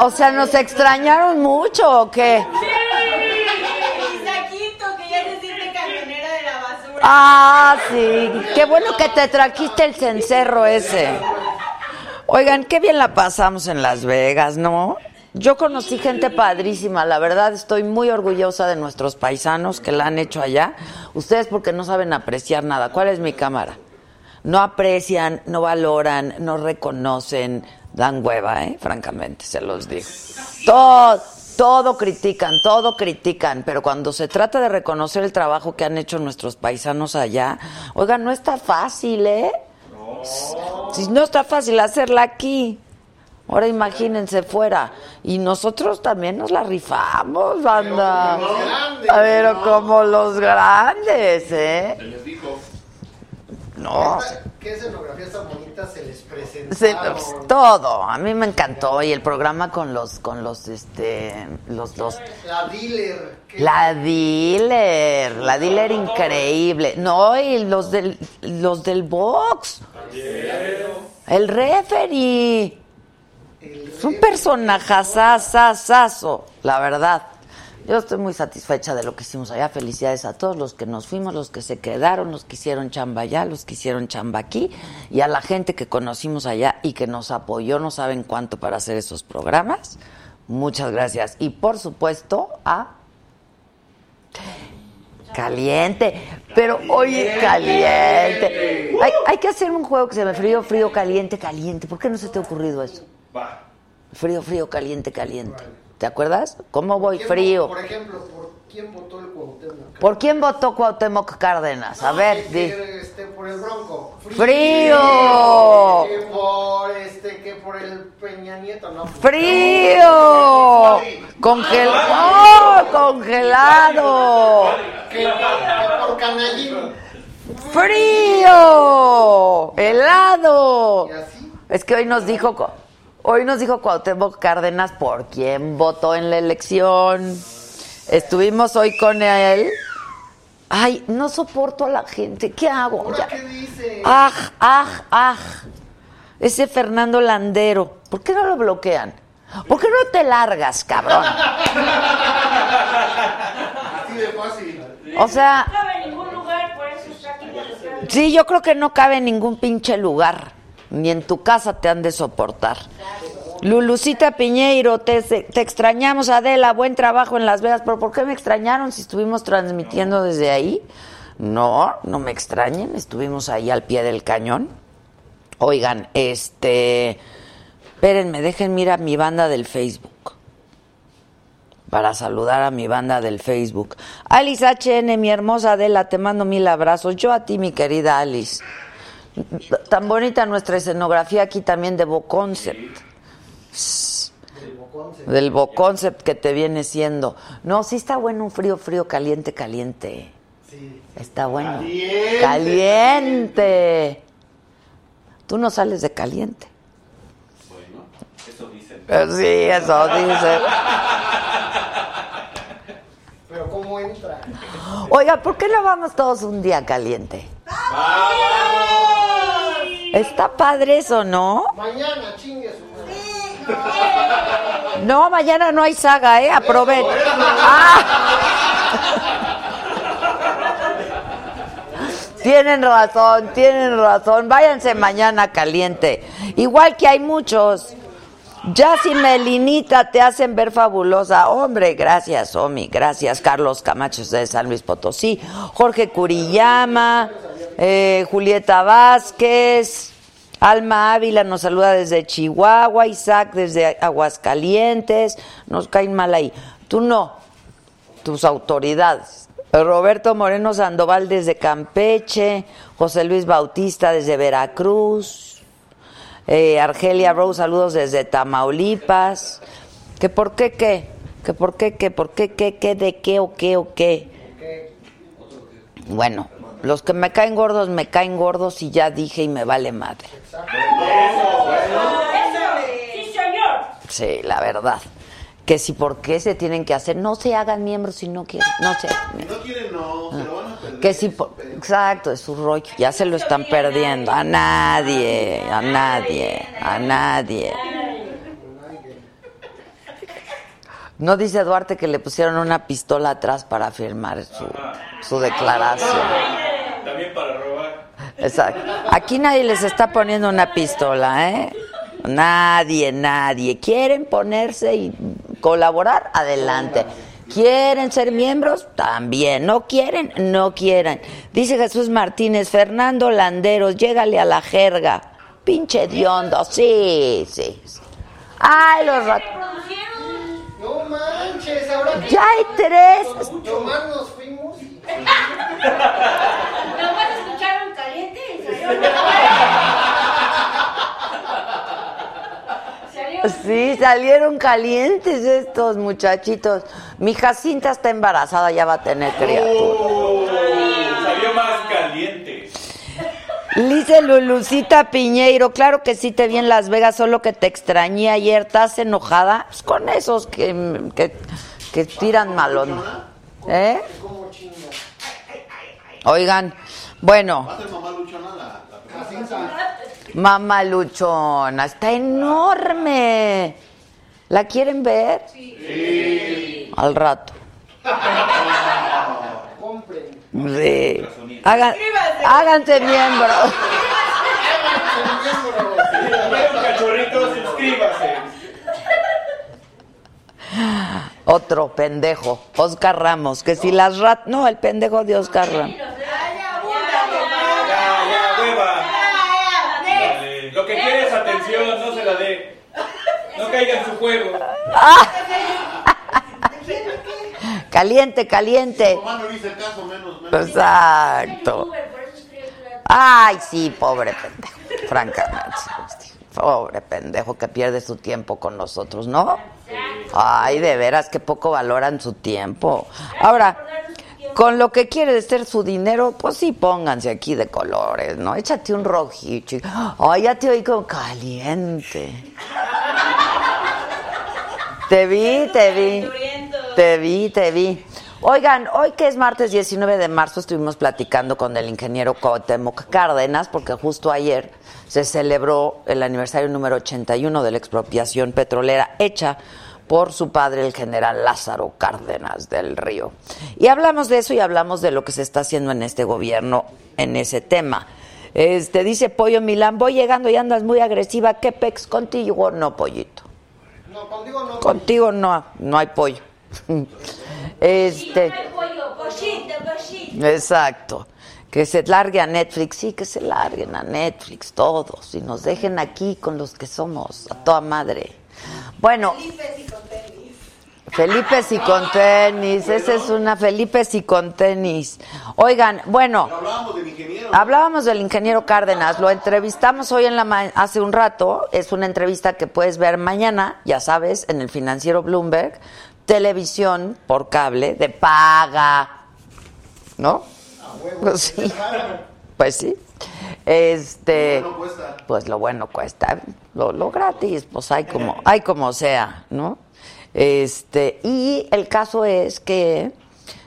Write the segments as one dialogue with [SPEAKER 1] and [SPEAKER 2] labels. [SPEAKER 1] O sea, ¿nos extrañaron mucho o qué?
[SPEAKER 2] Isaquito, que ya se siente camionera de la basura.
[SPEAKER 1] Ah, sí. Qué bueno que te trajiste el cencerro ese. Oigan, qué bien la pasamos en Las Vegas, ¿no? Yo conocí gente padrísima, la verdad estoy muy orgullosa de nuestros paisanos que la han hecho allá. Ustedes porque no saben apreciar nada. ¿Cuál es mi cámara? No aprecian, no valoran, no reconocen, dan hueva, ¿eh? Francamente, se los digo. Todo, todo critican, todo critican, pero cuando se trata de reconocer el trabajo que han hecho nuestros paisanos allá, oigan, no está fácil, ¿eh? Si no está fácil hacerla aquí. Ahora imagínense fuera. Y nosotros también nos la rifamos, banda. A ver, como los grandes, ¿eh?
[SPEAKER 3] Les dijo.
[SPEAKER 1] No.
[SPEAKER 4] Esta- ¿Qué escenografías tan bonitas se les
[SPEAKER 1] se-
[SPEAKER 4] presentaron?
[SPEAKER 1] pues, todo. A mí me encantó. Y el programa con los, con los, este, los dos.
[SPEAKER 4] La dealer. ¿qué?
[SPEAKER 1] La dealer, la dealer increíble. No, y los del, los del box. El referee.
[SPEAKER 4] el-
[SPEAKER 1] Es un personajazazazazo, la verdad. Yo estoy muy satisfecha de lo que hicimos allá. Felicidades a todos los que nos fuimos, los que se quedaron, los que hicieron chamba allá, los que hicieron chamba aquí y a la gente que conocimos allá y que nos apoyó, no saben cuánto para hacer esos programas. Muchas gracias. Y por supuesto a Caliente. Pero oye, caliente. Hay, hay que hacer un juego que se llame frío, frío, caliente, caliente. ¿Por qué no se te ha ocurrido eso?
[SPEAKER 3] Va.
[SPEAKER 1] Frío, frío, caliente, caliente. ¿Te acuerdas? ¿Cómo voy
[SPEAKER 4] ¿quién
[SPEAKER 1] frío?
[SPEAKER 4] votó, Por ejemplo, ¿por quién votó el Cuauhtémoc?
[SPEAKER 1] ¿Por quién votó Cuauhtémoc Cárdenas? A ver,
[SPEAKER 4] Que-
[SPEAKER 1] di.
[SPEAKER 4] que, este, por el Bronco.
[SPEAKER 1] ¡Frío!
[SPEAKER 4] Que por este, que por el Peña Nieto, no. pues,
[SPEAKER 1] ¡Frío! ¡Congelado! ¡Congelado!
[SPEAKER 4] Que, que- que por Canallín.
[SPEAKER 1] ¡Frío! ¡Helado!
[SPEAKER 4] Y así.
[SPEAKER 1] Es que hoy nos dijo Cu- hoy nos dijo Cuauhtémoc Cárdenas por quién votó en la elección. Estuvimos hoy con él. Ay, no soporto a la gente. ¿Qué hago?
[SPEAKER 4] ¿Ahora
[SPEAKER 1] Ya. Ah.
[SPEAKER 4] qué dice?
[SPEAKER 1] Aj, aj, aj. Ese Fernando Landero. ¿Por qué no lo bloquean? ¿Por qué no te largas, cabrón?
[SPEAKER 4] Así de fácil.
[SPEAKER 1] O sea,
[SPEAKER 2] No cabe en ningún lugar, por eso está aquí con los grandes.
[SPEAKER 1] Sí, yo creo que no cabe en ningún pinche lugar. Ni en tu casa te han de soportar. Lulucita Piñeiro, te, te extrañamos, Adela. Buen trabajo en Las Vegas. ¿Pero por qué me extrañaron si estuvimos transmitiendo desde ahí? No, no me extrañen. Estuvimos ahí al pie del cañón. Oigan, este. Espérenme, dejen mira mi banda del Facebook para saludar a mi banda del Facebook. Alice HN, mi hermosa Adela, te mando mil abrazos. Yo a ti, mi querida Alice. Tan bonita nuestra escenografía aquí también de Boconcept. Del Boconcept que te viene siendo. No, sí está bueno un frío, frío, caliente, caliente.
[SPEAKER 4] Sí.
[SPEAKER 1] Está bueno. Caliente. Caliente. Tú no sales de caliente.
[SPEAKER 3] Bueno, eso dicen.
[SPEAKER 1] Eh, Sí, eso dice.
[SPEAKER 4] Pero ¿cómo entra?
[SPEAKER 1] Oiga, ¿por qué no vamos todos un día caliente? Está padre eso, ¿no?
[SPEAKER 4] Mañana, chingue su madre.
[SPEAKER 1] No, mañana no hay saga, ¿eh? Ah, Aprovecha. Tienen razón, tienen razón. Váyanse mañana caliente. Igual que hay muchos. Ya si Melinita te hacen ver fabulosa. Hombre, gracias, Omi. Gracias, Carlos Camachos de San Luis Potosí. Jorge Curillama. eh, Julieta Vázquez. Alma Ávila nos saluda desde Chihuahua. Isaac desde Aguascalientes. Nos caen mal ahí. Tú no tus autoridades. Roberto Moreno Sandoval desde Campeche, José Luis Bautista desde Veracruz, eh, Argelia Rose, saludos desde Tamaulipas. ¿Que por qué qué? ¿Que por qué qué? ¿Por qué qué? ¿Qué de qué o qué o qué? Bueno, los que me caen gordos, me caen gordos y ya dije y me vale madre.
[SPEAKER 2] Sí, señor.
[SPEAKER 1] Sí, la verdad. Que si por qué se tienen que hacer, no se hagan miembros si no quieren, no se hagan miembros.
[SPEAKER 3] No quieren, no. Se lo van a perder.
[SPEAKER 1] Que si por- exacto, es su rollo. Ya se lo están perdiendo. A nadie, a nadie, a nadie. No dice Duarte que le pusieron una pistola atrás para firmar su, su declaración.
[SPEAKER 5] También para robar.
[SPEAKER 1] Exacto. Aquí nadie les está poniendo una pistola, ¿eh? Nadie, nadie. ¿Quieren ponerse y colaborar? Adelante. ¿Quieren ser miembros? También. ¿No quieren? No quieren. Dice Jesús Martínez, Fernando Landeros, llégale a la jerga. Pinche diondo, sí, sí. sí. Ay, los rat...
[SPEAKER 2] Producieron.
[SPEAKER 4] No manches, ahora que
[SPEAKER 1] Ya hay tres.
[SPEAKER 4] nomás nos fuimos. y-
[SPEAKER 2] Nomás escucharon caliente y salieron. Salieron.
[SPEAKER 1] Sí, salieron calientes estos muchachitos. Mi Jacinta está embarazada, ya va a tener criatura.
[SPEAKER 3] Oh.
[SPEAKER 5] Oh. Salió más caliente.
[SPEAKER 1] Lice Lulucita Piñeiro, claro que sí te vi en Las Vegas, solo que te extrañé ayer. ¿Estás enojada? Pues con esos que, que, que tiran malón. ¿Eh?
[SPEAKER 4] Como chinga.
[SPEAKER 1] Oigan, bueno.
[SPEAKER 3] Va a ser mamá luchona la, la
[SPEAKER 1] Mamá Luchona, está enorme. ¿La quieren ver? Sí. Al rato.
[SPEAKER 4] Compren.
[SPEAKER 1] Sí. Hagan-
[SPEAKER 2] Suscríbanse.
[SPEAKER 1] háganse miembros.
[SPEAKER 5] Primero, cachorrito, suscríbase.
[SPEAKER 1] Otro pendejo, Oscar Ramos, que si las rat... No, el pendejo de Oscar Ramos.
[SPEAKER 2] Ya, ya, ya, ya.
[SPEAKER 5] Ya, ya, hueva.
[SPEAKER 2] Ya, ya, next.
[SPEAKER 5] Dale. Lo que quiere es atención, no se la dé. No caiga en su juego.
[SPEAKER 1] Caliente, caliente.
[SPEAKER 3] Mamá no le hice caso, menos, menos.
[SPEAKER 1] Exacto.
[SPEAKER 2] Uber, por eso escribe-
[SPEAKER 1] Ay, sí, pobre pendejo. Francamente, sí, pobre pendejo que pierde su tiempo con nosotros, ¿no? Ay, de veras, que poco valoran su tiempo. Ahora, con lo que quiere ser su dinero, pues sí, pónganse aquí de colores, ¿no? Échate un rojito. Ay, ya te oí con caliente. Te vi, te vi. Te vi, te vi. Oigan, hoy que es martes 19 de marzo estuvimos platicando con el ingeniero Cuauhtémoc Cárdenas porque justo ayer se celebró el aniversario número 81 de la expropiación petrolera hecha por su padre el general Lázaro Cárdenas del Río. Y hablamos de eso y hablamos de lo que se está haciendo en este gobierno en ese tema. Este dice Pollo Milán, voy llegando y andas muy agresiva, ¿qué pex contigo? No, pollito.
[SPEAKER 4] No, contigo no.
[SPEAKER 1] Contigo no, no hay pollo. Este,
[SPEAKER 2] Pollo, pollito, pollito.
[SPEAKER 1] exacto. Que se largue a Netflix, sí, que se larguen a Netflix todos y nos dejen aquí con los que somos, a toda madre. Bueno, Felipe si con tenis, esa es una Felipe si con tenis. Oigan, bueno.
[SPEAKER 3] Pero hablábamos del ingeniero.
[SPEAKER 1] Hablábamos del ingeniero Cárdenas, lo entrevistamos hoy en la ma- hace un rato, es una entrevista que puedes ver mañana, ya sabes, en el financiero Bloomberg, televisión por cable de paga. ¿No? Pues sí. Pues sí. Este
[SPEAKER 4] Eh.
[SPEAKER 3] Lo bueno cuesta.
[SPEAKER 1] pues lo bueno cuesta, lo, lo gratis, pues hay como, hay como sea, ¿no? Este, y el caso es que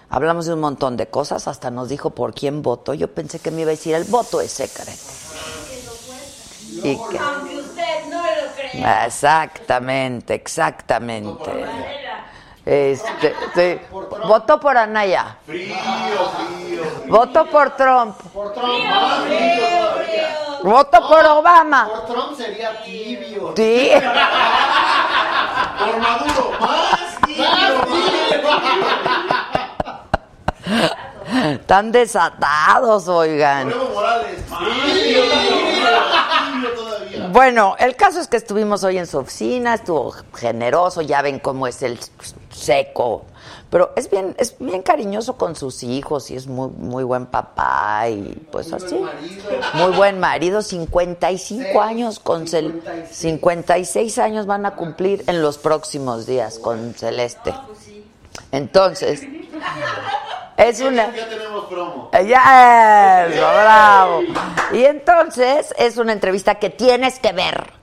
[SPEAKER 1] hablamos de un montón de cosas, hasta nos dijo por quién voto. Yo pensé que me iba a decir el voto es secreto. Y que-
[SPEAKER 2] Aunque usted no lo crea.
[SPEAKER 1] exactamente, exactamente. Este, sí, votó por Anaya,
[SPEAKER 3] Frío, frío, frío.
[SPEAKER 1] votó por Trump,
[SPEAKER 4] Por Trump. más tibio todavía.
[SPEAKER 1] votó por Obama.
[SPEAKER 4] Por Trump sería tibio.
[SPEAKER 1] Sí.
[SPEAKER 3] Por Maduro, más tibio, más
[SPEAKER 1] Están desatados, oigan.
[SPEAKER 3] Luego Morales,
[SPEAKER 4] Ah,
[SPEAKER 3] más tibio, más tibio todavía.
[SPEAKER 1] Bueno, el caso es que estuvimos hoy en su oficina, estuvo generoso, ya ven cómo es el seco, pero es bien, es bien cariñoso con sus hijos y es muy, muy buen papá y pues
[SPEAKER 4] Muy buen
[SPEAKER 1] así.
[SPEAKER 4] marido.
[SPEAKER 1] Muy buen marido, 55
[SPEAKER 4] Seis,
[SPEAKER 1] años con Cel-
[SPEAKER 4] 56.
[SPEAKER 1] 56 años van a cumplir en los próximos días con Celeste. Entonces, es una...
[SPEAKER 3] Ya tenemos promo.
[SPEAKER 1] Eh, ¡Ya! ¡Eso, bravo! Y entonces es una entrevista que tienes que ver.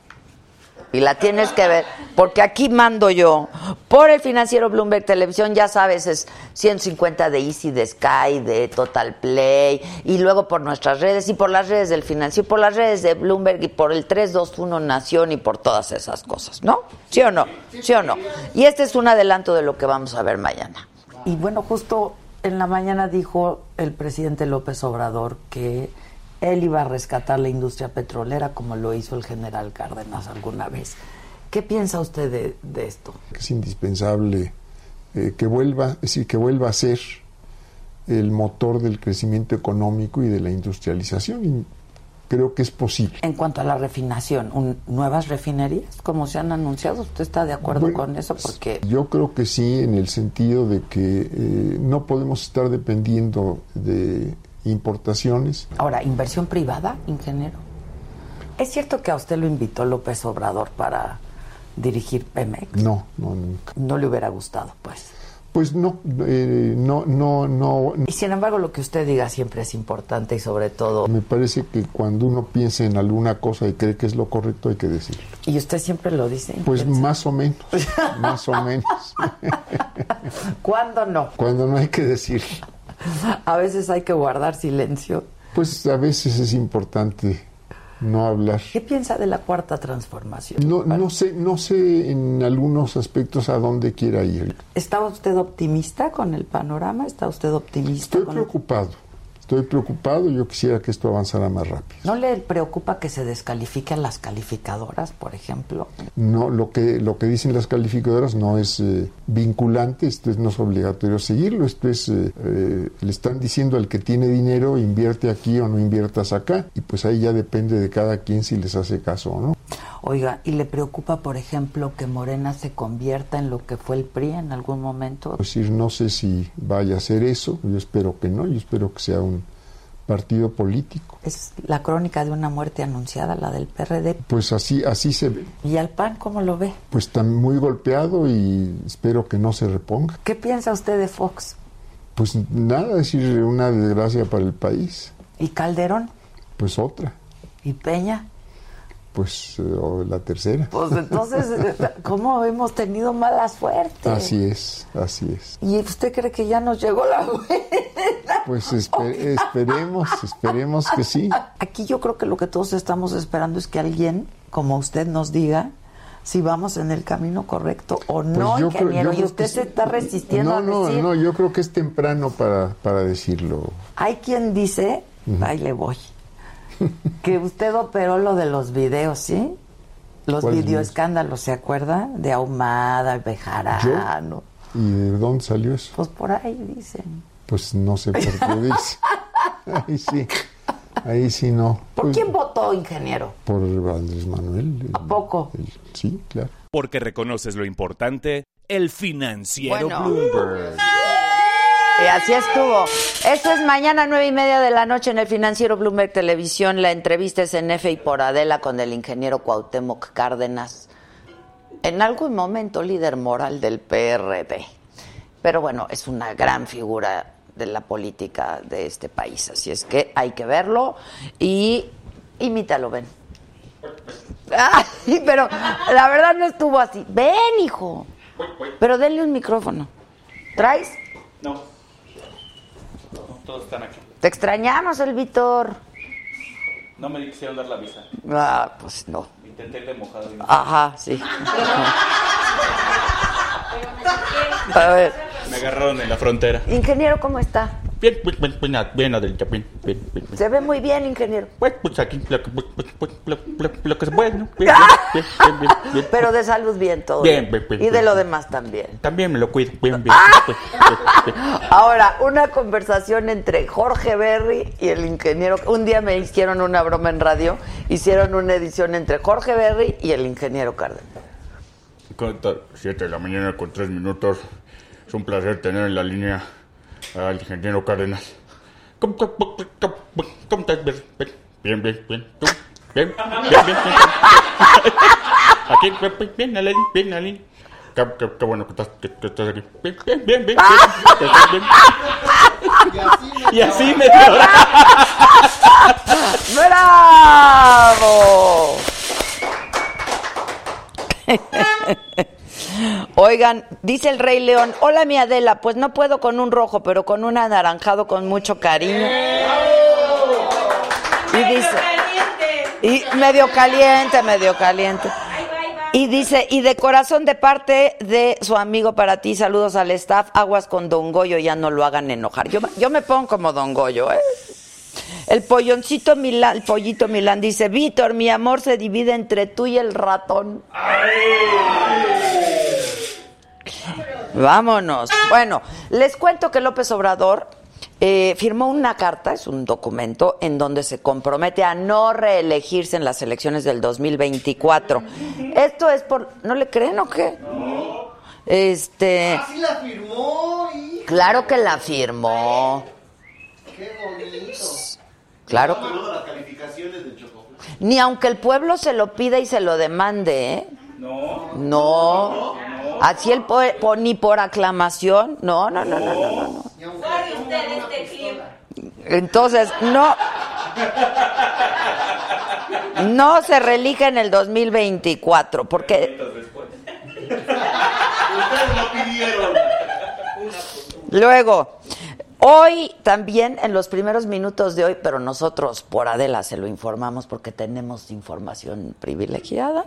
[SPEAKER 1] y la tienes que ver, porque aquí mando yo. Por el financiero Bloomberg Televisión, ya sabes, es 150 de Easy, de Sky, de Total Play, y luego por nuestras redes, y por las redes del financiero, y por las redes de Bloomberg, y por el 321 Nación, y por todas esas cosas, ¿no? ¿Sí o no? ¿Sí o no? Y este es un adelanto de lo que vamos a ver mañana.
[SPEAKER 6] Y bueno, justo en la mañana dijo el presidente López Obrador que él iba a rescatar la industria petrolera como lo hizo el general Cárdenas alguna vez. ¿Qué piensa usted de, de esto?
[SPEAKER 7] que es indispensable eh, que vuelva, es decir, que vuelva a ser el motor del crecimiento económico y de la industrialización. Y creo que es posible.
[SPEAKER 6] En cuanto a la refinación, un- ¿nuevas refinerías como se han anunciado? ¿Usted está de acuerdo
[SPEAKER 7] Bueno,
[SPEAKER 6] con eso? Porque
[SPEAKER 7] Yo creo que sí, en el sentido de que eh, no podemos estar dependiendo de importaciones.
[SPEAKER 6] Ahora, inversión privada, ingeniero. ¿Es cierto que a usted lo invitó López Obrador para dirigir Pemex?
[SPEAKER 7] No, no, nunca.
[SPEAKER 6] No le hubiera gustado, pues.
[SPEAKER 7] Pues no, eh, no, no, no.
[SPEAKER 6] Y sin embargo, lo que usted diga siempre es importante y sobre todo...
[SPEAKER 7] Me parece que cuando uno piensa en alguna cosa y cree que es lo correcto, hay que decirlo.
[SPEAKER 6] Y usted siempre lo dice.
[SPEAKER 7] Pues
[SPEAKER 6] intensa.
[SPEAKER 7] más o menos, más o menos.
[SPEAKER 6] ¿Cuándo no?
[SPEAKER 7] Cuando no hay que decir,
[SPEAKER 6] A veces hay que guardar silencio.
[SPEAKER 7] pues a veces es importante no hablar.
[SPEAKER 6] ¿Qué piensa de la cuarta transformación?
[SPEAKER 7] No, no sé, no sé en algunos aspectos a dónde quiera ir.
[SPEAKER 6] ¿Está usted optimista con el panorama? ¿Está usted optimista
[SPEAKER 7] Estoy
[SPEAKER 6] con el-
[SPEAKER 7] preocupado, estoy preocupado. Yo quisiera que esto avanzara más rápido.
[SPEAKER 6] ¿No le preocupa que se descalifiquen las calificadoras, por ejemplo?
[SPEAKER 7] No, lo que lo que dicen las calificadoras no es eh, vinculante, esto es, no es obligatorio seguirlo. Esto es eh, eh, le están diciendo al que tiene dinero invierte aquí o no inviertas acá y pues ahí ya depende de cada quien si les hace caso o no.
[SPEAKER 6] Oiga, ¿y le preocupa, por ejemplo, que Morena se convierta en lo que fue el PRI en algún momento?
[SPEAKER 7] Es decir, pues no sé si vaya a ser eso, yo espero que no, yo espero que sea un partido político.
[SPEAKER 6] Es la crónica de una muerte anunciada, la del PRD.
[SPEAKER 7] Pues así, así se ve.
[SPEAKER 6] ¿Y al PAN cómo lo ve?
[SPEAKER 7] Pues está muy golpeado y espero que no se reponga.
[SPEAKER 6] ¿Qué piensa usted de Fox?
[SPEAKER 7] Pues nada, es decir, una desgracia para el país.
[SPEAKER 6] ¿Y Calderón?
[SPEAKER 7] Pues otra,
[SPEAKER 6] ¿Y Peña?
[SPEAKER 7] pues eh, o la tercera.
[SPEAKER 6] Pues entonces, ¿cómo hemos tenido mala suerte?
[SPEAKER 7] Así es, así es.
[SPEAKER 6] ¿Y usted cree que ya nos llegó la buena?
[SPEAKER 7] Pues espe- esperemos, esperemos que sí.
[SPEAKER 6] Aquí yo creo que lo que todos estamos esperando es que alguien, como usted, nos diga si vamos en el camino correcto o
[SPEAKER 7] Pues
[SPEAKER 6] no,
[SPEAKER 7] yo creo-
[SPEAKER 6] ingeniero.
[SPEAKER 7] yo
[SPEAKER 6] y
[SPEAKER 7] creo
[SPEAKER 6] usted
[SPEAKER 7] que
[SPEAKER 6] se
[SPEAKER 7] sí.
[SPEAKER 6] está resistiendo
[SPEAKER 7] no,
[SPEAKER 6] a
[SPEAKER 7] no,
[SPEAKER 6] decir.
[SPEAKER 7] No, yo creo que es temprano para, para decirlo.
[SPEAKER 6] Hay quien dice, ahí le voy, que usted operó lo de los videos, ¿sí? Los
[SPEAKER 7] ¿Cuáles videos?
[SPEAKER 6] videoescándalos, ¿se acuerda? De Ahumada, Bejarano.
[SPEAKER 7] ¿Y de dónde salió eso?
[SPEAKER 6] Pues por ahí dicen.
[SPEAKER 7] Pues no sé por qué dice. Ahí sí, ahí sí no.
[SPEAKER 6] ¿Por
[SPEAKER 7] Pues,
[SPEAKER 6] quién votó, ingeniero?
[SPEAKER 7] Por Andrés Manuel. el-
[SPEAKER 6] ¿A poco?
[SPEAKER 7] el- sí, claro.
[SPEAKER 8] Porque reconoces lo importante, el financiero
[SPEAKER 1] Bueno.
[SPEAKER 8] Bloomberg.
[SPEAKER 1] Y Eh, así estuvo. Esto es mañana nueve y media de la noche en el financiero Bloomberg Televisión. La entrevista es en F y por Adela con el ingeniero Cuauhtémoc Cárdenas. En algún momento líder moral del PRD. Pero bueno, es una gran figura de la política de este país. Así es que hay que verlo y imítalo, ven. Ay, pero la verdad no estuvo así. Ven, hijo. Pero denle un micrófono. ¿Traes?
[SPEAKER 5] No. Todos están aquí.
[SPEAKER 1] Te extrañamos, el Víctor.
[SPEAKER 5] No me quisieron dar la visa.
[SPEAKER 1] Ah, pues no.
[SPEAKER 5] Intenté el de mojado. y no.
[SPEAKER 1] Ajá, sí. A ver.
[SPEAKER 5] Me agarraron en la frontera.
[SPEAKER 1] Ingeniero, ¿cómo está?
[SPEAKER 5] Bien, bien, bien, bien, bien, Adelita, bien, bien, bien, bien.
[SPEAKER 1] Se ve muy bien, ingeniero.
[SPEAKER 5] Pues, pues aquí, lo que, pues, pues, pues, lo, lo- lo que es bueno. Bien, bien, bien, bien, bien, bien.
[SPEAKER 1] Pero de salud bien todo.
[SPEAKER 5] Bien, bien, bien,
[SPEAKER 1] Y de
[SPEAKER 5] bien.
[SPEAKER 1] lo demás también.
[SPEAKER 5] También me lo cuido. Bien, bien, bien, bien, bien, bien.
[SPEAKER 1] Ahora, una conversación entre Jorge Berry y el ingeniero. Un día me hicieron una broma en radio. Hicieron una edición entre Jorge Berry y el ingeniero Cárdenas.
[SPEAKER 9] Cota, Siete de la mañana con tres minutos. Es un placer tener en la línea al ingeniero Cárdenas. ¿Cómo, cómo, cómo, cómo, cómo estás? Bien, bien, bien. Bien, ¿Tú? bien, bien. bien, bien, bien. Aquí, bien, bien, bien, Aleli, bien, Aleli. Qué, qué, qué bueno que estás, que, que estás aquí. Bien, bien, bien, bien. bien, bien,
[SPEAKER 10] Y así me
[SPEAKER 5] Y así me quedaron.
[SPEAKER 1] ¡Bravo! Oigan, dice el Rey León, hola mi Adela, pues no puedo con un rojo, pero con un anaranjado con mucho cariño. Y dice, y medio caliente, medio caliente.
[SPEAKER 2] Ahí va, ahí va.
[SPEAKER 1] Y dice, y de corazón de parte de su amigo para ti, saludos al staff, aguas con Don Goyo, ya no lo hagan enojar. Yo, yo me pongo como Don Goyo, ¿eh? El polloncito Milán, el pollito Milán dice, Víctor, mi amor se divide entre tú y el ratón. Vámonos. Bueno, les cuento que López Obrador eh, firmó una carta, es un documento, en donde se compromete a no reelegirse en las elecciones del 2024. Esto es por... ¿No le creen o qué? Este...
[SPEAKER 4] Así la firmó y
[SPEAKER 1] Claro que la firmó.
[SPEAKER 4] qué bonito.
[SPEAKER 1] Claro que...
[SPEAKER 3] Saludo a las calificaciones del Choco.
[SPEAKER 1] Ni aunque el pueblo se lo pida y se lo demande, ¿eh?
[SPEAKER 5] No.
[SPEAKER 1] No. Así el po- po- ni por aclamación. No, no, no, no, no, no, no.
[SPEAKER 4] Y aunque
[SPEAKER 2] Sorry
[SPEAKER 4] pongan
[SPEAKER 6] Eh.
[SPEAKER 2] ustedes
[SPEAKER 4] una
[SPEAKER 2] de
[SPEAKER 4] pistola.
[SPEAKER 2] clima.
[SPEAKER 1] Entonces, no. No se reelija en el 2024, porque
[SPEAKER 3] Ustedes lo pidieron.
[SPEAKER 1] luego, hoy también, en los primeros minutos de hoy, pero nosotros por Adela se lo informamos porque tenemos información privilegiada.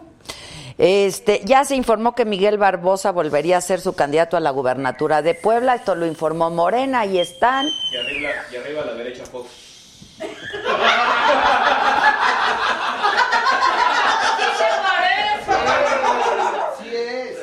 [SPEAKER 1] Este, ya se informó que Miguel Barbosa volvería a ser su candidato a la gubernatura de Puebla. Esto lo informó Morena y están
[SPEAKER 5] Y arriba, y arriba a la derecha, Fox.
[SPEAKER 4] Así es.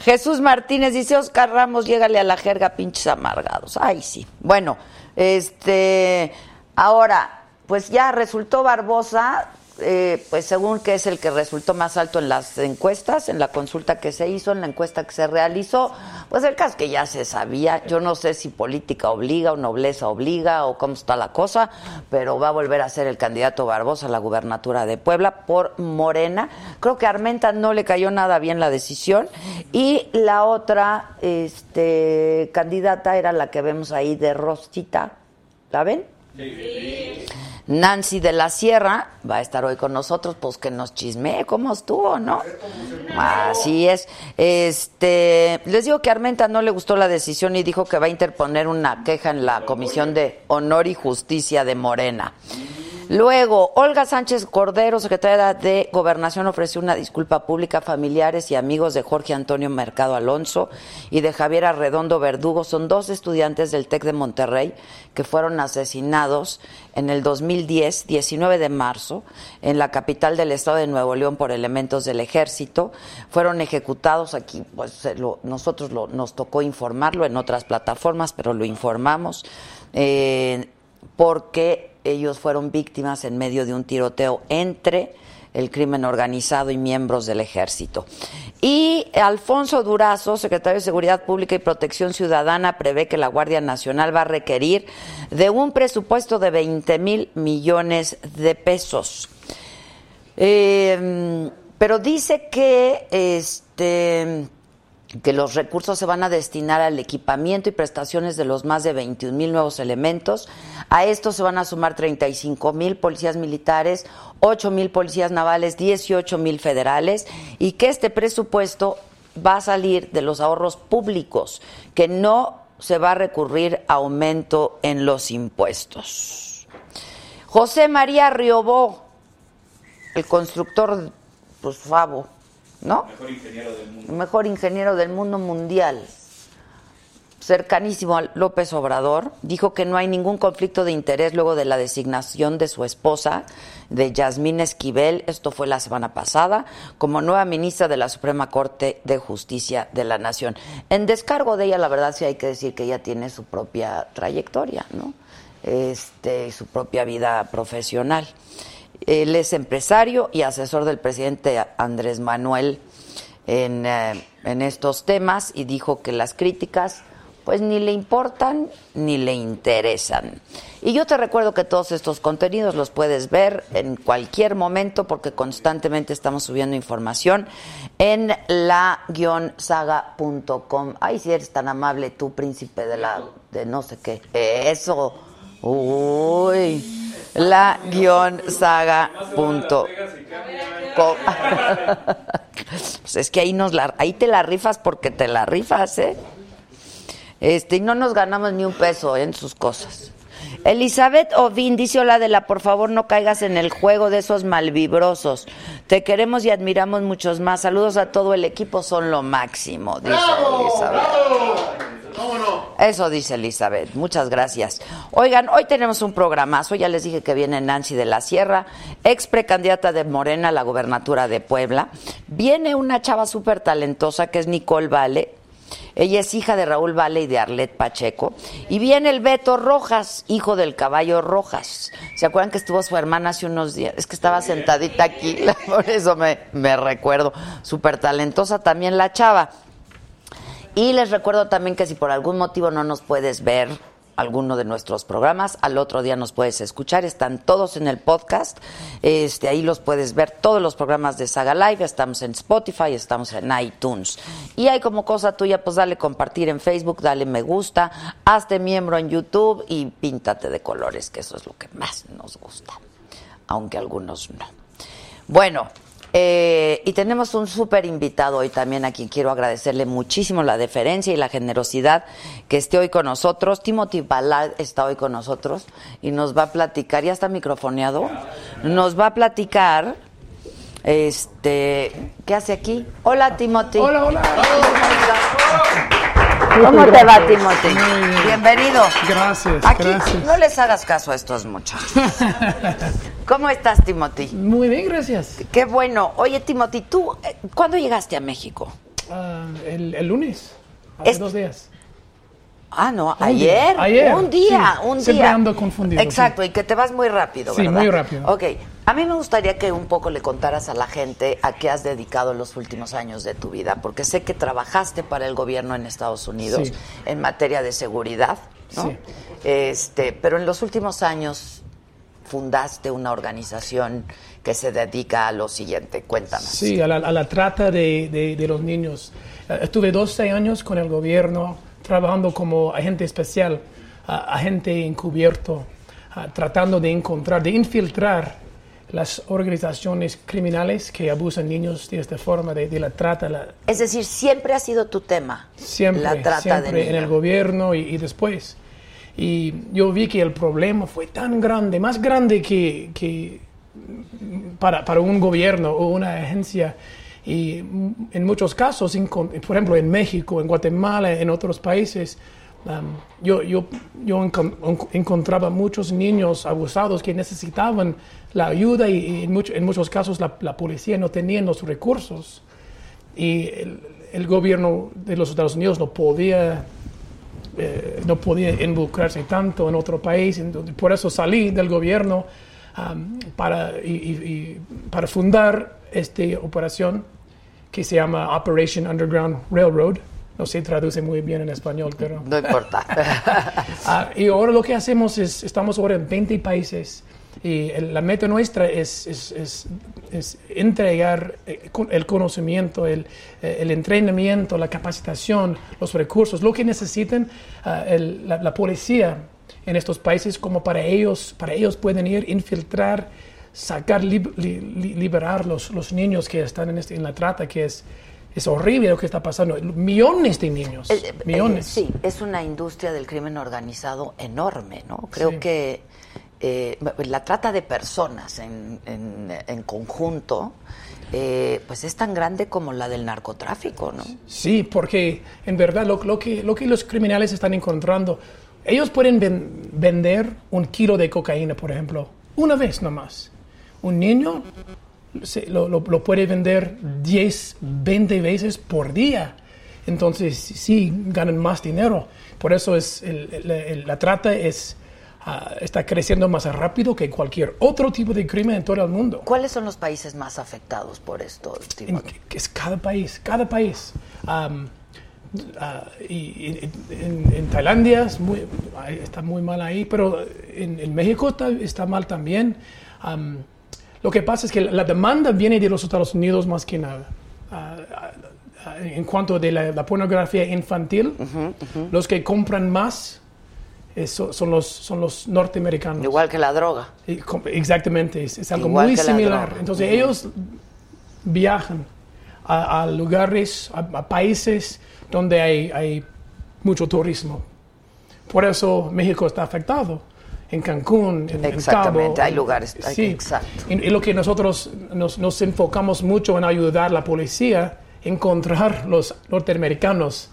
[SPEAKER 1] Jesús Martínez dice, Oscar Ramos, llégale a la jerga, pinches amargados. Ay, sí. Bueno, este, ahora, pues ya resultó Barbosa, eh, pues según que es el que resultó más alto en las encuestas, en la consulta que se hizo, en la encuesta que se realizó, pues el caso es que ya se sabía, yo no sé si política obliga o nobleza obliga o cómo está la cosa, pero va a volver a ser el candidato Barbosa a la gubernatura de Puebla por Morena. Creo que a Armenta no le cayó nada bien la decisión. Y la otra este, candidata era la que vemos ahí de Rostita. ¿La ven? Nancy de la Sierra va a estar hoy con nosotros, pues que nos chisme cómo estuvo, ¿no? Así es. Este, les digo que a Armenta no le gustó la decisión y dijo que va a interponer una queja en la Comisión de Honor y Justicia de Morena. Luego, Olga Sánchez Cordero, secretaria de Gobernación, ofreció una disculpa pública a familiares y amigos de Jorge Antonio Mercado Alonso y de Javier Arredondo Verdugo. Son dos estudiantes del TEC de Monterrey que fueron asesinados en el 2010, 19 de marzo, en la capital del estado de Nuevo León por elementos del ejército. Fueron ejecutados aquí, pues se lo- nosotros lo- nos tocó informarlo en otras plataformas, pero lo informamos. Eh, porque ellos fueron víctimas en medio de un tiroteo entre el crimen organizado y miembros del ejército. Y Alfonso Durazo, secretario de Seguridad Pública y Protección Ciudadana, prevé que la Guardia Nacional va a requerir de un presupuesto de 20 mil millones de pesos. Eh, pero dice que este que los recursos se van a destinar al equipamiento y prestaciones de los más de 21 mil nuevos elementos. A estos se van a sumar 35 mil policías militares, 8 mil policías navales, 18 mil federales y que este presupuesto va a salir de los ahorros públicos, que no se va a recurrir a aumento en los impuestos. José María Riobó, el constructor, pues Favo, ¿no?
[SPEAKER 5] Mejor ingeniero del mundo.
[SPEAKER 1] el mejor ingeniero del mundo mundial, cercanísimo a López Obrador, dijo que no hay ningún conflicto de interés luego de la designación de su esposa, de Yasmín Esquivel, esto fue la semana pasada, como nueva ministra de la Suprema Corte de Justicia de la Nación. En descargo de ella, la verdad sí hay que decir que ella tiene su propia trayectoria, ¿no? Este, su propia vida profesional. Él es empresario y asesor del presidente Andrés Manuel en, eh, en estos temas y dijo que las críticas pues ni le importan ni le interesan. Y yo te recuerdo que todos estos contenidos los puedes ver en cualquier momento porque constantemente estamos subiendo información en la-saga.com. Ay, si eres tan amable tú, príncipe de la... de no sé qué. Eso. Uy. La-saga.com.
[SPEAKER 5] Pegas y cambia.
[SPEAKER 1] co- pues es que ahí nos la, ahí te la rifas porque te la rifas, ¿eh? Este, y no nos ganamos ni un peso en sus cosas. Elizabeth Ovin dice, hola de la, por favor no caigas en el juego de esos malvibrosos. Te queremos y admiramos muchos más. Saludos a todo el equipo, son lo máximo, dice Elizabeth. Eso dice Elizabeth. Muchas gracias. Oigan, hoy tenemos un programazo. Ya les dije que viene Nancy de la Sierra, ex precandidata de Morena a la gobernatura de Puebla. Viene una chava súper talentosa que es Nicole Vale. Ella es hija de Raúl Vale y de Arlet Pacheco. Y viene el Beto Rojas, hijo del caballo Rojas. ¿Se acuerdan que estuvo su hermana hace unos días? Es que estaba sentadita aquí, por eso me, me recuerdo. Súper talentosa también la chava. Y les recuerdo también que si por algún motivo no nos puedes ver alguno de nuestros programas, al otro día nos puedes escuchar, están todos en el podcast, este, ahí los puedes ver, todos los programas de Saga Live, estamos en Spotify, estamos en iTunes. Y hay como cosa tuya, pues dale compartir en Facebook, dale me gusta, hazte miembro en YouTube y píntate de colores, que eso es lo que más nos gusta, aunque algunos no. Bueno, eh, y tenemos un súper invitado hoy también a quien quiero agradecerle muchísimo la deferencia y la generosidad que esté hoy con nosotros. Timothy Ballard está hoy con nosotros y nos va a platicar, ya está microfoneado, nos va a platicar, este, ¿qué hace aquí? Hola Timothy. Hola, hola. ¿Cómo te va, Timothy? Bienvenido.
[SPEAKER 11] Gracias,
[SPEAKER 1] Aquí
[SPEAKER 11] gracias.
[SPEAKER 1] no les hagas caso a estos muchachos. ¿Cómo estás, Timothy?
[SPEAKER 11] Muy bien, gracias.
[SPEAKER 1] Qué bueno. Oye, Timothy, ¿tú eh, cuándo llegaste a México?
[SPEAKER 11] Ah, el, el lunes, hace
[SPEAKER 1] Es-
[SPEAKER 11] dos días.
[SPEAKER 1] Ah, no,
[SPEAKER 11] Un
[SPEAKER 1] ayer.
[SPEAKER 11] día, ayer,
[SPEAKER 1] Un día,
[SPEAKER 11] sí.
[SPEAKER 1] un día.
[SPEAKER 11] Siempre ando confundido,
[SPEAKER 1] Exacto, y que te vas muy rápido,
[SPEAKER 11] Sí,
[SPEAKER 1] ¿verdad?
[SPEAKER 11] muy rápido.
[SPEAKER 1] Ok. A mí me gustaría que un poco le contaras a la gente a qué has dedicado los últimos años de tu vida, porque sé que trabajaste para el gobierno en Estados Unidos
[SPEAKER 11] Sí.
[SPEAKER 1] en materia de seguridad, ¿no?
[SPEAKER 11] Sí.
[SPEAKER 1] Este, pero en los últimos años fundaste una organización que se dedica a lo siguiente. Cuéntanos.
[SPEAKER 11] Sí, a la, a la trata de, de- de los niños. Eh, Estuve 12 años con el gobierno trabajando como agente especial, ah, agente encubierto, ah, tratando de encontrar, de infiltrar las organizaciones criminales que abusan niños de esta forma, de, de la trata, la,
[SPEAKER 1] Es decir, siempre ha sido tu tema.
[SPEAKER 11] siempre,
[SPEAKER 1] La trata
[SPEAKER 11] siempre
[SPEAKER 1] de
[SPEAKER 11] en el
[SPEAKER 1] niños.
[SPEAKER 11] gobierno y, y después. Y yo vi que el problema fue tan grande, más grande que, que para, para un gobierno o una agencia. Y mm, en muchos casos, en con- por ejemplo, en México, en Guatemala, en otros países, um, yo, yo, yo encon- enco- encontraba muchos niños abusados que necesitaban la ayuda y, y en, mucho- en muchos casos la, la policía no tenía los recursos y el, el gobierno de los Estados Unidos no podía eh, no podía involucrarse tanto en otro país entonces, por eso salí del gobierno am, para y- y- y para fundar esta operación que se llama Operation Underground Railroad no se traduce muy bien en español pero
[SPEAKER 1] No importa.
[SPEAKER 11] Ah, y ahora lo que hacemos es, estamos ahora en 20 países y el- la meta nuestra es, es- es- es entregar eh, con- el conocimiento, el, eh, el entrenamiento, la capacitación, los recursos, lo que necesiten ah, el- la, la policía en estos países como para ellos, para ellos pueden ir, infiltrar, sacar, lib- li- li- liberar los, los niños que están en, este- en la trata, que es, es horrible lo que está pasando. Millones de niños,
[SPEAKER 1] Eh, eh,
[SPEAKER 11] millones.
[SPEAKER 1] Sí, es una industria del crimen organizado enorme, ¿no? Creo
[SPEAKER 11] Sí.
[SPEAKER 1] que eh, la trata de personas en, en- en conjunto, eh, pues es tan grande como la del narcotráfico, ¿no?
[SPEAKER 11] Sí, porque en verdad lo, lo que, lo que los criminales están encontrando, ellos pueden ven- vender un kilo de cocaína, por ejemplo, una vez nomás. Un niño se- lo, lo- lo puede vender 10, 20 veces por día. Entonces sí, ganan más dinero. Por eso es el- el- el- la trata es, ah, está creciendo más rápido que cualquier otro tipo de crimen en todo el mundo.
[SPEAKER 1] ¿Cuáles son los países más afectados por esto,
[SPEAKER 11] En-
[SPEAKER 1] Timothy?
[SPEAKER 11] es cada país, cada país. Am, ah, y, y- en, en Tailandia es muy- ay, está muy mal ahí, pero en, en México está, está mal también. Am, lo que pasa es que la, la demanda viene de los Estados Unidos más que nada. Ah, ah, ah, en cuanto de la, la pornografía infantil, los que compran más eh, so- son, los, son los norteamericanos.
[SPEAKER 1] Igual que la droga.
[SPEAKER 11] Y com- Exactamente, es, es algo
[SPEAKER 1] Igual
[SPEAKER 11] muy
[SPEAKER 1] que la
[SPEAKER 11] similar.
[SPEAKER 1] droga.
[SPEAKER 11] Entonces
[SPEAKER 1] Ujú.
[SPEAKER 11] ellos viajan a, a lugares, a, a países donde hay, hay mucho turismo. Por eso México está afectado. En Cancún, en, en Cabo,
[SPEAKER 6] Exactamente, hay lugares, hay-
[SPEAKER 11] Sí.
[SPEAKER 6] exacto.
[SPEAKER 11] Y, y lo que nosotros nos, nos enfocamos mucho en ayudar a la policía a encontrar los norteamericanos.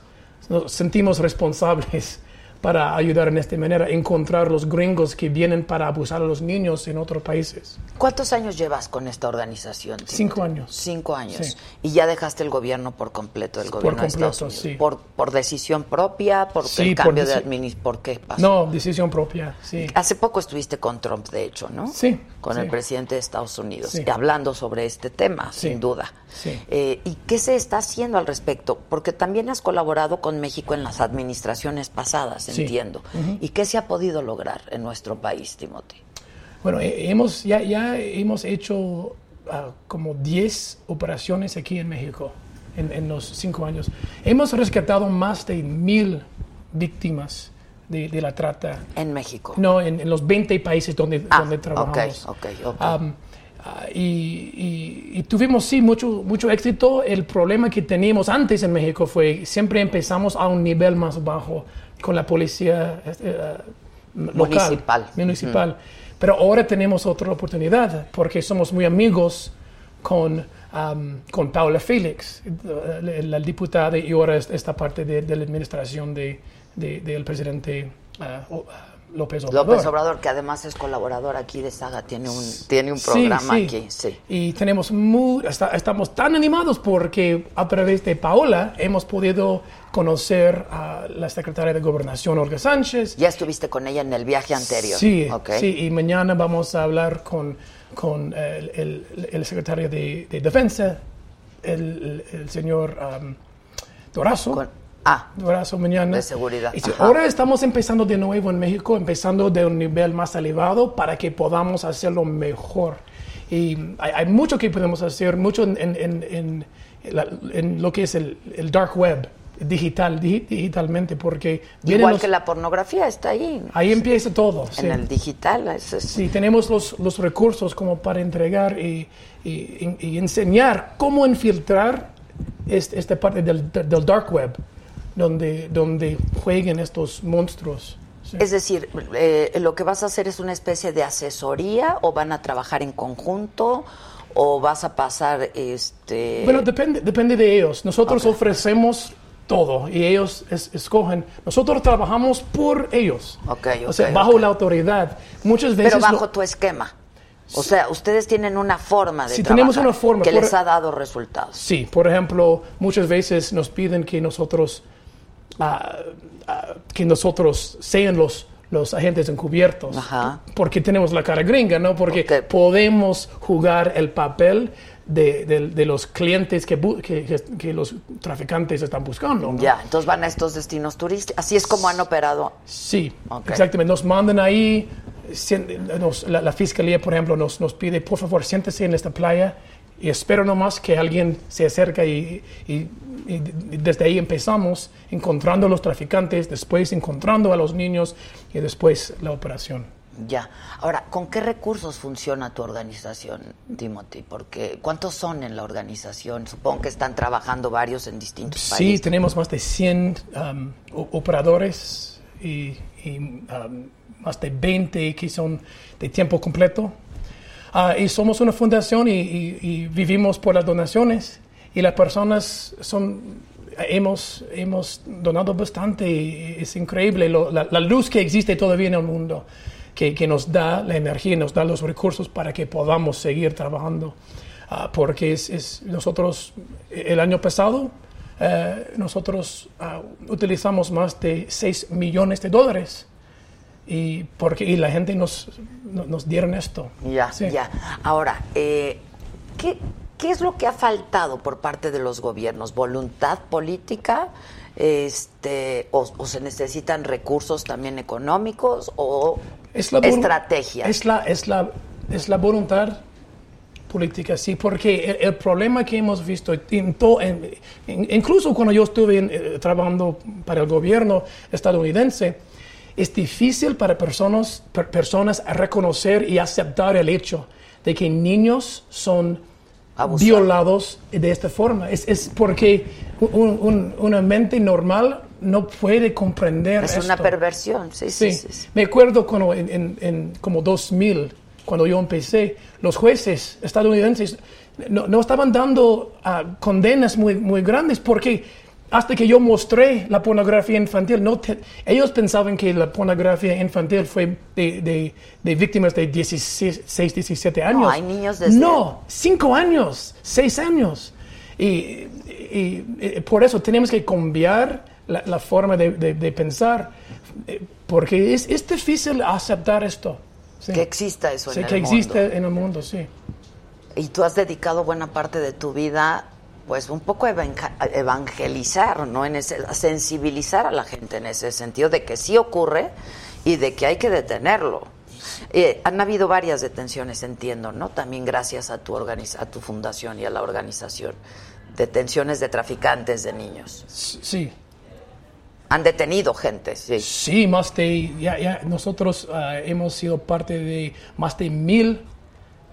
[SPEAKER 11] Nos sentimos responsables para ayudar en esta manera, encontrar los gringos que vienen para abusar a los niños en otros países.
[SPEAKER 6] ¿Cuántos años llevas con esta organización? Tito?
[SPEAKER 11] Cinco años.
[SPEAKER 6] Cinco años.
[SPEAKER 11] Sí.
[SPEAKER 6] Y ya dejaste el gobierno por completo, el gobierno de
[SPEAKER 11] completo,
[SPEAKER 6] Estados Unidos.
[SPEAKER 11] sí.
[SPEAKER 6] Por, por decisión propia, por
[SPEAKER 11] Sí,
[SPEAKER 6] el
[SPEAKER 11] por
[SPEAKER 6] cambio de
[SPEAKER 11] deci-
[SPEAKER 6] administración. ¿Por qué pasó?
[SPEAKER 11] No, decisión propia, sí.
[SPEAKER 6] Hace poco estuviste con Trump, de hecho, ¿no?
[SPEAKER 11] Sí,
[SPEAKER 6] Con
[SPEAKER 11] sí.
[SPEAKER 6] el presidente de Estados Unidos,
[SPEAKER 11] Sí.
[SPEAKER 6] y hablando sobre este tema,
[SPEAKER 11] Sí,
[SPEAKER 6] sin duda.
[SPEAKER 11] sí.
[SPEAKER 6] Eh, ¿Y qué se está haciendo al respecto? Porque también has colaborado con México en las administraciones pasadas,
[SPEAKER 11] Sí.
[SPEAKER 6] entiendo. ¿Y qué se ha podido lograr en nuestro país, Timothy?
[SPEAKER 11] Bueno, he- hemos, ya, ya hemos hecho ah, como 10 operaciones aquí en México en, en los cinco años. Hemos rescatado más de mil víctimas de, de la trata.
[SPEAKER 6] En México.
[SPEAKER 11] No, en, en los 20 países donde,
[SPEAKER 6] Ah,
[SPEAKER 11] donde trabajamos.
[SPEAKER 6] ok, ok, ok.
[SPEAKER 11] Am, ah, y, y- y tuvimos, sí, mucho, mucho éxito. El problema que teníamos antes en México fue siempre empezamos a un nivel más bajo con la policía este, eh, local,
[SPEAKER 6] Municipal.
[SPEAKER 11] municipal. Pero ahora tenemos otra oportunidad porque somos muy amigos con, am, con Paula Félix, eh, la, la diputada, y ahora es- esta parte de, de la administración de- de- del presidente ah, o- ah, López Obrador.
[SPEAKER 6] López Obrador, que además es colaborador aquí de Saga, tiene un, tiene un programa
[SPEAKER 11] Sí, sí.
[SPEAKER 6] aquí, sí.
[SPEAKER 11] Y tenemos muy, está- estamos tan animados porque a través de Paola hemos podido conocer a la secretaria de Gobernación, Olga Sánchez.
[SPEAKER 6] Ya estuviste con ella en el viaje anterior.
[SPEAKER 11] Sí,
[SPEAKER 6] ok.
[SPEAKER 11] sí, y mañana vamos a hablar con, con eh, el, el- el secretario de, de Defensa, el, el- el señor um, Dorazo.
[SPEAKER 6] Con- ah,
[SPEAKER 11] Dorazo mañana.
[SPEAKER 6] De seguridad,
[SPEAKER 11] Y si-
[SPEAKER 6] ajá.
[SPEAKER 11] ahora estamos empezando de nuevo en México, empezando de un nivel más elevado para que podamos hacerlo mejor. Y hay, hay mucho que podemos hacer, mucho en, en- en- en la- en lo que es el, el dark web, digital, digi- digitalmente, porque vienen
[SPEAKER 6] igual
[SPEAKER 11] los-
[SPEAKER 6] que la pornografía está ahí. ¿no?
[SPEAKER 11] ahí empieza todo. sí.
[SPEAKER 6] En el digital, eso es-
[SPEAKER 11] Sí, tenemos los, los recursos como para entregar y, y- y enseñar cómo infiltrar es- esta parte del, del dark web, donde, donde jueguen estos monstruos. Sí.
[SPEAKER 6] Es decir, eh, lo que vas a hacer es una especie de asesoría o van a trabajar en conjunto o vas a pasar este
[SPEAKER 11] Bueno, depende, depende de ellos. Nosotros ofrecemos todo y ellos es- escogen. Nosotros trabajamos por ellos.
[SPEAKER 6] Ok,
[SPEAKER 11] o sea,
[SPEAKER 6] ok,
[SPEAKER 11] bajo
[SPEAKER 6] ok.
[SPEAKER 11] la autoridad. Muchas veces...
[SPEAKER 6] pero
[SPEAKER 11] lo-
[SPEAKER 6] bajo tu esquema. O sea, ustedes tienen una forma de
[SPEAKER 11] Sí, tenemos
[SPEAKER 6] trabajar
[SPEAKER 11] una forma,
[SPEAKER 6] que
[SPEAKER 11] por-
[SPEAKER 6] les ha dado resultados.
[SPEAKER 11] Sí, por ejemplo, muchas veces nos piden que nosotros, ah, ah, que nosotros sean los, los agentes encubiertos,
[SPEAKER 6] Ajá.
[SPEAKER 11] porque tenemos la cara gringa, ¿no? Porque
[SPEAKER 6] Ok.
[SPEAKER 11] podemos jugar el papel de, de- de los clientes que, bu- que, que- que los traficantes están buscando. ¿no?
[SPEAKER 6] Ya, entonces van a estos destinos turísticos. Así es como han operado.
[SPEAKER 11] Sí,
[SPEAKER 6] Ok.
[SPEAKER 11] exactamente. Nos mandan ahí, sien- nos- la, la fiscalía, por ejemplo, nos, nos pide, por favor, siéntese en esta playa y espero nomás que alguien se acerque y, y- y d- desde ahí empezamos encontrando a los traficantes, después encontrando a los niños y después la operación.
[SPEAKER 6] Ya. Ahora, ¿con qué recursos funciona tu organización, Timothy? Porque ¿cuántos son en la organización? Supongo que están trabajando varios en distintos
[SPEAKER 11] Sí,
[SPEAKER 6] países.
[SPEAKER 11] tenemos más de 100 um, o- operadores y, y, um, más de 20 que son de tiempo completo. Ah, y somos una fundación y, y- y vivimos por las donaciones. Y las personas son... Hemos, hemos donado bastante y es increíble lo- la, la luz que existe todavía en el mundo, que, que nos da la energía, y nos da los recursos para que podamos seguir trabajando. Ah, porque es, es- nosotros, el año pasado, eh, nosotros ah, utilizamos más de 6 millones de dólares y, porque, y la gente nos, no- nos dieron esto.
[SPEAKER 6] Ya,
[SPEAKER 11] Sí.
[SPEAKER 6] ya. Ahora, eh, ¿qué, qué es lo que ha faltado por parte de los gobiernos? ¿Voluntad política? Este, o, o se necesitan recursos también económicos o
[SPEAKER 11] Es la volu-
[SPEAKER 6] estrategias?
[SPEAKER 11] Es la, es, la, es la voluntad política, sí, porque el, el problema que hemos visto, en to- en- in- incluso cuando yo estuve en- eh, trabajando para el gobierno estadounidense, es difícil para personas, per- personas reconocer y aceptar el hecho de que niños son
[SPEAKER 6] Abusar.
[SPEAKER 11] violados de esta forma. Es, es porque un- un- una mente normal no puede comprender
[SPEAKER 6] Es una
[SPEAKER 11] esto.
[SPEAKER 6] perversión, sí, sí,
[SPEAKER 11] Sí.
[SPEAKER 6] sí. sí.
[SPEAKER 11] me acuerdo cuando en, en- en como 2000, cuando yo empecé, los jueces estadounidenses no, no estaban dando ah, condenas muy, muy grandes porque hasta que yo mostré la pornografía infantil, no te- ellos pensaban que la pornografía infantil fue de, de- de víctimas de 16, 17 años.
[SPEAKER 6] hay niños desde-
[SPEAKER 11] No, 5 años, 6 años. Y, y- y por eso tenemos que cambiar la, la forma de, de- de pensar, eh, porque es, es difícil aceptar esto. Sí.
[SPEAKER 6] Que exista eso
[SPEAKER 11] Sí,
[SPEAKER 6] en el
[SPEAKER 11] que existe
[SPEAKER 6] mundo.
[SPEAKER 11] en el mundo, sí.
[SPEAKER 6] Y tú has dedicado buena parte de tu vida, pues un poco a evangel- a evangelizar, ¿no? En ese, a sensibilizar a la gente en ese sentido de que sí ocurre y de que hay que detenerlo. Eh, han habido varias detenciones, entiendo, ¿no? También gracias a tu, organiz- a tu fundación y a la organización. Detenciones de traficantes de niños.
[SPEAKER 11] Sí,
[SPEAKER 6] Han detenido gente, sí.
[SPEAKER 11] sí más de, ya, ya, nosotros ah, hemos sido parte de más de mil,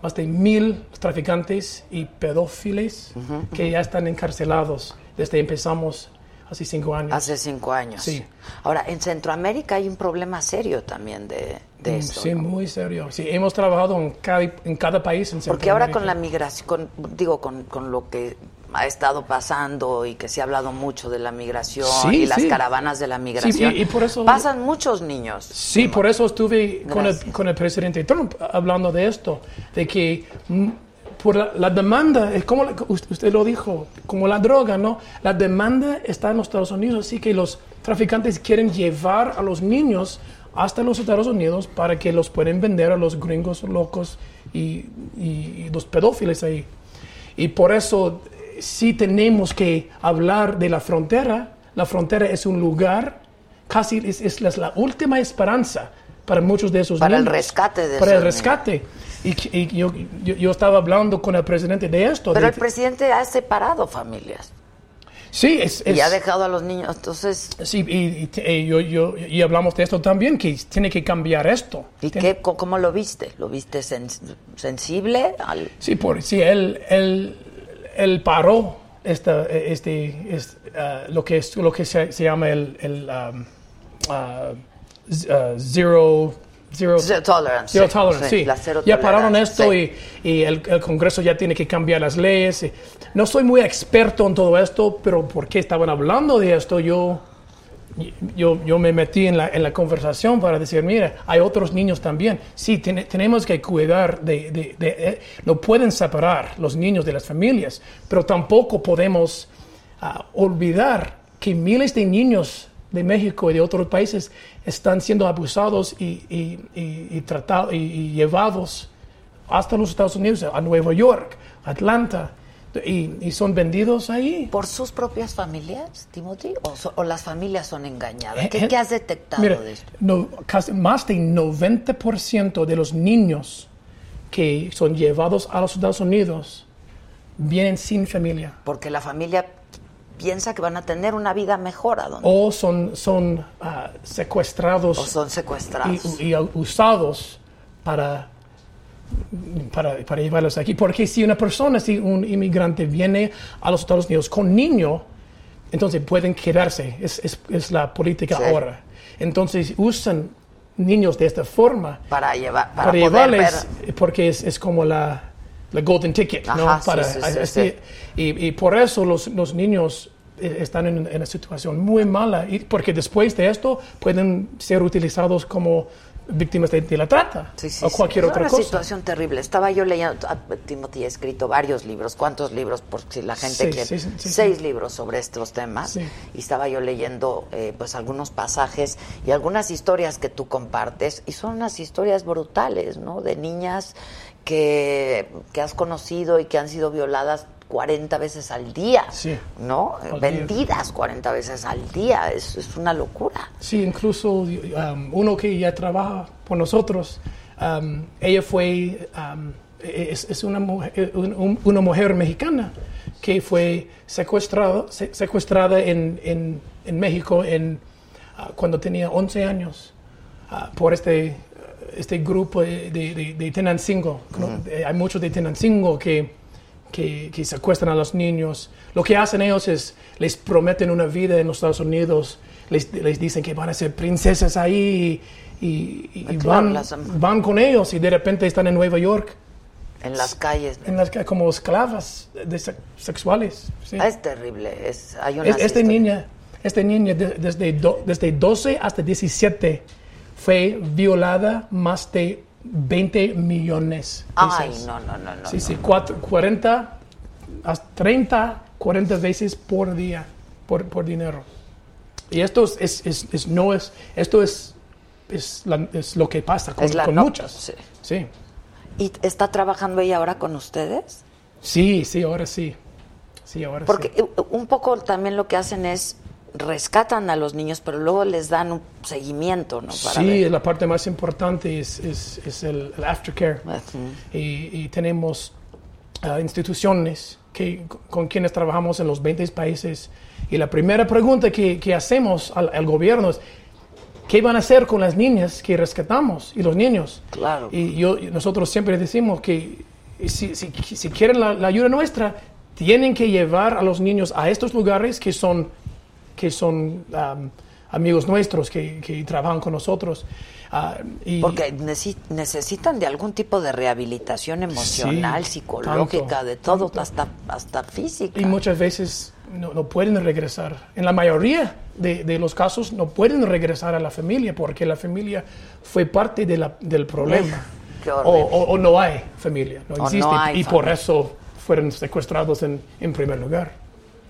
[SPEAKER 11] más de mil traficantes y pedófiles que ya están encarcelados desde empezamos hace cinco años.
[SPEAKER 6] Hace cinco años.
[SPEAKER 11] Sí.
[SPEAKER 6] Ahora, en Centroamérica hay un problema serio también de, de
[SPEAKER 11] Mm,
[SPEAKER 6] esto.
[SPEAKER 11] Sí,
[SPEAKER 6] ¿no?
[SPEAKER 11] muy serio. Sí, hemos trabajado en cada, en cada país. En
[SPEAKER 6] Porque ahora con la
[SPEAKER 11] Centroamérica.
[SPEAKER 6] migración, con- digo, con, con lo que ha estado pasando y que se ha hablado mucho de la migración
[SPEAKER 11] Sí,
[SPEAKER 6] y las
[SPEAKER 11] sí.
[SPEAKER 6] caravanas de la migración,
[SPEAKER 11] y- y por eso-
[SPEAKER 6] pasan muchos niños.
[SPEAKER 11] Sí, por eso estuve con el,
[SPEAKER 6] Gracias.
[SPEAKER 11] con el presidente Trump hablando de esto, de que mm, por la, la demanda, es como la- usted usted lo dijo, como la droga, ¿no? La demanda está en los Estados Unidos, así que los traficantes quieren llevar a los niños hasta los Estados Unidos para que los pueden vender a los gringos locos y, y- y los pedófiles ahí. Y por eso eh, sí tenemos que hablar de la frontera. La frontera es un lugar, casi es, es la, es la última esperanza para muchos de esos
[SPEAKER 6] Para el
[SPEAKER 11] niños.
[SPEAKER 6] rescate de
[SPEAKER 11] Para el
[SPEAKER 6] esos
[SPEAKER 11] rescate. Y, que- y yo, yo- yo estaba hablando con el presidente de esto.
[SPEAKER 6] Pero
[SPEAKER 11] de-
[SPEAKER 6] el presidente ha separado familias
[SPEAKER 11] sí, es,
[SPEAKER 6] y
[SPEAKER 11] es-
[SPEAKER 6] ha dejado a los niños. Entonces,
[SPEAKER 11] sí, y, y te- eh, yo- yo- y hablamos de esto también, que tiene que cambiar esto.
[SPEAKER 6] ¿y
[SPEAKER 11] Tiene-
[SPEAKER 6] qué, co- cómo lo viste? ¿Lo viste sen- sensible? al-
[SPEAKER 11] Sí, por, sí él, él, él paró esta, este, es- ah, lo que, es, lo que se, se llama el, el, am, ah, z- ah, zero, zero,
[SPEAKER 6] Zero tolerance,
[SPEAKER 11] Zero
[SPEAKER 6] sí,
[SPEAKER 11] tolerance,
[SPEAKER 6] sí,
[SPEAKER 11] sí.
[SPEAKER 6] la cero
[SPEAKER 11] ya pararon
[SPEAKER 6] tolerancia,
[SPEAKER 11] esto
[SPEAKER 6] sí.
[SPEAKER 11] y, y el, el Congreso ya tiene que cambiar las leyes. y- No soy muy experto en todo esto, pero porque estaban hablando de esto, yo yo, yo me metí en la, en la conversación para decir, mira, hay otros niños también. Sí, ten- tenemos que cuidar de... de- de- eh, no pueden separar los niños de las familias, pero tampoco podemos ah, olvidar que miles de niños de México y de otros países están siendo abusados y, y, y, y tratados y, y llevados hasta los Estados Unidos, a Nueva York, Atlanta, y, y son vendidos ahí.
[SPEAKER 6] ¿Por sus propias familias, Timothy? ¿O, so- o las familias son engañadas?
[SPEAKER 11] Eh,
[SPEAKER 6] ¿Qué,
[SPEAKER 11] eh,
[SPEAKER 6] qué has detectado
[SPEAKER 11] mira,
[SPEAKER 6] de esto?
[SPEAKER 11] no- casi- más del 90% de los niños que son llevados a los Estados Unidos vienen sin familia
[SPEAKER 6] Porque la familia piensa que van a tener una vida mejor a donde
[SPEAKER 11] o son, son ah, secuestrados
[SPEAKER 6] o son secuestrados.
[SPEAKER 11] Oh, y, y usados para, para, para llevarlos aquí. Porque si una persona, si un inmigrante viene a los Estados Unidos con niño, entonces pueden quedarse. Es, es- es la política
[SPEAKER 6] Sí.
[SPEAKER 11] ahora. Entonces usan niños de esta forma
[SPEAKER 6] para llevar para,
[SPEAKER 11] para,
[SPEAKER 6] poder
[SPEAKER 11] llevarles,
[SPEAKER 6] ver
[SPEAKER 11] porque es, es como la, la golden ticket, ¿no?
[SPEAKER 6] Ajá, sí,
[SPEAKER 11] Para-
[SPEAKER 6] sí, sí,
[SPEAKER 11] así-
[SPEAKER 6] sí.
[SPEAKER 11] Y, y por eso los, los niños eh, están en, en una situación muy mala, y porque después de esto pueden ser utilizados como víctimas de, de la trata
[SPEAKER 6] Sí, sí,
[SPEAKER 11] o
[SPEAKER 6] sí.
[SPEAKER 11] cualquier
[SPEAKER 6] Es
[SPEAKER 11] otra
[SPEAKER 6] una
[SPEAKER 11] cosa.
[SPEAKER 6] situación terrible. Estaba yo leyendo, ah, Timothy ha escrito varios libros, ¿cuántos libros? Por si la gente
[SPEAKER 11] Seis,
[SPEAKER 6] quiere.
[SPEAKER 11] seis, sí,
[SPEAKER 6] seis
[SPEAKER 11] sí.
[SPEAKER 6] libros sobre estos temas.
[SPEAKER 11] Sí.
[SPEAKER 6] Y estaba yo leyendo eh, pues algunos pasajes y algunas historias que tú compartes. Y son unas historias brutales, ¿no? De niñas que, que has conocido y que han sido violadas 40 veces al día,
[SPEAKER 11] Sí.
[SPEAKER 6] ¿no?
[SPEAKER 11] Al día.
[SPEAKER 6] Vendidas 40 veces al día. Es, es una locura.
[SPEAKER 11] Sí, incluso um, uno que ya trabaja por nosotros, um, ella fue, um, es, es una, mujer, un- un- una mujer mexicana que fue secuestrada, se- secuestrada en, en- en México en, ah, cuando tenía 11 años ah, por este, este grupo de, de, de- de Tenancingo. ¿no? Eh, Hay muchos de Tenancingo que, que, que secuestran a los niños. Lo que hacen ellos es, les prometen una vida en los Estados Unidos, les, les dicen que van a ser princesas ahí y, y- y van,
[SPEAKER 6] las am-
[SPEAKER 11] van con ellos y de repente están en Nueva York
[SPEAKER 6] en las calles.
[SPEAKER 11] en las, ca- como esclavas de se- sexuales. sí.
[SPEAKER 6] Ah, Es terrible. Es, hay unas
[SPEAKER 11] Es- este esta
[SPEAKER 6] historias.
[SPEAKER 11] niña, esta niña de- desde, do- desde 12 hasta 17 fue violada más de 20 millones. de
[SPEAKER 6] Ay,
[SPEAKER 11] veces.
[SPEAKER 6] no, no, no, no.
[SPEAKER 11] Sí,
[SPEAKER 6] no.
[SPEAKER 11] sí, cuatro- 40, hasta 30, 40 veces por día, por, por dinero. Y esto es, es- es- es- no es, esto es, es, la- es lo que pasa con,
[SPEAKER 6] Es la
[SPEAKER 11] con
[SPEAKER 6] no-
[SPEAKER 11] muchas.
[SPEAKER 6] sí.
[SPEAKER 11] Sí.
[SPEAKER 6] ¿Y está trabajando ella ahora con ustedes?
[SPEAKER 11] sí, sí, ahora sí. Sí, ahora
[SPEAKER 6] Porque
[SPEAKER 11] sí.
[SPEAKER 6] eh, un poco también lo que hacen es rescatan a los niños, pero luego les dan un seguimiento, ¿no? Para
[SPEAKER 11] sí,
[SPEAKER 6] ver.
[SPEAKER 11] la parte más importante es, es- es el, el aftercare. Y, y tenemos ah, instituciones que, con quienes trabajamos en los 20 países. Y la primera pregunta que, que hacemos al, al gobierno es, ¿qué van a hacer con las niñas que rescatamos y los niños?
[SPEAKER 6] Claro.
[SPEAKER 11] Y yo, y nosotros siempre decimos que si, si- si quieren la, la ayuda nuestra, tienen que llevar a los niños a estos lugares que son, que son am, amigos nuestros, que, que trabajan con nosotros. Ah, y-
[SPEAKER 6] Porque necesi- necesitan de algún tipo de rehabilitación emocional,
[SPEAKER 11] Sí,
[SPEAKER 6] psicológica,
[SPEAKER 11] tanto,
[SPEAKER 6] de todo,
[SPEAKER 11] tanto.
[SPEAKER 6] hasta hasta física.
[SPEAKER 11] Y muchas veces no, no pueden regresar. En la mayoría de, de los casos no pueden regresar a la familia porque la familia fue parte de la- del problema.
[SPEAKER 6] Uf, qué
[SPEAKER 11] o,
[SPEAKER 6] horrible.
[SPEAKER 11] o- o no hay familia, no
[SPEAKER 6] O no
[SPEAKER 11] existe.
[SPEAKER 6] hay
[SPEAKER 11] y por
[SPEAKER 6] familia.
[SPEAKER 11] eso fueron secuestrados en, en primer lugar.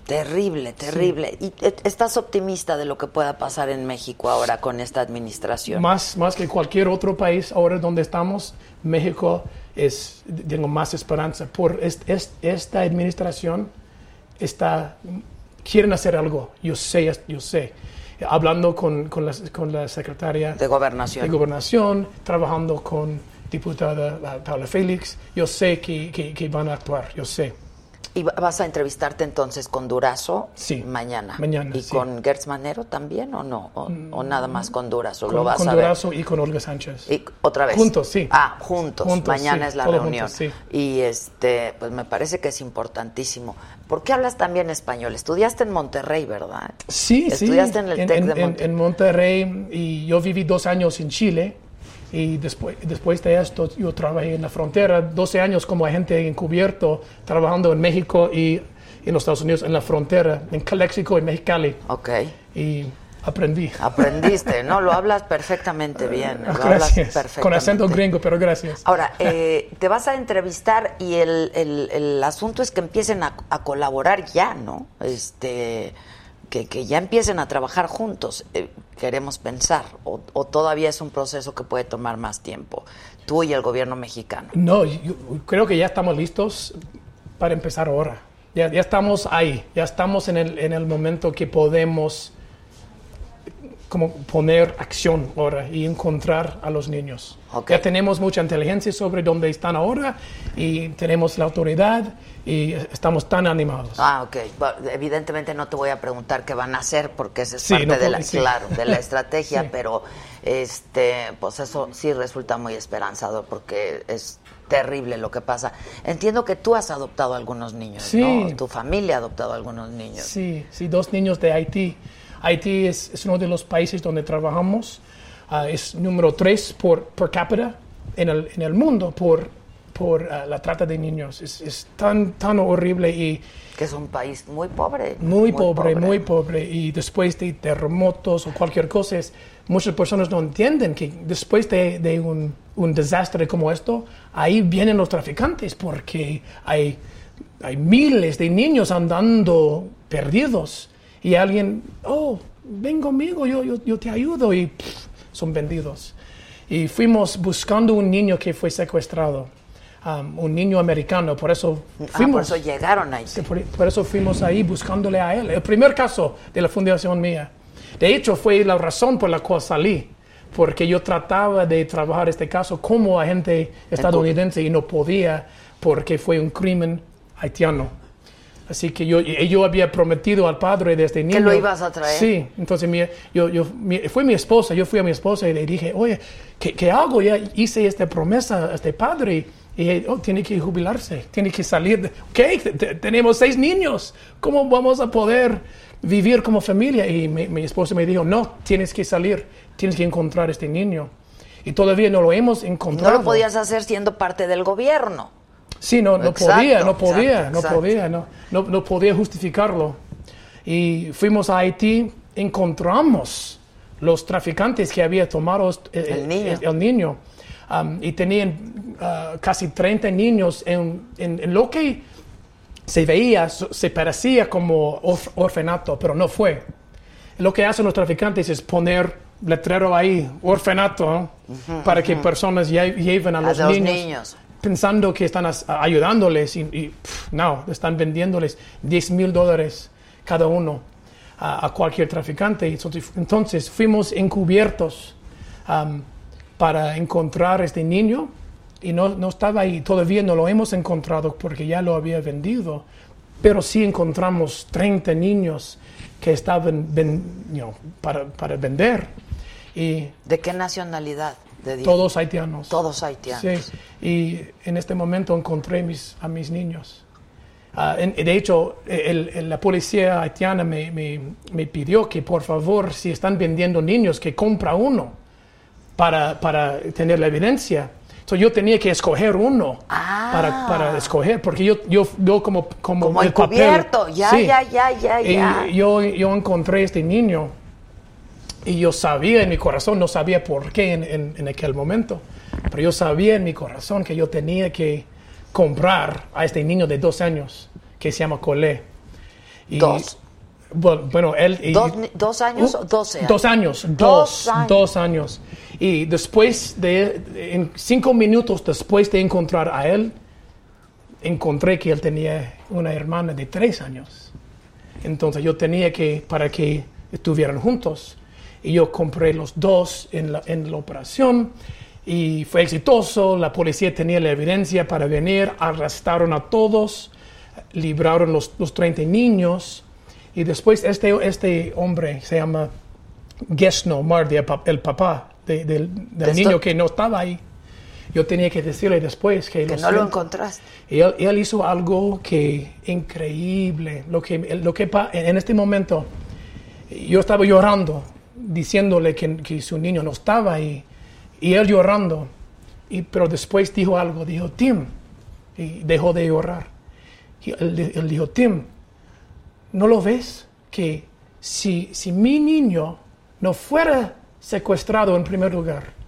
[SPEAKER 6] Terrible, terrible. ¿Y eh, estás optimista de lo que pueda pasar en México ahora con esta administración?
[SPEAKER 11] Más, más que cualquier otro país ahora donde estamos, México es, tengo más esperanza. Por es- es- esta administración está, quieren hacer algo, yo sé, yo sé. Hablando con, con, la, con la secretaria
[SPEAKER 6] de gobernación.
[SPEAKER 11] de gobernación, trabajando con diputada ah, Paula Félix, yo sé que, que- que van a actuar, yo sé.
[SPEAKER 6] y va- vas a entrevistarte entonces con Durazo
[SPEAKER 11] Sí,
[SPEAKER 6] mañana.
[SPEAKER 11] mañana,
[SPEAKER 6] ¿Y
[SPEAKER 11] sí. Mm,
[SPEAKER 6] con Gertz Manero también o no? ¿O, o nada más con Durazo?
[SPEAKER 11] Con,
[SPEAKER 6] lo vas
[SPEAKER 11] con
[SPEAKER 6] a ver.
[SPEAKER 11] Durazo y con Olga Sánchez.
[SPEAKER 6] Y otra vez.
[SPEAKER 11] Juntos, sí.
[SPEAKER 6] Ah, juntos.
[SPEAKER 11] Juntos,
[SPEAKER 6] Mañana
[SPEAKER 11] sí,
[SPEAKER 6] es la
[SPEAKER 11] todos
[SPEAKER 6] reunión.
[SPEAKER 11] juntos, sí.
[SPEAKER 6] Y este, pues me parece que es importantísimo. ¿Por qué hablas también español? Estudiaste en Monterrey, ¿verdad?
[SPEAKER 11] Sí, sí.
[SPEAKER 6] Estudiaste en el TEC de
[SPEAKER 11] en-
[SPEAKER 6] Monterrey.
[SPEAKER 11] en Monterrey y yo viví dos años en Chile y después, después de esto yo trabajé en la frontera, 12 años como agente encubierto, trabajando en México y en los Estados Unidos, en la frontera, en Calexico y Mexicali.
[SPEAKER 6] Ok.
[SPEAKER 11] Y aprendí.
[SPEAKER 6] Aprendiste, ¿no? Lo hablas perfectamente bien. Lo hablas
[SPEAKER 11] Ah, gracias.
[SPEAKER 6] perfectamente.
[SPEAKER 11] Con acento gringo, pero gracias.
[SPEAKER 6] Ahora, eh, te vas a entrevistar y el, el- el asunto es que empiecen a, a colaborar ya, ¿no? Este, que, que ya empiecen a trabajar juntos, eh, queremos pensar, o, o todavía es un proceso que puede tomar más tiempo, tú y el gobierno mexicano.
[SPEAKER 11] No, yo creo que ya estamos listos para empezar ahora. Ya, ya estamos ahí, ya estamos en el, en el momento que podemos como poner acción ahora y encontrar a los niños.
[SPEAKER 6] Ok.
[SPEAKER 11] Ya tenemos mucha inteligencia sobre dónde están ahora y tenemos la autoridad y estamos tan animados.
[SPEAKER 6] Ah, ok. Bueno, evidentemente no te voy a preguntar qué van a hacer porque esa es
[SPEAKER 11] Sí,
[SPEAKER 6] parte
[SPEAKER 11] no
[SPEAKER 6] de, la,
[SPEAKER 11] puedo- sí.
[SPEAKER 6] claro, de la estrategia,
[SPEAKER 11] Sí.
[SPEAKER 6] pero este, pues eso sí resulta muy esperanzador porque es terrible lo que pasa. Entiendo que tú has adoptado a algunos niños,
[SPEAKER 11] Sí.
[SPEAKER 6] ¿no? Tu familia ha adoptado a algunos niños.
[SPEAKER 11] Sí, sí, dos niños de Haití. Haití es, es uno de los países donde trabajamos. Ah, es número tres por, por cápita en el, en el mundo por, por ah, la trata de niños. Es, es tan, tan horrible y
[SPEAKER 6] Que es un país muy pobre.
[SPEAKER 11] muy, pobre, muy pobre. Y después de terremotos o cualquier cosa, es- muchas personas no entienden que después de, de un, un desastre como esto, ahí vienen los traficantes porque hay, hay miles de niños andando perdidos. Y alguien, oh, ven conmigo, yo, yo, yo te ayudo. Y pff, son vendidos. Y fuimos buscando un niño que fue secuestrado. um, un niño americano, por eso
[SPEAKER 6] Ah,
[SPEAKER 11] fuimos.
[SPEAKER 6] por eso llegaron ahí.
[SPEAKER 11] Sí, por, por eso fuimos ahí buscándole a él. El primer caso de la fundación mía. De hecho, fue la razón por la cual salí, porque yo trataba de trabajar este caso como agente estadounidense y no podía, porque fue un crimen haitiano. Así que yo, y yo había prometido al padre de este niño.
[SPEAKER 6] lo ibas a traer.
[SPEAKER 11] Sí, entonces mi- yo, yo- mi- fue mi esposa, yo fui a mi esposa y le dije, oye, ¿qué, qué hago? Ya hice esta promesa a este padre. Y Y eh, oh, tiene que jubilarse, tiene que salir. de- ¿Qué? Te- te- Tenemos seis niños. ¿Cómo vamos a poder vivir como familia? Y mi, mi esposa me dijo, no, tienes que salir, tienes que encontrar este niño. Y todavía no lo hemos
[SPEAKER 1] No
[SPEAKER 11] encontrado.
[SPEAKER 1] lo podías hacer siendo parte del gobierno.
[SPEAKER 11] Sí, no, no
[SPEAKER 1] Exacto,
[SPEAKER 11] podía, no podía,
[SPEAKER 1] exacto,
[SPEAKER 11] no
[SPEAKER 1] exacto.
[SPEAKER 11] podía, no, no, no podía justificarlo. Y fuimos a Haití, encontramos los traficantes que había tomado est- eh,
[SPEAKER 1] El
[SPEAKER 11] eh,
[SPEAKER 1] niño.
[SPEAKER 11] el- el niño. Am, y tenían ah, casi 30 niños en, en- en lo que se veía, so- se parecía como orf- orfanato, pero no fue. Lo que hacen los traficantes es poner letrero ahí, orfanato, ¿no? para que personas lle- lleven a,
[SPEAKER 1] A
[SPEAKER 11] los,
[SPEAKER 1] los
[SPEAKER 11] niños,
[SPEAKER 1] niños.
[SPEAKER 11] pensando que están as- ayudándoles y, y, pff, no, están vendiéndoles 10 mil dólares cada uno a, a cualquier traficante. Y entonces- Entonces fuimos encubiertos am, para encontrar este niño y no, no estaba ahí, todavía no lo hemos encontrado porque ya lo había vendido, pero sí encontramos 30 niños que estaban ven- you know, para, para vender y
[SPEAKER 1] ¿De qué nacionalidad? De Dios.
[SPEAKER 11] todos haitianos.
[SPEAKER 1] Todos haitianos.
[SPEAKER 11] Sí, y en este momento encontré mis, a mis niños. Ah, en- de hecho, el- el- la policía haitiana me, me- me pidió que por favor, si están vendiendo niños, que compra uno para, para tener la evidencia. Entonces yo tenía que escoger uno para, para escoger, porque yo, yo, yo como,
[SPEAKER 1] Ah.
[SPEAKER 11] como,
[SPEAKER 1] Como
[SPEAKER 11] el papel.
[SPEAKER 1] encubierto, ya, ya, ya, ya,
[SPEAKER 11] Y
[SPEAKER 1] ya.
[SPEAKER 11] yo, yo encontré este niño y yo sabía en mi corazón, no sabía por qué en, en- en aquel momento, pero yo sabía en mi corazón que yo tenía que comprar a este niño de dos años que se llama Colé. Y-
[SPEAKER 1] Dos.
[SPEAKER 11] Bueno, bueno, él... y-
[SPEAKER 1] ¿Dos ni- dos años
[SPEAKER 11] Uh,
[SPEAKER 1] o doce años?
[SPEAKER 11] Dos años, dos,
[SPEAKER 1] Dos años.
[SPEAKER 11] dos años. Y después de, en cinco minutos después de encontrar a él, encontré que él tenía una hermana de tres años. Entonces yo tenía que, para que estuvieran juntos. Y yo compré los dos en la, en la operación y fue exitoso. La policía tenía la evidencia para venir, arrestaron a todos, libraron los, los 30 niños. Y después este, este hombre se llama Gesno Mardi, el pa- el papá de- del, del
[SPEAKER 1] De esto-
[SPEAKER 11] niño que no estaba ahí. Yo tenía que decirle después que,
[SPEAKER 1] Que no
[SPEAKER 11] lo
[SPEAKER 1] lo
[SPEAKER 11] siento.
[SPEAKER 1] encontraste.
[SPEAKER 11] Y él, él hizo algo que increíble. Lo que, lo que pa- en este momento yo estaba llorando, diciéndole que, que su niño no estaba ahí. Y él llorando. Y, pero después dijo algo, dijo, Tim. Y dejó de llorar. Y él, di- él dijo, Tim, ¿no lo ves? Que si, si mi niño no fuera secuestrado en primer lugar,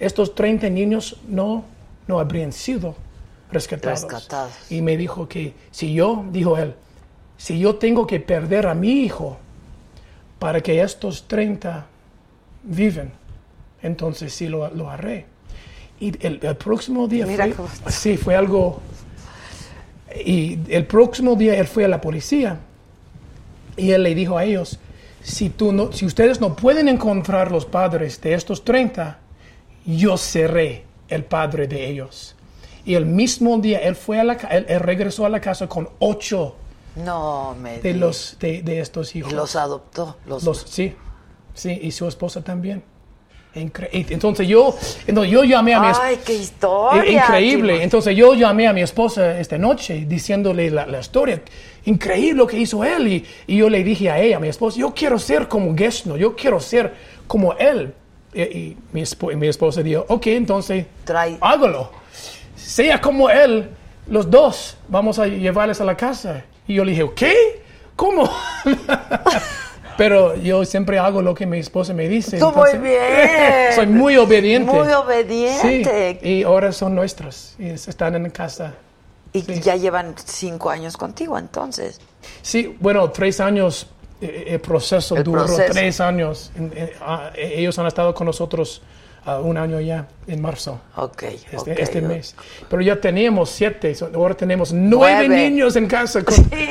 [SPEAKER 11] estos 30 niños no, no habrían sido rescatados.
[SPEAKER 1] Rescatados.
[SPEAKER 11] Y me dijo que si yo, dijo él, si yo tengo que perder a mi hijo para que estos 30 viven, entonces sí lo, lo haré. Y el, el próximo día
[SPEAKER 1] Mira
[SPEAKER 11] fue,
[SPEAKER 1] cómo está.
[SPEAKER 11] sí, fue algo... Y el próximo día él fue a la policía y él le dijo a ellos, si, tú no, si ustedes no pueden encontrar los padres de estos 30, yo seré el padre de ellos. Y el mismo día él, fue a la, ca- él, él regresó a la casa con ocho
[SPEAKER 1] No, me
[SPEAKER 11] de,
[SPEAKER 1] digas.
[SPEAKER 11] los, de, de estos hijos.
[SPEAKER 1] Y los adoptó. Los,
[SPEAKER 11] Los- sí, sí, y su esposa también. Incre- y entonces yo, entonces yo llamé a mi esposa.
[SPEAKER 1] Ay, qué historia.
[SPEAKER 11] Eh, Increíble.
[SPEAKER 1] Timothy.
[SPEAKER 11] Entonces yo llamé a mi esposa esta noche diciéndole la, la historia. Increíble lo que hizo él. Y, y yo le dije a ella, a mi esposa, yo quiero ser como Gesno, yo quiero ser como él. Y, y mi, espo- mi esposa dijo, ok, entonces
[SPEAKER 1] Trae-
[SPEAKER 11] hágalo. Sea como él, los dos vamos a llevarles a la casa. Y yo le dije, ¿qué? ¿Cómo? Pero yo siempre hago lo que mi esposa me dice.
[SPEAKER 1] Tú
[SPEAKER 11] entonces-
[SPEAKER 1] muy bien.
[SPEAKER 11] Soy muy obediente.
[SPEAKER 1] Muy obediente.
[SPEAKER 11] Sí, y ahora son nuestras. Y es- están en casa.
[SPEAKER 1] Y
[SPEAKER 11] Sí.
[SPEAKER 1] ya llevan cinco años contigo, entonces.
[SPEAKER 11] Sí, bueno, tres años. eh, El proceso
[SPEAKER 1] El
[SPEAKER 11] duró
[SPEAKER 1] proceso.
[SPEAKER 11] tres años. En- en- ah, eh, Ellos han estado con nosotros ah, un año ya, en marzo.
[SPEAKER 1] Ok.
[SPEAKER 11] Este,
[SPEAKER 1] ok.
[SPEAKER 11] este mes. Pero ya teníamos siete, so- ahora tenemos nueve,
[SPEAKER 1] Nueve.
[SPEAKER 11] niños en casa. con-
[SPEAKER 1] Sí,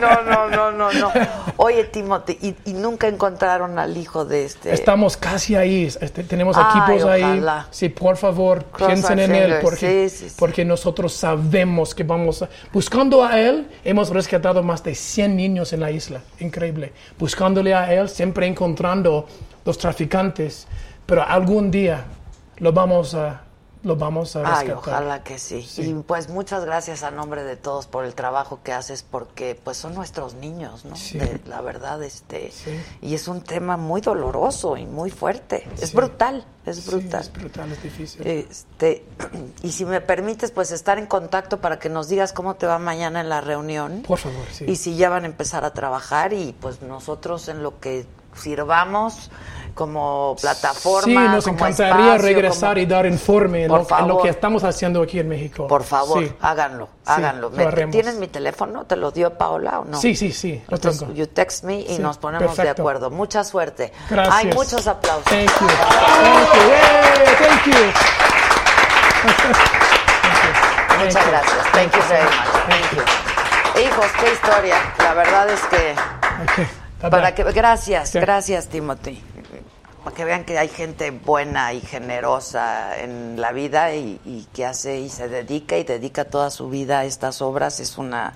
[SPEAKER 1] no, no, no, no, no. Oye, Timothy, ¿y, y nunca encontraron al hijo de este?
[SPEAKER 11] Estamos casi ahí, este, tenemos
[SPEAKER 1] Ay,
[SPEAKER 11] equipos ahí.
[SPEAKER 1] ojalá.
[SPEAKER 11] Sí, por favor,
[SPEAKER 1] Cross
[SPEAKER 11] piensen
[SPEAKER 1] our
[SPEAKER 11] en él,
[SPEAKER 1] fingers.
[SPEAKER 11] porque,
[SPEAKER 1] Sí, sí, sí.
[SPEAKER 11] porque nosotros sabemos que vamos a... Buscando a él, hemos rescatado más de 100 niños en la isla, increíble. Buscándole a él, siempre encontrando los traficantes, pero algún día lo vamos a lo vamos a
[SPEAKER 6] Ay,
[SPEAKER 11] rescatar.
[SPEAKER 6] ojalá que sí. Y pues muchas gracias a nombre de todos por el trabajo que haces, porque pues son nuestros niños, ¿no?
[SPEAKER 11] Sí.
[SPEAKER 6] De- la verdad, este, y es un tema muy doloroso y muy fuerte. Es brutal, es brutal.
[SPEAKER 11] es brutal, es
[SPEAKER 1] Eh,
[SPEAKER 11] difícil.
[SPEAKER 6] Este, y si me permites, pues estar en contacto para que nos digas cómo te va mañana en la reunión.
[SPEAKER 11] Por favor, sí.
[SPEAKER 6] Y si ya van a empezar a trabajar y pues nosotros en lo que sirvamos como plataforma.
[SPEAKER 11] Sí, nos
[SPEAKER 6] como
[SPEAKER 11] encantaría
[SPEAKER 6] espacio,
[SPEAKER 11] regresar
[SPEAKER 6] como-
[SPEAKER 11] y dar informe en
[SPEAKER 6] Por
[SPEAKER 11] lo, en lo
[SPEAKER 6] favor.
[SPEAKER 11] que estamos haciendo aquí en México.
[SPEAKER 6] Por favor, Ah,
[SPEAKER 11] Sí.
[SPEAKER 6] háganlo,
[SPEAKER 11] Sí,
[SPEAKER 6] háganlo.
[SPEAKER 11] lo
[SPEAKER 6] Me-
[SPEAKER 11] haremos.
[SPEAKER 6] ¿Tienes mi teléfono? ¿Te lo dio Paola o no?
[SPEAKER 11] Sí, sí, sí, lo
[SPEAKER 6] Entonces,
[SPEAKER 11] tengo.
[SPEAKER 6] you text me y
[SPEAKER 11] Sí,
[SPEAKER 6] nos ponemos de
[SPEAKER 11] perfecto.
[SPEAKER 6] acuerdo. Mucha suerte.
[SPEAKER 11] Gracias.
[SPEAKER 6] Hay muchos aplausos.
[SPEAKER 11] Thank you. Thank you. Yay, thank you.
[SPEAKER 6] Muchas
[SPEAKER 11] Thank you.
[SPEAKER 6] gracias. Thank you very much. Thank you. Hijos, qué historia. La verdad es que
[SPEAKER 11] Okay, bye-bye.
[SPEAKER 6] para que gracias,
[SPEAKER 11] Sí.
[SPEAKER 6] gracias Timothy. Para que vean que hay gente buena y generosa en la vida y, y que hace y se dedica y dedica toda su vida a estas obras es una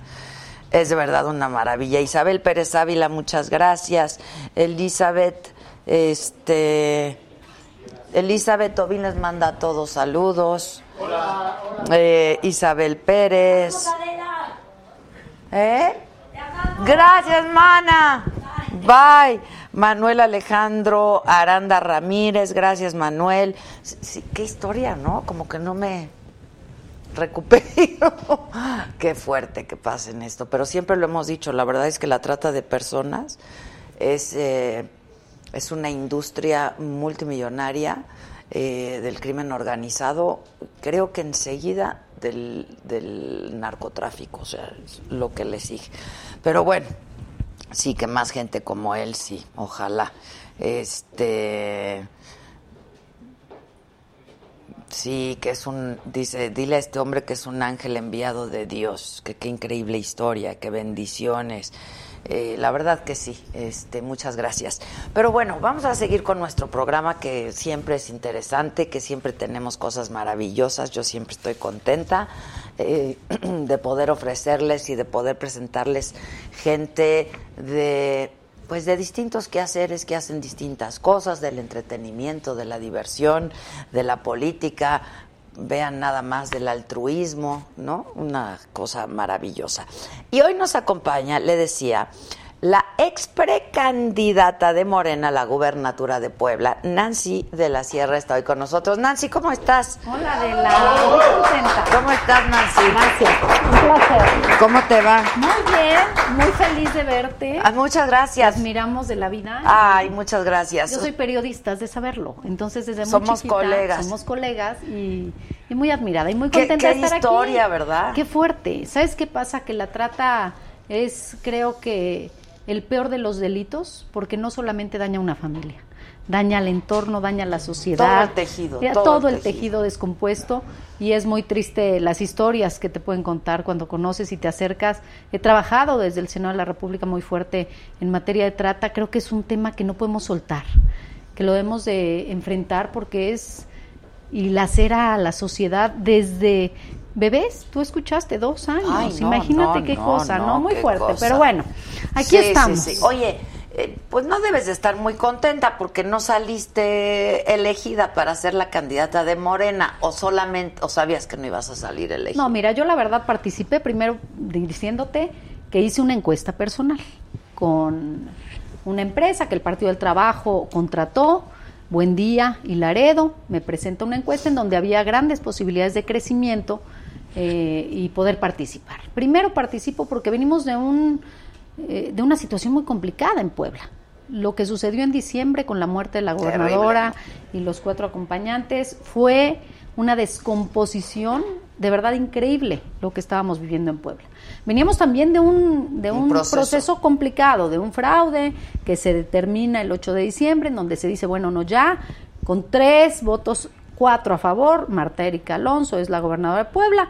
[SPEAKER 6] es de verdad una maravilla. Isabel Pérez Ávila, muchas gracias. Elizabeth este Elizabeth Tobines manda a todos saludos. Eh, Isabel Pérez.
[SPEAKER 12] Adela,
[SPEAKER 6] ¿Eh?
[SPEAKER 12] te amamos.
[SPEAKER 6] Gracias, mana. Bye. Manuel Alejandro Aranda Ramírez, gracias Manuel. Sí, sí, qué historia, ¿no? Como que no me recupero. qué fuerte que pasen esto, pero siempre lo hemos dicho, la verdad es que la trata de personas es, eh, es una industria multimillonaria eh, del crimen organizado, creo que enseguida del, del narcotráfico, o sea, es lo que le sigue. Pero bueno, sí que más gente como él, sí, ojalá. Este. Sí, que es un, dice, dile a este hombre que es un ángel enviado de Dios, que qué increíble historia, qué bendiciones. Eh, la verdad que sí, este, muchas gracias. Pero bueno, vamos a seguir con nuestro programa que siempre es interesante, que siempre tenemos cosas maravillosas, yo siempre estoy contenta eh, de poder ofrecerles y de poder presentarles gente de pues de distintos quehaceres que hacen distintas cosas, del entretenimiento, de la diversión, de la política, vean nada más del altruismo, ¿no? Una cosa maravillosa. Y hoy nos acompaña, le decía, la ex precandidata de Morena a la gubernatura de Puebla, Nancy de la Sierra, está hoy con nosotros. Nancy, ¿cómo estás?
[SPEAKER 1] Hola, Adela. Muy contenta.
[SPEAKER 6] ¿Cómo estás, Nancy?
[SPEAKER 1] Gracias. Un placer.
[SPEAKER 6] ¿Cómo te va?
[SPEAKER 1] Muy bien. Muy feliz de verte.
[SPEAKER 6] Ah, muchas gracias.
[SPEAKER 1] Admiramos de la vida.
[SPEAKER 6] Ay, muchas gracias.
[SPEAKER 1] Yo soy periodista, has de saberlo. Entonces, desde muy
[SPEAKER 6] Somos
[SPEAKER 1] chiquita,
[SPEAKER 6] colegas.
[SPEAKER 1] Somos colegas y, y muy admirada y muy
[SPEAKER 6] Qué-
[SPEAKER 1] contenta
[SPEAKER 6] qué
[SPEAKER 1] de estar
[SPEAKER 6] historia,
[SPEAKER 1] aquí.
[SPEAKER 6] ¿verdad?
[SPEAKER 1] Qué fuerte. ¿Sabes qué pasa? Que la trata es, creo que, el peor de los delitos porque no solamente daña a una familia. Daña al entorno, daña a la sociedad.
[SPEAKER 6] tejido,
[SPEAKER 1] Ya
[SPEAKER 6] todo
[SPEAKER 1] Todo,
[SPEAKER 6] el
[SPEAKER 1] el,
[SPEAKER 6] tejido.
[SPEAKER 1] tejido. descompuesto y es muy triste las historias que te pueden contar cuando conoces y te acercas. He trabajado desde el Senado de la República muy fuerte en materia de trata. Creo que es un tema que no podemos soltar, que lo debemos de enfrentar porque es y lacera a la sociedad desde bebés. Tú escuchaste dos años.
[SPEAKER 6] Ay, no,
[SPEAKER 1] Imagínate
[SPEAKER 6] no,
[SPEAKER 1] qué
[SPEAKER 6] no,
[SPEAKER 1] cosa, ¿no?
[SPEAKER 6] no,
[SPEAKER 1] Muy
[SPEAKER 6] qué
[SPEAKER 1] fuerte.
[SPEAKER 6] cosa.
[SPEAKER 1] Pero bueno, aquí
[SPEAKER 6] Sí, sí,
[SPEAKER 1] estamos.
[SPEAKER 6] sí. Oye, eh, pues no debes de estar muy contenta porque no saliste elegida para ser la candidata de Morena o solamente o sabías que no ibas a salir elegida.
[SPEAKER 1] No, mira, yo la verdad participé primero di- diciéndote que hice una encuesta personal con una empresa que el Partido del Trabajo contrató, Buen Día y Laredo, me presenta una encuesta en donde había grandes posibilidades de crecimiento eh, y poder participar. Primero participo porque venimos de un eh, de una situación muy complicada en Puebla. Lo que sucedió en diciembre con la muerte de la
[SPEAKER 6] Terrible.
[SPEAKER 1] gobernadora y los cuatro acompañantes fue una descomposición de verdad increíble lo que estábamos viviendo en Puebla. Veníamos también de un, de
[SPEAKER 6] Un
[SPEAKER 1] un,
[SPEAKER 6] proceso.
[SPEAKER 1] proceso. complicado, de un fraude que se determina el 8 de diciembre, en donde se dice, bueno, no ya, con tres votos, cuatro a favor, Marta Erika Alonso es la gobernadora de Puebla,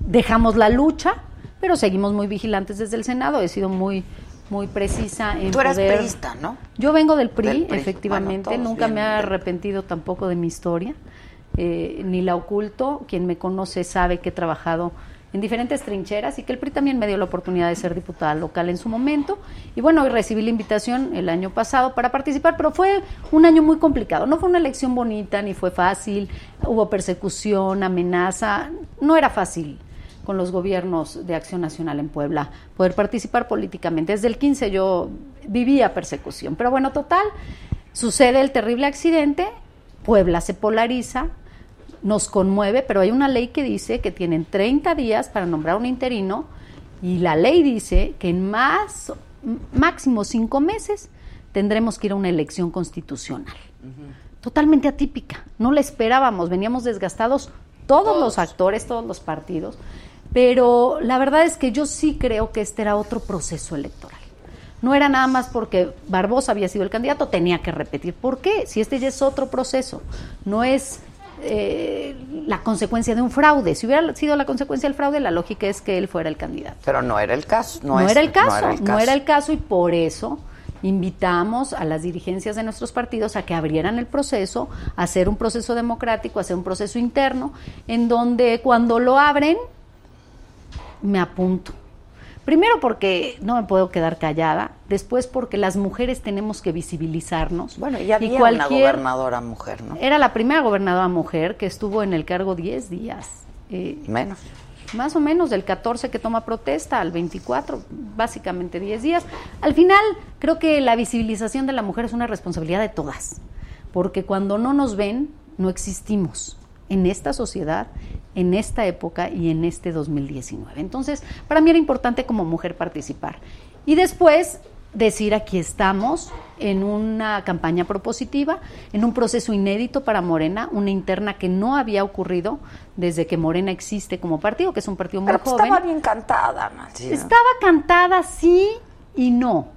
[SPEAKER 1] dejamos la lucha, pero seguimos muy vigilantes desde el Senado, he sido muy muy precisa en
[SPEAKER 6] Tú eras
[SPEAKER 1] poder-
[SPEAKER 6] priista, ¿no?
[SPEAKER 1] yo vengo del PRI,
[SPEAKER 6] Del PRI.
[SPEAKER 1] efectivamente.
[SPEAKER 6] Bueno, todos
[SPEAKER 1] Nunca me
[SPEAKER 6] vienen
[SPEAKER 1] he
[SPEAKER 6] del-
[SPEAKER 1] arrepentido tampoco de mi historia, eh, ni la oculto. Quien me conoce sabe que he trabajado en diferentes trincheras y que el PRI también me dio la oportunidad de ser diputada local en su momento. Y bueno, hoy recibí la invitación el año pasado para participar, pero fue un año muy complicado. No fue una elección bonita, ni fue fácil, hubo persecución, amenaza, no era fácil con los gobiernos de Acción Nacional en Puebla, poder participar políticamente. Desde el 15 yo vivía persecución, pero bueno, total, sucede el terrible accidente, Puebla se polariza, nos conmueve, pero hay una ley que dice que tienen 30 días para nombrar un interino y la ley dice que en más, m- máximo cinco meses tendremos que ir a una elección constitucional. Totalmente atípica, no la esperábamos, veníamos desgastados todos, los actores, todos los partidos, pero la verdad es que yo sí creo que este era otro proceso electoral. No era nada más porque Barbosa había sido el candidato, tenía que repetir. ¿Por qué? Si este ya es otro proceso, no es eh, la consecuencia de un fraude. Si hubiera sido la consecuencia del fraude, la lógica es que él fuera el candidato.
[SPEAKER 6] Pero no era el caso. No,
[SPEAKER 1] No,
[SPEAKER 6] es-
[SPEAKER 1] era el caso, no era el caso.
[SPEAKER 6] caso.
[SPEAKER 1] y por eso invitamos a las dirigencias de nuestros partidos a que abrieran el proceso, a hacer un proceso democrático, a hacer un proceso interno, en donde cuando lo abren, me apunto. Primero porque no me puedo quedar callada, después porque las mujeres tenemos que visibilizarnos. Bueno,
[SPEAKER 6] Ya había una gobernadora mujer, ¿no?
[SPEAKER 1] Era la primera gobernadora mujer que estuvo en el cargo 10 días. eh,
[SPEAKER 6] Menos.
[SPEAKER 1] más o menos del 14 que toma protesta al 24, básicamente 10 días. Al final, creo que la visibilización de la mujer es una responsabilidad de todas, porque cuando no nos ven, no existimos en esta sociedad, en esta época y en este 2019. Entonces, para mí era importante como mujer participar. Y después decir aquí estamos en una campaña propositiva, en un proceso inédito para Morena, una interna que no había ocurrido desde que Morena existe como partido, que es un partido muy
[SPEAKER 6] pues,
[SPEAKER 1] joven.
[SPEAKER 6] estaba bien cantada, Nancy, ¿no?
[SPEAKER 1] Estaba cantada sí y no.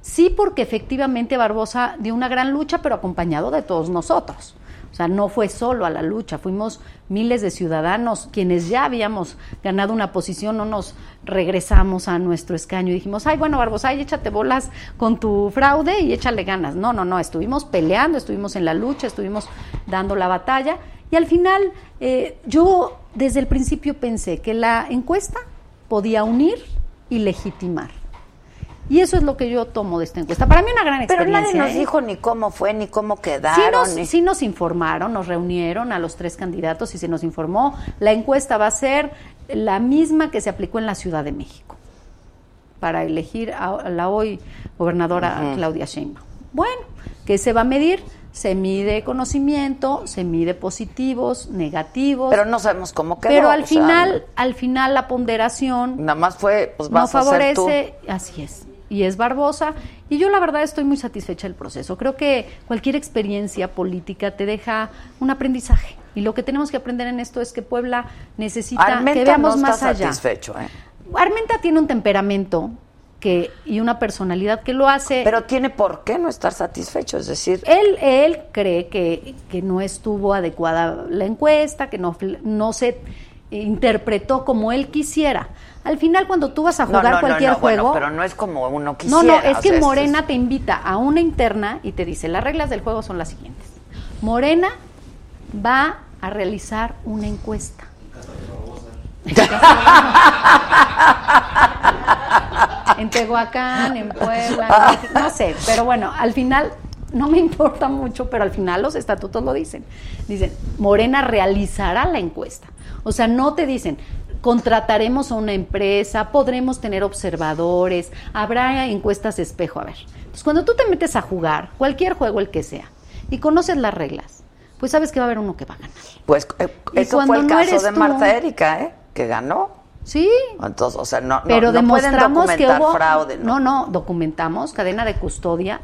[SPEAKER 1] Sí porque efectivamente Barbosa dio una gran lucha, pero acompañado de todos nosotros. O sea, no fue solo a la lucha, fuimos miles de ciudadanos quienes ya habíamos ganado una posición, no nos regresamos a nuestro escaño y dijimos, ay, bueno, Barbosa, ay, échate bolas con tu fraude y échale ganas. No, no, no, estuvimos peleando, estuvimos en la lucha, estuvimos dando la batalla y al final eh, yo desde el principio pensé que la encuesta podía unir y legitimar. Y eso es lo que yo tomo de esta encuesta. Para mí una gran
[SPEAKER 6] Pero
[SPEAKER 1] experiencia.
[SPEAKER 6] nadie nos
[SPEAKER 1] ¿eh?
[SPEAKER 6] dijo ni cómo fue, ni cómo
[SPEAKER 1] Sí
[SPEAKER 6] quedaron.
[SPEAKER 1] nos,
[SPEAKER 6] ni-
[SPEAKER 1] sí nos informaron, nos reunieron a los tres candidatos y se nos informó. La encuesta va a ser la misma que se aplicó en la Ciudad de México para elegir a a la hoy gobernadora
[SPEAKER 13] Ujú.
[SPEAKER 1] Claudia Sheinbaum. Bueno, ¿qué se va a medir? Se mide conocimiento, se mide positivos, negativos.
[SPEAKER 6] Pero no sabemos cómo quedó.
[SPEAKER 1] Pero al
[SPEAKER 6] o sea,
[SPEAKER 1] final, al final la ponderación
[SPEAKER 6] nada más fue, pues
[SPEAKER 1] no
[SPEAKER 6] vas a ser tú.
[SPEAKER 1] favorece, así es, y es Barbosa. Y yo la verdad estoy muy satisfecha del proceso. Creo que cualquier experiencia política te deja un aprendizaje. Y lo que tenemos que aprender en esto es que Puebla necesita
[SPEAKER 6] Armenta
[SPEAKER 1] que veamos
[SPEAKER 6] no
[SPEAKER 1] más
[SPEAKER 6] está
[SPEAKER 1] allá.
[SPEAKER 6] satisfecho, ¿eh?
[SPEAKER 1] Armenta tiene un temperamento que y una personalidad que lo hace.
[SPEAKER 6] Pero tiene por qué no estar satisfecho, es decir,
[SPEAKER 1] Él, él cree que, que no estuvo adecuada la encuesta, que no, fl- no se interpretó como él quisiera. Al final, cuando tú vas a
[SPEAKER 6] no,
[SPEAKER 1] jugar
[SPEAKER 6] no, no,
[SPEAKER 1] cualquier
[SPEAKER 6] no,
[SPEAKER 1] juego,
[SPEAKER 6] bueno, pero no es como uno
[SPEAKER 1] no,
[SPEAKER 6] quisiera.
[SPEAKER 1] no,
[SPEAKER 6] o
[SPEAKER 1] es
[SPEAKER 6] sea,
[SPEAKER 1] que
[SPEAKER 6] es-
[SPEAKER 1] Morena te invita a una interna y te dice, las reglas del juego son las siguientes. Morena va a realizar una encuesta. en Tehuacán, en Puebla, en México, no sé, pero bueno, al final no me importa mucho, pero al final los estatutos lo dicen. Dicen, Morena realizará la encuesta. O sea, no te dicen, contrataremos a una empresa, podremos tener observadores, habrá encuestas espejo, a ver. Entonces, cuando tú te metes a jugar, cualquier juego el que sea, y conoces las reglas, pues sabes que va a haber uno que va a ganar.
[SPEAKER 6] Pues eh,
[SPEAKER 1] Y
[SPEAKER 6] eso
[SPEAKER 1] cuando
[SPEAKER 6] fue el
[SPEAKER 1] no
[SPEAKER 6] caso
[SPEAKER 1] eres
[SPEAKER 6] de
[SPEAKER 1] tú-
[SPEAKER 6] Marta Erika, ¿eh? Que ganó.
[SPEAKER 1] Sí.
[SPEAKER 6] Entonces, o sea, no, no-
[SPEAKER 1] pero
[SPEAKER 6] no pueden
[SPEAKER 1] demostramos que
[SPEAKER 6] documentar
[SPEAKER 1] hubo
[SPEAKER 6] fraude, ¿no?
[SPEAKER 1] no no documentamos cadena de custodia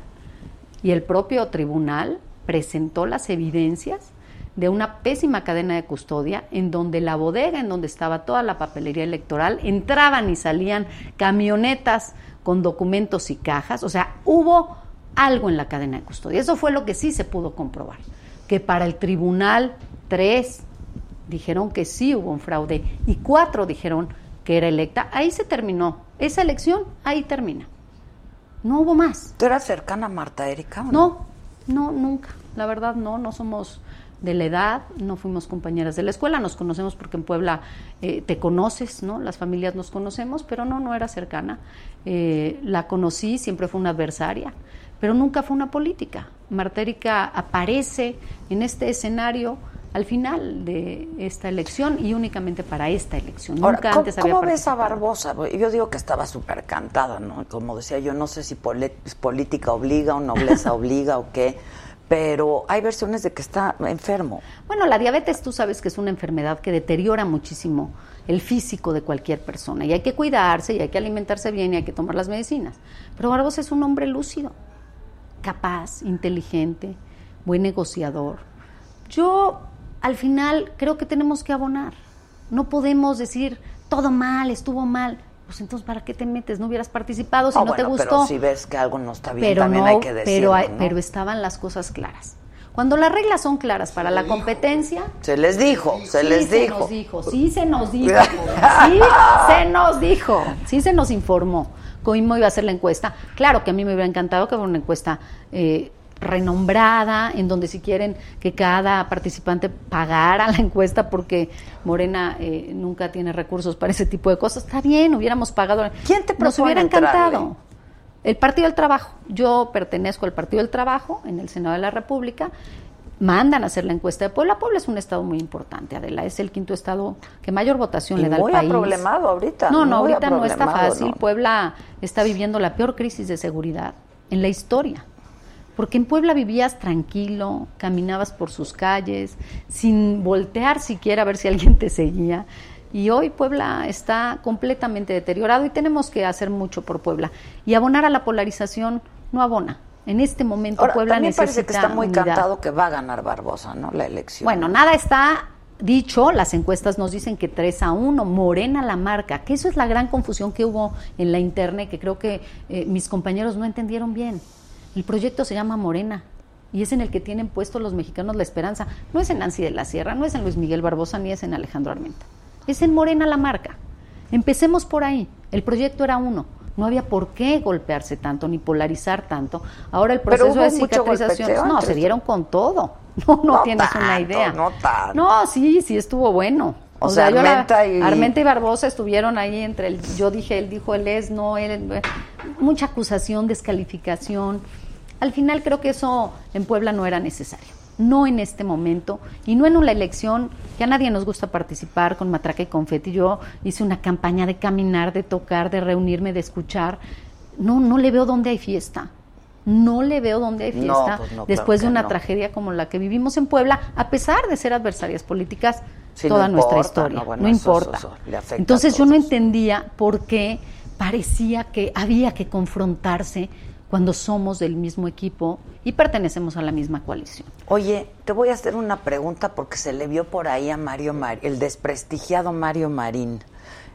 [SPEAKER 1] y el propio tribunal presentó las evidencias de una pésima cadena de custodia en donde la bodega en donde estaba toda la papelería electoral entraban y salían camionetas con documentos y cajas o sea hubo algo en la cadena de custodia eso fue lo que sí se pudo comprobar que para el tribunal tres dijeron que sí hubo un fraude y cuatro dijeron que era electa. Ahí se terminó. Esa elección ahí termina. No hubo más.
[SPEAKER 6] ¿Tú eras cercana a Marta Erika? o
[SPEAKER 1] No, no, nunca. La verdad, no, no somos de la edad, no fuimos compañeras de la escuela, nos conocemos porque en Puebla eh, te conoces, ¿no? Las familias nos conocemos, pero no, no era cercana. Eh, la conocí, siempre fue una adversaria, pero nunca fue una política. Marta Erika aparece en este escenario al final de esta elección y únicamente para esta elección.
[SPEAKER 6] Ahora,
[SPEAKER 1] nunca
[SPEAKER 6] ¿cómo,
[SPEAKER 1] antes había
[SPEAKER 6] cómo ves a
[SPEAKER 1] participado.
[SPEAKER 6] Barbosa? Yo digo que estaba súper cantada, ¿no? Como decía, yo no sé si pole- política obliga o nobleza obliga o qué, pero hay versiones de que está enfermo.
[SPEAKER 1] Bueno, la diabetes tú sabes que es una enfermedad que deteriora muchísimo el físico de cualquier persona y hay que cuidarse y hay que alimentarse bien y hay que tomar las medicinas. Pero Barbosa es un hombre lúcido, capaz, inteligente, buen negociador. Yo al final creo que tenemos que abonar. No podemos decir todo mal, estuvo mal. Pues entonces, ¿para qué te metes? No hubieras participado si
[SPEAKER 6] Ah,
[SPEAKER 1] no te
[SPEAKER 6] bueno,
[SPEAKER 1] gustó
[SPEAKER 6] Pero si ves que algo no está bien, también
[SPEAKER 1] no,
[SPEAKER 6] hay que decirlo,
[SPEAKER 1] pero, hay-
[SPEAKER 6] ¿no?
[SPEAKER 1] pero estaban las cosas claras. Cuando las reglas son claras para la competencia,
[SPEAKER 6] Se les dijo, se
[SPEAKER 1] sí
[SPEAKER 6] les
[SPEAKER 1] se
[SPEAKER 6] Pues dijo.
[SPEAKER 1] nos dijo, sí se nos dijo, sí se nos dijo, sí se nos informó. Coimo iba a hacer la encuesta. Claro que a mí me hubiera encantado que fuera una encuesta eh, renombrada, en donde si quieren que cada participante pagara la encuesta porque Morena eh, nunca tiene recursos para ese tipo de cosas. Está bien, hubiéramos pagado. ¿Quién te Nos
[SPEAKER 6] propone
[SPEAKER 1] hubiera
[SPEAKER 6] entrarle?
[SPEAKER 1] encantado. El Partido del Trabajo. Yo pertenezco al Partido del Trabajo en el Senado de la República. Mandan a hacer la encuesta de Puebla. Puebla es un estado muy importante, Adela. Es el quinto estado que mayor votación
[SPEAKER 6] Y
[SPEAKER 1] le da
[SPEAKER 6] muy
[SPEAKER 1] al país.
[SPEAKER 6] aproblemado ahorita,
[SPEAKER 1] No, no,
[SPEAKER 6] muy
[SPEAKER 1] ahorita no está
[SPEAKER 6] aproblemado,
[SPEAKER 1] fácil.
[SPEAKER 6] ¿no?
[SPEAKER 1] Puebla está viviendo la peor crisis de seguridad en la historia. Porque en Puebla vivías tranquilo, caminabas por sus calles, sin voltear siquiera a ver si alguien te seguía. Y hoy Puebla está completamente deteriorado y tenemos que hacer mucho por Puebla. Y abonar a la polarización no abona. En este momento
[SPEAKER 6] Ahora,
[SPEAKER 1] Puebla
[SPEAKER 6] también
[SPEAKER 1] necesita
[SPEAKER 6] parece que está muy
[SPEAKER 1] unidad.
[SPEAKER 6] cantado que va a ganar Barbosa, ¿no? La elección.
[SPEAKER 1] Bueno, nada está dicho, las encuestas nos dicen que 3 a 1, Morena la marca, que eso es la gran confusión que hubo en la interna y que creo que eh, mis compañeros no entendieron bien. El proyecto se llama Morena y es en el que tienen puesto los mexicanos la esperanza. No es en Nancy de la Sierra, no es en Luis Miguel Barbosa, ni es en Alejandro Armenta. Es en Morena la marca. Empecemos por ahí. El proyecto era uno. No había por qué golpearse tanto ni polarizar tanto. Ahora el
[SPEAKER 6] Pero
[SPEAKER 1] proceso
[SPEAKER 6] hubo
[SPEAKER 1] de
[SPEAKER 6] mucho
[SPEAKER 1] cicatrización.
[SPEAKER 6] golpeteo
[SPEAKER 1] No,
[SPEAKER 6] antes.
[SPEAKER 1] se dieron con todo. No, no,
[SPEAKER 6] No
[SPEAKER 1] tienes una
[SPEAKER 6] tanto,
[SPEAKER 1] idea.
[SPEAKER 6] no tanto.
[SPEAKER 1] No, sí, sí estuvo bueno.
[SPEAKER 6] O sea,
[SPEAKER 1] yo la-
[SPEAKER 6] Armenta y-
[SPEAKER 1] Armenta y Barbosa estuvieron ahí entre el yo dije, él dijo, él es, no, él, él, eh, mucha acusación, descalificación. Al final creo que eso en Puebla no era necesario. No en este momento y no en una elección que a nadie nos gusta participar con matraca y confeti. Yo hice una campaña de caminar, de tocar, de reunirme, de escuchar. No, no le veo dónde hay fiesta. No le veo dónde hay
[SPEAKER 6] No,
[SPEAKER 1] fiesta
[SPEAKER 6] pues no, claro
[SPEAKER 1] después
[SPEAKER 6] que
[SPEAKER 1] de una
[SPEAKER 6] no.
[SPEAKER 1] tragedia como la que vivimos en Puebla, a pesar de ser adversarias políticas
[SPEAKER 6] Sí, no
[SPEAKER 1] toda nuestra
[SPEAKER 6] importa,
[SPEAKER 1] historia.
[SPEAKER 6] no,
[SPEAKER 1] No,
[SPEAKER 6] bueno, eso,
[SPEAKER 1] importa.
[SPEAKER 6] eso, eso, le afecta a
[SPEAKER 1] Entonces yo
[SPEAKER 6] todos.
[SPEAKER 1] no entendía por qué parecía que había que confrontarse cuando somos del mismo equipo y pertenecemos a la misma coalición.
[SPEAKER 6] Oye, te voy a hacer una pregunta porque se le vio por ahí a Mario Marín, el desprestigiado Mario Marín.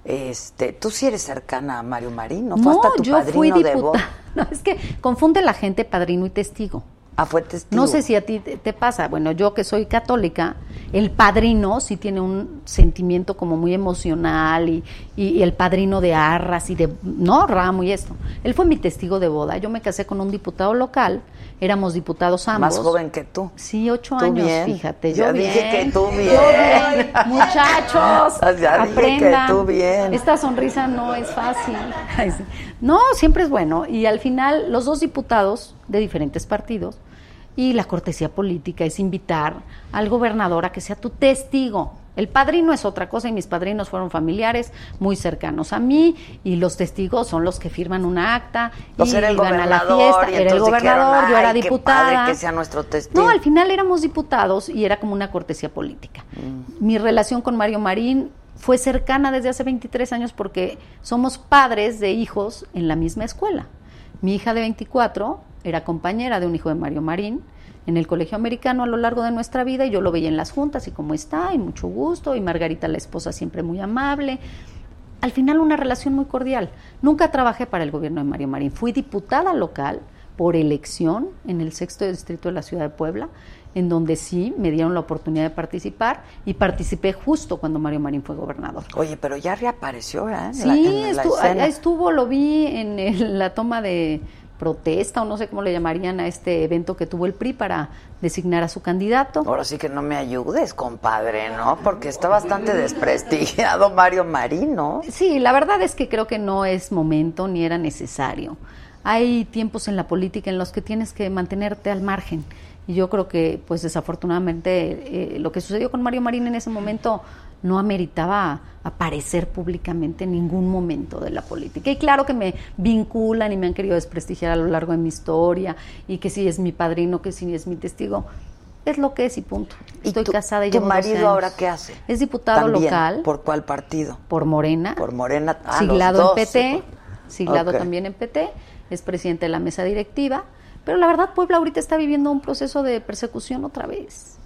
[SPEAKER 6] Este, tú sí eres cercana a Mario Marín, ¿no? Fue hasta tu
[SPEAKER 1] yo
[SPEAKER 6] padrino
[SPEAKER 1] fui
[SPEAKER 6] de voz.
[SPEAKER 1] diputada. No, es que confunde la gente padrino y testigo.
[SPEAKER 6] Ah, fue testigo.
[SPEAKER 1] No sé si a ti te, te pasa. Bueno, yo que soy católica, el padrino sí tiene un sentimiento como muy emocional y, y- y el padrino de arras y de, no, ramo y esto. Él fue mi testigo de boda. Yo me casé con un diputado local, éramos diputados ambos.
[SPEAKER 6] más joven que tú.
[SPEAKER 1] Sí, ocho
[SPEAKER 6] Tú
[SPEAKER 1] años,
[SPEAKER 6] bien.
[SPEAKER 1] fíjate.
[SPEAKER 6] Ya
[SPEAKER 1] yo
[SPEAKER 6] dije
[SPEAKER 1] bien,
[SPEAKER 6] que tú
[SPEAKER 1] yo
[SPEAKER 6] bien.
[SPEAKER 1] bien. Muchachos,
[SPEAKER 6] Ya dije que
[SPEAKER 1] aprendan.
[SPEAKER 6] tú bien.
[SPEAKER 1] Esta sonrisa no es fácil. Ay, sí. No, siempre es bueno. Y al final, los dos diputados de diferentes partidos y la cortesía política es invitar al gobernador a que sea tu testigo. El padrino es otra cosa y mis padrinos fueron familiares muy cercanos a mí y los testigos son los que firman una acta
[SPEAKER 6] Pues
[SPEAKER 1] y
[SPEAKER 6] era el
[SPEAKER 1] iban a la
[SPEAKER 6] gobernador,
[SPEAKER 1] fiesta.
[SPEAKER 6] y
[SPEAKER 1] Era el
[SPEAKER 6] entonces dijeron,
[SPEAKER 1] gobernador, yo era
[SPEAKER 6] "Ay, qué
[SPEAKER 1] diputada.
[SPEAKER 6] padre que sea nuestro testigo.
[SPEAKER 1] No, al final éramos diputados y era como una cortesía política. Mi relación con Mario Marín fue cercana desde hace 23 años porque somos padres de hijos en la misma escuela. Mi hija de 24 era compañera de un hijo de Mario Marín en el colegio americano a lo largo de nuestra vida y yo lo veía en las juntas y cómo está y mucho gusto y Margarita la esposa siempre muy amable al final una relación muy cordial. Nunca trabajé para el gobierno de Mario Marín. Fui diputada local por elección en el sexto distrito de la ciudad de Puebla, en donde sí me dieron la oportunidad de participar y participé justo cuando Mario Marín fue gobernador.
[SPEAKER 6] Oye, pero ya reapareció, ¿verdad? En
[SPEAKER 1] Sí,
[SPEAKER 6] la- en la
[SPEAKER 1] estu-
[SPEAKER 6] escena.
[SPEAKER 1] ahí estuvo, lo vi en el- la toma de protesta o no sé cómo le llamarían a este evento que tuvo el PRI para designar a su candidato.
[SPEAKER 6] Ahora sí que no me ayudes, compadre, ¿no? Porque está bastante desprestigiado Mario Marino.
[SPEAKER 1] Sí, la verdad es que creo que no es momento ni era necesario. Hay tiempos en la política en los que tienes que mantenerte al margen. Y yo creo que, pues desafortunadamente, eh, lo que sucedió con Mario Marín en ese momento no ameritaba aparecer públicamente en ningún momento de la política. Y claro que me vinculan y me han querido desprestigiar a lo largo de mi historia, y que si es mi padrino, que si es mi testigo. Es lo que es y punto. Estoy casada y
[SPEAKER 6] ¿Tu
[SPEAKER 1] llevo 12
[SPEAKER 6] marido ahora
[SPEAKER 1] años.
[SPEAKER 6] qué hace?
[SPEAKER 1] Es diputado
[SPEAKER 6] También,
[SPEAKER 1] local.
[SPEAKER 6] ¿Por cuál partido?
[SPEAKER 1] Por Morena.
[SPEAKER 6] Por Morena. ah,
[SPEAKER 1] siglado
[SPEAKER 6] los
[SPEAKER 1] en PT,
[SPEAKER 6] dos,
[SPEAKER 1] siglado
[SPEAKER 6] Ok.
[SPEAKER 1] también en PT, es presidente de la mesa directiva, pero la verdad Puebla ahorita está viviendo un proceso de persecución otra vez.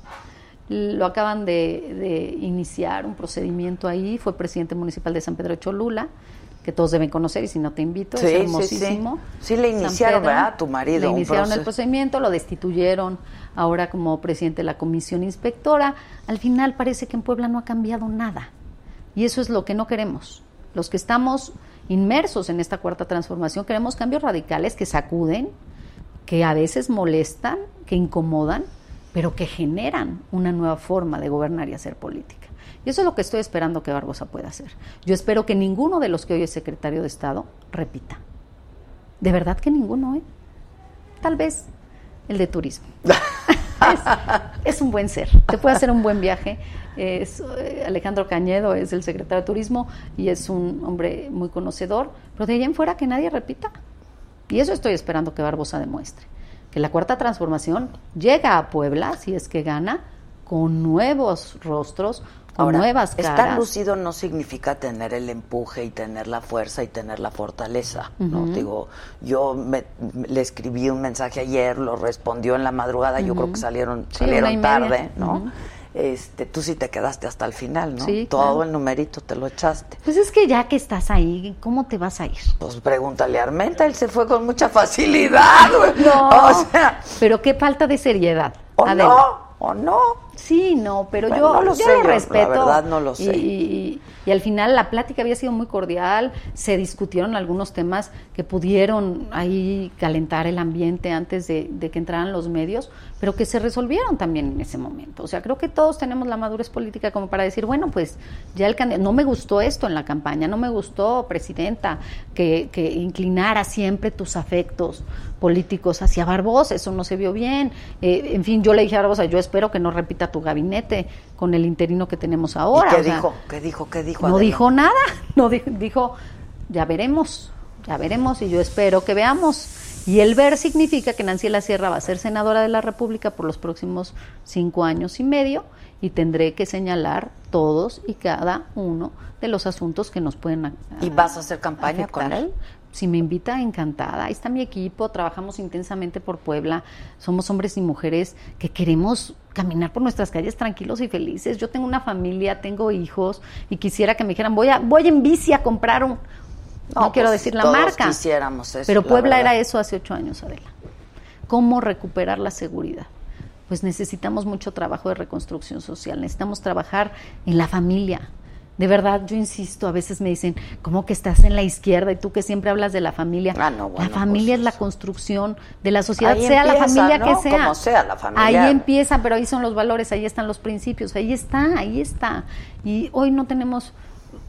[SPEAKER 1] Lo acaban de, de iniciar un procedimiento ahí, fue presidente municipal de San Pedro de Cholula, que todos deben conocer y si no te invito,
[SPEAKER 6] Sí, sí,
[SPEAKER 1] es
[SPEAKER 6] sí.
[SPEAKER 1] hermosísimo.
[SPEAKER 6] Sí le
[SPEAKER 1] San
[SPEAKER 6] iniciaron,
[SPEAKER 1] Pedro,
[SPEAKER 6] ¿verdad? A tu marido
[SPEAKER 1] Le
[SPEAKER 6] un
[SPEAKER 1] iniciaron
[SPEAKER 6] proceso.
[SPEAKER 1] el procedimiento, lo destituyeron ahora como presidente de la comisión inspectora. Al final parece que en Puebla no ha cambiado nada. Y eso es lo que no queremos. Los que estamos inmersos en esta cuarta transformación queremos cambios radicales que sacuden, que a veces molestan, que incomodan, pero que generan una nueva forma de gobernar y hacer política. Y eso es lo que estoy esperando que Barbosa pueda hacer. Yo espero que ninguno de los que hoy es secretario de Estado repita. De verdad que ninguno, ¿eh? Tal vez el de turismo. es, es un buen ser. Te puede hacer un buen viaje. Es, eh, Alejandro Cañedo es el secretario de Turismo y es un hombre muy conocedor, pero de allá en fuera que nadie repita. Y eso estoy esperando que Barbosa demuestre. Que la cuarta transformación llega a Puebla, si es que gana, con nuevos rostros, con
[SPEAKER 6] Ahora,
[SPEAKER 1] nuevas
[SPEAKER 6] Estar
[SPEAKER 1] caras.
[SPEAKER 6] lucido no significa tener el empuje y tener la fuerza y tener la fortaleza, ¿no?
[SPEAKER 1] Ujú.
[SPEAKER 6] Digo, yo me- me- le escribí un mensaje ayer, lo respondió en la madrugada, yo creo que
[SPEAKER 1] Ujú.
[SPEAKER 6] salieron,
[SPEAKER 1] Sí, una y
[SPEAKER 6] salieron
[SPEAKER 1] media.
[SPEAKER 6] tarde, ¿no?
[SPEAKER 1] Ujú.
[SPEAKER 6] Este, tú sí te quedaste hasta el final, ¿no?
[SPEAKER 1] Sí,
[SPEAKER 6] Todo
[SPEAKER 1] claro.
[SPEAKER 6] el numerito te lo echaste.
[SPEAKER 1] Pues es que ya que estás ahí, ¿cómo te vas a ir?
[SPEAKER 6] Pues pregúntale a Armenta, él se fue con mucha facilidad. güey. O sea,
[SPEAKER 1] pero qué falta de seriedad.
[SPEAKER 6] o
[SPEAKER 1] Adela.
[SPEAKER 6] no, o no.
[SPEAKER 1] Sí, no, pero
[SPEAKER 6] Bueno,
[SPEAKER 1] yo,
[SPEAKER 6] no lo
[SPEAKER 1] yo
[SPEAKER 6] sé,
[SPEAKER 1] le
[SPEAKER 6] yo la
[SPEAKER 1] respeto.
[SPEAKER 6] verdad no lo
[SPEAKER 1] Y-
[SPEAKER 6] sé.
[SPEAKER 1] Y, y al final la plática había sido muy cordial, se discutieron algunos temas que pudieron ahí calentar el ambiente antes de, de que entraran los medios, pero que se resolvieron también en ese momento. O sea, creo que todos tenemos la madurez política como para decir, bueno, pues ya el candi- no me gustó esto en la campaña, no me gustó, presidenta, que, que inclinara siempre tus afectos políticos hacia Barbosa, eso no se vio bien. Eh, en fin, yo le dije a Barbosa, yo espero que no repita tu gabinete con el interino que tenemos ahora.
[SPEAKER 6] ¿Y qué
[SPEAKER 1] o sea,
[SPEAKER 6] dijo? ¿Qué dijo? ¿Qué dijo?
[SPEAKER 1] no
[SPEAKER 6] Adela?
[SPEAKER 1] dijo nada, no di- dijo, ya veremos, ya veremos y yo espero que veamos. Y el ver significa que Nancy de la Sierra va a ser senadora de la República por los próximos cinco años y medio y tendré que señalar todos y cada uno de los asuntos que nos pueden a-
[SPEAKER 6] ¿Y vas a hacer campaña
[SPEAKER 1] afectar
[SPEAKER 6] con
[SPEAKER 1] a
[SPEAKER 6] él?
[SPEAKER 1] Si me invita, encantada. Ahí está mi equipo, trabajamos intensamente por Puebla. Somos hombres y mujeres que queremos caminar por nuestras calles tranquilos y felices. Yo tengo una familia, tengo hijos y quisiera que me dijeran, voy, a, voy en bici a comprar un... No,
[SPEAKER 6] No,
[SPEAKER 1] quiero
[SPEAKER 6] pues,
[SPEAKER 1] decir la
[SPEAKER 6] todos
[SPEAKER 1] marca.
[SPEAKER 6] quisiéramos eso,
[SPEAKER 1] Pero
[SPEAKER 6] la
[SPEAKER 1] Puebla
[SPEAKER 6] verdad.
[SPEAKER 1] era eso hace ocho años, Adela. ¿Cómo recuperar la seguridad? Pues necesitamos mucho trabajo de reconstrucción social, necesitamos trabajar en la familia. De verdad, yo insisto, a veces me dicen, ¿cómo que estás en la izquierda y tú que siempre hablas de la familia?
[SPEAKER 6] Ah, no, bueno,
[SPEAKER 1] la familia
[SPEAKER 6] pues
[SPEAKER 1] es la construcción de la sociedad,
[SPEAKER 6] Ahí
[SPEAKER 1] sea la
[SPEAKER 6] empieza,
[SPEAKER 1] familia
[SPEAKER 6] ¿no?
[SPEAKER 1] que sea.
[SPEAKER 6] Como sea la familia.
[SPEAKER 1] Ahí empieza, pero ahí son los valores, ahí están los principios, ahí está, ahí está. Y hoy no tenemos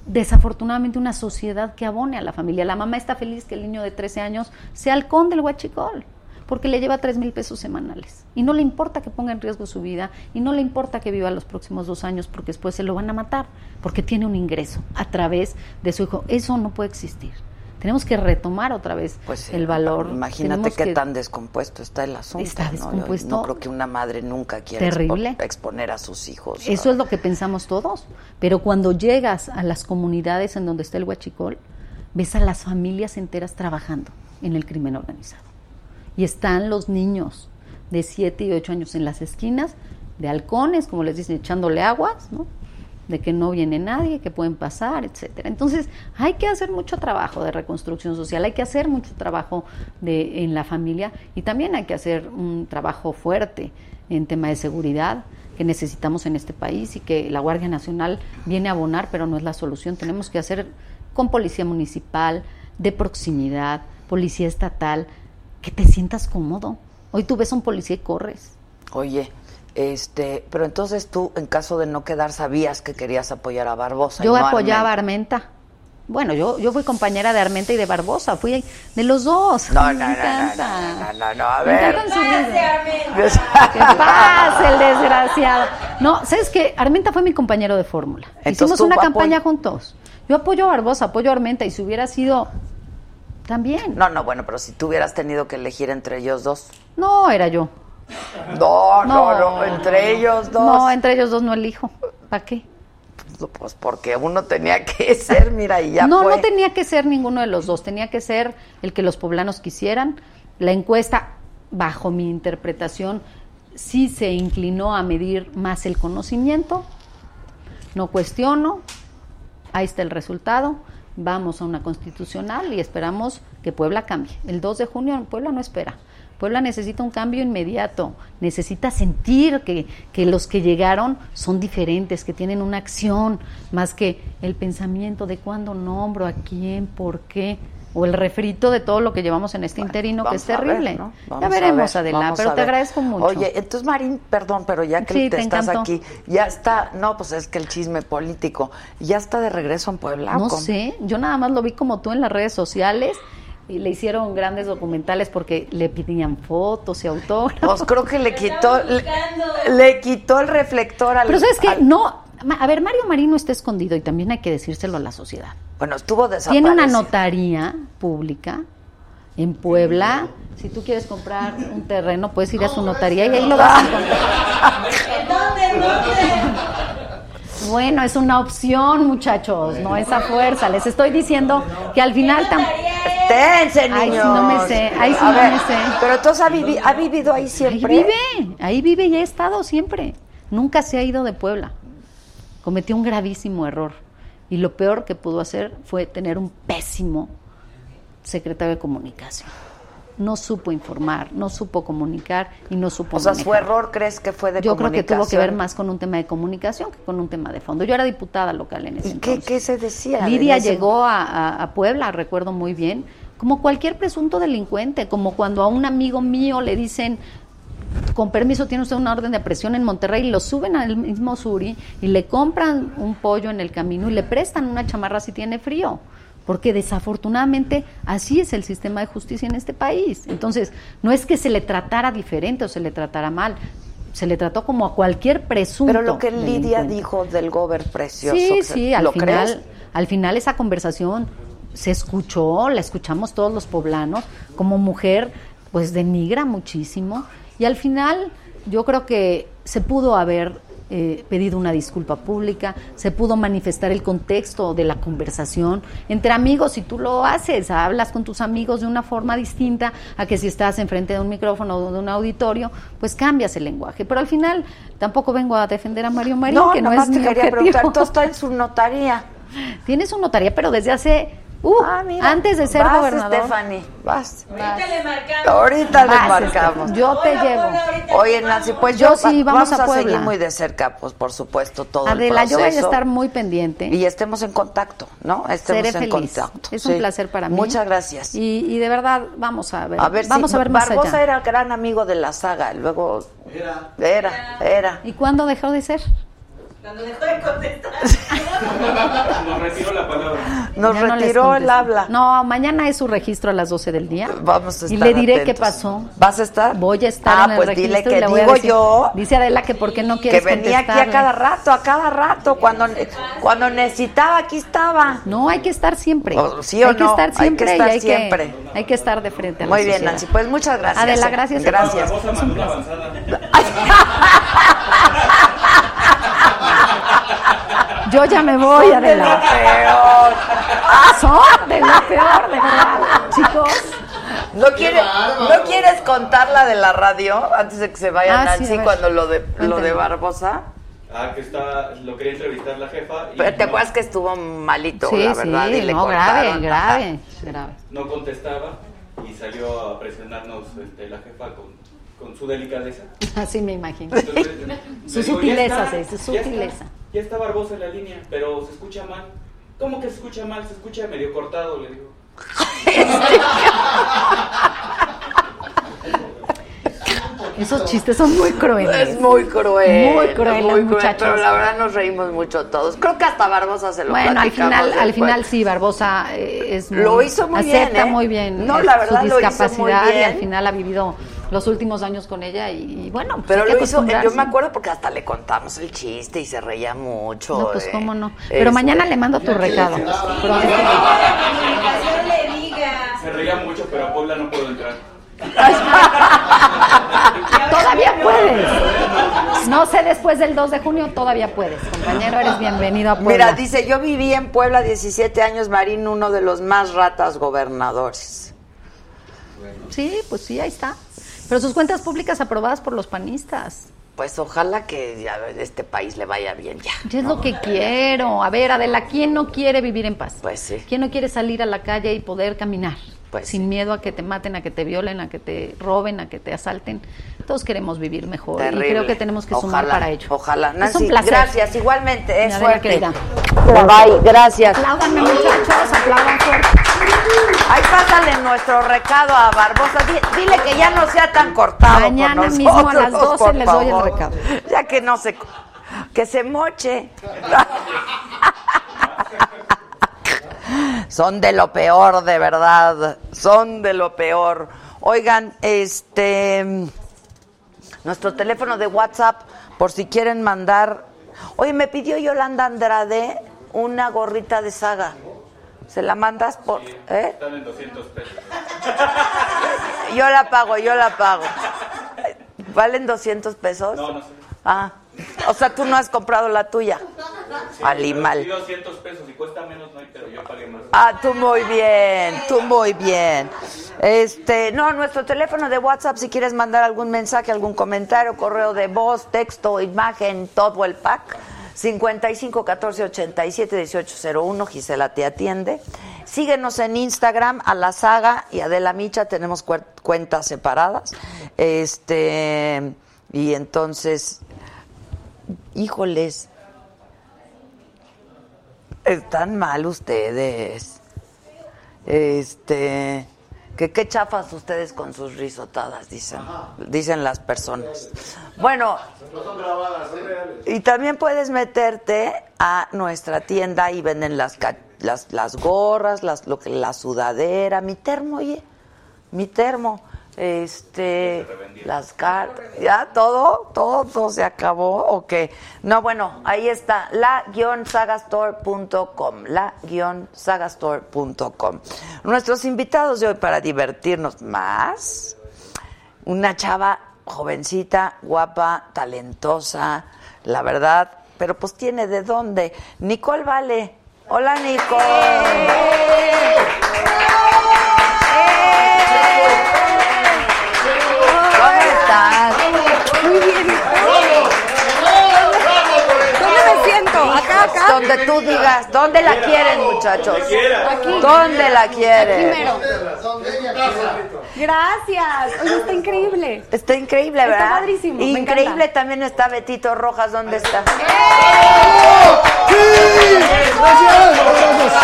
[SPEAKER 1] desafortunadamente una sociedad que abone a la familia. La mamá está feliz que el niño de 13 años sea halcón del huachicol, porque le lleva 3 mil pesos semanales. Y no le importa que ponga en riesgo su vida, y no le importa que viva los próximos dos años, porque después se lo van a matar, porque tiene un ingreso a través de su hijo. Eso no puede existir. Tenemos que retomar otra vez
[SPEAKER 6] Pues sí,
[SPEAKER 1] el valor.
[SPEAKER 6] Imagínate
[SPEAKER 1] Tenemos
[SPEAKER 6] qué
[SPEAKER 1] que-
[SPEAKER 6] tan descompuesto está el asunto.
[SPEAKER 1] Está
[SPEAKER 6] ¿no? Yo
[SPEAKER 1] descompuesto.
[SPEAKER 6] No, creo que una madre nunca quiera expo-
[SPEAKER 1] Terrible.
[SPEAKER 6] exponer a sus hijos.
[SPEAKER 1] Eso es lo que pensamos todos. Pero cuando llegas a las comunidades en donde está el huachicol, ves a las familias enteras trabajando en el crimen organizado. Y están los niños de 7 y 8 años en las esquinas, de halcones, como les dicen, echándole aguas, ¿no? de que no viene nadie, que pueden pasar, etcétera. Entonces, hay que hacer mucho trabajo de reconstrucción social, hay que hacer mucho trabajo de, en la familia y también hay que hacer un trabajo fuerte en tema de seguridad que necesitamos en este país y que la Guardia Nacional viene a abonar, pero no es la solución. Tenemos que hacer con policía municipal, de proximidad, policía estatal, que te sientas cómodo. Hoy tú ves a un policía y corres.
[SPEAKER 6] Oye, este, pero entonces tú, en caso de no quedar, sabías que querías apoyar a Barbosa. y
[SPEAKER 1] Yo
[SPEAKER 6] no a
[SPEAKER 1] apoyaba a
[SPEAKER 6] Armenta.
[SPEAKER 1] Armenta. Bueno, yo, yo fui compañera de Armenta y de Barbosa, fui de los dos.
[SPEAKER 6] No,
[SPEAKER 1] Me
[SPEAKER 6] no, no, no,
[SPEAKER 1] encanta.
[SPEAKER 6] no, no, no, no, a
[SPEAKER 1] Me
[SPEAKER 6] ver.
[SPEAKER 1] encantan sus Que pase el desgraciado. No, ¿sabes qué? Armenta fue mi compañero de fórmula.
[SPEAKER 6] Entonces
[SPEAKER 1] Hicimos
[SPEAKER 6] tú
[SPEAKER 1] una
[SPEAKER 6] apoy-
[SPEAKER 1] campaña juntos. Yo apoyo a Barbosa, apoyo a Armenta y si hubiera sido también.
[SPEAKER 6] No, no, bueno, pero si tú hubieras tenido que elegir entre ellos dos.
[SPEAKER 1] No, era yo.
[SPEAKER 6] No, no, no, Ah, entre ellos dos.
[SPEAKER 1] No, entre ellos dos no elijo. ¿Para qué?
[SPEAKER 6] Pues porque uno tenía que ser, mira, y ya
[SPEAKER 1] no,
[SPEAKER 6] fue.
[SPEAKER 1] no tenía que ser ninguno de los dos, tenía que ser el que los poblanos quisieran. La encuesta, bajo mi interpretación, sí se inclinó a medir más el conocimiento. No cuestiono, ahí está el resultado. Vamos a una constitucional y esperamos que Puebla cambie. El 2 de junio Puebla no espera. Puebla necesita un cambio inmediato, necesita sentir que, que los que llegaron son diferentes, que tienen una acción, más que el pensamiento de cuándo nombro, a quién, por qué, o el refrito de todo lo que llevamos en este interino, que es
[SPEAKER 6] Vamos a ver,
[SPEAKER 1] terrible.
[SPEAKER 6] ¿no?
[SPEAKER 1] Ya
[SPEAKER 6] Vamos
[SPEAKER 1] veremos,
[SPEAKER 6] a ver,
[SPEAKER 1] Adela,
[SPEAKER 6] vamos
[SPEAKER 1] pero
[SPEAKER 6] a
[SPEAKER 1] te
[SPEAKER 6] ver.
[SPEAKER 1] agradezco mucho.
[SPEAKER 6] Oye, entonces Marín, perdón, pero ya que
[SPEAKER 1] Sí,
[SPEAKER 6] te
[SPEAKER 1] te
[SPEAKER 6] estás
[SPEAKER 1] encantó.
[SPEAKER 6] aquí, ya está, no, pues es que el chisme político, ya está de regreso en Puebla. ¿o
[SPEAKER 1] No
[SPEAKER 6] cómo?
[SPEAKER 1] sé, yo nada más lo vi como tú en las redes sociales y le hicieron grandes documentales porque le pedían fotos y autógrafos.
[SPEAKER 6] Pues creo que le quitó, le, le quitó el reflector al.
[SPEAKER 1] Pero sabes que
[SPEAKER 6] al-
[SPEAKER 1] no, ma- a ver, Mario Marín no está escondido y también hay que decírselo a la sociedad.
[SPEAKER 6] Bueno, estuvo desaparecido.
[SPEAKER 1] Tiene una notaría pública en Puebla. Si tú quieres comprar un terreno, puedes ir a su notaría y ahí lo vas a encontrar. Bueno, es una opción, muchachos, no esa fuerza. Les estoy diciendo que al final tam-
[SPEAKER 6] Tense, niños.
[SPEAKER 1] Ay, sí, no me sé, ay, sí,
[SPEAKER 6] A
[SPEAKER 1] no
[SPEAKER 6] ver,
[SPEAKER 1] me sé.
[SPEAKER 6] Pero entonces ha, vivi- ha vivido ahí siempre.
[SPEAKER 1] Ahí vive, ahí vive y ha estado siempre. Nunca se ha ido de Puebla. Cometió un gravísimo error. Y lo peor que pudo hacer fue tener un pésimo secretario de comunicación. No supo informar, no supo comunicar y no supo
[SPEAKER 6] O sea, su
[SPEAKER 1] manejar.
[SPEAKER 6] error crees que fue de
[SPEAKER 1] Yo creo que tuvo que ver
[SPEAKER 6] comunicación?
[SPEAKER 1] más con un tema de comunicación que con un tema de fondo. Yo era diputada local en ese
[SPEAKER 6] ¿Y qué,
[SPEAKER 1] entonces.
[SPEAKER 6] qué se decía?
[SPEAKER 1] Lidia
[SPEAKER 6] en ese-
[SPEAKER 1] llegó a, a- a Puebla, recuerdo muy bien, como cualquier presunto delincuente, como cuando a un amigo mío le dicen, con permiso tiene usted una orden de presión en Monterrey, y lo suben al mismo Suri y le compran un pollo en el camino y le prestan una chamarra si tiene frío. Porque desafortunadamente así es el sistema de justicia en este país. Entonces, no es que se le tratara diferente o se le tratara mal, se le trató como a cualquier presunto.
[SPEAKER 6] Pero lo que Lidia
[SPEAKER 1] delincuente.
[SPEAKER 6] dijo del gober precioso.
[SPEAKER 1] Sí,
[SPEAKER 6] que se-
[SPEAKER 1] sí, al
[SPEAKER 6] ¿lo
[SPEAKER 1] final,
[SPEAKER 6] crees?
[SPEAKER 1] al final esa conversación se escuchó, la escuchamos todos los poblanos, como mujer, pues denigra muchísimo. Y al final, yo creo que se pudo haber eh, pedido una disculpa pública, se pudo manifestar el contexto de la conversación entre amigos, si tú lo haces, hablas con tus amigos de una forma distinta a que si estás enfrente de un micrófono o de un auditorio, pues cambias el lenguaje. Pero al final tampoco vengo a defender a Mario Marín,
[SPEAKER 6] no,
[SPEAKER 1] que no
[SPEAKER 6] nomás
[SPEAKER 1] es mi
[SPEAKER 6] te quería
[SPEAKER 1] objetivo.
[SPEAKER 6] preguntar, entonces está en su notaría. Ah,
[SPEAKER 1] Tienes su notaría, pero desde hace. Uh, antes de ser
[SPEAKER 6] Vas,
[SPEAKER 1] gobernador.
[SPEAKER 6] Stephanie, vas.
[SPEAKER 2] Ahorita le marcamos.
[SPEAKER 6] Ahorita le
[SPEAKER 1] Vas,
[SPEAKER 6] marcamos.
[SPEAKER 1] Stephanie, Yo te
[SPEAKER 2] Hola,
[SPEAKER 1] llevo.
[SPEAKER 2] hola, ahorita
[SPEAKER 6] Oye,
[SPEAKER 2] le
[SPEAKER 6] Nancy,
[SPEAKER 2] marcamos.
[SPEAKER 6] pues
[SPEAKER 1] Yo
[SPEAKER 6] yo
[SPEAKER 1] sí,
[SPEAKER 6] va-
[SPEAKER 1] vamos a
[SPEAKER 6] seguir
[SPEAKER 1] Puebla.
[SPEAKER 6] muy de cerca, pues por supuesto, todo
[SPEAKER 1] Adela,
[SPEAKER 6] el
[SPEAKER 1] yo
[SPEAKER 6] proceso.
[SPEAKER 1] voy a estar muy pendiente.
[SPEAKER 6] Y estemos en contacto, ¿no? Estemos
[SPEAKER 1] Seré feliz.
[SPEAKER 6] en contacto.
[SPEAKER 1] Es un
[SPEAKER 6] sí.
[SPEAKER 1] placer para mí.
[SPEAKER 6] Muchas gracias.
[SPEAKER 1] Y, y de verdad, vamos a ver.
[SPEAKER 6] a ver,
[SPEAKER 1] vamos
[SPEAKER 6] si
[SPEAKER 1] a ver más
[SPEAKER 6] Barbosa
[SPEAKER 1] allá.
[SPEAKER 6] era el gran amigo de la saga, luego era, era, era.
[SPEAKER 1] ¿Y cuándo dejó de ser?
[SPEAKER 2] Cuando dejó de contestar.
[SPEAKER 5] Nos retiró la palabra.
[SPEAKER 6] Nos
[SPEAKER 1] Ya no les
[SPEAKER 6] retiró el
[SPEAKER 1] contesto.
[SPEAKER 6] habla.
[SPEAKER 1] No, mañana es su registro a las 12 del día.
[SPEAKER 6] Vamos a estar
[SPEAKER 1] Y le diré
[SPEAKER 6] atentos.
[SPEAKER 1] qué pasó.
[SPEAKER 6] ¿Vas a estar?
[SPEAKER 1] Voy a estar
[SPEAKER 6] Ah,
[SPEAKER 1] en el
[SPEAKER 6] pues
[SPEAKER 1] registro.
[SPEAKER 6] dile
[SPEAKER 1] y
[SPEAKER 6] que
[SPEAKER 1] le voy a
[SPEAKER 6] digo
[SPEAKER 1] decir-
[SPEAKER 6] yo.
[SPEAKER 1] Dice Adela que por qué no
[SPEAKER 6] que
[SPEAKER 1] quieres
[SPEAKER 6] venía aquí a
[SPEAKER 1] contestarle.
[SPEAKER 6] cada rato, a cada rato, cuando, cuando necesitaba, aquí estaba.
[SPEAKER 1] No, hay que estar siempre.
[SPEAKER 6] O- sí o
[SPEAKER 1] hay que
[SPEAKER 6] no, hay
[SPEAKER 1] estar
[SPEAKER 6] que
[SPEAKER 1] siempre
[SPEAKER 6] estar
[SPEAKER 1] y hay
[SPEAKER 6] siempre.
[SPEAKER 1] que hay que estar de frente a la
[SPEAKER 6] Muy bien,
[SPEAKER 1] sociedad.
[SPEAKER 6] Nancy, pues muchas gracias.
[SPEAKER 1] Adela, gracias.
[SPEAKER 6] Gracias.
[SPEAKER 5] Barbosa mandó una avanzada.
[SPEAKER 1] Yo ya me voy,
[SPEAKER 6] Son de lo
[SPEAKER 1] Adela.
[SPEAKER 6] peor. Ah.
[SPEAKER 1] Son de lo peor, de verdad. Chicos,
[SPEAKER 6] ¿No, quiere- ¿No quieres contar la de la radio antes de que se
[SPEAKER 1] Ah,
[SPEAKER 6] vaya
[SPEAKER 1] sí,
[SPEAKER 6] Nancy
[SPEAKER 1] a ver.
[SPEAKER 6] cuando lo de, lo
[SPEAKER 1] Cuéntame.
[SPEAKER 6] de Barbosa?
[SPEAKER 5] Ah, que está, lo quería entrevistar la jefa y
[SPEAKER 6] Pero te
[SPEAKER 5] no,
[SPEAKER 6] acuerdas que estuvo malito,
[SPEAKER 1] sí,
[SPEAKER 6] la verdad, y
[SPEAKER 1] sí,
[SPEAKER 6] le
[SPEAKER 1] no, grave,
[SPEAKER 6] cortaron.
[SPEAKER 1] grave, grave.
[SPEAKER 5] no contestaba y salió a presionarnos este, la jefa con, con su delicadeza.
[SPEAKER 1] Así me imagino.
[SPEAKER 5] Entonces,
[SPEAKER 1] Su
[SPEAKER 5] le digo,
[SPEAKER 1] sutileza,
[SPEAKER 5] "Ya está,
[SPEAKER 1] sí, su
[SPEAKER 5] ya está,
[SPEAKER 1] sutileza.
[SPEAKER 5] Ya está Barbosa en la línea, pero se escucha mal. ¿Cómo que se escucha mal? Se escucha medio cortado, le digo.
[SPEAKER 6] Esos chistes son muy crueles.
[SPEAKER 1] Es muy cruel.
[SPEAKER 6] Muy crueles, muchachos.
[SPEAKER 1] Pero la verdad nos reímos mucho todos. Creo que hasta Barbosa se lo
[SPEAKER 6] bueno, al
[SPEAKER 1] platicamos
[SPEAKER 6] final, al
[SPEAKER 1] después.
[SPEAKER 6] final sí, Barbosa eh, es muy-
[SPEAKER 1] Lo hizo muy
[SPEAKER 6] acepta
[SPEAKER 1] bien, ¿eh?
[SPEAKER 6] muy bien
[SPEAKER 1] No,
[SPEAKER 6] eh,
[SPEAKER 1] la verdad,
[SPEAKER 6] su
[SPEAKER 1] lo hizo muy
[SPEAKER 6] discapacidad y
[SPEAKER 1] bien.
[SPEAKER 6] al final ha vivido los últimos años con ella y, y bueno, pues
[SPEAKER 1] Pero
[SPEAKER 6] hay que
[SPEAKER 1] lo hizo, eh, yo
[SPEAKER 6] acostumbrarse.
[SPEAKER 1] me acuerdo porque hasta le contamos el chiste y se reía mucho. este,
[SPEAKER 6] No, pues
[SPEAKER 1] de-
[SPEAKER 6] cómo no. Pero
[SPEAKER 1] es-
[SPEAKER 6] mañana le mando tu recado.
[SPEAKER 14] comunicación le diga.
[SPEAKER 5] Se reía mucho, pero a Puebla no puedo entrar.
[SPEAKER 6] Todavía puedes. No sé, después del 2 de junio todavía puedes. Compañero, eres bienvenido a Puebla.
[SPEAKER 1] Mira, dice, yo viví en Puebla 17 años, Marín, uno de los más ratas gobernadores.
[SPEAKER 6] Sí, pues sí, ahí está. Pero sus cuentas públicas aprobadas por los panistas.
[SPEAKER 1] Pues ojalá que a este país le vaya bien ya.
[SPEAKER 6] Ya es lo que quiero. A ver, Adela, ¿quién no quiere vivir en paz?
[SPEAKER 1] Pues sí.
[SPEAKER 6] ¿Quién no quiere salir a la calle y poder caminar?
[SPEAKER 1] Pues
[SPEAKER 6] Sin miedo a que te maten, a que te violen, a que te roben, a que te asalten. Todos queremos vivir mejor
[SPEAKER 1] Terrible.
[SPEAKER 6] y creo que tenemos que sumar
[SPEAKER 1] Ojalá,
[SPEAKER 6] para ello.
[SPEAKER 1] Ojalá. Nancy,
[SPEAKER 6] es un placer.
[SPEAKER 1] Gracias, igualmente. Es
[SPEAKER 6] Mi Adela
[SPEAKER 1] suerte.
[SPEAKER 6] querida.
[SPEAKER 1] Bye, gracias.
[SPEAKER 6] Apláudanme, muchachos, aplaudan fuerte.
[SPEAKER 1] Ahí pásale nuestro recado a Barbosa. Di- dile que ya no sea tan cortado. con
[SPEAKER 6] Mañana mismo a
[SPEAKER 1] nosotros,
[SPEAKER 6] las 12
[SPEAKER 1] por
[SPEAKER 6] les doy el
[SPEAKER 1] favor.
[SPEAKER 6] recado.
[SPEAKER 1] Ya que no se. Que se moche. Son de lo peor, de verdad. Son de lo peor. Oigan, este. Nuestro teléfono de WhatsApp, por si quieren mandar. Oye, me pidió Yolanda Andrade una gorrita de saga. ¿Se la mandas por.? ¿Eh?
[SPEAKER 5] Están en 200 pesos.
[SPEAKER 1] Yo la pago, yo la pago. ¿Valen 200 pesos?
[SPEAKER 5] No, no sé.
[SPEAKER 1] Ah, o sea, tú no has comprado la tuya.
[SPEAKER 5] Sí,
[SPEAKER 1] Animal.
[SPEAKER 5] pero sí 200 pesos y cuesta menos, no hay, pero yo pagué más.
[SPEAKER 1] Ah, tú muy bien, tú muy bien. Este, no, nuestro teléfono de WhatsApp, si quieres mandar algún mensaje, algún comentario, correo de voz, texto, imagen, todo el pack. 55 14 87 1801, Gisela te atiende. Síguenos en Instagram, a la saga y Adela Micha, tenemos cuer- cuentas separadas. Este, y entonces, híjoles, están mal ustedes. Este, que qué chafas ustedes con sus risotadas, dicen, dicen las personas. Bueno,
[SPEAKER 15] No son grabadas, son reales.
[SPEAKER 1] y también puedes meterte a nuestra tienda y venden las ca- las, las gorras, las lo que la sudadera, mi termo, oye, mi termo, este, las cartas, ya todo, todo se acabó o qué? No, bueno, ahí está la-sagastore.com, la-sagastore.com. Nuestros invitados de hoy para divertirnos más una chava jovencita, guapa, talentosa, la verdad, pero pues tiene de dónde. Nicole Vale. Hola, Nicole. ¿Cómo estás?
[SPEAKER 2] Muy bien. ¿Dónde me siento? ¿Acá, acá?
[SPEAKER 1] Donde tú digas, ¿dónde la quieren, muchachos?
[SPEAKER 2] Aquí.
[SPEAKER 1] ¿Dónde la
[SPEAKER 2] Aquí
[SPEAKER 1] quieren?
[SPEAKER 2] mero. Gracias. Oye, está increíble.
[SPEAKER 1] Está increíble,
[SPEAKER 2] Está
[SPEAKER 1] ¿verdad?
[SPEAKER 2] padrísimo, me encanta.
[SPEAKER 1] Increíble también está Betito Rojas, ¿dónde está?
[SPEAKER 7] Gracias,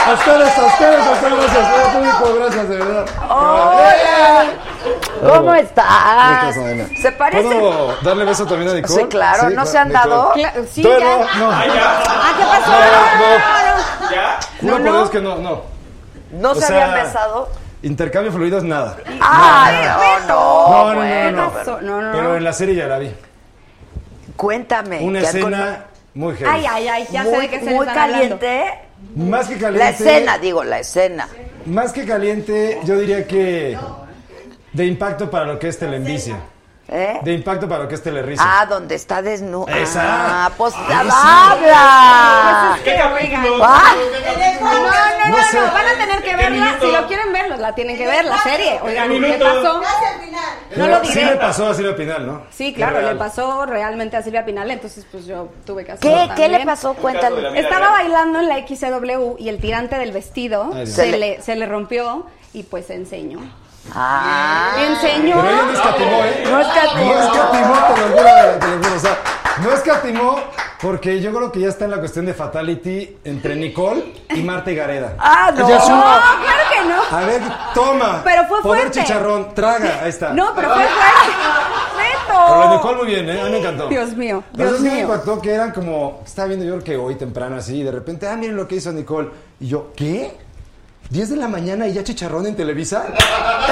[SPEAKER 7] a ustedes, a ustedes, a ustedes, gracias, a todo el público, gracias, de verdad.
[SPEAKER 1] Oh, ¡Hola! ¿Cómo estás?
[SPEAKER 7] ¿Cómo estás, Adela?
[SPEAKER 1] ¿Se parece?
[SPEAKER 7] ¿Puedo darle beso también a Nicole?
[SPEAKER 1] Sí, claro, ¿no se han
[SPEAKER 7] Nicole.
[SPEAKER 1] dado?
[SPEAKER 2] Cla- sí,
[SPEAKER 7] Todavía
[SPEAKER 2] ya.
[SPEAKER 7] no, no.
[SPEAKER 2] Ah, ¿qué pasó?
[SPEAKER 7] No,
[SPEAKER 5] ¿Ya?
[SPEAKER 7] Juro
[SPEAKER 1] No,
[SPEAKER 7] por
[SPEAKER 1] no.
[SPEAKER 7] Dios que no, no.
[SPEAKER 1] ¿No
[SPEAKER 7] O
[SPEAKER 1] se
[SPEAKER 7] sea,
[SPEAKER 1] habían besado?
[SPEAKER 7] Intercambio de fluidos, nada.
[SPEAKER 1] ¡Ay, no,
[SPEAKER 7] No, no, no,
[SPEAKER 1] bueno,
[SPEAKER 7] no.
[SPEAKER 1] pero-
[SPEAKER 7] Pero en la serie ya la vi.
[SPEAKER 1] Cuéntame.
[SPEAKER 7] Una
[SPEAKER 1] ¿qué has
[SPEAKER 7] escena muy heavy.
[SPEAKER 2] Ay, ay, ay, ya sé
[SPEAKER 1] muy,
[SPEAKER 2] de qué se
[SPEAKER 1] muy
[SPEAKER 2] les están hablando.
[SPEAKER 1] caliente. ¿eh?
[SPEAKER 7] Más que
[SPEAKER 1] La
[SPEAKER 7] caliente.
[SPEAKER 1] escena, digo, la escena.
[SPEAKER 7] Más que caliente, yo diría que de impacto para lo que es Telenvicia.
[SPEAKER 1] ¿Eh?
[SPEAKER 7] De impacto para lo que este es Telerisa.
[SPEAKER 1] Ah, donde está desnudo.
[SPEAKER 7] Esa.
[SPEAKER 1] Ah, pues
[SPEAKER 7] Esa.
[SPEAKER 1] habla.
[SPEAKER 5] ¿Qué capítulo?
[SPEAKER 1] Ah,
[SPEAKER 2] No, no, no,
[SPEAKER 7] No sé.
[SPEAKER 2] no, van a tener que verla.
[SPEAKER 5] minuto?
[SPEAKER 2] Si lo quieren ver, la tienen que ver, la serie. Oigan, ¿qué
[SPEAKER 5] ¿Qué minuto?
[SPEAKER 2] pasó? No lo
[SPEAKER 7] Sí le
[SPEAKER 2] diré.
[SPEAKER 7] pasó a Silvia Pinal, ¿no?
[SPEAKER 2] Sí, claro,
[SPEAKER 7] Es
[SPEAKER 2] le
[SPEAKER 7] real.
[SPEAKER 2] pasó realmente a Silvia Pinal, entonces pues yo tuve que hacerlo
[SPEAKER 1] ¿Qué, ¿Qué
[SPEAKER 2] también.
[SPEAKER 1] le pasó?
[SPEAKER 5] Un caso de la
[SPEAKER 1] Cuéntale.
[SPEAKER 5] vida.
[SPEAKER 2] Estaba bailando en la XCW y el tirante del vestido
[SPEAKER 7] Ay, Dios.
[SPEAKER 1] Se
[SPEAKER 2] se
[SPEAKER 1] le-
[SPEAKER 2] le, se le rompió y pues se enseñó.
[SPEAKER 1] Ah.
[SPEAKER 2] Enseñó.
[SPEAKER 7] Pero ella no escatimó,
[SPEAKER 2] Ah,
[SPEAKER 7] ¿eh?
[SPEAKER 1] No escatimó.
[SPEAKER 7] No escatimó, te lo juro, te lo juro. O sea, no escatimó porque yo creo que ya está en la cuestión de fatality entre Nicole y Marta y Gareda.
[SPEAKER 1] Ah, no.
[SPEAKER 7] Ya es
[SPEAKER 2] No,
[SPEAKER 7] una-
[SPEAKER 2] claro que no.
[SPEAKER 7] A ver, toma.
[SPEAKER 2] Pero fue
[SPEAKER 7] Poder
[SPEAKER 2] fuerte.
[SPEAKER 7] chicharrón, traga, ahí está.
[SPEAKER 2] No, pero fue fuerte. Neto.
[SPEAKER 7] Pero lo de Nicole muy bien, ¿eh? A mí me encantó.
[SPEAKER 6] Dios mío,
[SPEAKER 7] La verdad
[SPEAKER 6] Dios
[SPEAKER 7] es que me
[SPEAKER 6] mío.
[SPEAKER 7] impactó que eran como, estaba viendo yo creo que hoy temprano así, y de repente, ah, miren lo que hizo Nicole. Y yo, ¿qué? ¿10 de la mañana y ya chicharrón en Televisa?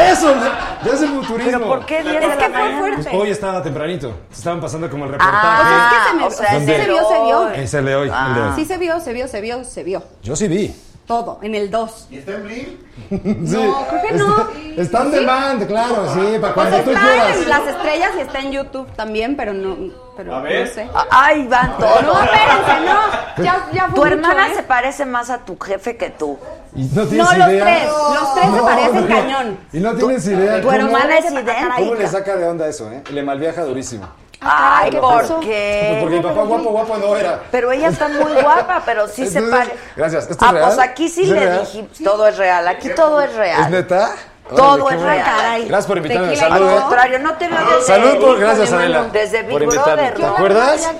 [SPEAKER 7] ¡Eso! Ya ya es el futurismo.
[SPEAKER 1] ¿Pero por qué 10 de Ah. Es la que fue mañana? fuerte.
[SPEAKER 7] Pues hoy estaba tempranito. Estaban pasando como el reportaje.
[SPEAKER 6] Ah, pues es que se me- o sea,
[SPEAKER 7] donde-
[SPEAKER 6] sí Ah. se vio, se vio.
[SPEAKER 7] Es el de hoy. el de hoy.
[SPEAKER 6] Sí se vio, se vio, se vio, se vio.
[SPEAKER 7] Yo sí vi.
[SPEAKER 6] Todo, en el 2. ¿Y está en
[SPEAKER 7] No,
[SPEAKER 6] creo que no.
[SPEAKER 7] Están
[SPEAKER 6] ¿Sí?
[SPEAKER 7] de demand, claro, sí,
[SPEAKER 6] Pues
[SPEAKER 7] para cuando tú
[SPEAKER 6] está en
[SPEAKER 7] quieras.
[SPEAKER 6] las estrellas y está en YouTube también, pero no, pero
[SPEAKER 7] A ver.
[SPEAKER 6] no sé.
[SPEAKER 1] Ay, van todos.
[SPEAKER 6] No, espérense, no. Ya, ya fue
[SPEAKER 1] Tu
[SPEAKER 6] mucho,
[SPEAKER 1] hermana
[SPEAKER 6] ¿eh?
[SPEAKER 1] se parece más a tu jefe que tú.
[SPEAKER 7] Y no
[SPEAKER 6] No,
[SPEAKER 7] tienes
[SPEAKER 6] los
[SPEAKER 7] idea.
[SPEAKER 6] tres, los tres se parecen
[SPEAKER 7] no.
[SPEAKER 6] cañón.
[SPEAKER 7] Y no tienes idea.
[SPEAKER 1] tu
[SPEAKER 7] cómo-
[SPEAKER 1] hermana es idéntica.
[SPEAKER 7] ¿Cómo le saca de onda eso, eh? Le malviaja durísimo.
[SPEAKER 1] Ay,
[SPEAKER 7] ¿qué
[SPEAKER 1] ¿por
[SPEAKER 7] pasó?
[SPEAKER 1] qué?
[SPEAKER 7] Pues porque mi papá guapo, guapo no era.
[SPEAKER 1] Pero ella está muy guapa, pero sí se
[SPEAKER 7] Entonces,
[SPEAKER 1] parece.
[SPEAKER 7] Gracias. ¿Esto
[SPEAKER 1] Ah,
[SPEAKER 7] es real?
[SPEAKER 1] pues aquí sí
[SPEAKER 7] ¿Es
[SPEAKER 1] le
[SPEAKER 7] real?
[SPEAKER 1] dijimos, todo es real, aquí todo es
[SPEAKER 7] ¿Es
[SPEAKER 1] real.
[SPEAKER 7] neta?
[SPEAKER 1] Todo
[SPEAKER 7] Órale, qué
[SPEAKER 1] es
[SPEAKER 7] bueno.
[SPEAKER 1] real.
[SPEAKER 7] Gracias por invitarme.
[SPEAKER 1] Al
[SPEAKER 7] Salud. ¿eh?
[SPEAKER 1] contrario, no te veo desde...
[SPEAKER 7] Salud por- gracias,
[SPEAKER 1] desde
[SPEAKER 7] Adela,
[SPEAKER 1] Desde Big
[SPEAKER 7] por invitarme.
[SPEAKER 1] Brother.
[SPEAKER 7] ¿Te acuerdas?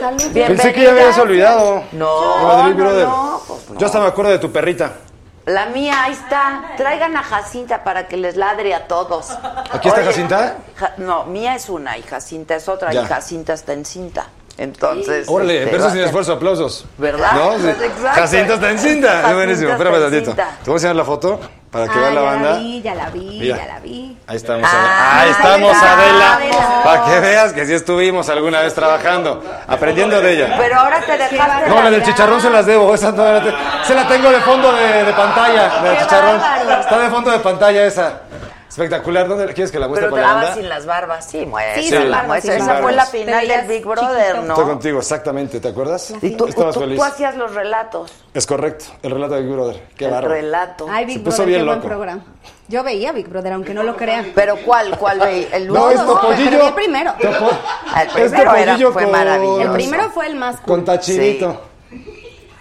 [SPEAKER 6] Salud.
[SPEAKER 7] Pensé que ya me habías olvidado.
[SPEAKER 1] No, no,
[SPEAKER 7] Madrid,
[SPEAKER 1] pues
[SPEAKER 7] brother.
[SPEAKER 1] no,
[SPEAKER 7] Yo hasta me acuerdo de tu perrita.
[SPEAKER 1] La mía, ahí está. Traigan a Jacinta para que les ladre a todos.
[SPEAKER 7] ¿Aquí está
[SPEAKER 1] Oye,
[SPEAKER 7] Jacinta?
[SPEAKER 1] Ja- no, mía es una y Jacinta es otra
[SPEAKER 7] Ya.
[SPEAKER 1] y Jacinta está en cinta. Entonces.
[SPEAKER 7] Órale,
[SPEAKER 1] este,
[SPEAKER 7] versos
[SPEAKER 1] va a
[SPEAKER 7] sin
[SPEAKER 1] ser-
[SPEAKER 7] esfuerzo, aplausos.
[SPEAKER 1] ¿Verdad?
[SPEAKER 7] ¿No? Sí.
[SPEAKER 1] Pues exacto.
[SPEAKER 7] Jacinta está en cinta.
[SPEAKER 1] Jacinta
[SPEAKER 7] Es buenísimo.
[SPEAKER 1] está
[SPEAKER 7] Espérame
[SPEAKER 1] en
[SPEAKER 7] tantito. Te
[SPEAKER 1] cinta.
[SPEAKER 7] voy a enseñar la foto para que
[SPEAKER 6] Ah,
[SPEAKER 7] vea la
[SPEAKER 6] ya
[SPEAKER 7] banda.
[SPEAKER 6] la vi, ya la vi,
[SPEAKER 7] Mira.
[SPEAKER 6] ya la vi.
[SPEAKER 7] Ahí estamos, Adela. Ahí estamos, Adela. Para que veas que sí estuvimos alguna vez trabajando, aprendiendo de ella.
[SPEAKER 1] Pero ahora te dejaste.
[SPEAKER 7] No, la del chicharrón se las debo. Esa no, la te- se la tengo de fondo de, de pantalla. La del
[SPEAKER 1] Qué
[SPEAKER 7] chicharrón.
[SPEAKER 1] bárbaro.
[SPEAKER 7] Está de fondo de pantalla esa. Espectacular. ¿Dónde la- quieres que la muestre
[SPEAKER 1] Pero
[SPEAKER 7] para la banda?
[SPEAKER 1] trabas sin las barbas, sí, muestra,
[SPEAKER 7] Sí, sin
[SPEAKER 1] la
[SPEAKER 7] barbas,
[SPEAKER 1] muestra.
[SPEAKER 7] sin
[SPEAKER 1] Esa fue
[SPEAKER 7] barbas.
[SPEAKER 1] la final
[SPEAKER 6] Te
[SPEAKER 1] del
[SPEAKER 6] veías
[SPEAKER 1] Big Brother,
[SPEAKER 7] Estoy
[SPEAKER 1] ¿no?
[SPEAKER 7] contigo, exactamente. ¿Te acuerdas?
[SPEAKER 1] Y tú,
[SPEAKER 7] Estabas
[SPEAKER 1] tú-
[SPEAKER 7] feliz.
[SPEAKER 1] tú hacías los relatos.
[SPEAKER 7] Es correcto. El relato de Big Brother. Qué
[SPEAKER 1] El
[SPEAKER 7] bárbaro.
[SPEAKER 1] relato.
[SPEAKER 6] Ay, Big
[SPEAKER 7] Se puso
[SPEAKER 6] Brother,
[SPEAKER 7] bien
[SPEAKER 6] qué buen
[SPEAKER 7] loco.
[SPEAKER 6] programa. Yo veía Big Brother, aunque no lo crea.
[SPEAKER 1] Pero ¿cuál? ¿Cuál veía? El
[SPEAKER 7] No, es
[SPEAKER 6] No, no, pero vi
[SPEAKER 7] Topollillo.
[SPEAKER 6] el primero.
[SPEAKER 7] Topo-
[SPEAKER 1] Ah, El primero
[SPEAKER 7] Este
[SPEAKER 1] era,
[SPEAKER 7] pollillo
[SPEAKER 1] fue
[SPEAKER 7] con-
[SPEAKER 1] maravilloso.
[SPEAKER 6] El primero fue el más cool.
[SPEAKER 7] Con tachirito.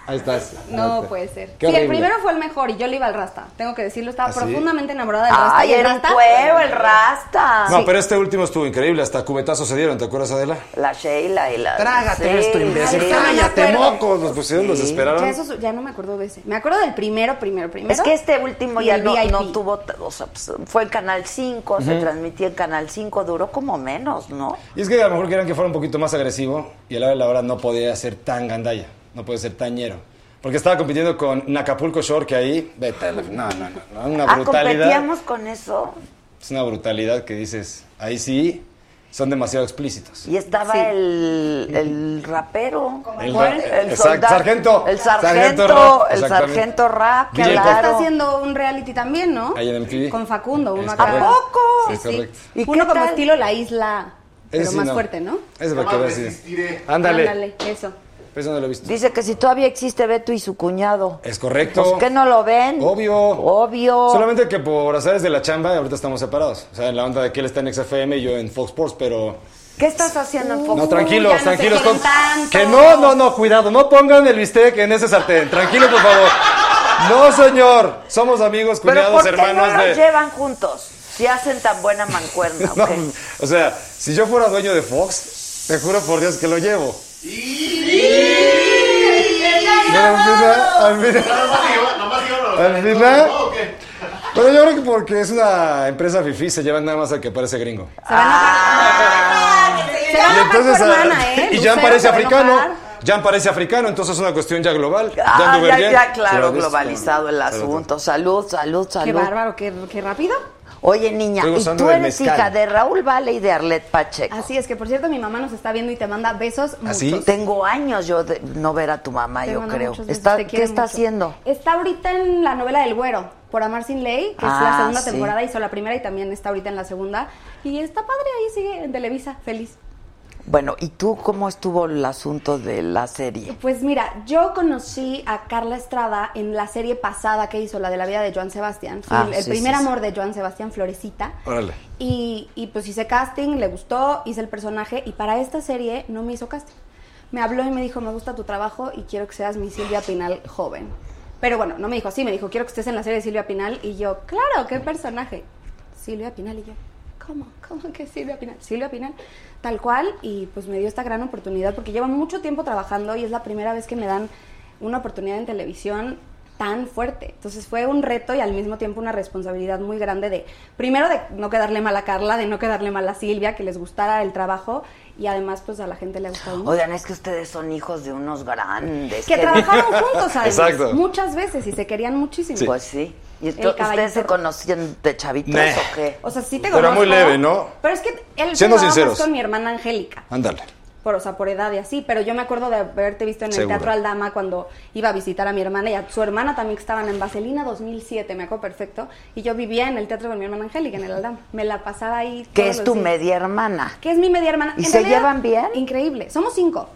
[SPEAKER 7] Ahí estás.
[SPEAKER 6] No puede ser.
[SPEAKER 7] Qué
[SPEAKER 6] sí, el
[SPEAKER 7] horrible.
[SPEAKER 6] primero fue el mejor y yo le iba al Rasta. Tengo que decirlo, estaba
[SPEAKER 7] ¿Ah, sí?
[SPEAKER 6] profundamente enamorada del Rasta.
[SPEAKER 1] Ay,
[SPEAKER 6] y el
[SPEAKER 1] era un
[SPEAKER 6] Rasta.
[SPEAKER 1] cuero, el rasta.
[SPEAKER 7] No, pero este último estuvo increíble. Hasta cubetazos se dieron, ¿te acuerdas, Adela?
[SPEAKER 1] La Sheila y la.
[SPEAKER 7] Trágate
[SPEAKER 1] Sí,
[SPEAKER 7] esto, imbécil.
[SPEAKER 1] sí.
[SPEAKER 7] Cállate, mocos. Nos pusieron, nos esperaron.
[SPEAKER 6] Ya, eso- ya no me acuerdo de ese. Me acuerdo del primero, primero, primero.
[SPEAKER 1] Es que este último
[SPEAKER 6] Y
[SPEAKER 1] ya
[SPEAKER 6] el
[SPEAKER 1] no,
[SPEAKER 6] VIP.
[SPEAKER 1] no tuvo, t- o sea, pues, fue en Canal 5, se
[SPEAKER 7] Ujú.
[SPEAKER 1] transmitía en Canal 5, duró como menos, ¿no?
[SPEAKER 7] Y es que a lo mejor querían que fuera un poquito más agresivo y a la hora de la hora no podía ser tan gandalla, no podía ser tan ñero. Porque estaba compitiendo con Nacapulco Shore, que ahí, vete, a la- no, no, no, no, una
[SPEAKER 1] ah,
[SPEAKER 7] brutalidad.
[SPEAKER 1] competíamos con eso.
[SPEAKER 7] Es una brutalidad que dices, ahí sí, son demasiado explícitos.
[SPEAKER 1] Y estaba
[SPEAKER 7] Sí.
[SPEAKER 1] el, el rapero.
[SPEAKER 7] El
[SPEAKER 1] ¿Cuál?
[SPEAKER 7] ra-
[SPEAKER 1] El
[SPEAKER 7] exact-
[SPEAKER 1] soldado.
[SPEAKER 7] sargento.
[SPEAKER 1] El
[SPEAKER 7] Sargento
[SPEAKER 1] sargento.
[SPEAKER 7] rap,
[SPEAKER 1] El
[SPEAKER 7] exactamente.
[SPEAKER 1] sargento rap,
[SPEAKER 6] Que ahora está
[SPEAKER 1] claro.
[SPEAKER 6] haciendo un reality también, ¿no?
[SPEAKER 7] Ahí en MTV.
[SPEAKER 6] Con Facundo, uno
[SPEAKER 7] Es
[SPEAKER 6] acá.
[SPEAKER 7] correcto.
[SPEAKER 6] poco?
[SPEAKER 7] Es correcto.
[SPEAKER 6] Uno como estilo La Isla, pero
[SPEAKER 7] Ese sí
[SPEAKER 6] más
[SPEAKER 7] no.
[SPEAKER 6] fuerte, ¿no?
[SPEAKER 7] Ese para que veas, sí. Ándale.
[SPEAKER 6] Ándale, eso.
[SPEAKER 7] Eso no lo he visto.
[SPEAKER 1] Dice que si todavía existe Beto y su cuñado.
[SPEAKER 7] Es
[SPEAKER 1] ¿Por
[SPEAKER 7] correcto.
[SPEAKER 1] qué no lo ven?
[SPEAKER 7] Obvio.
[SPEAKER 1] Obvio.
[SPEAKER 7] Solamente que por azares de la chamba, ahorita estamos separados. O sea, en la onda de que él está en XFM y yo en Fox Sports, pero...
[SPEAKER 1] ¿Qué estás haciendo en Fox?
[SPEAKER 7] No, tranquilos,
[SPEAKER 1] Ya no se
[SPEAKER 7] tranquilos.
[SPEAKER 1] quieren
[SPEAKER 7] con-
[SPEAKER 1] tanto.
[SPEAKER 7] Que no, no, no, cuidado, no pongan el bistec en ese sartén. Tranquilo, por favor. No, señor. Somos amigos,
[SPEAKER 1] Pero
[SPEAKER 7] cuñados,
[SPEAKER 1] ¿por qué
[SPEAKER 7] hermanos
[SPEAKER 1] no los
[SPEAKER 7] de.
[SPEAKER 1] llevan juntos? Si hacen tan buena mancuerna, ¿ok?
[SPEAKER 7] No, o sea, si yo fuera dueño de Fox, te juro por Dios que lo llevo. Pero al final- al final- al final- Pero yo creo que porque es una empresa fifi, se llevan nada más al que parece gringo.
[SPEAKER 1] Ah,
[SPEAKER 6] Se va a
[SPEAKER 7] Y
[SPEAKER 6] enojar tu
[SPEAKER 7] entonces, ah,
[SPEAKER 6] hermana, ¿eh?
[SPEAKER 7] y
[SPEAKER 6] Lucero
[SPEAKER 7] Jan parece
[SPEAKER 6] se va a
[SPEAKER 7] africano.
[SPEAKER 6] enojar.
[SPEAKER 7] Jan parece africano, entonces es una cuestión ya global. Jan
[SPEAKER 1] Ah, ya,
[SPEAKER 7] Duverger.
[SPEAKER 1] ya,
[SPEAKER 7] Sí, lo
[SPEAKER 1] claro,
[SPEAKER 7] ves,
[SPEAKER 1] globalizado el
[SPEAKER 7] claro.
[SPEAKER 1] asunto. Salud, salud, salud.
[SPEAKER 6] Qué bárbaro, qué, qué rápido.
[SPEAKER 1] Oye, niña,
[SPEAKER 7] Estoy
[SPEAKER 1] y
[SPEAKER 7] gozando
[SPEAKER 1] tú
[SPEAKER 7] del
[SPEAKER 1] eres
[SPEAKER 7] mezcal.
[SPEAKER 1] hija de Raúl Vale y de Arlet Pacheco.
[SPEAKER 6] Así es que, por cierto, mi mamá nos está viendo y te manda besos muchos.
[SPEAKER 1] Tengo años yo de no ver a tu mamá,
[SPEAKER 6] Te
[SPEAKER 1] yo
[SPEAKER 6] mando
[SPEAKER 1] creo.
[SPEAKER 6] muchos besos,
[SPEAKER 1] Está,
[SPEAKER 6] te
[SPEAKER 1] ¿Qué
[SPEAKER 6] quiero
[SPEAKER 1] está
[SPEAKER 6] mucho.
[SPEAKER 1] haciendo?
[SPEAKER 6] Está ahorita en la novela del Güero, Por Amar Sin Ley, que es
[SPEAKER 1] Ah,
[SPEAKER 6] la segunda
[SPEAKER 1] sí.
[SPEAKER 6] temporada, hizo la primera y también está ahorita en la segunda. Y está padre, ahí sigue en Televisa, feliz.
[SPEAKER 1] Bueno, ¿y tú cómo estuvo el asunto de la serie?
[SPEAKER 6] Pues mira, yo conocí a Carla Estrada en la serie pasada que hizo, la de la vida de Joan Sebastián. Fui
[SPEAKER 1] Ah,
[SPEAKER 6] el,
[SPEAKER 1] sí,
[SPEAKER 6] el
[SPEAKER 1] sí,
[SPEAKER 6] primer
[SPEAKER 1] sí.
[SPEAKER 6] amor de Joan Sebastián, Florecita.
[SPEAKER 7] Órale.
[SPEAKER 6] Y, y pues hice casting, le gustó, hice el personaje y para esta serie no me hizo casting. Me habló y me dijo, me gusta tu trabajo y quiero que seas mi Silvia Pinal joven. Pero bueno, no me dijo así, me dijo, quiero que estés en la serie de Silvia Pinal y yo, claro, ¿qué personaje? Silvia Pinal y yo, ¿cómo? ¿Cómo que Silvia Pinal? Silvia Pinal, tal cual y pues me dio esta gran oportunidad porque llevo mucho tiempo trabajando y es la primera vez que me dan una oportunidad en televisión tan fuerte. Entonces fue un reto y al mismo tiempo una responsabilidad muy grande de, primero de no quedarle mal a Carla, de no quedarle mal a Silvia, que les gustara el trabajo y además pues a la gente le ha gustado mucho.
[SPEAKER 1] Oigan, es que ustedes son hijos de unos grandes.
[SPEAKER 6] Que
[SPEAKER 1] ¿Qué-
[SPEAKER 6] trabajaron juntos además, muchas veces y se querían muchísimo.
[SPEAKER 1] Pues sí. ¿Y esto-
[SPEAKER 6] El caballito
[SPEAKER 1] ustedes se conocían de chavitos
[SPEAKER 7] Nah.
[SPEAKER 1] o qué?
[SPEAKER 6] O sea, sí te
[SPEAKER 7] Pero
[SPEAKER 6] conozco.
[SPEAKER 7] muy leve, ¿no?
[SPEAKER 6] Pero es que él
[SPEAKER 7] Siendo
[SPEAKER 6] jugaba más
[SPEAKER 7] sinceros.
[SPEAKER 6] con mi hermana Angélica.
[SPEAKER 7] Ándale.
[SPEAKER 6] por, o sea, por edad y así, pero yo me acuerdo de haberte visto en el
[SPEAKER 7] Seguro.
[SPEAKER 6] Teatro Aldama cuando iba a visitar a mi hermana y a su hermana también que estaban en Vaselina 2007, me acuerdo perfecto, y yo vivía en el teatro con mi hermana Angélica, en el Aldama, me la pasaba ahí.
[SPEAKER 1] Que
[SPEAKER 6] todos
[SPEAKER 1] es
[SPEAKER 6] los
[SPEAKER 1] tu
[SPEAKER 6] días.
[SPEAKER 1] media hermana.
[SPEAKER 6] Que es mi media hermana.
[SPEAKER 1] ¿Y se llevan
[SPEAKER 6] bien? Increíble, somos cinco,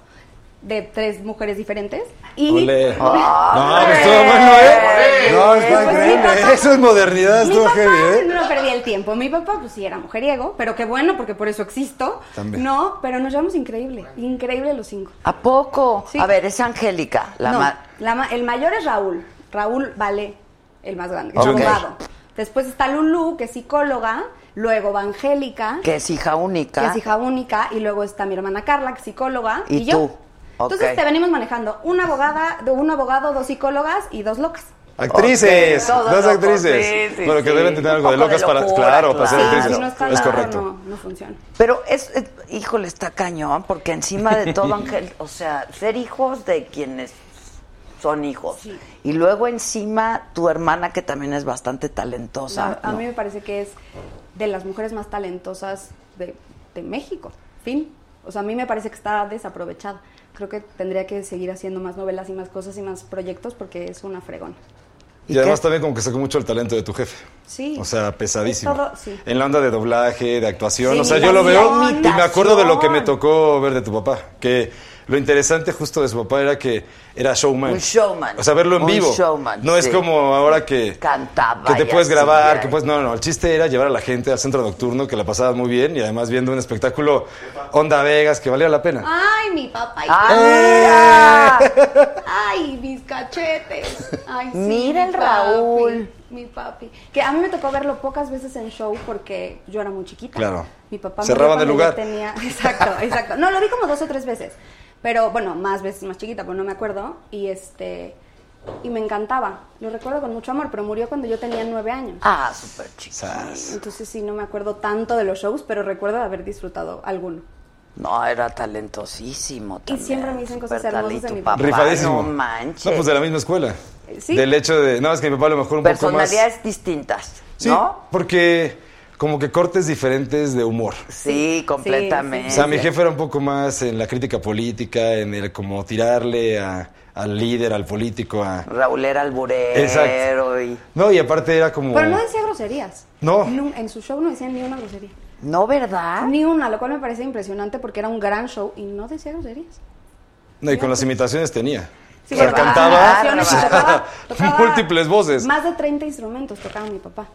[SPEAKER 6] de tres mujeres diferentes, y...
[SPEAKER 7] Ole. No,
[SPEAKER 6] ¡Hombre!
[SPEAKER 7] pues estuvo bueno, ¿eh? No, está
[SPEAKER 6] Pues mi
[SPEAKER 7] increíble.
[SPEAKER 6] papá-
[SPEAKER 7] Eso es modernidad, estuvo
[SPEAKER 6] mi
[SPEAKER 7] heavy,
[SPEAKER 6] papá,
[SPEAKER 7] ¿eh?
[SPEAKER 6] No perdí el tiempo. Mi papá, pues sí, era mujeriego, pero qué bueno, porque por eso existo.
[SPEAKER 1] También.
[SPEAKER 6] No, pero nos llevamos increíble. Increíble los cinco.
[SPEAKER 1] ¿A poco? A ver, es Angélica, la
[SPEAKER 6] No,
[SPEAKER 1] ma-
[SPEAKER 6] la ma- el mayor es Raúl. Raúl vale el más grande, que
[SPEAKER 1] Ok.
[SPEAKER 6] es abogado. Después está Lulu, que es psicóloga. Luego va Angélica,
[SPEAKER 1] que es hija única.
[SPEAKER 6] que es hija única. Y luego está mi hermana Carla, que es psicóloga.
[SPEAKER 1] Y,
[SPEAKER 6] Ah. Y,
[SPEAKER 1] tú.
[SPEAKER 6] yo. Entonces
[SPEAKER 1] Ok.
[SPEAKER 6] te venimos manejando una abogada, de un abogado, dos psicólogas y dos locas.
[SPEAKER 7] Actrices,
[SPEAKER 6] Ok. Todos
[SPEAKER 7] dos
[SPEAKER 6] locos,
[SPEAKER 7] actrices.
[SPEAKER 6] sí, sí,
[SPEAKER 7] bueno, que
[SPEAKER 6] sí.
[SPEAKER 7] deben tener
[SPEAKER 6] Un
[SPEAKER 7] algo de
[SPEAKER 6] poco de
[SPEAKER 7] locas para,
[SPEAKER 6] locura,
[SPEAKER 7] claro, para ser
[SPEAKER 6] claro.
[SPEAKER 7] actrices.
[SPEAKER 6] Sí, no está
[SPEAKER 7] es
[SPEAKER 6] nada,
[SPEAKER 7] correcto.
[SPEAKER 6] no, no funciona.
[SPEAKER 1] Pero es, es- híjole, está cañón, porque encima de todo, Ángel, o sea, ser hijos de quienes son hijos. Y luego encima tu hermana, que también es bastante talentosa.
[SPEAKER 6] a
[SPEAKER 1] ¿no?
[SPEAKER 6] mí me parece que es de las mujeres más talentosas de, de México. Fin. O sea, a mí me parece que está desaprovechada. Creo que tendría que seguir haciendo más novelas y más cosas y más proyectos porque es una fregona.
[SPEAKER 7] Y, además también como que sacó mucho el talento de tu jefe.
[SPEAKER 6] Sí.
[SPEAKER 7] O sea, pesadísimo.
[SPEAKER 6] Todo, sí.
[SPEAKER 7] En la onda de doblaje, de actuación.
[SPEAKER 6] Sí,
[SPEAKER 7] o sea, yo lo veo y
[SPEAKER 6] imitación.
[SPEAKER 7] me acuerdo de lo que me tocó ver de tu papá. Que lo interesante justo de su papá era que era showman.
[SPEAKER 1] Un showman.
[SPEAKER 7] O sea, verlo en
[SPEAKER 1] Un
[SPEAKER 7] vivo.
[SPEAKER 1] showman,
[SPEAKER 7] no es
[SPEAKER 1] sí.
[SPEAKER 7] como ahora que,
[SPEAKER 1] Cantaba.
[SPEAKER 7] que te
[SPEAKER 1] y
[SPEAKER 7] puedes
[SPEAKER 1] así,
[SPEAKER 7] grabar,
[SPEAKER 1] ya.
[SPEAKER 7] que puedes. No, no. El chiste era llevar a la gente al centro nocturno, que la pasabas muy bien y además viendo un espectáculo Onda Vegas que valía la pena.
[SPEAKER 6] ¡Ay, mi papá!
[SPEAKER 7] ¡Eh!
[SPEAKER 1] ¡Ah,
[SPEAKER 6] mira! ¡Ay, mis cachetes! Ay, sí,
[SPEAKER 1] Mira el
[SPEAKER 6] mi papi,
[SPEAKER 1] Raúl.
[SPEAKER 6] Mi papi. Que a mí me tocó verlo pocas veces en show porque yo era muy chiquita.
[SPEAKER 7] Claro.
[SPEAKER 6] Mi papá
[SPEAKER 7] Cerraban
[SPEAKER 6] murió
[SPEAKER 7] el
[SPEAKER 6] cuando
[SPEAKER 7] lugar.
[SPEAKER 6] yo tenía- exacto, exacto. No, lo vi como dos o tres veces. Pero bueno, más veces más chiquita, pues no me acuerdo. Y este. Y me encantaba. Lo recuerdo con mucho amor, pero murió cuando yo tenía nueve años.
[SPEAKER 1] Ah, súper chico.
[SPEAKER 6] Entonces sí, no me acuerdo tanto de los shows, pero recuerdo de haber disfrutado alguno.
[SPEAKER 1] No, era talentosísimo.
[SPEAKER 6] Y
[SPEAKER 1] También.
[SPEAKER 6] siempre me dicen cosas
[SPEAKER 1] Súper
[SPEAKER 6] hermosas de
[SPEAKER 1] talento,
[SPEAKER 6] mi
[SPEAKER 1] papá.
[SPEAKER 6] papá.
[SPEAKER 7] Rifadísimo.
[SPEAKER 1] no manches.
[SPEAKER 7] No, pues de la misma escuela.
[SPEAKER 6] Sí.
[SPEAKER 7] Del hecho de. Nada más que mi papá a lo mejor un poco más.
[SPEAKER 1] Personalidades distintas,
[SPEAKER 7] Sí,
[SPEAKER 1] ¿no?
[SPEAKER 7] porque como que cortes diferentes de humor.
[SPEAKER 1] Sí, completamente.
[SPEAKER 7] O sea, mi jefe era un poco más en la crítica política, en el como tirarle a- al líder, al político, a...
[SPEAKER 1] Raúl era alburero
[SPEAKER 7] Exacto.
[SPEAKER 1] y...
[SPEAKER 7] No, y aparte era como...
[SPEAKER 6] Pero no decía groserías.
[SPEAKER 7] No.
[SPEAKER 6] Nu- En su show no decía ni una grosería.
[SPEAKER 1] No, ¿verdad?
[SPEAKER 6] Ni una, lo cual me parece impresionante porque era un gran show y no decía groserías.
[SPEAKER 7] No, y con las imitaciones tenía.
[SPEAKER 6] Sí, Ah,
[SPEAKER 7] o sea,
[SPEAKER 6] pero
[SPEAKER 7] cantaba
[SPEAKER 6] canciones y tocaba- tocaba
[SPEAKER 7] Ah, múltiples voces.
[SPEAKER 6] Más de 30 instrumentos tocaba mi papá.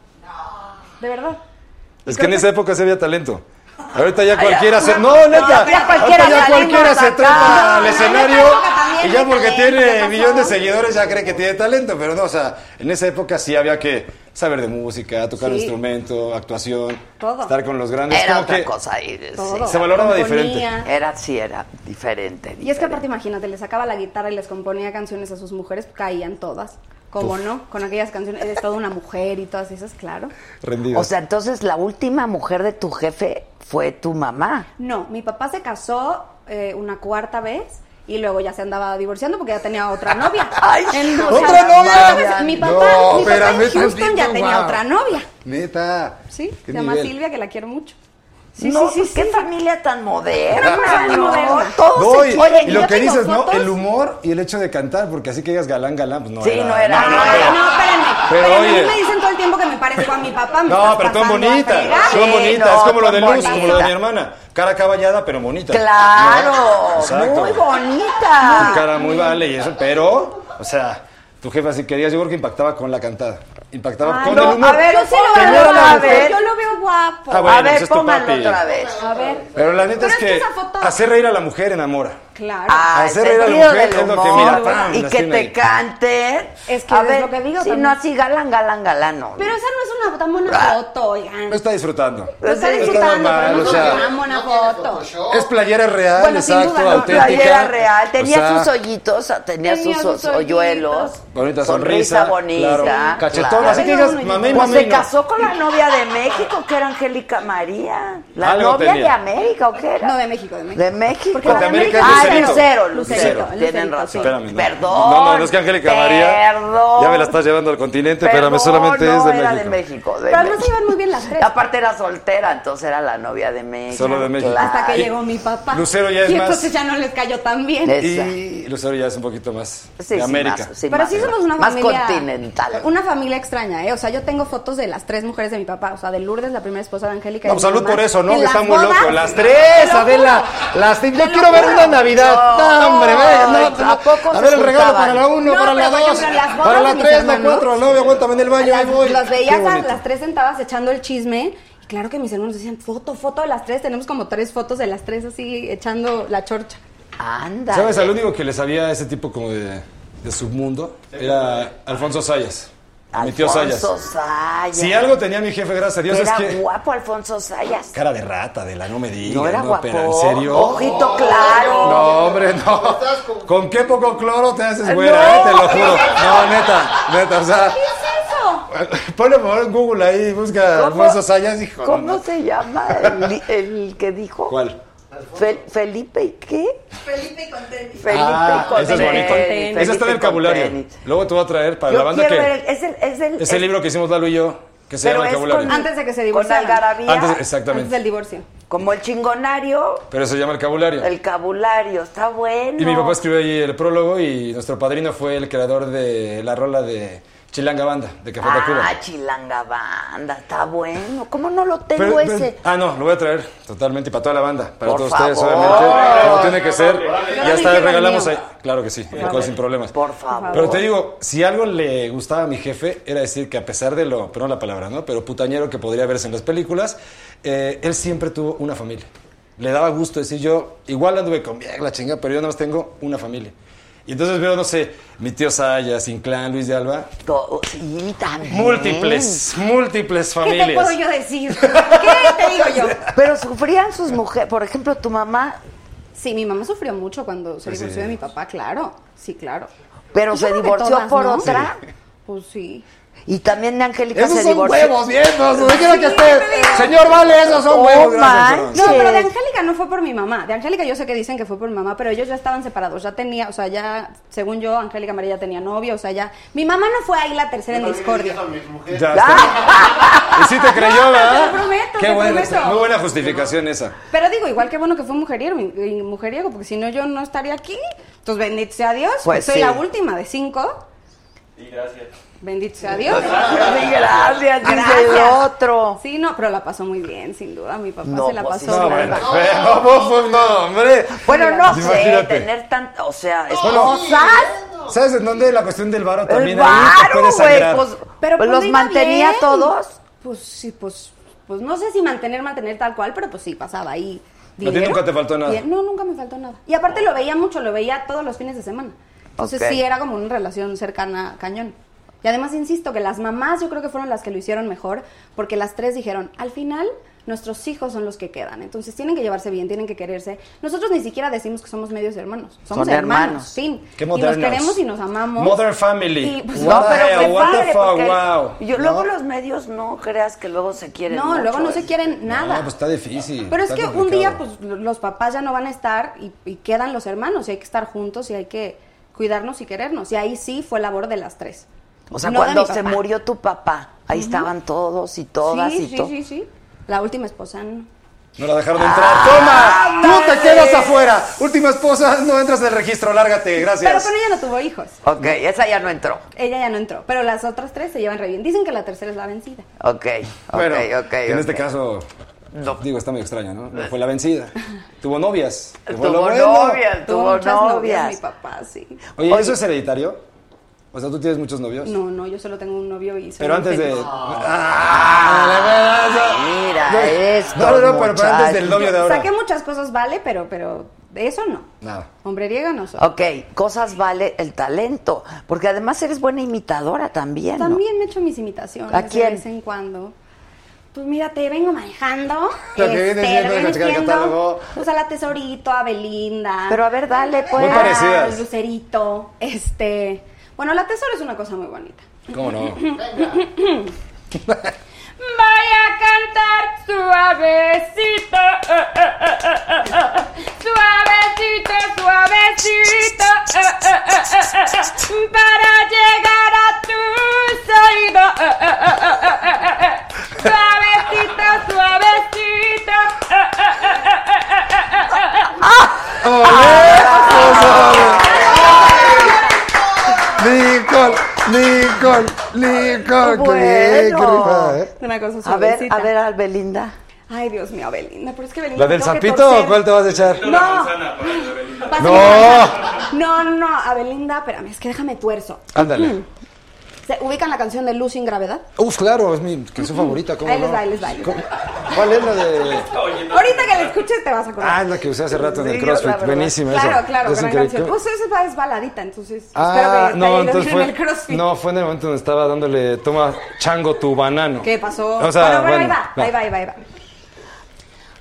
[SPEAKER 6] De verdad.
[SPEAKER 7] Es que en esa época se había talento. Ahorita ya cualquiera se...
[SPEAKER 6] ya-
[SPEAKER 7] No,
[SPEAKER 6] no,
[SPEAKER 7] neta.
[SPEAKER 6] ya cualquiera
[SPEAKER 7] Ahorita ya
[SPEAKER 6] salimos
[SPEAKER 7] cualquiera se
[SPEAKER 6] acá.
[SPEAKER 7] trepa al
[SPEAKER 6] No, en esa
[SPEAKER 7] escenario
[SPEAKER 6] época también
[SPEAKER 7] y ya
[SPEAKER 6] hay
[SPEAKER 7] porque
[SPEAKER 6] talento, ¿qué
[SPEAKER 7] tiene
[SPEAKER 6] pasó?
[SPEAKER 7] millón de seguidores ya cree que tiene talento. Pero no, o sea, en esa época sí había que saber de música, tocar un
[SPEAKER 6] Sí.
[SPEAKER 7] instrumento, actuación,
[SPEAKER 6] Todo.
[SPEAKER 7] estar con los grandes.
[SPEAKER 1] Era
[SPEAKER 7] como
[SPEAKER 1] otra
[SPEAKER 7] que
[SPEAKER 1] cosa. y-
[SPEAKER 6] Todo.
[SPEAKER 1] sí.
[SPEAKER 7] Se valoraba
[SPEAKER 6] Componía.
[SPEAKER 7] diferente.
[SPEAKER 1] Era, sí, era diferente.
[SPEAKER 6] Y es que aparte, imagínate, le sacaba la guitarra y les componía canciones a sus mujeres, caían todas. ¿Cómo
[SPEAKER 1] Uf.
[SPEAKER 6] no? Con aquellas canciones, eres toda una mujer y todas esas, claro.
[SPEAKER 7] Rendido.
[SPEAKER 1] O sea, entonces la última mujer de tu jefe fue tu mamá.
[SPEAKER 6] No, mi papá se casó eh, una cuarta vez y luego ya se andaba divorciando porque ya tenía otra novia. Él no se
[SPEAKER 3] ¿otra
[SPEAKER 6] andaba-
[SPEAKER 3] novia?
[SPEAKER 6] No, sabes, Mi papá,
[SPEAKER 3] No,
[SPEAKER 6] mi papá
[SPEAKER 3] espérame
[SPEAKER 6] en Houston ya
[SPEAKER 3] tantito,
[SPEAKER 6] tenía
[SPEAKER 3] guau.
[SPEAKER 6] otra novia.
[SPEAKER 7] Neta.
[SPEAKER 6] Sí,
[SPEAKER 7] Qué
[SPEAKER 6] se llama
[SPEAKER 7] nivel.
[SPEAKER 6] Silvia, que la quiero mucho.
[SPEAKER 1] Sí, sí, sí. pues, Qué familia tan moderna.
[SPEAKER 6] Moderna,
[SPEAKER 1] ¿no?
[SPEAKER 6] moderna.
[SPEAKER 1] Todos
[SPEAKER 7] No,
[SPEAKER 1] se
[SPEAKER 7] y,
[SPEAKER 1] quieren.
[SPEAKER 7] y lo que dices, ¿no? El humor y el hecho de cantar, porque así que digas galán, galán, pues no
[SPEAKER 1] Sí,
[SPEAKER 7] era.
[SPEAKER 1] no era.
[SPEAKER 7] No, no,
[SPEAKER 1] Ay,
[SPEAKER 7] pero-
[SPEAKER 6] No, espérenme.
[SPEAKER 7] Pero
[SPEAKER 6] Pero
[SPEAKER 7] oye.
[SPEAKER 6] a mí me dicen todo el tiempo que me parezco a mi papá. me
[SPEAKER 7] No,
[SPEAKER 6] estás
[SPEAKER 7] pero tú
[SPEAKER 6] pasando a
[SPEAKER 7] bonita,
[SPEAKER 6] fregar.
[SPEAKER 7] tú
[SPEAKER 6] Sí,
[SPEAKER 7] bonita,
[SPEAKER 6] no,
[SPEAKER 7] es como lo
[SPEAKER 6] tú
[SPEAKER 7] de Luz, como lo de
[SPEAKER 6] bonita.
[SPEAKER 7] mi hermana. Cara caballada, pero bonita.
[SPEAKER 1] Claro,
[SPEAKER 7] ¿No? Exacto.
[SPEAKER 1] muy bonita.
[SPEAKER 7] Cara muy vale y eso, pero, o sea, tu jefa si querías, yo creo que impactaba con la cantada. Impactaba
[SPEAKER 6] Ay,
[SPEAKER 7] con
[SPEAKER 6] no,
[SPEAKER 7] el humor.
[SPEAKER 6] A ver, yo sí lo
[SPEAKER 7] Primero
[SPEAKER 6] veo
[SPEAKER 7] la
[SPEAKER 6] guapo.
[SPEAKER 7] mujer.
[SPEAKER 6] Yo lo veo
[SPEAKER 1] guapo.
[SPEAKER 6] Ah, bueno,
[SPEAKER 1] a ver,
[SPEAKER 6] pues es tu
[SPEAKER 1] póngalo
[SPEAKER 6] papi.
[SPEAKER 1] otra vez.
[SPEAKER 2] A ver.
[SPEAKER 6] Pero la neta es que
[SPEAKER 2] esa foto-
[SPEAKER 6] hacer reír a la mujer enamora.
[SPEAKER 2] Claro.
[SPEAKER 1] Ah,
[SPEAKER 6] Hacer
[SPEAKER 1] el
[SPEAKER 6] reír
[SPEAKER 1] sentido
[SPEAKER 6] a la mujer
[SPEAKER 1] del
[SPEAKER 6] es lo que
[SPEAKER 1] humor
[SPEAKER 6] mira, pam,
[SPEAKER 1] y
[SPEAKER 6] las
[SPEAKER 1] que
[SPEAKER 6] tiene
[SPEAKER 1] te
[SPEAKER 6] ahí.
[SPEAKER 1] cante.
[SPEAKER 2] Es que
[SPEAKER 1] a
[SPEAKER 2] es
[SPEAKER 1] ver,
[SPEAKER 2] lo que digo
[SPEAKER 1] Si
[SPEAKER 2] también.
[SPEAKER 1] no, así galán, galán, galán, no.
[SPEAKER 2] Pero esa no es una tan buena foto, oigan.
[SPEAKER 6] No está disfrutando.
[SPEAKER 2] Lo está
[SPEAKER 6] Ah. Está
[SPEAKER 2] disfrutando,
[SPEAKER 6] normal,
[SPEAKER 2] pero no
[SPEAKER 6] o
[SPEAKER 2] es
[SPEAKER 6] sea,
[SPEAKER 2] una tan buena foto.
[SPEAKER 6] Es playera real,
[SPEAKER 2] Bueno, sin
[SPEAKER 6] exacto,
[SPEAKER 2] duda, no,
[SPEAKER 6] auténtica.
[SPEAKER 1] Playera real, tenía
[SPEAKER 6] O sea,
[SPEAKER 1] sus hoyitos, tenía,
[SPEAKER 2] tenía
[SPEAKER 1] sus,
[SPEAKER 2] sus
[SPEAKER 1] os- hoyuelos.
[SPEAKER 6] Bonita
[SPEAKER 1] sonrisa,
[SPEAKER 6] sonrisa.
[SPEAKER 1] bonita.
[SPEAKER 6] claro. Cachetón,
[SPEAKER 1] claro.
[SPEAKER 6] así que digas, mamé,
[SPEAKER 1] Pues
[SPEAKER 6] mamé.
[SPEAKER 1] se casó con la novia de México, que era Angélica María. La
[SPEAKER 6] Algo
[SPEAKER 1] novia
[SPEAKER 6] Ah, tenía.
[SPEAKER 1] de América, ¿o qué era?
[SPEAKER 2] No, de México, de México.
[SPEAKER 1] De México.
[SPEAKER 2] Porque la de América
[SPEAKER 1] ah,
[SPEAKER 2] es Lucerito.
[SPEAKER 1] Lucero,
[SPEAKER 2] Lucero,
[SPEAKER 1] Lucero.
[SPEAKER 2] Lucero,
[SPEAKER 1] Tienen
[SPEAKER 2] Lucerito,
[SPEAKER 1] razón.
[SPEAKER 6] Espérame, no.
[SPEAKER 1] Perdón.
[SPEAKER 6] No, no, no es que Angélica María.
[SPEAKER 1] Perdón.
[SPEAKER 6] Ya me la estás llevando al continente,
[SPEAKER 1] Perdón,
[SPEAKER 6] espérame, Este, solamente
[SPEAKER 1] no,
[SPEAKER 6] es de
[SPEAKER 1] era
[SPEAKER 6] México.
[SPEAKER 1] de México. de
[SPEAKER 2] Pero además se
[SPEAKER 1] México.
[SPEAKER 2] iban muy bien las tres.
[SPEAKER 1] Aparte era soltera, entonces era la novia de México.
[SPEAKER 6] Solo de México.
[SPEAKER 1] Claro.
[SPEAKER 2] Hasta que llegó mi papá.
[SPEAKER 6] Lucero ya es
[SPEAKER 2] Y
[SPEAKER 6] más-
[SPEAKER 2] entonces ya no les cayó tan bien.
[SPEAKER 6] Y Lucero ya es un poquito más
[SPEAKER 1] Sí,
[SPEAKER 6] de
[SPEAKER 1] sí,
[SPEAKER 6] América.
[SPEAKER 1] más,
[SPEAKER 2] Pero sí somos una
[SPEAKER 1] más
[SPEAKER 2] familia.
[SPEAKER 1] continental.
[SPEAKER 2] Una familia extraña, ¿eh? O sea, yo tengo fotos de las tres mujeres de mi papá. O sea, de Lourdes, la primera esposa de Angélica. y
[SPEAKER 6] No,
[SPEAKER 2] de mi
[SPEAKER 6] salud
[SPEAKER 2] mamá.
[SPEAKER 6] por eso, ¿no?
[SPEAKER 2] En
[SPEAKER 6] Que está
[SPEAKER 2] las
[SPEAKER 6] muy
[SPEAKER 2] bodas-
[SPEAKER 6] loco. Las tres,
[SPEAKER 2] Te lo
[SPEAKER 6] Adela. Las tres. Yo quiero ver una Navidad.
[SPEAKER 2] No,
[SPEAKER 6] No, hombre, vaya, no,
[SPEAKER 2] ¿a
[SPEAKER 6] no.
[SPEAKER 2] poco
[SPEAKER 6] A
[SPEAKER 2] se
[SPEAKER 6] ver el regalo
[SPEAKER 2] juntaban?
[SPEAKER 6] para la uno,
[SPEAKER 2] No,
[SPEAKER 6] para la
[SPEAKER 2] pero, por
[SPEAKER 6] dos,
[SPEAKER 2] ejemplo, en las bodas
[SPEAKER 6] para
[SPEAKER 2] de
[SPEAKER 6] la
[SPEAKER 2] mis
[SPEAKER 6] tres, la
[SPEAKER 2] hermanos,
[SPEAKER 6] cuatro, novia, aguántame en el baño, ahí voy.
[SPEAKER 2] Pues Las
[SPEAKER 6] Qué
[SPEAKER 2] veías a
[SPEAKER 6] bonito.
[SPEAKER 2] las tres sentadas echando el chisme. Y claro que mis hermanos decían, foto, foto de las tres. Tenemos como tres fotos de las tres así echando la chorcha.
[SPEAKER 1] Anda.
[SPEAKER 6] ¿Sabes? Al único que le sabía ese tipo como de, de submundo era Alfonso Sayas. Mi tío Sayas.
[SPEAKER 1] Alfonso Sayas.
[SPEAKER 6] Si algo tenía mi jefe, gracias a Dios, es
[SPEAKER 1] era
[SPEAKER 6] que.
[SPEAKER 1] guapo Alfonso Sayas.
[SPEAKER 6] Cara de rata, de la no me digas.
[SPEAKER 1] No era guapo.
[SPEAKER 6] pero, ¿En serio?
[SPEAKER 1] Ojito claro.
[SPEAKER 6] No, hombre, no. ¿Con qué poco cloro te haces, güera? eh? te lo juro. No, neta, neta, o sea.
[SPEAKER 2] ¿Qué es eso?
[SPEAKER 6] Ponle por favor en Google ahí, busca
[SPEAKER 1] ¿Cómo-
[SPEAKER 6] Alfonso Sayas, hijo. no,
[SPEAKER 1] ¿Cómo
[SPEAKER 6] no.
[SPEAKER 1] se llama el, el que dijo?
[SPEAKER 6] ¿Cuál?
[SPEAKER 1] Fe- Felipe y qué?
[SPEAKER 16] Felipe con tenis.
[SPEAKER 1] Felipe
[SPEAKER 6] Ah,
[SPEAKER 1] y con
[SPEAKER 6] ese es
[SPEAKER 1] tenis,
[SPEAKER 6] bonito.
[SPEAKER 1] Felipe
[SPEAKER 6] Ese está en el
[SPEAKER 1] con
[SPEAKER 6] cabulario.
[SPEAKER 1] tenis.
[SPEAKER 6] Luego te voy a traer para
[SPEAKER 1] Yo
[SPEAKER 6] la banda
[SPEAKER 1] quiero
[SPEAKER 6] que.
[SPEAKER 1] ver el- es el, es el,
[SPEAKER 6] Es el libro que hicimos Lalo y yo, que se
[SPEAKER 1] Pero
[SPEAKER 6] llama El
[SPEAKER 1] es
[SPEAKER 6] Cabulario.
[SPEAKER 1] con-
[SPEAKER 2] Antes de que se divorciaran.
[SPEAKER 1] algarabía.
[SPEAKER 6] Antes, exactamente.
[SPEAKER 2] Antes del divorcio.
[SPEAKER 1] como el chingonario,
[SPEAKER 6] Pero se llama El Cabulario.
[SPEAKER 1] el cabulario, está bueno.
[SPEAKER 6] Y mi papá escribió ahí el prólogo y nuestro padrino fue el creador de la rola de Chilanga Banda, de Café Tacuba.
[SPEAKER 1] Ah, chilanga banda, está bueno. ¿Cómo no lo tengo
[SPEAKER 6] Pero-
[SPEAKER 1] ese?
[SPEAKER 6] pero- ah, no, lo voy a traer totalmente y para toda la banda, para
[SPEAKER 1] Por
[SPEAKER 6] todos
[SPEAKER 1] favor.
[SPEAKER 6] ustedes,
[SPEAKER 1] Oh.
[SPEAKER 6] obviamente. Como tiene que ser. Y hasta
[SPEAKER 1] dije
[SPEAKER 6] regalamos ahí.
[SPEAKER 1] Daniel.
[SPEAKER 6] Claro que sí, alcohol
[SPEAKER 1] favor.
[SPEAKER 6] sin problemas.
[SPEAKER 1] Por favor.
[SPEAKER 6] Pero te digo, si algo le gustaba a mi jefe era decir que a pesar de lo, perdón la palabra, ¿no? Pero putañero que podría verse en las películas, eh, él siempre tuvo una familia. Le daba gusto decir yo, igual anduve con vieja la chinga, pero yo nada más tengo una familia. Y entonces veo, no sé, mi tío Sayas, Inclán, Luis de Alba.
[SPEAKER 1] To- sí, también.
[SPEAKER 6] Múltiples, múltiples
[SPEAKER 2] ¿Qué te
[SPEAKER 6] familias.
[SPEAKER 2] puedo yo decir? ¿Qué te digo yo?
[SPEAKER 1] Pero sufrían sus mujeres, por ejemplo, tu mamá,
[SPEAKER 2] Sí, mi mamá sufrió mucho cuando se
[SPEAKER 1] Pues
[SPEAKER 2] divorció
[SPEAKER 1] sí.
[SPEAKER 2] de mi papá, claro. Sí, claro.
[SPEAKER 1] pero
[SPEAKER 2] Yo
[SPEAKER 1] se
[SPEAKER 2] creo que
[SPEAKER 1] divorció
[SPEAKER 2] todas,
[SPEAKER 1] por
[SPEAKER 2] ¿no?
[SPEAKER 1] otra.
[SPEAKER 2] Pues sí.
[SPEAKER 1] Y también de Angélica
[SPEAKER 6] Esos
[SPEAKER 1] se
[SPEAKER 6] son
[SPEAKER 1] divorció.
[SPEAKER 6] huevos, vientos, no quiero que
[SPEAKER 2] Sí,
[SPEAKER 6] esté.
[SPEAKER 2] te digo.
[SPEAKER 6] Señor, vale, esos son
[SPEAKER 1] Oh,
[SPEAKER 6] huevos. gracias,
[SPEAKER 1] man.
[SPEAKER 6] perdón.
[SPEAKER 2] No,
[SPEAKER 1] Sí.
[SPEAKER 2] pero de Angélica no fue por mi mamá. De Angélica yo sé que dicen que fue por mi mamá, pero ellos ya estaban separados. Ya tenía, o sea, ya, según yo, Angélica María ya tenía novio, o sea, ya. Mi mamá no fue ahí la tercera en discordia.
[SPEAKER 6] Ya está. Y sí te creyó,
[SPEAKER 2] No,
[SPEAKER 6] ¿verdad?
[SPEAKER 2] te lo prometo,
[SPEAKER 6] Qué
[SPEAKER 2] te
[SPEAKER 6] buena,
[SPEAKER 2] prometo.
[SPEAKER 6] muy buena justificación esa.
[SPEAKER 2] Ah. Pero digo, igual que bueno que fue mujeriego, y mujeriego, porque si no yo no estaría aquí. Entonces, bendito sea Dios.
[SPEAKER 1] Pues
[SPEAKER 2] Soy
[SPEAKER 1] sí.
[SPEAKER 2] la última de cinco.
[SPEAKER 5] Y gracias.
[SPEAKER 2] Bendito sea Dios.
[SPEAKER 1] Sí, gracias, dice el otro.
[SPEAKER 2] Sí, no, pero la pasó muy bien, sin duda. Mi papá
[SPEAKER 1] No,
[SPEAKER 2] se la
[SPEAKER 1] pues sí,
[SPEAKER 2] pasó
[SPEAKER 1] no,
[SPEAKER 2] bien.
[SPEAKER 1] bueno,
[SPEAKER 6] Eh, No, no, fue- no, hombre.
[SPEAKER 1] Bueno, no sé,
[SPEAKER 6] Imagínate.
[SPEAKER 1] tener tantas, o sea,
[SPEAKER 6] Bueno,
[SPEAKER 1] esposas.
[SPEAKER 6] ¿Sabes en dónde la cuestión del varo
[SPEAKER 1] El
[SPEAKER 6] también ahí te
[SPEAKER 1] varo,
[SPEAKER 6] puede
[SPEAKER 1] güey,
[SPEAKER 6] sangrar?
[SPEAKER 1] pues,
[SPEAKER 2] Pero pues,
[SPEAKER 1] los
[SPEAKER 2] le iba
[SPEAKER 1] mantenía
[SPEAKER 2] bien.
[SPEAKER 1] todos.
[SPEAKER 2] Pues sí, pues, pues no sé si mantener, mantener tal cual, pero pues sí, pasaba ahí.
[SPEAKER 6] ¿A ti
[SPEAKER 2] dinero.
[SPEAKER 6] nunca te faltó nada?
[SPEAKER 2] Bien, No, nunca me faltó nada. Y aparte lo veía mucho, lo veía todos los fines de semana. Entonces
[SPEAKER 1] Ok.
[SPEAKER 2] sí era como una relación cercana, cañón. Y además insisto que las mamás yo creo que fueron las que lo hicieron mejor, porque las tres dijeron, al final nuestros hijos son los que quedan, entonces tienen que llevarse bien, tienen que quererse. Nosotros ni siquiera decimos que somos medios hermanos, somos
[SPEAKER 1] Son hermanos.
[SPEAKER 2] fin.
[SPEAKER 6] Qué
[SPEAKER 2] y nos
[SPEAKER 6] modernos.
[SPEAKER 2] queremos y nos amamos.
[SPEAKER 6] Mother family.
[SPEAKER 2] Y, pues,
[SPEAKER 1] No,
[SPEAKER 6] Wow,
[SPEAKER 1] pero qué
[SPEAKER 6] what the
[SPEAKER 1] padre,
[SPEAKER 6] fuck,
[SPEAKER 1] porque
[SPEAKER 6] wow.
[SPEAKER 1] yo- luego los medios no creas que luego se quieren
[SPEAKER 2] no, luego
[SPEAKER 1] mucho,
[SPEAKER 2] no se
[SPEAKER 1] ¿eh?
[SPEAKER 2] quieren nada.
[SPEAKER 6] No, pues está difícil.
[SPEAKER 2] Pero es
[SPEAKER 6] está
[SPEAKER 2] que un
[SPEAKER 6] complicado.
[SPEAKER 2] día, pues, lo- los papás ya no van a estar y, y quedan los hermanos y hay que estar juntos y hay que cuidarnos y querernos. Y ahí sí fue labor de las tres.
[SPEAKER 1] O sea,
[SPEAKER 2] No de
[SPEAKER 1] cuando
[SPEAKER 2] mi
[SPEAKER 1] se
[SPEAKER 2] papá.
[SPEAKER 1] murió tu papá, ahí estaban todos y todas
[SPEAKER 2] sí,
[SPEAKER 1] y
[SPEAKER 2] sí,
[SPEAKER 1] todo.
[SPEAKER 2] sí, sí. La última esposa. no.
[SPEAKER 6] No la dejaron entrar.
[SPEAKER 1] Ah,
[SPEAKER 6] ¡Toma! ¡Tú te quedas afuera! Última esposa, no entras en el registro, lárgate,
[SPEAKER 2] Pero
[SPEAKER 6] gracias.
[SPEAKER 2] con ella no tuvo hijos.
[SPEAKER 1] Ok, esa ya no entró.
[SPEAKER 2] Ella ya no entró. Pero las otras tres se llevan re bien. Dicen que la tercera es la vencida.
[SPEAKER 1] Ok, ok,
[SPEAKER 6] Bueno,
[SPEAKER 1] ok.
[SPEAKER 6] en
[SPEAKER 1] ok.
[SPEAKER 6] este caso, digo, está medio extraño, ¿no? No Fue la vencida. Tuvo novias. que fue
[SPEAKER 1] Tuvo
[SPEAKER 6] lo bueno.
[SPEAKER 1] novia,
[SPEAKER 2] Tuvo
[SPEAKER 1] tuvo
[SPEAKER 2] muchas novias,
[SPEAKER 1] novias.
[SPEAKER 2] Mi papá, sí.
[SPEAKER 6] Oye, ¿eso es hereditario?
[SPEAKER 7] O sea, tú tienes muchos novios.
[SPEAKER 6] No, no, yo solo tengo un novio y soy
[SPEAKER 7] Pero
[SPEAKER 6] muy
[SPEAKER 7] antes de.
[SPEAKER 6] feliz.
[SPEAKER 1] Mira,
[SPEAKER 7] No,
[SPEAKER 1] esto,
[SPEAKER 7] no, no, pero- pero antes del novio de ahora.
[SPEAKER 6] Saqué muchas cosas, vale, pero, pero de eso no.
[SPEAKER 7] Nada.
[SPEAKER 6] Hombreriega no soy.
[SPEAKER 1] Ok, cosas vale el talento, porque además eres buena imitadora también. ¿no?
[SPEAKER 6] También me echo mis imitaciones
[SPEAKER 1] ¿A quién?
[SPEAKER 6] de vez en cuando. Pues mira, te vengo manejando.
[SPEAKER 7] Lo que viene siendo
[SPEAKER 6] te
[SPEAKER 7] de Cachica
[SPEAKER 6] siendo,
[SPEAKER 7] Catálogo.
[SPEAKER 6] pues, a la Tesorito, a Belinda.
[SPEAKER 1] Pero a ver, dale,
[SPEAKER 6] a-
[SPEAKER 1] pues.
[SPEAKER 7] Muy parecidas.
[SPEAKER 6] a Lucerito, este... Bueno, la Tesoro es una cosa muy bonita.
[SPEAKER 7] ¿Cómo no?
[SPEAKER 6] Voy a cantar suavecito, eh, eh, eh, eh, eh, eh. suavecito, suavecito, eh, eh, eh, eh, eh, eh, para llegar a tus oídos. eh, eh, eh, eh, eh, eh, eh. Suavecito, suavecito. eh, eh, eh, eh, eh, eh, eh, eh, eh.
[SPEAKER 17] Lincoln, Lincoln,
[SPEAKER 2] eh,
[SPEAKER 17] Lincoln. qué
[SPEAKER 1] Bueno.
[SPEAKER 17] rica, ¿eh?
[SPEAKER 6] Una cosa
[SPEAKER 1] A ver,
[SPEAKER 6] suavecita.
[SPEAKER 1] a ver, a Belinda.
[SPEAKER 6] Ay, Dios mío, Belinda, pero es que Belinda.
[SPEAKER 7] ¿La del
[SPEAKER 6] tengo que
[SPEAKER 7] sapito o
[SPEAKER 6] torcer.
[SPEAKER 7] cuál te vas a echar?
[SPEAKER 6] No. Pásame la- No, no, no, a Belinda, espérame, es que déjame tuerzo.
[SPEAKER 7] Ándale.
[SPEAKER 6] Mm. ¿Se ubican la canción de Luz sin gravedad?
[SPEAKER 7] Uf, claro, es mi canción favorita. ¿cómo
[SPEAKER 6] Ahí les
[SPEAKER 7] no?
[SPEAKER 6] va, ahí les va, ahí les va.
[SPEAKER 7] ¿Cómo? ¿Cuál es la de.?
[SPEAKER 6] Ahorita que la escuches te vas a acordar.
[SPEAKER 7] Ah, es la que usé hace rato en el
[SPEAKER 6] Sí, la
[SPEAKER 7] CrossFit.
[SPEAKER 6] verdad.
[SPEAKER 7] Buenísima esa.
[SPEAKER 6] Claro, claro,
[SPEAKER 7] Es
[SPEAKER 6] gran
[SPEAKER 7] increíble.
[SPEAKER 6] canción. Pues esa es baladita, entonces.
[SPEAKER 7] Ah,
[SPEAKER 6] espero que te haya
[SPEAKER 7] no,
[SPEAKER 6] ido
[SPEAKER 7] entonces
[SPEAKER 6] bien
[SPEAKER 7] fue.
[SPEAKER 6] en el CrossFit.
[SPEAKER 7] No, fue en el momento donde estaba dándole. Toma, chango tu banano.
[SPEAKER 6] ¿Qué pasó?
[SPEAKER 7] O sea,
[SPEAKER 6] bueno, bueno, ahí
[SPEAKER 7] bueno,
[SPEAKER 6] va,
[SPEAKER 7] no.
[SPEAKER 6] ahí va, ahí va, ahí va.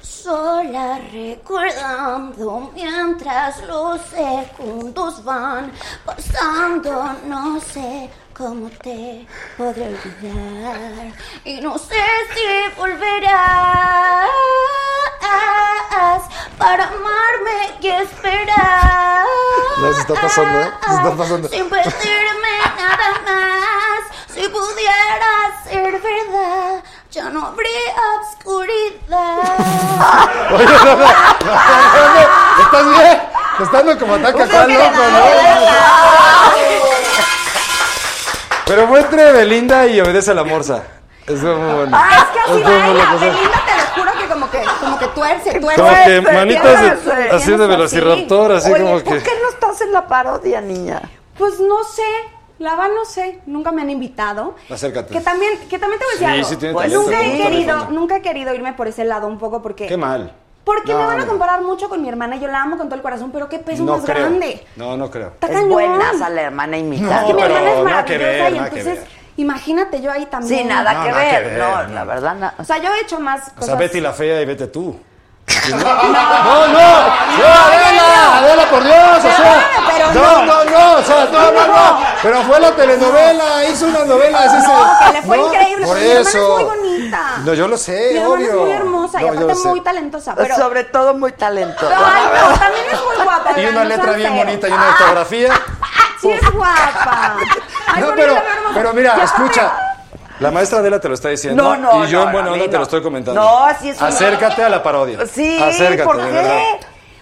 [SPEAKER 18] Sola recordando mientras los segundos van pasando, no sé cómo te podré olvidar y no sé si volverás para amarme y esperar.
[SPEAKER 17] No, se está pasando, ¿eh? Se está pasando.
[SPEAKER 18] Sin pedirme nada más, si pudiera ser verdad, ya no habría obscuridad.
[SPEAKER 17] Oye, no, no, no, no, no, ¿Estás bien? Te está dando como ataque acá,
[SPEAKER 18] que
[SPEAKER 17] loco, ¿no?
[SPEAKER 7] Pero fue entre Belinda y Obedece a la Morsa. Es muy bueno.
[SPEAKER 6] Ah, es que así
[SPEAKER 7] muy bueno,
[SPEAKER 6] baila.
[SPEAKER 7] o sea,
[SPEAKER 6] Belinda, te lo juro que como que, como que tuerce, tuerce.
[SPEAKER 7] Como que
[SPEAKER 6] tuerce,
[SPEAKER 7] manitas de-
[SPEAKER 6] tuerce.
[SPEAKER 7] así de velociraptor, así
[SPEAKER 1] Oye,
[SPEAKER 7] como
[SPEAKER 1] ¿por
[SPEAKER 7] que.
[SPEAKER 1] qué no estás en la parodia, niña?
[SPEAKER 6] Pues no sé, la va no sé, nunca me han invitado.
[SPEAKER 7] Acércate.
[SPEAKER 6] pues, Que también, que también te voy a decir
[SPEAKER 7] Sí,
[SPEAKER 6] algo.
[SPEAKER 7] sí tiene talento,
[SPEAKER 6] nunca
[SPEAKER 7] tiene
[SPEAKER 6] he
[SPEAKER 7] talento.
[SPEAKER 6] querido, nunca he querido irme por ese lado un poco porque
[SPEAKER 7] Qué mal.
[SPEAKER 6] porque
[SPEAKER 7] No,
[SPEAKER 6] me van a
[SPEAKER 7] no.
[SPEAKER 6] comparar mucho con mi hermana, yo la amo con todo el corazón, pero qué peso
[SPEAKER 7] No
[SPEAKER 6] más
[SPEAKER 7] creo.
[SPEAKER 6] grande.
[SPEAKER 7] No, no creo.
[SPEAKER 6] Está
[SPEAKER 1] Es
[SPEAKER 6] cañón.
[SPEAKER 1] buena esa la hermana imitada.
[SPEAKER 6] es que mi
[SPEAKER 7] pero
[SPEAKER 6] hermana es
[SPEAKER 7] nada que
[SPEAKER 6] maravillosa
[SPEAKER 7] ver,
[SPEAKER 6] y
[SPEAKER 7] nada que
[SPEAKER 6] entonces
[SPEAKER 7] ver.
[SPEAKER 6] imagínate yo ahí también.
[SPEAKER 1] Sí, nada que
[SPEAKER 7] nada que
[SPEAKER 1] ver.
[SPEAKER 7] ver,
[SPEAKER 1] no,
[SPEAKER 7] no.
[SPEAKER 1] la verdad, na-
[SPEAKER 6] O sea, yo he hecho más
[SPEAKER 7] O sea,
[SPEAKER 6] cosas.
[SPEAKER 7] Betty la fea y vete tú.
[SPEAKER 17] No, no, no, Adela, Adela, por Dios, o sea,
[SPEAKER 6] Pero
[SPEAKER 17] no, no, no, o sea, no, no, no, pero fue la telenovela, hizo una novela, es ese,
[SPEAKER 6] No, que le fue
[SPEAKER 17] no,
[SPEAKER 6] increíble,
[SPEAKER 17] por
[SPEAKER 6] porque mi hermana es
[SPEAKER 17] eso.
[SPEAKER 6] muy bonita.
[SPEAKER 7] No, yo lo sé,
[SPEAKER 6] mi hermana es
[SPEAKER 7] obvio.
[SPEAKER 6] muy hermosa y
[SPEAKER 7] No, yo
[SPEAKER 6] aparte
[SPEAKER 7] lo sé.
[SPEAKER 6] muy talentosa, pero
[SPEAKER 1] sobre todo muy talentosa.
[SPEAKER 6] Ay, no, también es muy guapa.
[SPEAKER 7] Y
[SPEAKER 6] oigan,
[SPEAKER 7] una
[SPEAKER 6] no
[SPEAKER 7] letra
[SPEAKER 6] sean
[SPEAKER 7] bien
[SPEAKER 6] feos.
[SPEAKER 7] bonita y una ortografía.
[SPEAKER 6] Ah, Sí es guapa. Ay,
[SPEAKER 17] No,
[SPEAKER 6] por
[SPEAKER 17] pero,
[SPEAKER 6] Dios, la veo hermosa.
[SPEAKER 17] pero mira,
[SPEAKER 6] Ya
[SPEAKER 17] escucha,
[SPEAKER 7] La maestra Adela te lo está diciendo.
[SPEAKER 1] No, no,
[SPEAKER 7] Y yo
[SPEAKER 1] no,
[SPEAKER 7] en buena
[SPEAKER 1] no, a
[SPEAKER 7] onda
[SPEAKER 1] mí
[SPEAKER 7] te
[SPEAKER 1] no.
[SPEAKER 7] lo estoy comentando.
[SPEAKER 1] No, sí es una-
[SPEAKER 7] Acércate a la parodia.
[SPEAKER 1] Sí,
[SPEAKER 7] Acércate,
[SPEAKER 1] ¿por
[SPEAKER 7] de
[SPEAKER 1] qué?
[SPEAKER 7] verdad.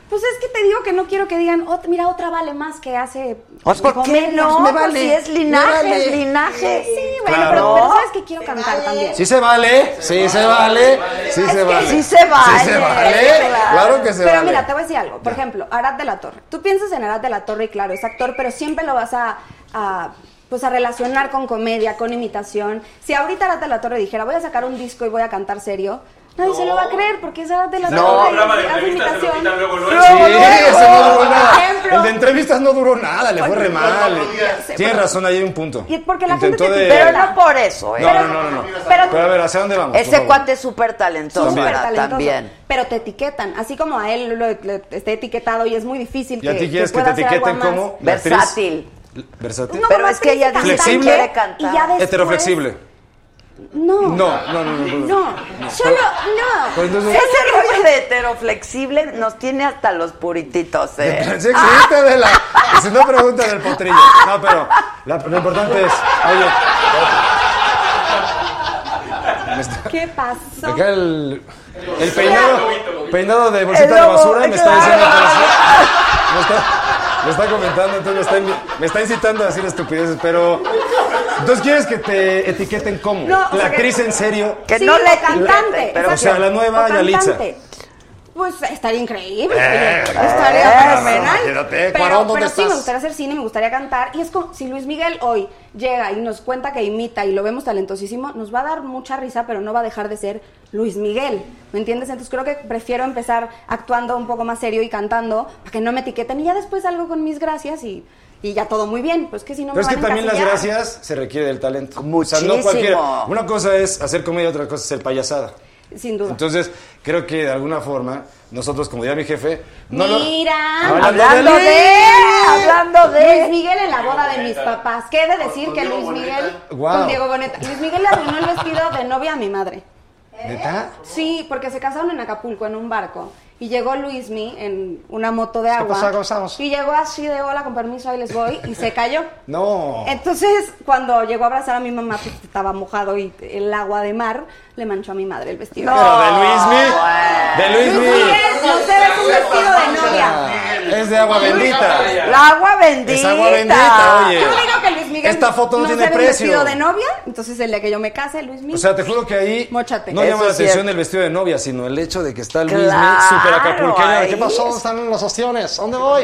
[SPEAKER 6] Pues es que te digo que no quiero que digan, "Ot- mira, otra vale más que hace.
[SPEAKER 1] Pues, ¿por
[SPEAKER 6] comedia".
[SPEAKER 1] qué no?
[SPEAKER 6] Me
[SPEAKER 1] Pues,
[SPEAKER 6] vale.
[SPEAKER 1] si es linaje,
[SPEAKER 6] Me vale.
[SPEAKER 1] es linaje.
[SPEAKER 6] Sí, bueno,
[SPEAKER 7] Claro.
[SPEAKER 6] pero, pero sabes que quiero cantar también.
[SPEAKER 7] Sí se vale, sí se vale, sí se vale.
[SPEAKER 1] sí se vale.
[SPEAKER 7] Sí se vale, claro que se
[SPEAKER 6] Pero
[SPEAKER 7] vale.
[SPEAKER 6] mira, te voy a decir algo. Por ejemplo, Arad de la Torre. Tú piensas en Arad de la Torre y claro, es actor, pero siempre lo vas a, a, pues a relacionar con comedia, con imitación. Si ahorita Arad de la Torre dijera, voy a sacar un disco y voy a cantar serio, nadie se lo va a creer porque es Arad de la
[SPEAKER 7] No,
[SPEAKER 6] Torre. y
[SPEAKER 5] programa de
[SPEAKER 6] hace
[SPEAKER 5] entrevistas se lo
[SPEAKER 6] imitación.
[SPEAKER 5] quitan luego, luego.
[SPEAKER 7] Sí,
[SPEAKER 5] Luego,
[SPEAKER 7] ese no duró nada.
[SPEAKER 6] Ejemplo.
[SPEAKER 7] El de entrevistas no duró nada, le fue re mal.
[SPEAKER 6] sé,
[SPEAKER 7] Tienes
[SPEAKER 6] pero-
[SPEAKER 7] razón, ahí hay un punto.
[SPEAKER 6] Y porque la
[SPEAKER 7] Intentó
[SPEAKER 6] gente te
[SPEAKER 7] de-
[SPEAKER 1] Pero no por eso, ¿eh?
[SPEAKER 7] No, no, no, no, no.
[SPEAKER 6] pero-
[SPEAKER 7] Pero a ver, ¿hacia dónde vamos? por
[SPEAKER 1] Ese
[SPEAKER 7] favor?
[SPEAKER 1] cuate es súper talentoso
[SPEAKER 6] Súper
[SPEAKER 1] ahora
[SPEAKER 6] talentoso,
[SPEAKER 1] también.
[SPEAKER 6] Pero te etiquetan, así como a él lo, le- esté etiquetado y es muy difícil
[SPEAKER 7] ¿Y a
[SPEAKER 6] que,
[SPEAKER 7] ti quieres que
[SPEAKER 6] pueda
[SPEAKER 7] te
[SPEAKER 6] hacer algo
[SPEAKER 7] etiqueten
[SPEAKER 6] más.
[SPEAKER 7] como? la actriz?
[SPEAKER 1] Versátil.
[SPEAKER 7] Versátil.
[SPEAKER 6] No,
[SPEAKER 1] Pero
[SPEAKER 6] mamá,
[SPEAKER 1] es que ella
[SPEAKER 6] tienes
[SPEAKER 1] dice que
[SPEAKER 7] Flexible.
[SPEAKER 1] quiere
[SPEAKER 6] Y
[SPEAKER 1] cantar.
[SPEAKER 6] ya después-
[SPEAKER 7] Heteroflexible.
[SPEAKER 6] No.
[SPEAKER 7] No, no, no, no.
[SPEAKER 6] No, solo, no.
[SPEAKER 7] Pero entonces-
[SPEAKER 1] Ese rollo de heteroflexible nos tiene hasta los purititos, ¿eh?
[SPEAKER 7] Sí existe, Adela. Y Si no, pregunta del potrillo. No, pero la- lo importante es. Oye. Me está-
[SPEAKER 6] ¿Qué pasó?
[SPEAKER 7] Acá el, el peinado, peinado de
[SPEAKER 1] El
[SPEAKER 7] bolsita de
[SPEAKER 1] lobo,
[SPEAKER 7] basura me está
[SPEAKER 1] claro.
[SPEAKER 7] diciendo que me está, me está comentando, entonces me está, invi- me está incitando a decir estupideces, pero entonces quieres que te etiqueten como
[SPEAKER 6] No, o
[SPEAKER 7] la
[SPEAKER 6] sea que-
[SPEAKER 7] actriz en serio.
[SPEAKER 1] Que
[SPEAKER 6] Sí,
[SPEAKER 1] no
[SPEAKER 6] o
[SPEAKER 1] le
[SPEAKER 6] cantante.
[SPEAKER 1] etiqueten, pero
[SPEAKER 7] o sea, la nueva
[SPEAKER 6] O
[SPEAKER 7] Yalitza.
[SPEAKER 6] cantante. Pues estaría increíble.
[SPEAKER 19] Eh,
[SPEAKER 6] estaría
[SPEAKER 19] eso,
[SPEAKER 6] fenomenal.
[SPEAKER 19] imagínate,
[SPEAKER 6] Pero,
[SPEAKER 19] Cuarón, ¿dónde
[SPEAKER 6] pero sí, me
[SPEAKER 19] estás?
[SPEAKER 6] gustaría hacer cine, me gustaría cantar. Y es como si Luis Miguel hoy llega y nos cuenta que imita y lo vemos talentosísimo, nos va a dar mucha risa, pero no va a dejar de ser Luis Miguel. ¿Me entiendes? Entonces creo que prefiero empezar actuando un poco más serio y cantando para que no me etiqueten y ya después salgo con mis gracias y, y ya todo muy bien. Pues que si no
[SPEAKER 7] Pero es
[SPEAKER 6] me
[SPEAKER 7] que
[SPEAKER 6] van a
[SPEAKER 7] también las
[SPEAKER 6] encasillar.
[SPEAKER 7] gracias se requiere del talento. O sea,
[SPEAKER 6] Muchísimo.
[SPEAKER 7] no cualquiera. Una cosa es hacer comedia, otra cosa es ser payasada.
[SPEAKER 6] Sin duda.
[SPEAKER 7] Entonces, creo que de alguna forma, nosotros, como diría mi jefe, no lo-
[SPEAKER 6] Mira,
[SPEAKER 7] Hablando
[SPEAKER 6] hablando
[SPEAKER 7] de
[SPEAKER 6] de,
[SPEAKER 7] Luis.
[SPEAKER 6] hablando de Ah, Luis Miguel en la boda de mis papás. ¿Qué he de decir que Luis Miguel
[SPEAKER 7] Guau.
[SPEAKER 6] con Diego Boneta? Luis Miguel le arruinó el vestido de novia a mi madre.
[SPEAKER 7] ¿Eh? ¿Neta?
[SPEAKER 6] Sí, porque se casaron en Acapulco en un barco y llegó Luismi en una moto de agua.
[SPEAKER 7] pasó? ¿Cómo estamos?
[SPEAKER 6] Y llegó así de hola con permiso ahí les voy y se cayó.
[SPEAKER 7] No.
[SPEAKER 6] Entonces, cuando llegó a abrazar a mi mamá, pues estaba mojado y el agua de mar le manchó a mi madre el vestido.
[SPEAKER 7] Pero de Luismi.
[SPEAKER 6] eh.
[SPEAKER 7] De Luismi.
[SPEAKER 6] Luis Miguel, no se ve su vestido de novia.
[SPEAKER 7] Es de agua bendita.
[SPEAKER 1] La agua bendita.
[SPEAKER 7] Es agua bendita, oye.
[SPEAKER 6] Yo digo que Luis Miguel
[SPEAKER 7] Esta foto no tiene
[SPEAKER 6] se ve un
[SPEAKER 7] precio.
[SPEAKER 6] vestido de novia, entonces el día que yo me case, Luis Miguel.
[SPEAKER 7] O sea, te juro que ahí
[SPEAKER 6] Móchate.
[SPEAKER 7] no
[SPEAKER 6] Eso
[SPEAKER 7] llama la
[SPEAKER 6] es
[SPEAKER 7] atención
[SPEAKER 6] cierto.
[SPEAKER 7] el vestido de novia, sino el hecho de que está Luismi
[SPEAKER 6] Claro,
[SPEAKER 7] súper acapulqueño. de, ¿Qué
[SPEAKER 6] ahí
[SPEAKER 7] pasó?
[SPEAKER 6] es-
[SPEAKER 7] ¿Están las opciones? ¿Dónde voy?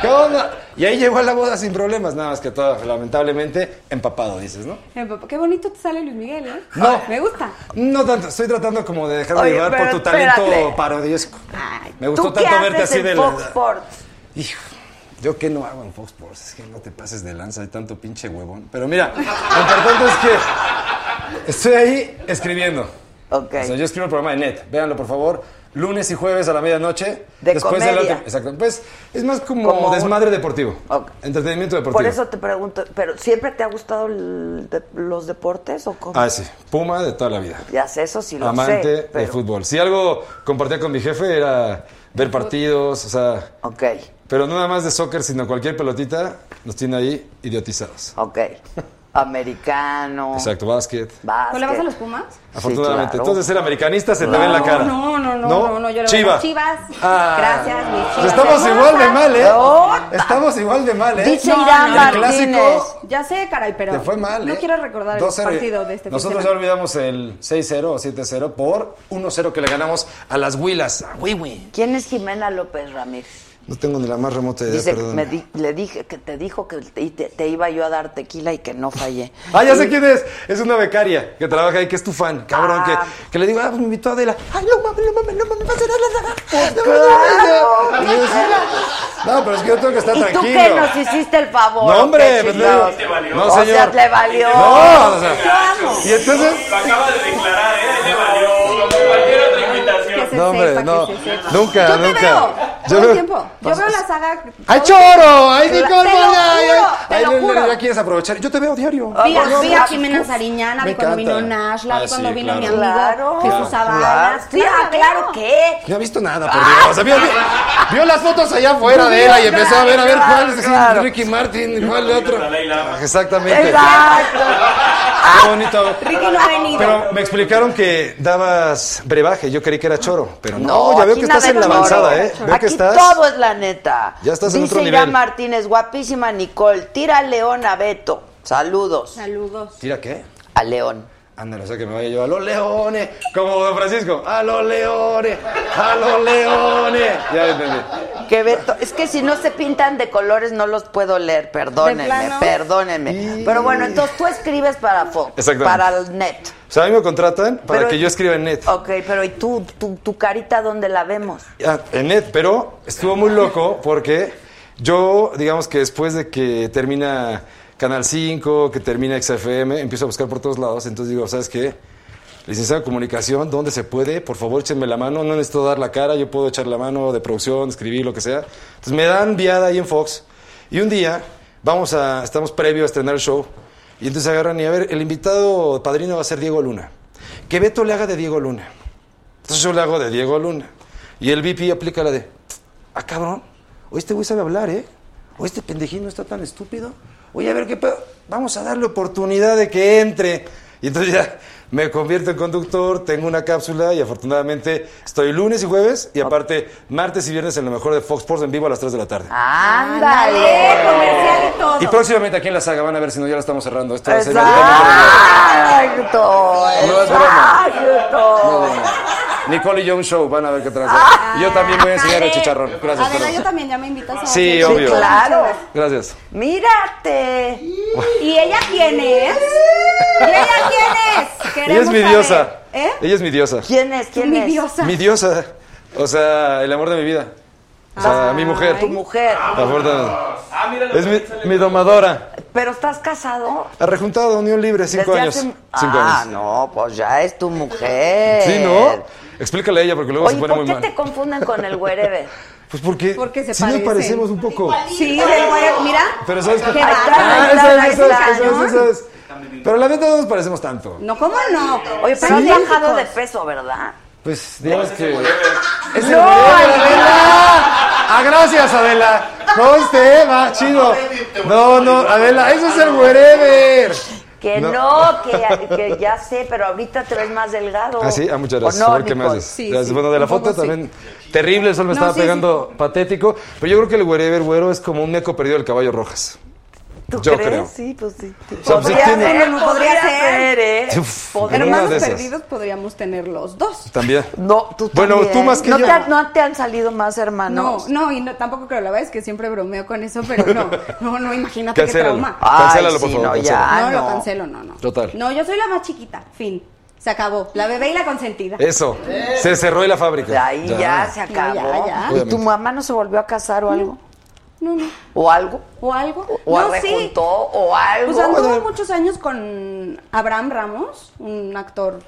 [SPEAKER 7] ¿Qué onda? Y ahí llegó a la boda sin problemas, nada más que todo, lamentablemente, empapado, dices, ¿no?
[SPEAKER 6] Eh, papá, Qué bonito te sale Luis Miguel, ¿eh?
[SPEAKER 7] No.
[SPEAKER 6] Me gusta.
[SPEAKER 7] No tanto, estoy tratando como de dejarme
[SPEAKER 6] Oye,
[SPEAKER 7] llevar por
[SPEAKER 6] pero
[SPEAKER 7] tu talento
[SPEAKER 6] espérate.
[SPEAKER 7] parodiesco. Me
[SPEAKER 6] ¿tú
[SPEAKER 7] gustó
[SPEAKER 6] qué
[SPEAKER 7] tanto verte
[SPEAKER 6] haces
[SPEAKER 7] así
[SPEAKER 6] en
[SPEAKER 7] de
[SPEAKER 6] Fox
[SPEAKER 1] Sports?
[SPEAKER 7] Hijo, yo qué no hago en Fox Sports, es que no te pases de lanza, hay tanto pinche huevón. Pero mira, lo importante es que estoy ahí escribiendo.
[SPEAKER 1] Ok.
[SPEAKER 7] O sea, yo escribo el programa de Net, véanlo por favor. Lunes y jueves a la medianoche.
[SPEAKER 1] De
[SPEAKER 7] la
[SPEAKER 1] comedia.
[SPEAKER 7] última- Exacto. Pues es más como,
[SPEAKER 1] Como un-
[SPEAKER 7] desmadre deportivo. Entretenimiento deportivo.
[SPEAKER 1] Por eso te pregunto, ¿pero siempre te ha gustado el de- los deportes o cómo?
[SPEAKER 7] Ah, sí. Puma de toda la vida.
[SPEAKER 1] Ya sé, eso sí lo
[SPEAKER 7] amante
[SPEAKER 1] sé.
[SPEAKER 7] del fútbol. Si algo compartía con mi jefe era ver partidos, o sea.
[SPEAKER 1] Ok.
[SPEAKER 7] Pero no nada más de soccer, sino cualquier pelotita nos tiene ahí idiotizados.
[SPEAKER 1] Ok. Americano.
[SPEAKER 7] Exacto, básquet.
[SPEAKER 1] básquet.
[SPEAKER 6] ¿Pues le vas a los Pumas?
[SPEAKER 7] Afortunadamente.
[SPEAKER 1] claro.
[SPEAKER 7] Entonces, ser americanista se te ve en la cara.
[SPEAKER 6] No, no, no,
[SPEAKER 7] ¿No?
[SPEAKER 6] no, no, yo le voy a
[SPEAKER 7] Chiva.
[SPEAKER 6] las Chivas.
[SPEAKER 7] Ah.
[SPEAKER 6] Gracias, mis Chivas.
[SPEAKER 7] Estamos igual de mal, ¿eh?
[SPEAKER 1] ¡Ota!
[SPEAKER 7] Estamos igual de mal, ¿eh?
[SPEAKER 6] Dice
[SPEAKER 7] No,
[SPEAKER 6] Irán
[SPEAKER 7] El clásico.
[SPEAKER 6] Martínez. Ya sé, caray, pero.
[SPEAKER 7] Te fue mal,
[SPEAKER 6] No
[SPEAKER 7] ¿eh?
[SPEAKER 6] quiero recordar el
[SPEAKER 7] 2-0.
[SPEAKER 6] partido de este
[SPEAKER 7] Nosotros ya
[SPEAKER 6] fin de
[SPEAKER 7] olvidamos el 6-0 o 7-0 por 1-0 que le ganamos a las Huilas. A Huihui.
[SPEAKER 1] ¿Quién es Jimena López Ramírez?
[SPEAKER 7] No tengo ni la más remota idea,
[SPEAKER 1] Dice que
[SPEAKER 7] perdón.
[SPEAKER 1] me di- le dije que te dijo que te, y te- te iba yo a dar tequila y que no fallé.
[SPEAKER 7] Ah, ya
[SPEAKER 1] Y-
[SPEAKER 7] sé quién es. Es una becaria que trabaja ahí, que es tu fan, cabrón.
[SPEAKER 1] Ah.
[SPEAKER 7] Que, que le digo, ah, pues me invitó a Adela. Ay, no mames, no mames, no mames, va a ser Adela.
[SPEAKER 1] claro.
[SPEAKER 7] No, mames, no, no, pero es que yo tengo que estar
[SPEAKER 1] ¿Y
[SPEAKER 7] Ah, tranquilo.
[SPEAKER 1] tú qué nos hiciste el favor?
[SPEAKER 7] No, hombre,
[SPEAKER 1] ¿Qué
[SPEAKER 7] pues,
[SPEAKER 1] chingados?
[SPEAKER 7] no, te valió. no,
[SPEAKER 1] O sea,
[SPEAKER 7] señor.
[SPEAKER 1] te valió.
[SPEAKER 7] No, o sea,
[SPEAKER 1] Claro.
[SPEAKER 7] y entonces-
[SPEAKER 5] Lo acaba de declarar, ¿eh? Le valió como cualquier otra invitación.
[SPEAKER 7] No, hombre, no. Nunca,
[SPEAKER 6] Yo te
[SPEAKER 7] nunca.
[SPEAKER 6] veo,
[SPEAKER 7] Yo
[SPEAKER 6] todo el
[SPEAKER 7] veo-
[SPEAKER 6] tiempo. Yo veo la saga.
[SPEAKER 7] ¡Ay, choro! ¡Ay,
[SPEAKER 6] Te lo
[SPEAKER 7] Nicole!
[SPEAKER 6] juro,
[SPEAKER 7] ¡Ay,
[SPEAKER 6] te
[SPEAKER 7] ay,
[SPEAKER 6] lo
[SPEAKER 7] ay,
[SPEAKER 6] juro.
[SPEAKER 7] ay, ya quieres aprovechar! Yo te veo diario.
[SPEAKER 6] Vi, a-
[SPEAKER 7] Dios,
[SPEAKER 6] vi a
[SPEAKER 7] Dios.
[SPEAKER 6] Jimena Sariñana,
[SPEAKER 7] me
[SPEAKER 6] vi cuando vino
[SPEAKER 7] encanta.
[SPEAKER 6] Nash, la vi
[SPEAKER 7] Ah,
[SPEAKER 6] cuando
[SPEAKER 7] sí,
[SPEAKER 6] vino mi
[SPEAKER 7] claro.
[SPEAKER 6] amigo
[SPEAKER 7] Claro.
[SPEAKER 6] Jesús
[SPEAKER 7] Claro.
[SPEAKER 6] Zavala.
[SPEAKER 1] Sí, ah, claro que.
[SPEAKER 7] No ha visto nada, por Dios. O sea, vio, vio- vio las fotos allá afuera de ella y empezó a ver, a ver cuál es
[SPEAKER 1] Claro.
[SPEAKER 7] Ricky Martin, cuál de otro. Ah, Exactamente.
[SPEAKER 1] Exacto.
[SPEAKER 7] Qué bonito.
[SPEAKER 6] Ricky no ha venido.
[SPEAKER 7] Pero me explicaron que dabas brebaje, yo creí que era choro, pero no,
[SPEAKER 1] No,
[SPEAKER 7] ya veo
[SPEAKER 1] aquí
[SPEAKER 7] que estás
[SPEAKER 1] nada
[SPEAKER 7] en la
[SPEAKER 1] de
[SPEAKER 7] avanzada,
[SPEAKER 1] choro.
[SPEAKER 7] ¿eh? Veo
[SPEAKER 1] Aquí
[SPEAKER 7] que estás.
[SPEAKER 1] todo es la neta.
[SPEAKER 7] Ya estás en
[SPEAKER 1] Dice
[SPEAKER 7] otro
[SPEAKER 1] ya
[SPEAKER 7] nivel.
[SPEAKER 1] Martínez, guapísima Nicole, tira a León a Beto. Saludos.
[SPEAKER 6] Saludos.
[SPEAKER 7] ¿Tira qué?
[SPEAKER 1] A León.
[SPEAKER 7] Ándale, o sea que me vaya yo a los leones, como Don Francisco, a los leones, a los leones. Ya entendí.
[SPEAKER 1] Que Beto, es que si no se pintan de colores no los puedo leer,
[SPEAKER 7] ¿De
[SPEAKER 1] perdónenme,
[SPEAKER 7] plano?
[SPEAKER 1] perdónenme. Pero bueno, entonces tú escribes para Fox,
[SPEAKER 7] Exactamente.
[SPEAKER 1] para el net.
[SPEAKER 7] O sea, a mí me contratan para
[SPEAKER 1] Pero-
[SPEAKER 7] que yo escriba en net.
[SPEAKER 1] Ok, pero ¿y tú, tu, tu carita dónde la vemos?
[SPEAKER 7] Ah, en net, pero estuvo muy loco porque yo, digamos que después de que termina Canal 5, que termina XFM, empiezo a buscar por todos lados. Entonces digo, ¿sabes qué? Licenciado en comunicación, ¿dónde se puede? Por favor, échenme la mano. No necesito dar la cara, yo puedo echar la mano de producción, escribir, lo que sea. Entonces me dan viada ahí en Fox. Y un día, vamos a, estamos previo a estrenar el show. Y entonces agarran y a ver, el invitado padrino va a ser Diego Luna. Que Beto le haga de Diego Luna. Entonces yo le hago de Diego Luna. Y el VP aplica la de, ah, cabrón, o este güey sabe hablar, ¿eh? O este pendejín no está tan estúpido. Oye, a ver qué pedo. Vamos a darle oportunidad de que entre. Y entonces ya me convierto en conductor, tengo una cápsula y afortunadamente estoy lunes y jueves y aparte martes y viernes en lo mejor de Fox Sports en vivo a las 3 de la tarde.
[SPEAKER 1] ¡Ándale!
[SPEAKER 6] Comercial y todo.
[SPEAKER 7] Y próximamente aquí en la saga van a ver si no ya la estamos cerrando. Esto va a ser
[SPEAKER 1] Exacto,
[SPEAKER 7] el tema de la-
[SPEAKER 1] exacto.
[SPEAKER 7] No es broma. No, no, no. Nicole y yo un show, van a ver qué traes.
[SPEAKER 6] Ah,
[SPEAKER 7] Y yo también voy a enseñar el
[SPEAKER 6] ándale.
[SPEAKER 7] chicharrón. Gracias.
[SPEAKER 6] Adela,
[SPEAKER 7] perdón.
[SPEAKER 6] yo también ya me invitas a
[SPEAKER 7] Sí,
[SPEAKER 6] que-
[SPEAKER 7] obvio.
[SPEAKER 1] claro.
[SPEAKER 7] Gracias.
[SPEAKER 1] Mírate.
[SPEAKER 6] ¿Y ella quién es? ¿Y ella quién es?
[SPEAKER 7] Ella es mi
[SPEAKER 6] Queremos saber.
[SPEAKER 7] diosa.
[SPEAKER 6] ¿Eh?
[SPEAKER 7] Ella es mi diosa.
[SPEAKER 1] ¿Quién es? ¿Quién
[SPEAKER 6] Mi
[SPEAKER 1] es?
[SPEAKER 6] diosa.
[SPEAKER 7] Mi diosa. O sea, el amor de mi vida. O
[SPEAKER 1] Ah.
[SPEAKER 7] sea, mi mujer.
[SPEAKER 1] Tu mujer.
[SPEAKER 7] Afortunadamente.
[SPEAKER 1] Ah, mira
[SPEAKER 7] Es mi, mi domadora.
[SPEAKER 1] Pero estás casado.
[SPEAKER 7] Rejuntado, unión libre, cinco
[SPEAKER 1] Desde
[SPEAKER 7] años.
[SPEAKER 1] hace-
[SPEAKER 7] Cinco
[SPEAKER 1] Ah,
[SPEAKER 7] años.
[SPEAKER 1] no, pues ya es tu mujer.
[SPEAKER 7] ¿Sí, no? Explícale a ella porque luego
[SPEAKER 1] Oye,
[SPEAKER 7] se pone
[SPEAKER 1] ¿por
[SPEAKER 7] muy
[SPEAKER 1] qué
[SPEAKER 7] mal.
[SPEAKER 1] te confunden con el güerebe?
[SPEAKER 7] Pues porque,
[SPEAKER 1] Porque se
[SPEAKER 7] sí nos
[SPEAKER 1] parecen.
[SPEAKER 7] parecemos un poco.
[SPEAKER 6] Sí, del güero. Mira.
[SPEAKER 7] Pero sabes
[SPEAKER 6] Qué
[SPEAKER 7] que.
[SPEAKER 6] bárbaro,
[SPEAKER 7] Ah, esa es,
[SPEAKER 6] está
[SPEAKER 7] esa es,
[SPEAKER 6] cañón.
[SPEAKER 7] esa es, esa es. Pero la neta no nos parecemos tanto.
[SPEAKER 6] No, ¿cómo no?
[SPEAKER 1] Oye, pero
[SPEAKER 6] Sí.
[SPEAKER 1] has bajado de peso, ¿verdad?
[SPEAKER 7] Pues digamos que. ¡Es
[SPEAKER 1] ¡No,
[SPEAKER 7] Adela!
[SPEAKER 1] Adela!
[SPEAKER 7] ¡Ah, gracias, Adela! ¡Conste, va, chido! No, no, Adela, eso es el wherever.
[SPEAKER 1] Que no,
[SPEAKER 7] No.
[SPEAKER 1] que, que ya sé, pero ahorita te ves más delgado.
[SPEAKER 7] Ah, sí, ah, muchas
[SPEAKER 1] ¿O
[SPEAKER 7] gracias.
[SPEAKER 1] no,
[SPEAKER 7] a ver qué me
[SPEAKER 1] Nicole?
[SPEAKER 7] haces. Gracias. bueno, de la foto también. Terrible, el sol me
[SPEAKER 1] No,
[SPEAKER 7] estaba
[SPEAKER 1] sí,
[SPEAKER 7] pegando patético. Pero yo creo que el wherever, güero, es como un eco perdido del caballo rojas.
[SPEAKER 1] ¿Tú
[SPEAKER 7] yo
[SPEAKER 1] crees?
[SPEAKER 7] creo.
[SPEAKER 1] Sí, pues sí.
[SPEAKER 7] O sea, pues, sí
[SPEAKER 6] Podría
[SPEAKER 7] tiene-
[SPEAKER 6] ser, podría,
[SPEAKER 1] Podría
[SPEAKER 6] ser.
[SPEAKER 1] ser, ¿eh?
[SPEAKER 7] Uf, en una
[SPEAKER 6] Hermanos
[SPEAKER 7] de esas.
[SPEAKER 6] perdidos podríamos tener los dos.
[SPEAKER 7] También.
[SPEAKER 1] No, tú
[SPEAKER 7] Bueno, tú más que
[SPEAKER 1] ¿No
[SPEAKER 7] yo.
[SPEAKER 1] Te, han- ¿No te han salido más
[SPEAKER 6] No,
[SPEAKER 1] hermanos?
[SPEAKER 6] no, y no- tampoco creo, la verdad es que siempre bromeo con eso, pero no, no, no, imagínate
[SPEAKER 7] Cancélalo.
[SPEAKER 6] qué trauma.
[SPEAKER 7] Ay, Cancélalo, por
[SPEAKER 1] sí,
[SPEAKER 7] favor.
[SPEAKER 1] no, ya,
[SPEAKER 6] no,
[SPEAKER 7] cancélalo.
[SPEAKER 6] lo cancelo, no, no.
[SPEAKER 7] Total.
[SPEAKER 6] No, yo soy la más chiquita, fin. Se acabó, la bebé y la consentida.
[SPEAKER 7] Eso. Se cerró y la fábrica.
[SPEAKER 1] Ahí ya, se acabó.
[SPEAKER 6] No, ya,
[SPEAKER 1] ¿Y
[SPEAKER 6] ya.
[SPEAKER 1] tu
[SPEAKER 7] Obviamente.
[SPEAKER 1] mamá no se volvió a casar o algo?
[SPEAKER 6] No, no.
[SPEAKER 1] ¿O algo?
[SPEAKER 6] O algo.
[SPEAKER 1] ¿O
[SPEAKER 6] no, sí.
[SPEAKER 1] rejuntó o algo?
[SPEAKER 6] Pues anduvo muchos años con Abraham Ramos, un actor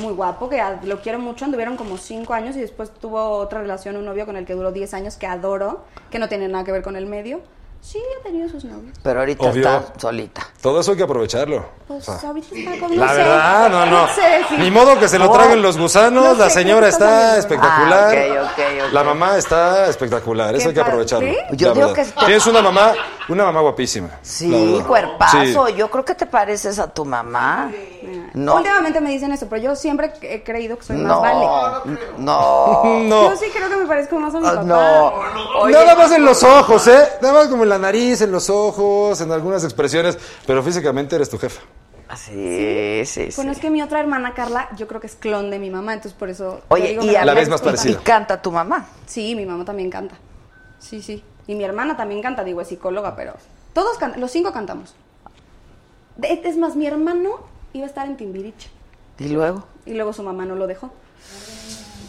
[SPEAKER 6] muy guapo, que a- lo quiero mucho, anduvieron como cinco años y después tuvo otra relación, un novio con el que duró 10 años, que adoro, que no tiene nada que ver con el medio. Sí, ha tenido sus novios.
[SPEAKER 1] Pero ahorita
[SPEAKER 7] Obvio.
[SPEAKER 1] está solita.
[SPEAKER 7] Todo eso hay que aprovecharlo.
[SPEAKER 6] Pues
[SPEAKER 7] Ah.
[SPEAKER 6] ahorita está con
[SPEAKER 7] La
[SPEAKER 6] no sé.
[SPEAKER 7] verdad, no, no.
[SPEAKER 6] sé, sí.
[SPEAKER 7] Ni modo que se lo
[SPEAKER 6] No.
[SPEAKER 7] traguen los gusanos.
[SPEAKER 6] No sé,
[SPEAKER 7] la señora
[SPEAKER 6] ¿qué está
[SPEAKER 7] está
[SPEAKER 6] saliendo?
[SPEAKER 7] espectacular.
[SPEAKER 1] Ah, ok, ok, ok.
[SPEAKER 7] La mamá está espectacular. Eso
[SPEAKER 1] Qué
[SPEAKER 7] hay que
[SPEAKER 1] padre.
[SPEAKER 7] aprovecharlo.
[SPEAKER 1] ¿Sí?
[SPEAKER 7] la
[SPEAKER 1] Yo digo
[SPEAKER 7] verdad.
[SPEAKER 1] que es-
[SPEAKER 7] Tienes una mamá, una mamá guapísima. la
[SPEAKER 1] Sí,
[SPEAKER 7] verdad.
[SPEAKER 1] cuerpazo.
[SPEAKER 7] Sí.
[SPEAKER 1] Yo creo que te pareces a tu mamá. No.
[SPEAKER 6] Últimamente me dicen eso, pero yo siempre he creído que soy más
[SPEAKER 1] No,
[SPEAKER 6] vale.
[SPEAKER 1] no,
[SPEAKER 6] Yo sí creo que me parezco más a mi
[SPEAKER 1] Ah,
[SPEAKER 6] papá.
[SPEAKER 1] no. Oye,
[SPEAKER 7] Nada más en los ojos, ¿eh? Nada más como en la nariz, en los ojos, en algunas expresiones. Pero físicamente eres tu jefa.
[SPEAKER 1] Sí, sí, sí.
[SPEAKER 6] Bueno, es que mi otra hermana, Carla, yo creo que es clon de mi mamá, entonces por eso... yo
[SPEAKER 1] Oye,
[SPEAKER 6] digo
[SPEAKER 1] y
[SPEAKER 6] que
[SPEAKER 1] además-
[SPEAKER 7] vez más
[SPEAKER 1] y-
[SPEAKER 7] parecida.
[SPEAKER 1] Y canta tu mamá.
[SPEAKER 6] Sí, mi mamá también canta. Sí, sí. Y mi hermana también canta, digo, es psicóloga, pero todos cantan, los cinco cantamos. De- Es más, mi hermano iba a estar en Timbiriche
[SPEAKER 1] Y luego.
[SPEAKER 6] y luego su mamá no lo dejó.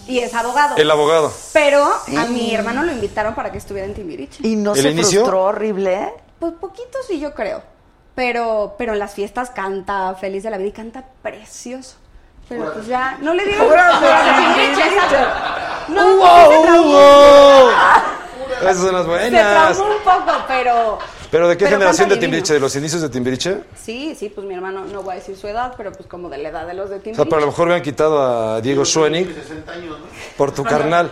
[SPEAKER 6] Y es abogado.
[SPEAKER 7] El abogado.
[SPEAKER 6] Pero a
[SPEAKER 1] Eh, Sí.
[SPEAKER 6] mi hermano lo invitaron para que estuviera en Timbiriche.
[SPEAKER 1] Y no
[SPEAKER 7] ¿El
[SPEAKER 1] se
[SPEAKER 7] inicio?
[SPEAKER 1] frustró horrible, ¿eh?
[SPEAKER 6] Pues poquito sí, yo creo. Pero, pero en las fiestas canta feliz de la vida y canta precioso. Pero pues ya, no le dieron
[SPEAKER 1] Pura
[SPEAKER 6] pero
[SPEAKER 1] Timbiriche.
[SPEAKER 6] Timbiriche, exacto. No,
[SPEAKER 7] ¡Wow!
[SPEAKER 6] se traumó.
[SPEAKER 7] wow! Esas son las
[SPEAKER 6] Se
[SPEAKER 7] buenas.
[SPEAKER 6] traumó un poco, pero...
[SPEAKER 7] ¿Pero de qué
[SPEAKER 6] Pero
[SPEAKER 7] generación
[SPEAKER 6] canta
[SPEAKER 7] de
[SPEAKER 6] divino.
[SPEAKER 7] Timbiriche? ¿De los inicios de Timbiriche?
[SPEAKER 6] Sí, sí, pues mi hermano, no voy a decir su edad, pero pues como de la edad de los de
[SPEAKER 7] O sea,
[SPEAKER 6] Timbiriche.
[SPEAKER 7] pero a lo mejor me han quitado a Diego Schoenig por tu carnal.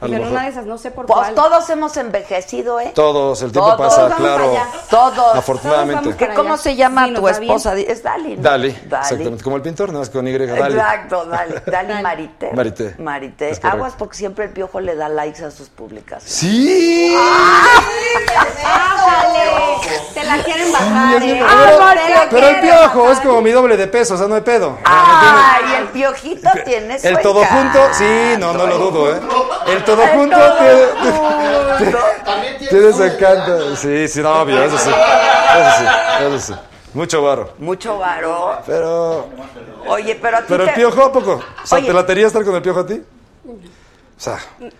[SPEAKER 7] A lo
[SPEAKER 6] Pero en una de
[SPEAKER 7] mejor.
[SPEAKER 6] esas, no sé por
[SPEAKER 1] Pues
[SPEAKER 6] cuál.
[SPEAKER 1] todos hemos envejecido, ¿eh?
[SPEAKER 7] Todos, el tiempo
[SPEAKER 1] Todos
[SPEAKER 7] pasa,
[SPEAKER 1] vamos
[SPEAKER 7] claro.
[SPEAKER 1] allá. Todos.
[SPEAKER 7] Afortunadamente.
[SPEAKER 1] ¿Qué- ¿Cómo se llama tu esposa? Di- Es Dali. ¿no?
[SPEAKER 7] Dali,
[SPEAKER 1] Dali.
[SPEAKER 7] exactamente. Como el pintor, nada más con Y, Dali.
[SPEAKER 1] Exacto, Dali. Dali Marité.
[SPEAKER 7] Marité.
[SPEAKER 1] Marité.
[SPEAKER 7] Es correcto.
[SPEAKER 1] Aguas porque siempre el piojo le da likes a sus publicaciones.
[SPEAKER 7] ¡Sí!
[SPEAKER 6] ¡Ándale! Te la quieren bajar,
[SPEAKER 7] Sí,
[SPEAKER 6] ¿eh?
[SPEAKER 7] pero-
[SPEAKER 6] Te la
[SPEAKER 7] pero el
[SPEAKER 6] quieren
[SPEAKER 7] piojo es
[SPEAKER 6] bajar.
[SPEAKER 7] como mi doble de peso, o sea, no hay pedo.
[SPEAKER 6] Ah,
[SPEAKER 1] ¡Ay, el piojito tiene
[SPEAKER 6] pues
[SPEAKER 1] su
[SPEAKER 7] El todo
[SPEAKER 1] encanto.
[SPEAKER 7] junto, sí, no, no lo dudo, ¿eh? El todo
[SPEAKER 1] El
[SPEAKER 7] junto
[SPEAKER 1] todo
[SPEAKER 7] tiene-
[SPEAKER 1] junto.
[SPEAKER 7] tiene- tiene su encanto. Sí, sí, no, obvio, eso sí. Eso sí, eso sí. Mucho barro.
[SPEAKER 1] Mucho varo.
[SPEAKER 7] Pero,
[SPEAKER 1] Oye, pero a ti
[SPEAKER 7] pero el
[SPEAKER 1] te-
[SPEAKER 7] piojo, ¿a poco? O sea,
[SPEAKER 1] Oye.
[SPEAKER 7] ¿te latería estar con el piojo a ti? O sea,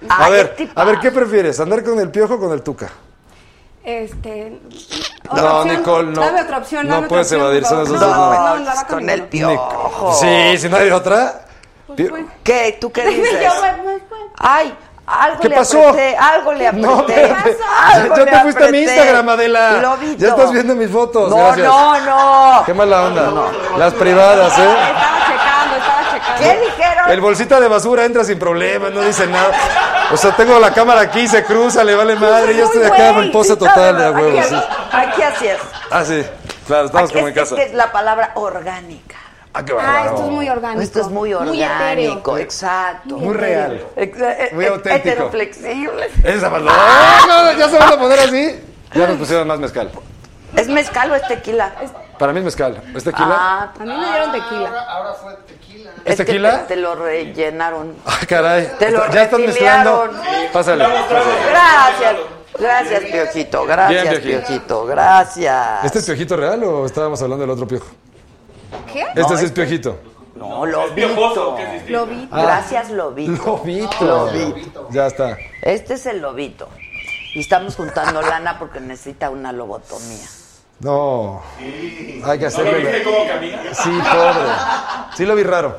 [SPEAKER 7] a
[SPEAKER 1] Ay,
[SPEAKER 7] ver,
[SPEAKER 1] Ah, ¿qué te
[SPEAKER 7] a ver, ¿qué prefieres? ¿Andar con el piojo o con el tuca?
[SPEAKER 6] Este.
[SPEAKER 7] No,
[SPEAKER 6] opción.
[SPEAKER 7] Nicole, no.
[SPEAKER 6] Dame otra opción.
[SPEAKER 7] No
[SPEAKER 6] dame otra
[SPEAKER 7] puedes
[SPEAKER 6] opción,
[SPEAKER 7] evadir,
[SPEAKER 6] por favor.
[SPEAKER 7] son esos
[SPEAKER 6] No,
[SPEAKER 7] dos,
[SPEAKER 6] no,
[SPEAKER 7] no.
[SPEAKER 6] no, andaba con
[SPEAKER 1] con el
[SPEAKER 6] ninguno.
[SPEAKER 1] piojo. Pues,
[SPEAKER 7] Sí, si no hay otra. Pio-
[SPEAKER 1] ¿Qué? ¿Tú qué
[SPEAKER 6] Dime,
[SPEAKER 1] dices?
[SPEAKER 6] yo, pues, me- me-
[SPEAKER 1] Ay, algo
[SPEAKER 7] ¿Qué
[SPEAKER 1] le
[SPEAKER 7] pasó?
[SPEAKER 1] apreté, algo le apreté.
[SPEAKER 7] No, espérate.
[SPEAKER 1] algo
[SPEAKER 7] Ya
[SPEAKER 1] le
[SPEAKER 7] te fuiste a mi
[SPEAKER 1] apreté.
[SPEAKER 7] Instagram, Adela.
[SPEAKER 1] Globito.
[SPEAKER 7] Ya estás viendo mis fotos.
[SPEAKER 1] No,
[SPEAKER 7] gracias.
[SPEAKER 1] no, no.
[SPEAKER 7] Qué mala onda. Las privadas, ¿eh?
[SPEAKER 6] Estaba checando, estaba checando.
[SPEAKER 1] ¿Qué dijeron?
[SPEAKER 7] El bolsita de basura entra sin problema, no dice nada. O sea, tengo la cámara aquí, se cruza, le vale madre. Yo estoy acá en pose total, de huevo,
[SPEAKER 1] Aquí,
[SPEAKER 7] sí.
[SPEAKER 1] aquí así es.
[SPEAKER 7] Ah, sí. Claro, estamos
[SPEAKER 1] Aquí-
[SPEAKER 7] como en
[SPEAKER 1] es, que-
[SPEAKER 7] casa.
[SPEAKER 1] es que es la palabra orgánica.
[SPEAKER 7] Ah, qué
[SPEAKER 6] Ah,
[SPEAKER 7] bárbaro.
[SPEAKER 6] esto es muy orgánico.
[SPEAKER 1] Esto es muy
[SPEAKER 6] etéreo.
[SPEAKER 1] orgánico, exacto.
[SPEAKER 7] Muy real.
[SPEAKER 1] Exa-
[SPEAKER 7] Muy
[SPEAKER 1] eh,
[SPEAKER 7] auténtico.
[SPEAKER 1] Heteroflexible.
[SPEAKER 7] Esa maldad. ¡Ah, no! ¿Ya se van a poner así? Ya nos pusieron más mezcal.
[SPEAKER 1] ¿Es mezcal o es tequila?
[SPEAKER 7] Para mí es mezcal. ¿Es tequila?
[SPEAKER 1] Ah,
[SPEAKER 6] a mí me dieron tequila.
[SPEAKER 4] Ahora, ahora fue tequila.
[SPEAKER 7] ¿Es
[SPEAKER 1] que
[SPEAKER 7] tequila?
[SPEAKER 1] te, te lo rellenaron.
[SPEAKER 7] Ah, caray.
[SPEAKER 1] Te lo
[SPEAKER 7] ya están mezclando.
[SPEAKER 1] refiliaron.
[SPEAKER 7] Pásale. pásale.
[SPEAKER 1] Gracias. Gracias, Piojito. Gracias,
[SPEAKER 7] Ah, Bien, Piojito.
[SPEAKER 1] Piojito. Gracias.
[SPEAKER 7] ¿Este es piojito real o estábamos hablando del otro piojo?
[SPEAKER 6] ¿Qué?
[SPEAKER 7] Este sí es piojito.
[SPEAKER 1] No, lobito.
[SPEAKER 6] Lobito.
[SPEAKER 7] Ah.
[SPEAKER 1] Gracias, lobito.
[SPEAKER 7] Lobito.
[SPEAKER 1] Lobito.
[SPEAKER 7] Ya está.
[SPEAKER 1] Este es el lobito. Y estamos juntando lana porque necesita una lobotomía.
[SPEAKER 7] No. Hay que hacerle.
[SPEAKER 5] ¿No lo viste cómo camina?
[SPEAKER 7] Sí, pobre. Sí lo vi raro.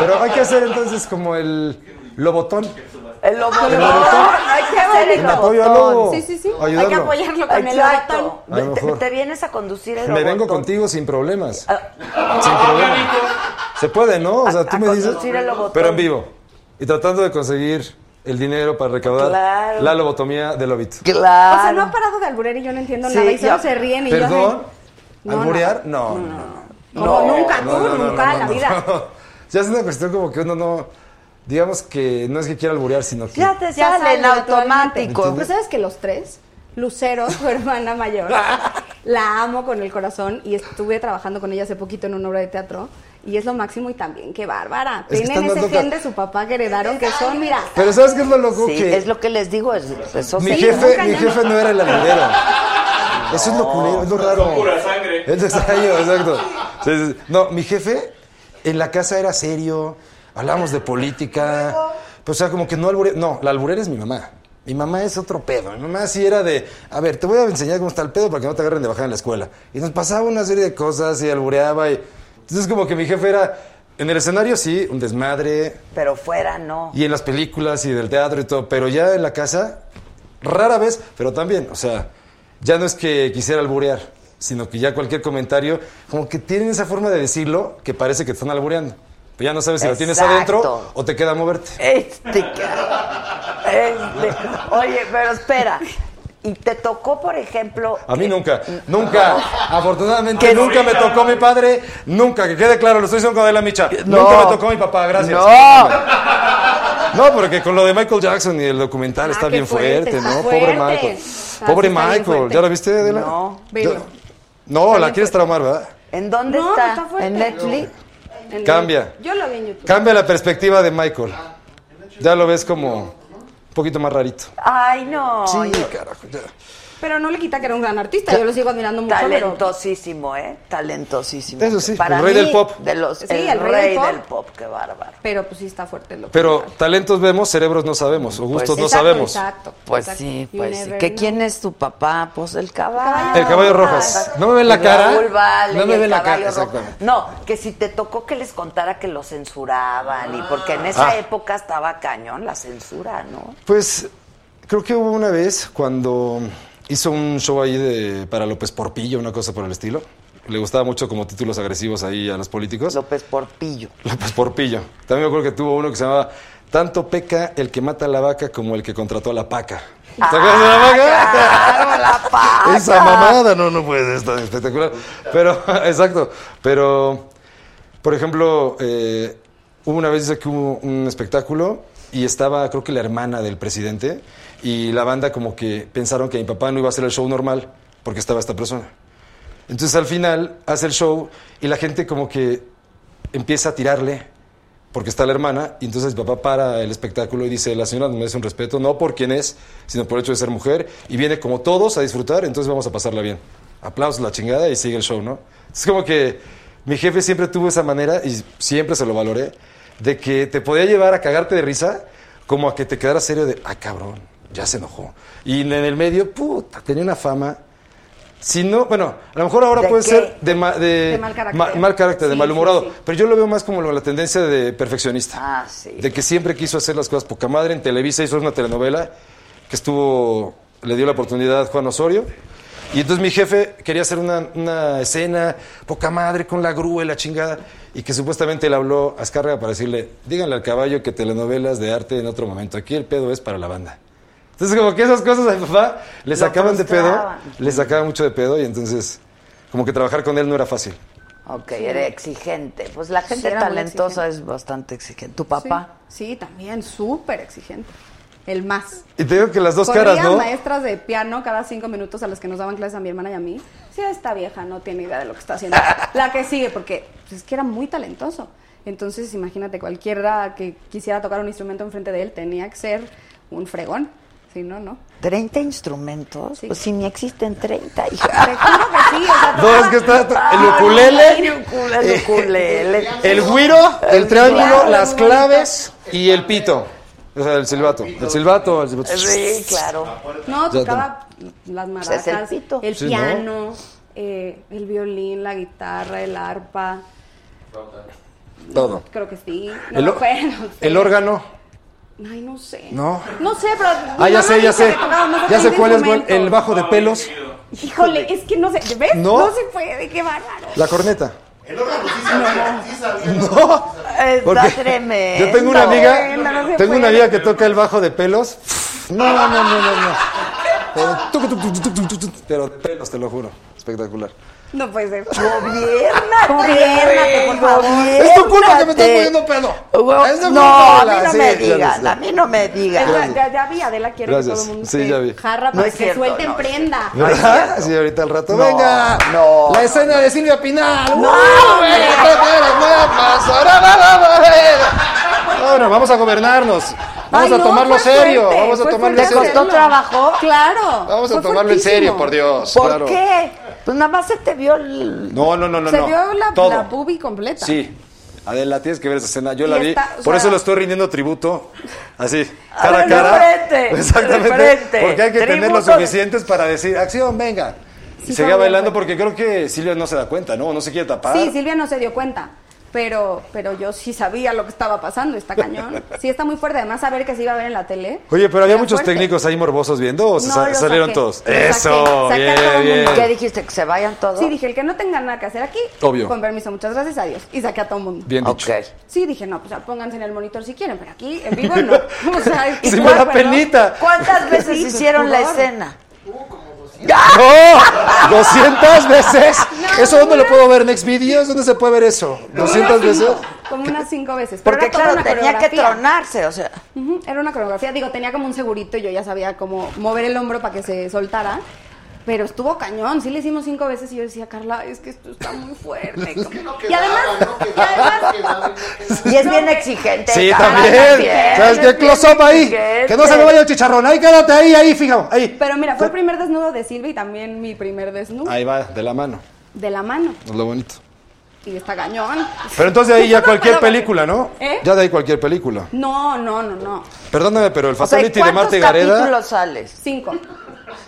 [SPEAKER 7] Pero hay que hacer entonces como el lobotón.
[SPEAKER 1] El lobotón.
[SPEAKER 7] El lobotón.
[SPEAKER 1] Hay que hacer el
[SPEAKER 7] En apoyo al
[SPEAKER 1] lobotón.
[SPEAKER 7] lobo. Sí, sí, sí. Ayudarlo. Hay que apoyarlo
[SPEAKER 6] con el
[SPEAKER 1] Exacto.
[SPEAKER 7] lobotón. A lo
[SPEAKER 1] Te-
[SPEAKER 7] mejor.
[SPEAKER 1] Te vienes a conducir el
[SPEAKER 7] Me
[SPEAKER 1] lobotón. Ah.
[SPEAKER 7] vengo contigo sin problemas. Sin problema. Se puede, ¿no? O sea, tú
[SPEAKER 1] a
[SPEAKER 7] me dices.
[SPEAKER 1] conducir el lobotón.
[SPEAKER 7] Pero en vivo. Y tratando de conseguir el dinero para recaudar
[SPEAKER 6] Claro.
[SPEAKER 7] la lobotomía del lobito.
[SPEAKER 1] Claro.
[SPEAKER 6] O sea, no ha parado de alburear y yo no entiendo
[SPEAKER 7] Sí,
[SPEAKER 6] nada y solo
[SPEAKER 7] ya.
[SPEAKER 6] se ríen y
[SPEAKER 7] Perdón.
[SPEAKER 6] No,
[SPEAKER 7] ¿Alburear? No. no,
[SPEAKER 6] yo. No, como nunca, tú, nunca, en la
[SPEAKER 7] no,
[SPEAKER 6] vida.
[SPEAKER 7] no. Ya es una cuestión como que uno no. Digamos que no es que quiera alburear, sino que.
[SPEAKER 1] Ya te salen automático.
[SPEAKER 6] Pero sabes que los tres, Lucero, tu hermana mayor, la amo con el corazón y estuve trabajando con ella hace poquito en una obra de teatro y es lo máximo y también, qué bárbara.
[SPEAKER 7] Es que
[SPEAKER 6] Tienen
[SPEAKER 7] están
[SPEAKER 6] ese
[SPEAKER 7] dando ca-
[SPEAKER 6] gen de su papá que heredaron que son, mira.
[SPEAKER 7] Pero ¿sabes qué es lo loco?
[SPEAKER 1] Sí,
[SPEAKER 7] que
[SPEAKER 1] es lo que les digo. Es, eso
[SPEAKER 7] mi,
[SPEAKER 1] sí,
[SPEAKER 7] jefe,
[SPEAKER 1] ¿no?
[SPEAKER 7] mi jefe no era el alburero. Eso es lo culero, es lo raro.
[SPEAKER 5] Con pura sangre.
[SPEAKER 7] Es extraño, exacto. Sí, sí, sí. No, mi jefe en la casa era serio, hablábamos de política. Pues, o sea, como que no alburera. No, la alburera es mi mamá. Mi mamá es otro pedo. Mi mamá sí era de, a ver, te voy a enseñar cómo está el pedo para que no te agarren de bajar en la escuela. Y nos pasaba una serie de cosas y albureaba. Y... Entonces, como que mi jefe era, en el escenario sí, un desmadre,
[SPEAKER 1] Pero fuera no.
[SPEAKER 7] y en las películas y del teatro y todo, pero ya en la casa, rara vez, pero también, o sea, ya no es que quisiera alburear, sino que ya cualquier comentario, como que tienen esa forma de decirlo que parece que te están albureando. Pero ya no sabes si lo tienes
[SPEAKER 1] Exacto.
[SPEAKER 7] adentro o te queda moverte.
[SPEAKER 1] Este, ca- este. Oye, pero espera. Y te tocó, por ejemplo, eh,
[SPEAKER 7] A mí nunca, nunca, afortunadamente
[SPEAKER 1] Que-
[SPEAKER 7] nunca me tocó mi padre, nunca, que quede claro, lo estoy diciendo con de la micha,
[SPEAKER 1] No.
[SPEAKER 7] nunca me tocó mi papá, gracias.
[SPEAKER 1] No.
[SPEAKER 7] No, porque con lo de Michael Jackson y el documental está
[SPEAKER 6] Ah, qué
[SPEAKER 7] bien
[SPEAKER 6] fuerte,
[SPEAKER 7] fuerte,
[SPEAKER 6] está
[SPEAKER 7] ¿no?
[SPEAKER 6] fuerte.
[SPEAKER 7] Pobre Michael.
[SPEAKER 6] Ah,
[SPEAKER 7] Pobre
[SPEAKER 6] sí está bien
[SPEAKER 7] Michael.
[SPEAKER 6] fuerte.
[SPEAKER 7] ¿Ya lo viste, Adela?
[SPEAKER 1] No.
[SPEAKER 6] Velo.
[SPEAKER 7] Yo- No, la quieres traumar, ¿verdad?
[SPEAKER 1] ¿en dónde
[SPEAKER 6] No,
[SPEAKER 1] está?
[SPEAKER 6] está fuerte.
[SPEAKER 1] ¿En Netflix?
[SPEAKER 6] En-
[SPEAKER 7] Cambia.
[SPEAKER 6] Yo lo vi en YouTube.
[SPEAKER 7] Cambia la perspectiva de Michael. Ya lo ves como un poquito más rarito.
[SPEAKER 1] Ay, no.
[SPEAKER 7] Sí,
[SPEAKER 1] Yo-
[SPEAKER 7] carajo. ya.
[SPEAKER 6] Pero no le quita que era un gran artista, yo lo sigo admirando mucho. pero-
[SPEAKER 1] Talentosísimo, ¿eh? Talentosísimo.
[SPEAKER 7] Eso sí,
[SPEAKER 1] Para
[SPEAKER 7] el rey
[SPEAKER 1] mí,
[SPEAKER 7] del pop.
[SPEAKER 1] De los,
[SPEAKER 6] Sí,
[SPEAKER 1] el,
[SPEAKER 6] el
[SPEAKER 1] rey,
[SPEAKER 6] rey del
[SPEAKER 1] del pop, qué bárbaro.
[SPEAKER 6] Pero pues sí está fuerte lo
[SPEAKER 7] Pero talentos vemos, cerebros no sabemos, o gustos no
[SPEAKER 6] Pues exacto,
[SPEAKER 7] sabemos.
[SPEAKER 6] Exacto.
[SPEAKER 1] Pues
[SPEAKER 6] exacto.
[SPEAKER 1] sí,
[SPEAKER 6] You
[SPEAKER 1] pues sí.
[SPEAKER 6] never
[SPEAKER 1] ¿Que
[SPEAKER 6] know.
[SPEAKER 1] ¿Quién es tu papá? Pues el caballo.
[SPEAKER 7] El caballo rojas. No me ven la cara.
[SPEAKER 1] Raúl Vale
[SPEAKER 7] No me
[SPEAKER 1] y
[SPEAKER 7] ven
[SPEAKER 1] el
[SPEAKER 7] la cara.
[SPEAKER 1] caballo rojo.
[SPEAKER 7] Exactamente.
[SPEAKER 1] No, que si te tocó que les contara que lo censuraban y porque en esa
[SPEAKER 7] Ah.
[SPEAKER 1] época estaba cañón la censura, ¿no?
[SPEAKER 7] Pues creo que hubo una vez cuando hizo un show ahí de, para López Porpillo, una cosa por el estilo. Le gustaba mucho como títulos agresivos ahí a los políticos.
[SPEAKER 1] López Porpillo.
[SPEAKER 7] López Porpillo. También me acuerdo que tuvo uno que se llamaba Tanto peca el que mata a la vaca como el que contrató a la paca. ¿Te acuerdas de la vaca? Esa mamada, no, no puede estar espectacular. Pero, exacto. Pero, por ejemplo, eh, hubo una vez que hubo un espectáculo y estaba, creo que la hermana del presidente y la banda como que pensaron que mi papá no iba a hacer el show normal porque estaba esta persona. Entonces al final hace el show y la gente como que empieza a tirarle porque está la hermana y entonces mi papá para el espectáculo y dice, la señora nos merece un respeto, no por quién es, sino por el hecho de ser mujer y viene como todos a disfrutar, entonces vamos a pasarla bien. Aplausos, la chingada y sigue el show, ¿no? Es como que mi jefe siempre tuvo esa manera y siempre se lo valoré, de que te podía llevar a cagarte de risa como a que te quedara serio de, ah, cabrón, ya se enojó. Y en el medio, puta, tenía una fama. Si no, bueno, a lo mejor ahora
[SPEAKER 1] ¿De
[SPEAKER 7] puede
[SPEAKER 1] qué?
[SPEAKER 7] ser de, ma- de,
[SPEAKER 1] De mal carácter.
[SPEAKER 7] ma- mal carácter, de
[SPEAKER 1] Sí,
[SPEAKER 7] malhumorado.
[SPEAKER 1] sí, sí.
[SPEAKER 7] Pero yo lo veo más como la tendencia de perfeccionista.
[SPEAKER 1] Ah, sí.
[SPEAKER 7] De que siempre quiso hacer las cosas poca madre. En Televisa hizo una telenovela que estuvo. Le dio la oportunidad Juan Osorio. Y entonces mi jefe quería hacer una, una escena poca madre con la grúa y la chingada. Y que supuestamente le habló a Azcárraga para decirle: díganle al caballo que telenovelas de arte en otro momento. Aquí el pedo es para la banda. Entonces, como que esas cosas a mi papá le
[SPEAKER 1] Lo
[SPEAKER 7] sacaban de pedo.
[SPEAKER 1] frustraban.
[SPEAKER 7] Le sacaban mucho de pedo. Y entonces, como que trabajar con él no era fácil.
[SPEAKER 1] Ok, era exigente. Pues la gente
[SPEAKER 6] era muy
[SPEAKER 1] talentosa es bastante exigente. ¿Tu papá?
[SPEAKER 6] Sí, sí, también, súper exigente. el más.
[SPEAKER 7] Y te digo que las dos
[SPEAKER 6] Corrían
[SPEAKER 7] caras, ¿no?
[SPEAKER 6] maestras de piano cada cinco minutos a las que nos daban clases a mi hermana y a mí. Sí, esta vieja no tiene idea de lo que está haciendo. La que sigue, porque pues, es que era muy talentoso. Entonces, imagínate, cualquiera que quisiera tocar un instrumento enfrente de él tenía que ser un fregón. Si no, no.
[SPEAKER 1] ¿30 instrumentos? Pues si ni existen 30,
[SPEAKER 6] Te juro que sí. O sea,
[SPEAKER 7] No, es que está el ukulele,
[SPEAKER 1] El ukulele, el ukulele.
[SPEAKER 7] el güiro, el triángulo, las claves y el pito. O sea, el silbato. El silbato, el silbato.
[SPEAKER 1] Sí, claro.
[SPEAKER 6] No,
[SPEAKER 7] Ya
[SPEAKER 6] tocaba las maracas,
[SPEAKER 1] Pues es el
[SPEAKER 6] el,
[SPEAKER 1] pito.
[SPEAKER 7] Sí, ¿no?
[SPEAKER 6] piano, eh, el violín, la guitarra, el arpa.
[SPEAKER 7] Todo.
[SPEAKER 6] Creo que sí. No
[SPEAKER 7] El,
[SPEAKER 6] me
[SPEAKER 7] o-
[SPEAKER 6] acuerdo, no sé.
[SPEAKER 7] el órgano.
[SPEAKER 6] Ay, no sé.
[SPEAKER 7] No.
[SPEAKER 6] No sé, pero.
[SPEAKER 7] Ah, ya sé, ya sé. Ya sé cuál es
[SPEAKER 6] el
[SPEAKER 7] cuál. El bajo de pelos.
[SPEAKER 6] Híjole, es que no sé. ¿Ves?
[SPEAKER 7] No.
[SPEAKER 6] No, se puede, qué bárbaro.
[SPEAKER 7] La corneta.
[SPEAKER 1] No. Está
[SPEAKER 7] Porque
[SPEAKER 1] tremendo.
[SPEAKER 7] Yo tengo una
[SPEAKER 6] no, no
[SPEAKER 7] amiga,
[SPEAKER 6] se
[SPEAKER 7] tengo una
[SPEAKER 6] puede.
[SPEAKER 7] amiga que toca el bajo de pelos. No, no, no, no, no. no. Pero tuc, tuc, tuc, tuc, tuc, tuc, Pero de pelos, te lo juro. Espectacular.
[SPEAKER 6] No puede ser.
[SPEAKER 1] pues, Gobiernate,
[SPEAKER 6] Gobiernate, por favor.
[SPEAKER 7] Es tu culpa que me estoy poniendo
[SPEAKER 1] pedo.
[SPEAKER 7] Ah, Es tu
[SPEAKER 1] no,
[SPEAKER 7] culpa,
[SPEAKER 1] a mí
[SPEAKER 7] Adela,
[SPEAKER 1] no
[SPEAKER 7] sí,
[SPEAKER 1] me
[SPEAKER 7] ya lo
[SPEAKER 1] digan,
[SPEAKER 7] sé.
[SPEAKER 1] a mí no me
[SPEAKER 6] Ya,
[SPEAKER 1] digan.
[SPEAKER 6] ya, ya vi, Adela, quiero que
[SPEAKER 7] Gracias.
[SPEAKER 6] todo el mundo
[SPEAKER 7] Sí,
[SPEAKER 6] esté
[SPEAKER 7] ya vi.
[SPEAKER 6] jarra
[SPEAKER 1] No
[SPEAKER 6] para
[SPEAKER 1] es
[SPEAKER 6] que
[SPEAKER 1] cierto,
[SPEAKER 6] suelten
[SPEAKER 1] no es
[SPEAKER 6] prenda.
[SPEAKER 7] ¿Verdad? Ah, Sí, ahorita al rato.
[SPEAKER 1] No,
[SPEAKER 7] Venga.
[SPEAKER 1] no,
[SPEAKER 7] La escena de Silvia Pinal.
[SPEAKER 1] No,
[SPEAKER 7] ¡Wow!
[SPEAKER 1] hombre.
[SPEAKER 7] Ahora vamos a gobernarnos. Vamos
[SPEAKER 6] Ay,
[SPEAKER 7] a
[SPEAKER 6] no,
[SPEAKER 7] tomarlo
[SPEAKER 6] fue
[SPEAKER 7] serio.
[SPEAKER 6] fuerte,
[SPEAKER 7] Vamos a
[SPEAKER 6] fue
[SPEAKER 7] tomarlo
[SPEAKER 6] fuerte
[SPEAKER 7] serio.
[SPEAKER 1] ¿Costó trabajo?
[SPEAKER 6] Claro.
[SPEAKER 7] Vamos a
[SPEAKER 6] fue
[SPEAKER 7] tomarlo en serio,
[SPEAKER 6] fuertísimo.
[SPEAKER 7] por Dios.
[SPEAKER 1] ¿Por
[SPEAKER 7] claro.
[SPEAKER 1] qué? Pues nada más se te vio el...
[SPEAKER 7] No, no, no, no.
[SPEAKER 6] se
[SPEAKER 7] no.
[SPEAKER 6] vio la,
[SPEAKER 7] Todo.
[SPEAKER 6] la pubi completa.
[SPEAKER 7] Sí. Adela, tienes que ver esa escena. Yo
[SPEAKER 6] Y
[SPEAKER 7] la vi.
[SPEAKER 6] está- o
[SPEAKER 7] Por
[SPEAKER 6] sea-
[SPEAKER 7] eso lo estoy rindiendo tributo. Así,
[SPEAKER 1] A
[SPEAKER 7] cara a
[SPEAKER 1] ver, Ah, de
[SPEAKER 7] cara.
[SPEAKER 1] frente,
[SPEAKER 7] Exactamente.
[SPEAKER 1] de frente.
[SPEAKER 7] Porque hay que tener
[SPEAKER 1] Tributo
[SPEAKER 7] lo
[SPEAKER 1] de-
[SPEAKER 7] suficientes para decir, acción, venga.
[SPEAKER 6] Sí,
[SPEAKER 7] y seguía
[SPEAKER 6] fue muy
[SPEAKER 7] bailando porque creo que Silvia no se da cuenta, ¿no? No se quiere tapar.
[SPEAKER 6] Sí, Silvia no se dio cuenta, pero, pero yo sí sabía lo que estaba pasando, está cañón. Sí, está muy fuerte, además saber que se iba a ver en la tele.
[SPEAKER 7] Oye, pero había
[SPEAKER 6] Era
[SPEAKER 7] muchos
[SPEAKER 6] fuerte.
[SPEAKER 7] técnicos ahí morbosos viendo o se
[SPEAKER 6] No,
[SPEAKER 7] sa-
[SPEAKER 6] lo
[SPEAKER 7] salieron
[SPEAKER 6] saqué.
[SPEAKER 7] todos.
[SPEAKER 6] Lo
[SPEAKER 7] Eso,
[SPEAKER 6] saqué. Saqué a todo el
[SPEAKER 7] Oh, bien,
[SPEAKER 6] mundo.
[SPEAKER 1] ¿Qué
[SPEAKER 7] bien.
[SPEAKER 1] dijiste? ¿Que se vayan todos?
[SPEAKER 6] Sí, dije, el que no tenga nada que hacer aquí,
[SPEAKER 7] Obvio.
[SPEAKER 6] con permiso, muchas gracias, adiós. Y saqué a todo el mundo.
[SPEAKER 7] Bien dicho.
[SPEAKER 6] Sí, dije, no, pues ya pónganse en el monitor si quieren, pero aquí en vivo no. O sea, es que
[SPEAKER 7] Sí,
[SPEAKER 6] no,
[SPEAKER 7] me da
[SPEAKER 6] perdón.
[SPEAKER 7] penita.
[SPEAKER 1] ¿Cuántas veces
[SPEAKER 6] Sí,
[SPEAKER 1] hicieron la
[SPEAKER 6] sudor.
[SPEAKER 1] escena?
[SPEAKER 7] ¡No! ¡200 veces! ¿Eso dónde lo puedo ver? ¿Next Videos? ¿Dónde se puede ver eso?
[SPEAKER 6] Como
[SPEAKER 7] ¿200
[SPEAKER 6] unas
[SPEAKER 7] veces?
[SPEAKER 6] cinco, Como unas cinco veces. pero
[SPEAKER 1] Porque
[SPEAKER 6] era toda
[SPEAKER 1] claro,
[SPEAKER 6] una
[SPEAKER 1] tenía que
[SPEAKER 6] coreografía.
[SPEAKER 1] tronarse, o sea...
[SPEAKER 6] Ujú, Era una coreografía, digo, tenía como un segurito y yo ya sabía cómo mover el hombro para que se soltara. Pero estuvo cañón, sí le hicimos cinco veces y yo decía, Carla, es que esto está muy fuerte. y además, y además,
[SPEAKER 1] Y es bien exigente. Ah,
[SPEAKER 7] Sí,
[SPEAKER 1] cara,
[SPEAKER 7] también. ¿Sabes qué?
[SPEAKER 1] es bien
[SPEAKER 7] Close up ahí.
[SPEAKER 1] exigente.
[SPEAKER 7] Que no se me vaya el chicharrón. Ahí quédate, ahí, ahí, fijo. Ahí.
[SPEAKER 6] pero mira, fue el primer desnudo de Silvia y también mi primer desnudo
[SPEAKER 7] Ahí va, de la mano.
[SPEAKER 6] de la mano.
[SPEAKER 7] Es lo bonito.
[SPEAKER 6] Y está cañón.
[SPEAKER 7] Pero entonces de ahí
[SPEAKER 6] Yo
[SPEAKER 7] ya
[SPEAKER 6] no
[SPEAKER 7] cualquier
[SPEAKER 6] puedo-
[SPEAKER 7] película, ¿no?
[SPEAKER 6] ¿Eh?
[SPEAKER 7] Ya de ahí cualquier película.
[SPEAKER 6] No, no, no, no.
[SPEAKER 7] Perdóname, pero el
[SPEAKER 1] O sea,
[SPEAKER 7] Fatality de
[SPEAKER 1] ¿cuántos
[SPEAKER 7] Marta y Gareda.
[SPEAKER 1] capítulos sales?
[SPEAKER 6] Cinco.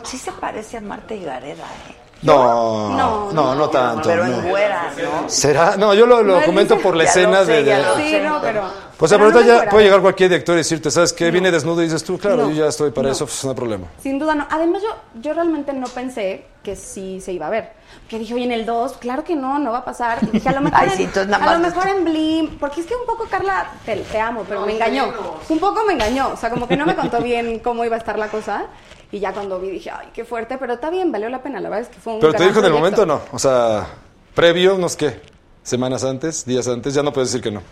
[SPEAKER 1] Sí se parece a Marta y Gareda, ¿eh?
[SPEAKER 7] No, no, no, tanto.
[SPEAKER 1] Pero
[SPEAKER 7] no.
[SPEAKER 1] en güera, ¿no?
[SPEAKER 7] ¿Será? No, yo lo, lo comento por las
[SPEAKER 1] Ya lo
[SPEAKER 7] escenas
[SPEAKER 1] sé,
[SPEAKER 7] de.
[SPEAKER 1] ya
[SPEAKER 7] de-
[SPEAKER 1] lo
[SPEAKER 6] Sí,
[SPEAKER 1] sé.
[SPEAKER 6] no, pero.
[SPEAKER 7] O sea,
[SPEAKER 6] pero no
[SPEAKER 7] pero
[SPEAKER 6] me
[SPEAKER 7] ahorita Pues ya
[SPEAKER 6] encueraba.
[SPEAKER 7] puede llegar cualquier director y decirte, ¿sabes qué? Viene desnudo y dices tú, claro,
[SPEAKER 6] No.
[SPEAKER 7] yo ya estoy para
[SPEAKER 6] No.
[SPEAKER 7] eso, pues no hay problema.
[SPEAKER 6] Sin duda no. Además, yo, yo realmente no pensé que sí se iba a ver. Que dije, oye, en el 2, claro que no, no va a pasar. Y dije, a lo mejor,
[SPEAKER 1] Ay,
[SPEAKER 6] en,
[SPEAKER 1] sí, entonces nada
[SPEAKER 6] a lo
[SPEAKER 1] más
[SPEAKER 6] mejor en Blim, porque es que un poco Carla, te, te amo, pero me engañó. Un poco me engañó, o sea, como que no me contó bien cómo iba a estar la cosa. Y ya cuando vi dije, ay, qué fuerte, pero está bien, valió la pena, la verdad es que fue un
[SPEAKER 7] Pero te
[SPEAKER 6] gran
[SPEAKER 7] dijo en el
[SPEAKER 6] proyecto.
[SPEAKER 7] momento o no. O sea, previo, no sé qué. Semanas antes, días antes, ya no puedes decir que no.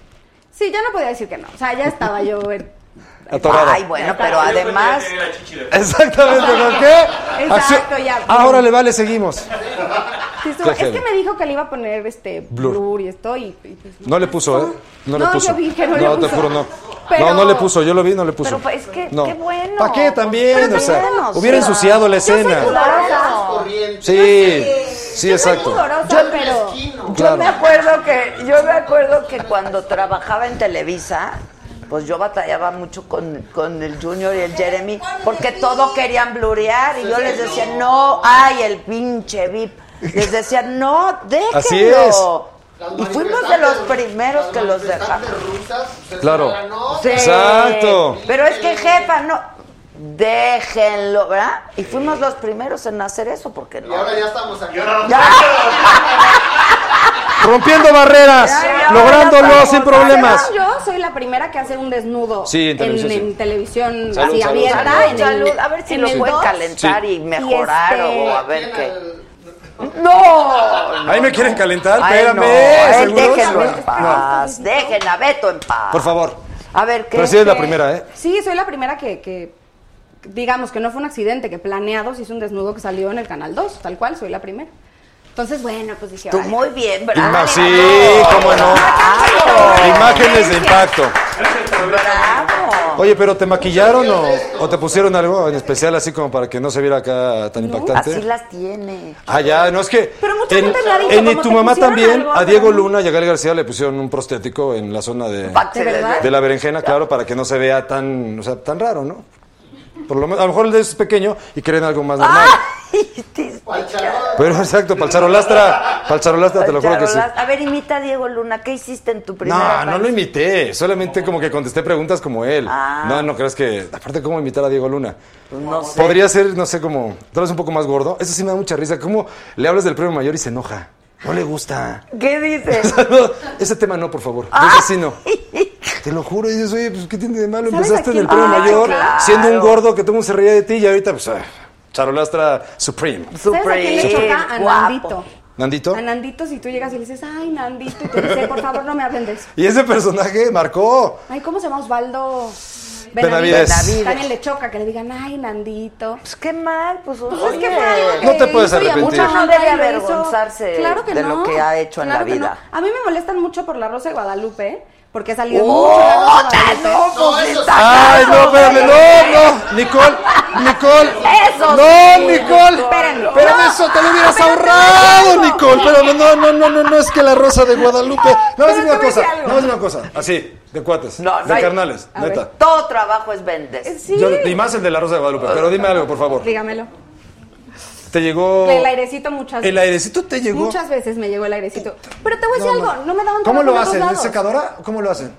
[SPEAKER 6] Sí, ya no podía decir que no, o sea, ya estaba yo... en-
[SPEAKER 7] Atorada.
[SPEAKER 1] Ay, bueno, pues pero además...
[SPEAKER 7] Exactamente, ¿con qué?
[SPEAKER 6] Exacto,
[SPEAKER 7] Acción.
[SPEAKER 6] ya.
[SPEAKER 7] Ahora le vale, seguimos.
[SPEAKER 6] Sí, estuvo- es
[SPEAKER 7] Tragedia.
[SPEAKER 6] que me dijo que le iba a poner este
[SPEAKER 7] Blur.
[SPEAKER 6] blur, y esto y, y pues,
[SPEAKER 7] No le puso, ¿eh? No, le
[SPEAKER 6] No,
[SPEAKER 7] puso.
[SPEAKER 6] yo vi que no le
[SPEAKER 7] te
[SPEAKER 6] puso.
[SPEAKER 7] juro, no.
[SPEAKER 6] Pero- pues,
[SPEAKER 7] No, no le puso, yo lo vi, no le puso.
[SPEAKER 1] Pero es que,
[SPEAKER 7] No.
[SPEAKER 1] qué bueno.
[SPEAKER 7] ¿Para qué también?
[SPEAKER 1] Pero
[SPEAKER 7] o sea,
[SPEAKER 1] bueno,
[SPEAKER 7] hubiera
[SPEAKER 1] sí.
[SPEAKER 7] ensuciado la escena.
[SPEAKER 1] Claro.
[SPEAKER 7] Sí, sí, exacto.
[SPEAKER 6] Yo, pero...
[SPEAKER 1] Yo me
[SPEAKER 7] Claro.
[SPEAKER 1] acuerdo que, yo me acuerdo que cuando trabajaba en Televisa, pues yo batallaba mucho con, con el Junior y el Jeremy, porque todo querían blurear y yo les decía, no, ay, el pinche VIP. Les decía, no, déjenlo.
[SPEAKER 7] Así es.
[SPEAKER 1] Y fuimos de los primeros que los dejamos.
[SPEAKER 7] Claro.
[SPEAKER 1] Sí.
[SPEAKER 7] Exacto.
[SPEAKER 1] Pero es que jefa, no. Déjenlo, ¿verdad? Y fuimos los primeros en hacer eso, porque no.
[SPEAKER 4] Y ahora ya estamos aquí.
[SPEAKER 7] Rompiendo barreras,
[SPEAKER 6] Ya, ya,
[SPEAKER 7] lográndolo
[SPEAKER 6] ya,
[SPEAKER 7] sin
[SPEAKER 6] ya,
[SPEAKER 7] problemas.
[SPEAKER 6] ya, Yo soy la primera que hace un desnudo
[SPEAKER 7] Sí, en televisión, sí.
[SPEAKER 6] en televisión
[SPEAKER 7] Salud,
[SPEAKER 6] así
[SPEAKER 7] salud,
[SPEAKER 6] abierta.
[SPEAKER 7] salud.
[SPEAKER 6] en
[SPEAKER 1] Salud,
[SPEAKER 6] el-
[SPEAKER 1] a ver si
[SPEAKER 6] en
[SPEAKER 1] lo
[SPEAKER 6] el
[SPEAKER 1] pueden
[SPEAKER 6] dos.
[SPEAKER 1] calentar y mejorar
[SPEAKER 6] este-
[SPEAKER 1] o a ver qué. ¡No!
[SPEAKER 7] Ahí me quieren calentar,
[SPEAKER 1] Ay, no.
[SPEAKER 7] espérame. ¿eh?
[SPEAKER 1] Ay,
[SPEAKER 7] ¿seguros?
[SPEAKER 1] déjenlo en
[SPEAKER 7] No.
[SPEAKER 1] paz. Dejen a Beto en paz.
[SPEAKER 7] Por favor.
[SPEAKER 1] A ver, ¿qué?
[SPEAKER 7] Pero sí es la primera, ¿eh?
[SPEAKER 6] Sí, soy la primera que, que, digamos, que no fue un accidente, que planeado se hizo un desnudo que salió en el Canal 2, tal cual, soy la primera. Entonces, bueno, pues dije...
[SPEAKER 1] Tú
[SPEAKER 6] órale.
[SPEAKER 1] muy bien,
[SPEAKER 7] Y
[SPEAKER 1] bravo.
[SPEAKER 7] más- sí, cómo no. Imágenes de impacto. Oye, pero ¿te maquillaron o, o te pusieron algo en especial así como para que no se viera acá tan impactante?
[SPEAKER 1] Así las tiene.
[SPEAKER 7] Ah, ya, no es que.
[SPEAKER 1] Pero mucha
[SPEAKER 7] en,
[SPEAKER 1] gente me ha dicho,
[SPEAKER 7] en
[SPEAKER 1] como
[SPEAKER 7] Y tu
[SPEAKER 1] te
[SPEAKER 7] mamá
[SPEAKER 1] pusieron
[SPEAKER 7] también,
[SPEAKER 1] algo,
[SPEAKER 7] a
[SPEAKER 1] pero
[SPEAKER 7] Diego
[SPEAKER 1] no.
[SPEAKER 7] Luna y a Gael García le pusieron un prostético en la zona de,
[SPEAKER 1] Pa' que se ¿De les verdad? vea.
[SPEAKER 7] de la berenjena, claro, para que no se vea tan, o sea, tan raro, ¿no? Por lo menos, a lo mejor el de ellos es pequeño y quieren algo más normal. Pero exacto, para el charolastra, para el charolastra, te lo juro que sí.
[SPEAKER 1] A ver, imita a Diego Luna. ¿Qué hiciste en tu primera
[SPEAKER 7] No, no lo imité, solamente como que contesté preguntas como él.
[SPEAKER 1] Ah.
[SPEAKER 7] No, no crees que. Aparte, ¿cómo imitar a Diego Luna?
[SPEAKER 1] No sé.
[SPEAKER 7] Podría ser, no sé, como tal vez un poco más gordo. Eso sí me da mucha risa. ¿Cómo le hablas del premio mayor y se enoja? No le gusta.
[SPEAKER 1] ¿Qué dices?
[SPEAKER 7] Ese tema no, por favor. De ese sí no. Te lo juro, y dices, oye, pues, ¿qué tiene de malo?
[SPEAKER 1] ¿Sabes
[SPEAKER 7] Empezaste
[SPEAKER 1] a
[SPEAKER 7] en el
[SPEAKER 1] quién?
[SPEAKER 7] premio
[SPEAKER 1] Ay,
[SPEAKER 7] mayor,
[SPEAKER 1] claro.
[SPEAKER 7] siendo un gordo que todo el mundo se reía de ti y ahorita, pues, ah, charolastra supreme.
[SPEAKER 6] ¿Sabes a quién le choca? A Nandito.
[SPEAKER 7] ¿Nandito?
[SPEAKER 6] A Nandito, si tú llegas y le dices, ay, Nandito, y te dice, por favor, no me hablen de eso.
[SPEAKER 7] Y ese personaje marcó.
[SPEAKER 6] Ay, ¿cómo se llama Osvaldo?
[SPEAKER 7] Benavides. Benavides.
[SPEAKER 6] También le choca que le digan, ay, Nandito.
[SPEAKER 1] Pues qué mal, pues,
[SPEAKER 6] es que
[SPEAKER 1] oye.
[SPEAKER 6] fue algo que
[SPEAKER 7] No te puedes
[SPEAKER 6] hizo y a
[SPEAKER 7] arrepentir.
[SPEAKER 6] mucha
[SPEAKER 1] Uno no
[SPEAKER 6] banda
[SPEAKER 1] debe
[SPEAKER 6] y lo hizo.
[SPEAKER 1] avergonzarse
[SPEAKER 6] Claro que
[SPEAKER 1] de lo
[SPEAKER 6] no,
[SPEAKER 1] que ha hecho en
[SPEAKER 6] claro
[SPEAKER 1] la
[SPEAKER 6] que no.
[SPEAKER 1] vida.
[SPEAKER 6] A mí me molestan mucho por la Rosa de Guadalupe, porque ha salido
[SPEAKER 1] ¡Oh,
[SPEAKER 6] mucho la Rosa de
[SPEAKER 1] tan
[SPEAKER 6] Guadalupe.
[SPEAKER 1] loco, sí, tan
[SPEAKER 7] Ay, no,
[SPEAKER 1] loco!
[SPEAKER 7] espérame, no, no. Nicole, Nicole.
[SPEAKER 1] Eso
[SPEAKER 7] No,
[SPEAKER 1] sí,
[SPEAKER 7] Nicole.
[SPEAKER 1] Espérenlo.
[SPEAKER 7] Espérame,
[SPEAKER 1] No,
[SPEAKER 7] eso te lo hubieras ahorrado, Nicole. Espérame, no, no, no, no, no, es que la rosa de Guadalupe. No, es una cosa, no, es una cosa. Así, de cuates,
[SPEAKER 1] No, no
[SPEAKER 7] de
[SPEAKER 1] hay-
[SPEAKER 7] carnales,
[SPEAKER 1] A ver,
[SPEAKER 7] neta.
[SPEAKER 1] Todo trabajo es bendecido.
[SPEAKER 7] Yo- y más el de la rosa de Guadalupe, pero dime algo, por favor.
[SPEAKER 6] Dígamelo.
[SPEAKER 7] Te llegó.
[SPEAKER 6] El airecito muchas veces.
[SPEAKER 7] Oh. ¿El airecito te llegó?
[SPEAKER 6] Muchas veces me llegó el airecito. Pero te voy a decir
[SPEAKER 7] No,
[SPEAKER 6] algo, no me daban trabajo
[SPEAKER 7] ¿Cómo lo
[SPEAKER 6] en otros
[SPEAKER 7] hacen? ¿Es
[SPEAKER 6] lados.
[SPEAKER 7] secadora? ¿Cómo lo hacen?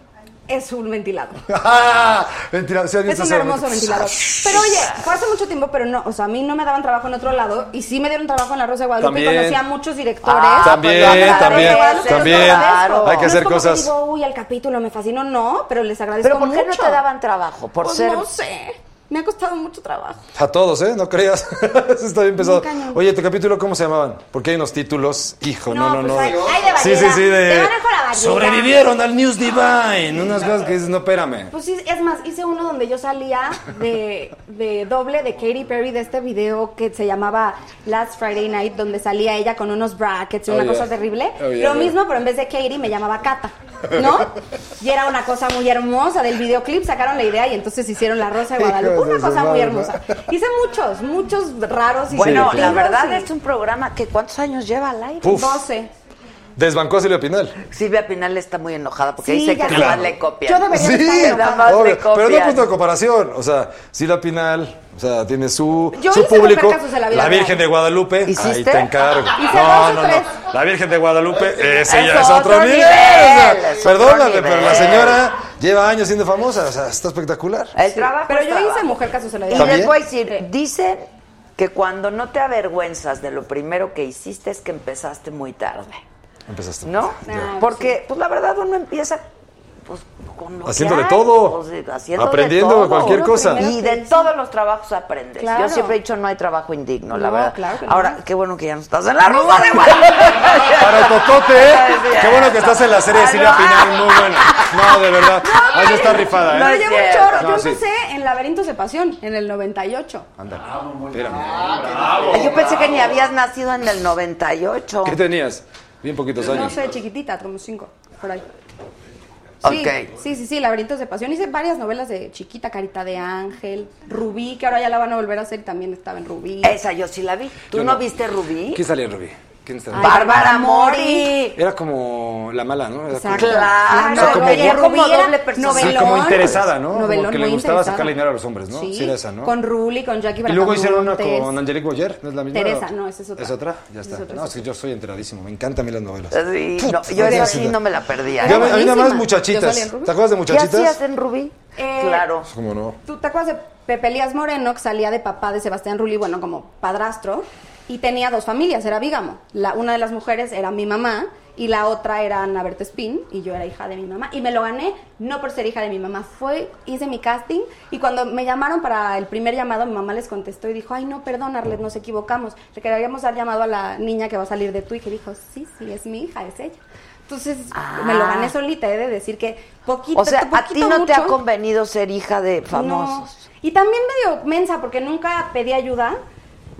[SPEAKER 6] Es un ventilador.
[SPEAKER 7] Ah, Mentira, sí, has
[SPEAKER 6] Es
[SPEAKER 7] visto
[SPEAKER 6] un
[SPEAKER 7] hacer-
[SPEAKER 6] hermoso ventilador. Pero oye, fue hace mucho tiempo, pero no, o sea, a mí no me daban trabajo en otro lado y sí me dieron trabajo en la Rosa de Guadalupe y
[SPEAKER 7] También.
[SPEAKER 6] conocí a muchos directores.
[SPEAKER 7] Ah, También,
[SPEAKER 6] Pero la Rosa de
[SPEAKER 7] también,
[SPEAKER 6] Guadalupe los
[SPEAKER 7] también.
[SPEAKER 6] agradezco.
[SPEAKER 7] Hay que
[SPEAKER 6] No es
[SPEAKER 7] hacer
[SPEAKER 6] como
[SPEAKER 7] cosas.
[SPEAKER 6] digo, uy, el capítulo me fascinó, no, pero les agradezco
[SPEAKER 1] Pero ¿por qué
[SPEAKER 6] mucho.
[SPEAKER 1] no te daban trabajo? Por
[SPEAKER 6] Pues
[SPEAKER 1] ser...
[SPEAKER 6] no sé. Me ha costado mucho trabajo.
[SPEAKER 7] A todos, ¿eh? No creas. Eso está bien pesado.
[SPEAKER 6] Un cañón.
[SPEAKER 7] Oye, ¿tu capítulo cómo se llamaban? Porque hay unos títulos. Hijo, no, no, no.
[SPEAKER 6] pues hay- hay de variedad.
[SPEAKER 7] sí, sí, sí.
[SPEAKER 6] Te
[SPEAKER 7] De...
[SPEAKER 6] van con la variedad.
[SPEAKER 7] Sobrevivieron al News Divine. Unas cosas que dices, no, espérame.
[SPEAKER 6] Pues sí, es más, hice uno donde yo salía de, de doble de Katy Perry de este video que se llamaba Last Friday Night, donde salía ella con unos brackets y
[SPEAKER 7] Oh,
[SPEAKER 6] una
[SPEAKER 7] yeah.
[SPEAKER 6] cosa terrible.
[SPEAKER 7] Oh, yeah,
[SPEAKER 6] Lo
[SPEAKER 7] yeah.
[SPEAKER 6] mismo, pero en vez de Katy me llamaba Kata, ¿no? Y era una cosa muy hermosa del videoclip, sacaron la idea y entonces hicieron La Rosa de Guadalupe,
[SPEAKER 1] Hijos de
[SPEAKER 6] una
[SPEAKER 1] su
[SPEAKER 6] cosa muy
[SPEAKER 1] madre,
[SPEAKER 6] hermosa. Hice muchos, muchos raros y
[SPEAKER 1] Bueno, la
[SPEAKER 6] divertidos
[SPEAKER 1] verdad
[SPEAKER 6] y-
[SPEAKER 1] es un programa que ¿cuántos años lleva al aire?
[SPEAKER 7] Uf.
[SPEAKER 6] 12.
[SPEAKER 7] Desbancó a Silvia Pinal.
[SPEAKER 1] Silvia Pinal está muy enojada porque
[SPEAKER 6] Sí,
[SPEAKER 1] dice que
[SPEAKER 6] ya
[SPEAKER 1] nada más
[SPEAKER 7] sé.
[SPEAKER 1] le copian.
[SPEAKER 6] Yo debería
[SPEAKER 7] Sí,
[SPEAKER 1] nada más
[SPEAKER 7] obvio,
[SPEAKER 1] le
[SPEAKER 7] pero no a
[SPEAKER 1] copian.
[SPEAKER 7] punto de comparación. O sea, Silvia Pinal, o sea, tiene su,
[SPEAKER 1] Yo
[SPEAKER 7] su
[SPEAKER 1] hice
[SPEAKER 7] público.
[SPEAKER 1] Roberta Casos de la vida
[SPEAKER 7] Virgen
[SPEAKER 1] real.
[SPEAKER 7] de Guadalupe, ahí
[SPEAKER 1] ¿Hiciste?
[SPEAKER 7] te encargo.
[SPEAKER 1] Hice
[SPEAKER 7] no,
[SPEAKER 1] dos o
[SPEAKER 7] no, no.
[SPEAKER 1] tres.
[SPEAKER 7] La Virgen de Guadalupe, ese
[SPEAKER 1] Es
[SPEAKER 7] ya es otro
[SPEAKER 1] otro
[SPEAKER 7] nivel.
[SPEAKER 1] nivel,
[SPEAKER 7] o sea,
[SPEAKER 1] es otro
[SPEAKER 7] perdóname,
[SPEAKER 1] nivel.
[SPEAKER 7] pero la señora lleva años siendo famosa. O sea, está espectacular.
[SPEAKER 1] El trabajo
[SPEAKER 6] Pero
[SPEAKER 1] es
[SPEAKER 6] yo hice
[SPEAKER 1] trabajo.
[SPEAKER 6] Mujer Casos de la
[SPEAKER 1] Y
[SPEAKER 6] Vida
[SPEAKER 1] les
[SPEAKER 7] ¿También?
[SPEAKER 1] voy a decir, dicen que cuando no te avergüenzas de lo primero que hiciste es que empezaste muy tarde,
[SPEAKER 7] Empezaste.
[SPEAKER 1] ¿no? Porque, Ah, pues la verdad, uno empieza pues, con lo que
[SPEAKER 7] Haciendo de
[SPEAKER 1] hay,
[SPEAKER 7] todo.
[SPEAKER 1] pues, de- haciendo
[SPEAKER 7] Aprendiendo
[SPEAKER 1] de todo.
[SPEAKER 7] cualquier Uno cosa. primero
[SPEAKER 1] Y de todos los trabajos aprendes.
[SPEAKER 6] Claro.
[SPEAKER 1] Yo siempre he dicho, no hay trabajo indigno, la
[SPEAKER 6] No,
[SPEAKER 1] verdad.
[SPEAKER 6] claro que no.
[SPEAKER 1] Ahora, qué bueno que ya no estás en la rumba de Guadalupe.
[SPEAKER 7] Para Totote, ¿eh?
[SPEAKER 1] No es cierto.
[SPEAKER 7] Qué bueno que estás en la serie de
[SPEAKER 1] Ah,
[SPEAKER 7] Silvia
[SPEAKER 1] no.
[SPEAKER 7] Pinal, muy buena. No, de verdad. Ahí se está rifada, ¿eh?
[SPEAKER 6] Pero Ah, llevo un chorro. Yo
[SPEAKER 7] No, sí.
[SPEAKER 6] empecé en Laberintos de Pasión en el 98.
[SPEAKER 7] Ándale. Espérame.
[SPEAKER 1] Yo pensé que ni habías nacido en el 98.
[SPEAKER 7] ¿Qué tenías? Bien poquitos
[SPEAKER 6] No
[SPEAKER 7] años.
[SPEAKER 6] sé, chiquitita, como cinco, por ahí. Sí,
[SPEAKER 7] Ok.
[SPEAKER 6] sí, sí, sí, Laberintos de Pasión. Hice varias novelas de chiquita, Carita de Ángel, Rubí, que ahora ya la van a volver a hacer, y también estaba en Rubí.
[SPEAKER 1] Esa yo sí la vi. ¿Tú
[SPEAKER 7] Yo
[SPEAKER 1] no,
[SPEAKER 7] no.
[SPEAKER 1] viste Rubí?
[SPEAKER 7] ¿Quién salía en Rubí? ¿Quién salía?
[SPEAKER 1] Ay, Bárbara Mori.
[SPEAKER 7] Era como la mala, ¿no? Era
[SPEAKER 1] Exacto.
[SPEAKER 7] como-
[SPEAKER 1] Claro,
[SPEAKER 7] O sea, como,
[SPEAKER 1] oye,
[SPEAKER 7] sí,
[SPEAKER 1] como
[SPEAKER 6] era
[SPEAKER 1] doble personaje.
[SPEAKER 6] novelón.
[SPEAKER 7] como interesada, ¿no?
[SPEAKER 6] Novelón
[SPEAKER 7] como que le
[SPEAKER 6] muy
[SPEAKER 7] gustaba
[SPEAKER 6] interesada.
[SPEAKER 7] sacar dinero a los hombres, ¿no?
[SPEAKER 6] Sí,
[SPEAKER 7] era esa, ¿no?
[SPEAKER 6] con Ruli, con Jackie
[SPEAKER 7] y luego hicieron una
[SPEAKER 6] Bracamontes.
[SPEAKER 7] con Angelique Boyer, ¿no es la misma?
[SPEAKER 6] Teresa, no, esa es otra.
[SPEAKER 7] ¿Es otra? Ya está.
[SPEAKER 6] Es otra,
[SPEAKER 7] no,
[SPEAKER 6] es
[SPEAKER 7] es que yo soy enteradísimo, me encantan a mí las novelas.
[SPEAKER 1] Sí, no,
[SPEAKER 7] Puta,
[SPEAKER 1] yo esa
[SPEAKER 7] madre.
[SPEAKER 1] sí no me la perdía.
[SPEAKER 7] Yo me- a mí nada más
[SPEAKER 6] Yo
[SPEAKER 7] muchachitas.
[SPEAKER 6] salí en Rubí.
[SPEAKER 7] ¿Te acuerdas de muchachitas?
[SPEAKER 1] ¿Qué hacías en Rubí?
[SPEAKER 6] Eh,
[SPEAKER 1] claro.
[SPEAKER 7] ¿Cómo no?
[SPEAKER 6] ¿Tú te acuerdas de Pepe Elías Moreno, que salía de papá de Sebastián Rulli, bueno, como padrastro, y tenía dos familias, era bígamo. La, una de las mujeres era mi mamá y la otra era Ana Berta Spin y yo era hija de mi mamá y me lo gané no por ser hija de mi mamá, fue hice mi casting y cuando me llamaron para el primer llamado mi mamá les contestó y dijo, "Ay, no, perdón, Arlet, nos equivocamos. Le queríamos dar llamado a la niña que va a salir de tu hija." Y dijo, "Sí, sí, es mi hija, es ella." Entonces, me lo gané solita, he de decir que poquito
[SPEAKER 1] Ah. O sea, a ti
[SPEAKER 6] poquito,
[SPEAKER 1] no te ha
[SPEAKER 6] mucho.
[SPEAKER 1] convenido ser hija de
[SPEAKER 6] No.
[SPEAKER 1] famosos.
[SPEAKER 6] Y también medio mensa, porque nunca pedí ayuda,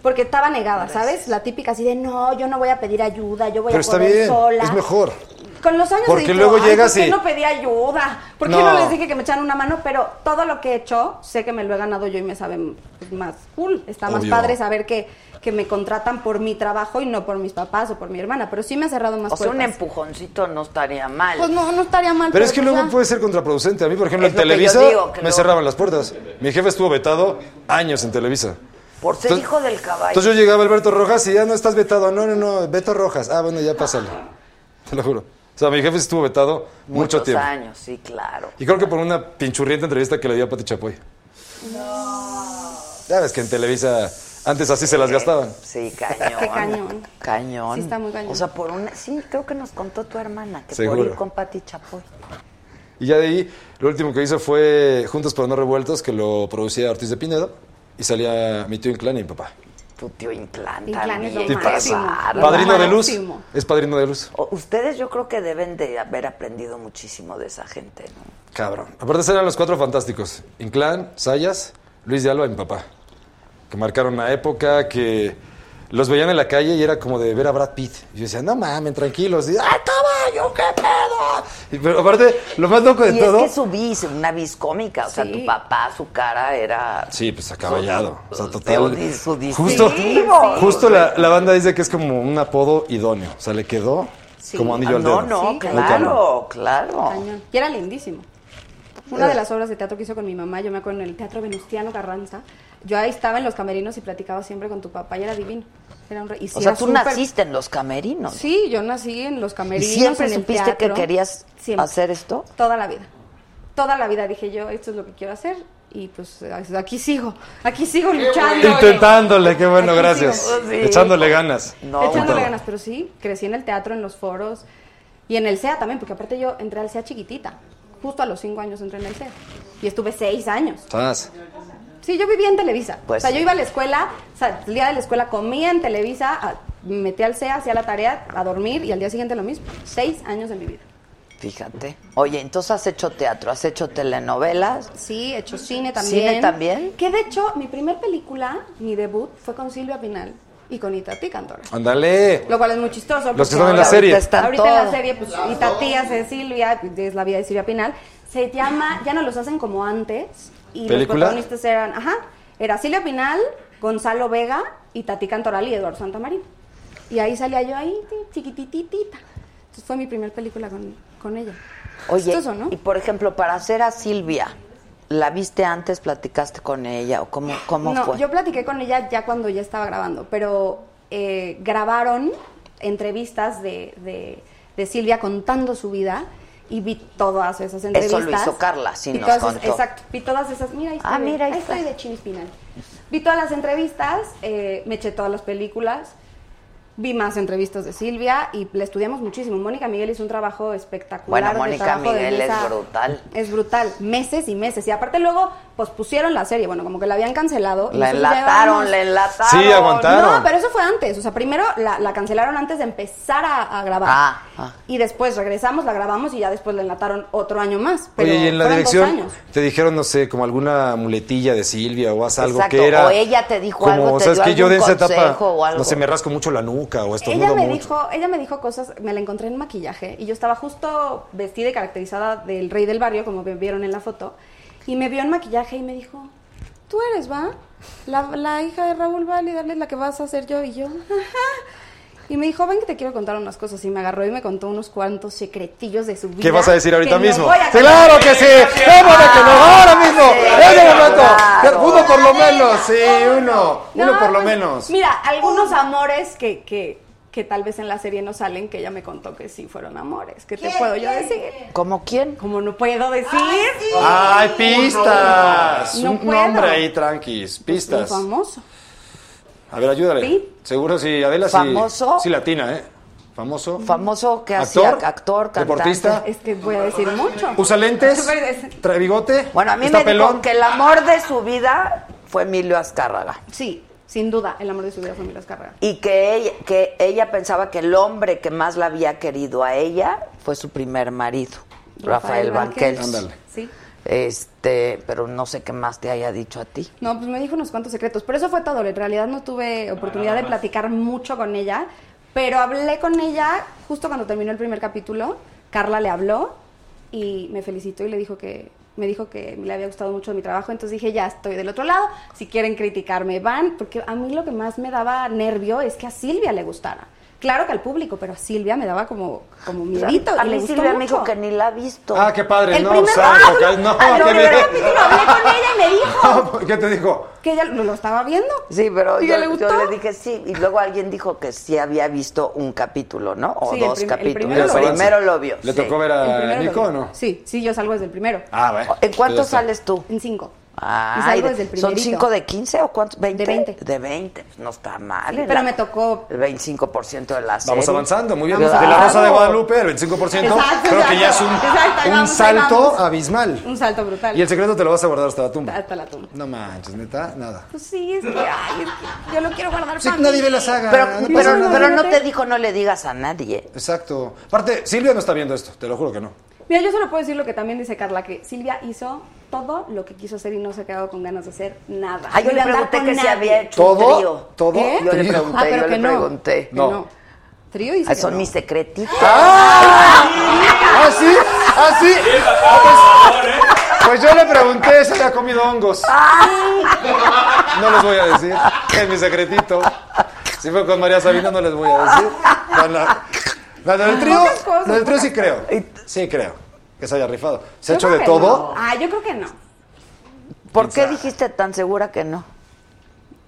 [SPEAKER 6] porque estaba negada, ¿sabes? La típica así de, no, yo no voy a pedir ayuda, yo voy
[SPEAKER 7] Pero
[SPEAKER 6] a
[SPEAKER 7] está
[SPEAKER 6] correr
[SPEAKER 7] bien,
[SPEAKER 6] sola.
[SPEAKER 7] es mejor.
[SPEAKER 6] Con los años
[SPEAKER 7] Porque
[SPEAKER 6] he dicho,
[SPEAKER 7] luego
[SPEAKER 6] "Ay, ¿por
[SPEAKER 7] llegas
[SPEAKER 6] qué
[SPEAKER 7] y-
[SPEAKER 6] no pedí ayuda? ¿Por qué no.
[SPEAKER 7] No.
[SPEAKER 6] les dije que me echaran una mano? Pero todo lo que he hecho, sé que me lo he ganado yo y me sabe pues, más cool. Está más
[SPEAKER 7] Obvio.
[SPEAKER 6] padre saber que, que me contratan por mi trabajo y no por mis papás o por mi hermana. Pero sí me ha cerrado más
[SPEAKER 1] O sea, un
[SPEAKER 6] puertas.
[SPEAKER 1] empujoncito no estaría mal.
[SPEAKER 6] Pues no, no estaría mal.
[SPEAKER 7] Pero es que
[SPEAKER 6] pues,
[SPEAKER 7] luego
[SPEAKER 6] ya.
[SPEAKER 7] puede ser contraproducente. A mí, por ejemplo,
[SPEAKER 1] Es
[SPEAKER 7] en
[SPEAKER 1] lo que yo
[SPEAKER 7] Televisa
[SPEAKER 1] digo, que
[SPEAKER 7] me
[SPEAKER 1] luego-
[SPEAKER 7] cerraban las puertas. Mi jefe estuvo vetado años en Televisa.
[SPEAKER 1] Por ser
[SPEAKER 7] Entonces-
[SPEAKER 1] hijo del caballo.
[SPEAKER 7] Entonces yo llegaba a Alberto Rojas y ya no estás vetado. No, no, no, Beto Rojas. Ah, bueno, ya pásale. Te lo juro. O sea, mi jefe estuvo vetado mucho
[SPEAKER 1] Muchos
[SPEAKER 7] tiempo.
[SPEAKER 1] años, sí, claro.
[SPEAKER 7] Y creo que por una pinchurriente entrevista que le dio a Pati Chapoy. Ya ves que en Televisa antes así se las gastaban.
[SPEAKER 1] Eh, Sí, cañón.
[SPEAKER 6] Qué cañón.
[SPEAKER 1] Cañón.
[SPEAKER 6] Sí, está muy cañón.
[SPEAKER 1] O sea, por una. Sí, creo que nos contó tu hermana que por
[SPEAKER 7] Seguro.
[SPEAKER 1] ir con Pati Chapoy.
[SPEAKER 7] Y ya de ahí, lo último que hizo fue Juntos para No Revueltos, que lo producía Ortiz de Pinedo. Y salía mi tío Inclán y mi papá.
[SPEAKER 1] Tu tío Inclán
[SPEAKER 6] Inclán
[SPEAKER 1] también.
[SPEAKER 6] es lo
[SPEAKER 1] qué
[SPEAKER 6] máximo.
[SPEAKER 1] bárbaro.
[SPEAKER 7] Padrino de luz. Es padrino de luz.
[SPEAKER 1] O- Ustedes yo creo que deben de haber aprendido muchísimo de esa gente, ¿no?
[SPEAKER 7] Cabrón. Aparte eran los cuatro fantásticos. Inclán, Sayas, Luis de Alba y mi papá. Que marcaron una época que los veían en la calle y era como de ver a Brad Pitt. Y yo decía, no mames, tranquilos. Y, ¡Ay, caballo, qué pedo! Y, pero aparte, lo más loco de
[SPEAKER 1] y
[SPEAKER 7] todo...
[SPEAKER 1] es que su vis, una vis cómica, o sea, tu papá, su cara era...
[SPEAKER 7] Sí, pues acaballado. O sea, total.
[SPEAKER 1] Su, su distintivo.
[SPEAKER 7] Justo, justo la, la banda dice que es como un apodo idóneo. O sea, le quedó
[SPEAKER 6] Sí.
[SPEAKER 7] como anillo
[SPEAKER 6] Ah,
[SPEAKER 7] al
[SPEAKER 6] no,
[SPEAKER 7] dedo.
[SPEAKER 6] no,
[SPEAKER 7] Muy
[SPEAKER 6] claro.
[SPEAKER 7] cabrón.
[SPEAKER 1] claro.
[SPEAKER 6] Cañón. Y era lindísimo. Una de las obras de teatro que hizo con mi mamá, yo me acuerdo en el Teatro Venustiano Carranza, yo ahí estaba en los camerinos y platicaba siempre con tu papá y era divino. Era un re- y sí,
[SPEAKER 1] O sea,
[SPEAKER 6] era
[SPEAKER 1] tú
[SPEAKER 6] súper-
[SPEAKER 1] naciste en los camerinos.
[SPEAKER 6] Sí, yo nací en los
[SPEAKER 1] ¿Y
[SPEAKER 6] camerinos.
[SPEAKER 1] siempre
[SPEAKER 6] en el
[SPEAKER 1] supiste que
[SPEAKER 6] teatro.
[SPEAKER 1] querías
[SPEAKER 6] Siempre.
[SPEAKER 1] hacer esto?
[SPEAKER 6] Toda la vida. Toda la vida dije yo, esto es lo que quiero hacer y pues aquí sigo, aquí sigo luchando.
[SPEAKER 7] Intentándole, qué bueno,
[SPEAKER 6] Aquí
[SPEAKER 7] gracias.
[SPEAKER 6] sigo. Sí.
[SPEAKER 7] Echándole ganas.
[SPEAKER 6] Echándole
[SPEAKER 7] Todo.
[SPEAKER 6] ganas, pero sí, crecí en el teatro, en los foros y en el SEA también, porque aparte yo entré al SEA chiquitita. Justo a los cinco años entré en el SEA. Y estuve seis años.
[SPEAKER 7] Estás.
[SPEAKER 6] Sí, yo vivía en Televisa.
[SPEAKER 7] Pues
[SPEAKER 6] o sea,
[SPEAKER 7] sí.
[SPEAKER 6] yo iba a la escuela, salía de la escuela, comía en Televisa, a- me metía al SEA, hacía la tarea, a dormir y al día siguiente lo mismo. Seis años de mi vida.
[SPEAKER 1] Fíjate. Oye, entonces has hecho teatro, has hecho telenovelas.
[SPEAKER 6] Sí, he hecho cine también.
[SPEAKER 1] ¿Cine también?
[SPEAKER 6] Que de hecho, mi primer película, mi debut, fue con Silvia Pinal y con Itatí Cantora.
[SPEAKER 7] Ándale.
[SPEAKER 6] Lo cual es muy chistoso. porque
[SPEAKER 7] Los que están en la
[SPEAKER 6] ahora-
[SPEAKER 7] serie.
[SPEAKER 6] Ahorita,
[SPEAKER 7] están
[SPEAKER 6] en la
[SPEAKER 1] todo.
[SPEAKER 6] serie, pues, y Tatía, hace Silvia, es la vida de Silvia Pinal. Se llama, ya no los hacen como antes. Y
[SPEAKER 7] ¿Película?
[SPEAKER 6] los protagonistas eran, ajá, era Silvia Pinal, Gonzalo Vega y Tati Cantoral y Eduardo Santamarina. Y ahí salía yo ahí, ti, chiquititita. Entonces fue mi primer película con, con ella.
[SPEAKER 1] Oye,
[SPEAKER 6] Chistoso, ¿no?
[SPEAKER 1] y por ejemplo, para hacer a Silvia, ¿la viste antes, platicaste con ella o cómo, cómo
[SPEAKER 6] no,
[SPEAKER 1] fue?
[SPEAKER 6] yo platiqué con ella ya cuando ya estaba grabando, pero eh, grabaron entrevistas de, de- de Silvia contando su vida y vi todas esas entrevistas.
[SPEAKER 1] lo hizo Carla, sí
[SPEAKER 6] Y
[SPEAKER 1] nos
[SPEAKER 6] todas esas-
[SPEAKER 1] contó.
[SPEAKER 6] Exacto, vi todas esas, mira, ahí estoy,
[SPEAKER 1] Ah, mira, ahí
[SPEAKER 6] ahí
[SPEAKER 1] está.
[SPEAKER 6] estoy de Chini Espinal. Vi todas las entrevistas, eh, me eché todas las películas, vi más entrevistas de Silvia y le estudiamos muchísimo. Mónica Miguel hizo un trabajo espectacular.
[SPEAKER 1] Bueno,
[SPEAKER 6] de
[SPEAKER 1] Mónica
[SPEAKER 6] trabajo de
[SPEAKER 1] Miguel es
[SPEAKER 6] mesa.
[SPEAKER 1] brutal.
[SPEAKER 6] Es brutal, meses y meses. Y aparte luego pospusieron la serie, bueno, como que la habían cancelado. y
[SPEAKER 1] La
[SPEAKER 6] nosotros ya
[SPEAKER 1] enlataron,
[SPEAKER 6] íbamos-
[SPEAKER 1] la enlataron. Sí, aguantaron.
[SPEAKER 6] No, pero eso fue antes. O sea, primero la, la cancelaron antes de empezar a, a grabar.
[SPEAKER 1] Ah, ah.
[SPEAKER 6] Y después regresamos, la grabamos y ya después la enlataron otro año más. Pero
[SPEAKER 7] Oye, y en la
[SPEAKER 6] fueron dos
[SPEAKER 7] dirección
[SPEAKER 6] años.
[SPEAKER 7] te dijeron, no sé, como alguna muletilla de Silvia o haz algo
[SPEAKER 1] Exacto,
[SPEAKER 7] que era.
[SPEAKER 1] o ella te dijo
[SPEAKER 7] como,
[SPEAKER 1] algo, te
[SPEAKER 7] ¿sabes
[SPEAKER 1] dio
[SPEAKER 7] que yo de
[SPEAKER 1] algún
[SPEAKER 7] esa etapa,
[SPEAKER 1] consejo o algo?
[SPEAKER 7] no sé, me rasco mucho la nuca o estornudo
[SPEAKER 6] Ella me
[SPEAKER 7] mucho.
[SPEAKER 6] dijo, ella me dijo cosas, me la encontré en maquillaje y yo estaba justo vestida y caracterizada del rey del barrio, como me vieron en la foto, y me vio en maquillaje y me dijo, tú eres, ¿va? La, la hija de Raúl Valle, darle la que vas a hacer yo y yo. "Ajá". Y me dijo, ven que te quiero contar unas cosas. Y me agarró y me contó unos cuantos secretillos de su vida.
[SPEAKER 7] ¿Qué vas a decir ahorita
[SPEAKER 6] que no
[SPEAKER 7] mismo?
[SPEAKER 6] voy a
[SPEAKER 7] ¡Sí,
[SPEAKER 6] contar.
[SPEAKER 7] ¡Claro que sí! ¡Vámonos que nos ahora mismo! ¡Es el momento! ¡Uno por lo menos! ¡Sí, uno! Eh, ¡Uno
[SPEAKER 6] No,
[SPEAKER 7] por lo
[SPEAKER 6] pues,
[SPEAKER 7] menos!
[SPEAKER 6] Mira, algunos amores que, que, que tal vez en la serie no salen, que ella me contó que sí fueron amores. ¿Qué te puedo yo decir?
[SPEAKER 1] ¿Cómo quién? Ah,
[SPEAKER 6] Como no puedo decir.
[SPEAKER 7] ¡Ay, pistas!
[SPEAKER 6] No
[SPEAKER 7] Ah, Un
[SPEAKER 6] puedo.
[SPEAKER 7] nombre ahí, tranquis. Pistas.
[SPEAKER 6] Un famoso.
[SPEAKER 7] A ver, ayúdale.
[SPEAKER 6] Pi.
[SPEAKER 7] Seguro sí, Adela sí.
[SPEAKER 6] Famoso.
[SPEAKER 7] Sí, latina, ¿eh? famoso.
[SPEAKER 1] Famoso que
[SPEAKER 7] Actor,
[SPEAKER 1] hacía actor, cantante.
[SPEAKER 7] deportista.
[SPEAKER 6] Es que voy a decir mucho.
[SPEAKER 7] Usa lentes, trae bigote,
[SPEAKER 1] Bueno, a mí
[SPEAKER 7] está
[SPEAKER 1] me
[SPEAKER 7] pelón.
[SPEAKER 1] dijo que el amor de su vida fue Emilio Azcárraga.
[SPEAKER 6] Sí, sin duda, el amor de su vida fue Emilio Azcárraga.
[SPEAKER 1] Y que ella, que ella pensaba que el hombre que más la había querido a ella fue su primer marido, Rafael, Banquels.
[SPEAKER 6] Sí.
[SPEAKER 1] Este, pero no sé qué más te haya dicho a ti.
[SPEAKER 6] No, pues me dijo unos cuantos secretos, pero eso fue todo. En realidad no tuve
[SPEAKER 1] Ah,
[SPEAKER 6] oportunidad de platicar mucho con ella, pero hablé con ella justo cuando terminó el primer capítulo. Carla le habló y me felicitó y le dijo que me dijo que le había gustado mucho mi trabajo, entonces dije, ya estoy del otro lado, si quieren criticarme van, porque a mí lo que más me daba nervio es que a Silvia le gustara. Claro que al público, pero a Silvia me daba como, como miedito.
[SPEAKER 1] a
[SPEAKER 6] y
[SPEAKER 1] mí
[SPEAKER 6] le gustó
[SPEAKER 1] Silvia me
[SPEAKER 6] mucho.
[SPEAKER 1] dijo que ni la ha visto.
[SPEAKER 7] Ah, qué padre,
[SPEAKER 6] El
[SPEAKER 7] no,
[SPEAKER 6] primer-
[SPEAKER 7] sabes,
[SPEAKER 6] ¡Ah!
[SPEAKER 7] acá- no,
[SPEAKER 6] Al
[SPEAKER 7] qué
[SPEAKER 6] primer
[SPEAKER 7] bien.
[SPEAKER 6] capítulo hablé con ella y me dijo
[SPEAKER 7] ¿Qué te dijo?
[SPEAKER 6] que ella lo lo estaba viendo.
[SPEAKER 1] Sí, pero
[SPEAKER 6] ¿Y
[SPEAKER 1] yo,
[SPEAKER 6] ya le
[SPEAKER 1] yo
[SPEAKER 6] gustó?
[SPEAKER 1] le dije sí. Y luego alguien dijo que sí había visto un capítulo, ¿no? O
[SPEAKER 6] Sí, el
[SPEAKER 1] dos
[SPEAKER 6] prim- el
[SPEAKER 1] capítulos.
[SPEAKER 6] primero lo vi.
[SPEAKER 1] lo vio.
[SPEAKER 7] ¿Le
[SPEAKER 1] sí.
[SPEAKER 7] tocó ver
[SPEAKER 6] El
[SPEAKER 7] a
[SPEAKER 6] primero lo
[SPEAKER 7] Ah, Nico o
[SPEAKER 6] vi.
[SPEAKER 7] no?
[SPEAKER 6] Sí, sí, yo salgo desde el primero.
[SPEAKER 7] Ah, bueno.
[SPEAKER 6] Oh,
[SPEAKER 1] ¿En
[SPEAKER 7] Ya
[SPEAKER 1] cuánto
[SPEAKER 7] está.
[SPEAKER 1] sales tú?
[SPEAKER 6] En cinco.
[SPEAKER 1] Ay,
[SPEAKER 6] Y salgo desde el
[SPEAKER 1] ¿Son
[SPEAKER 6] primerito.
[SPEAKER 1] 5 de 15 o cuántos? ¿20? De
[SPEAKER 6] 20.
[SPEAKER 1] De 20, pues no está mal.
[SPEAKER 6] Sí,
[SPEAKER 1] en
[SPEAKER 6] pero
[SPEAKER 1] la-
[SPEAKER 6] me tocó.
[SPEAKER 1] El 25% de la serie.
[SPEAKER 7] Vamos avanzando, muy bien.
[SPEAKER 1] Vamos
[SPEAKER 7] de la Rosa de
[SPEAKER 1] avanzando.
[SPEAKER 7] Guadalupe al 25%,
[SPEAKER 6] Exacto,
[SPEAKER 7] creo que
[SPEAKER 6] exacto.
[SPEAKER 7] ya es
[SPEAKER 6] Exacto, ahí
[SPEAKER 7] un, un
[SPEAKER 6] vamos, ahí
[SPEAKER 7] salto
[SPEAKER 6] vamos.
[SPEAKER 7] abismal.
[SPEAKER 6] Un salto brutal.
[SPEAKER 7] Y el secreto te lo vas a guardar hasta la tumba.
[SPEAKER 6] Hasta la tumba.
[SPEAKER 7] No manches, neta, nada.
[SPEAKER 6] Pues sí, es que, ay, es que yo lo quiero guardar
[SPEAKER 7] Sí,
[SPEAKER 6] para
[SPEAKER 7] nadie
[SPEAKER 6] mí.
[SPEAKER 7] ve la saga.
[SPEAKER 1] Pero,
[SPEAKER 7] no pasa
[SPEAKER 1] pero,
[SPEAKER 7] nada.
[SPEAKER 1] pero no te dijo no le digas a nadie.
[SPEAKER 7] Exacto. Aparte, Silvia no está viendo esto, te lo juro que no.
[SPEAKER 6] Mira, yo solo puedo decir lo que también dice Carla, que Silvia hizo todo lo que quiso hacer y no se ha quedado con ganas de hacer nada.
[SPEAKER 1] Ah, yo le
[SPEAKER 6] Ni de andar
[SPEAKER 1] pregunté
[SPEAKER 6] con
[SPEAKER 1] que si
[SPEAKER 6] nadie.
[SPEAKER 1] había hecho un
[SPEAKER 7] ¿Todo?
[SPEAKER 1] trío.
[SPEAKER 7] ¿Todo?
[SPEAKER 1] ¿Qué? Yo le
[SPEAKER 7] ¿Trío?
[SPEAKER 1] pregunté,
[SPEAKER 6] Ah, pero
[SPEAKER 1] yo le
[SPEAKER 6] que no.
[SPEAKER 1] pregunté.
[SPEAKER 6] Que No. no. Trío dice
[SPEAKER 1] Ah,
[SPEAKER 6] que
[SPEAKER 1] son
[SPEAKER 6] no.
[SPEAKER 1] mis secretitos.
[SPEAKER 7] Ah, ¿Así? ¿Así?
[SPEAKER 5] ¿eh?
[SPEAKER 7] Pues yo le pregunté si había comido hongos. No les voy a decir. Es mi secretito. Si fue con María Sabina, no les voy a decir. Con la, la del trío,
[SPEAKER 6] Pocas cosas,
[SPEAKER 7] la del trío sí
[SPEAKER 6] pocas
[SPEAKER 7] creo. Sí creo que se haya rifado. Se
[SPEAKER 6] Yo
[SPEAKER 7] ha hecho
[SPEAKER 6] creo que
[SPEAKER 7] de todo.
[SPEAKER 6] no. Ah, yo creo que no.
[SPEAKER 1] ¿Por qué dijiste tan segura que no?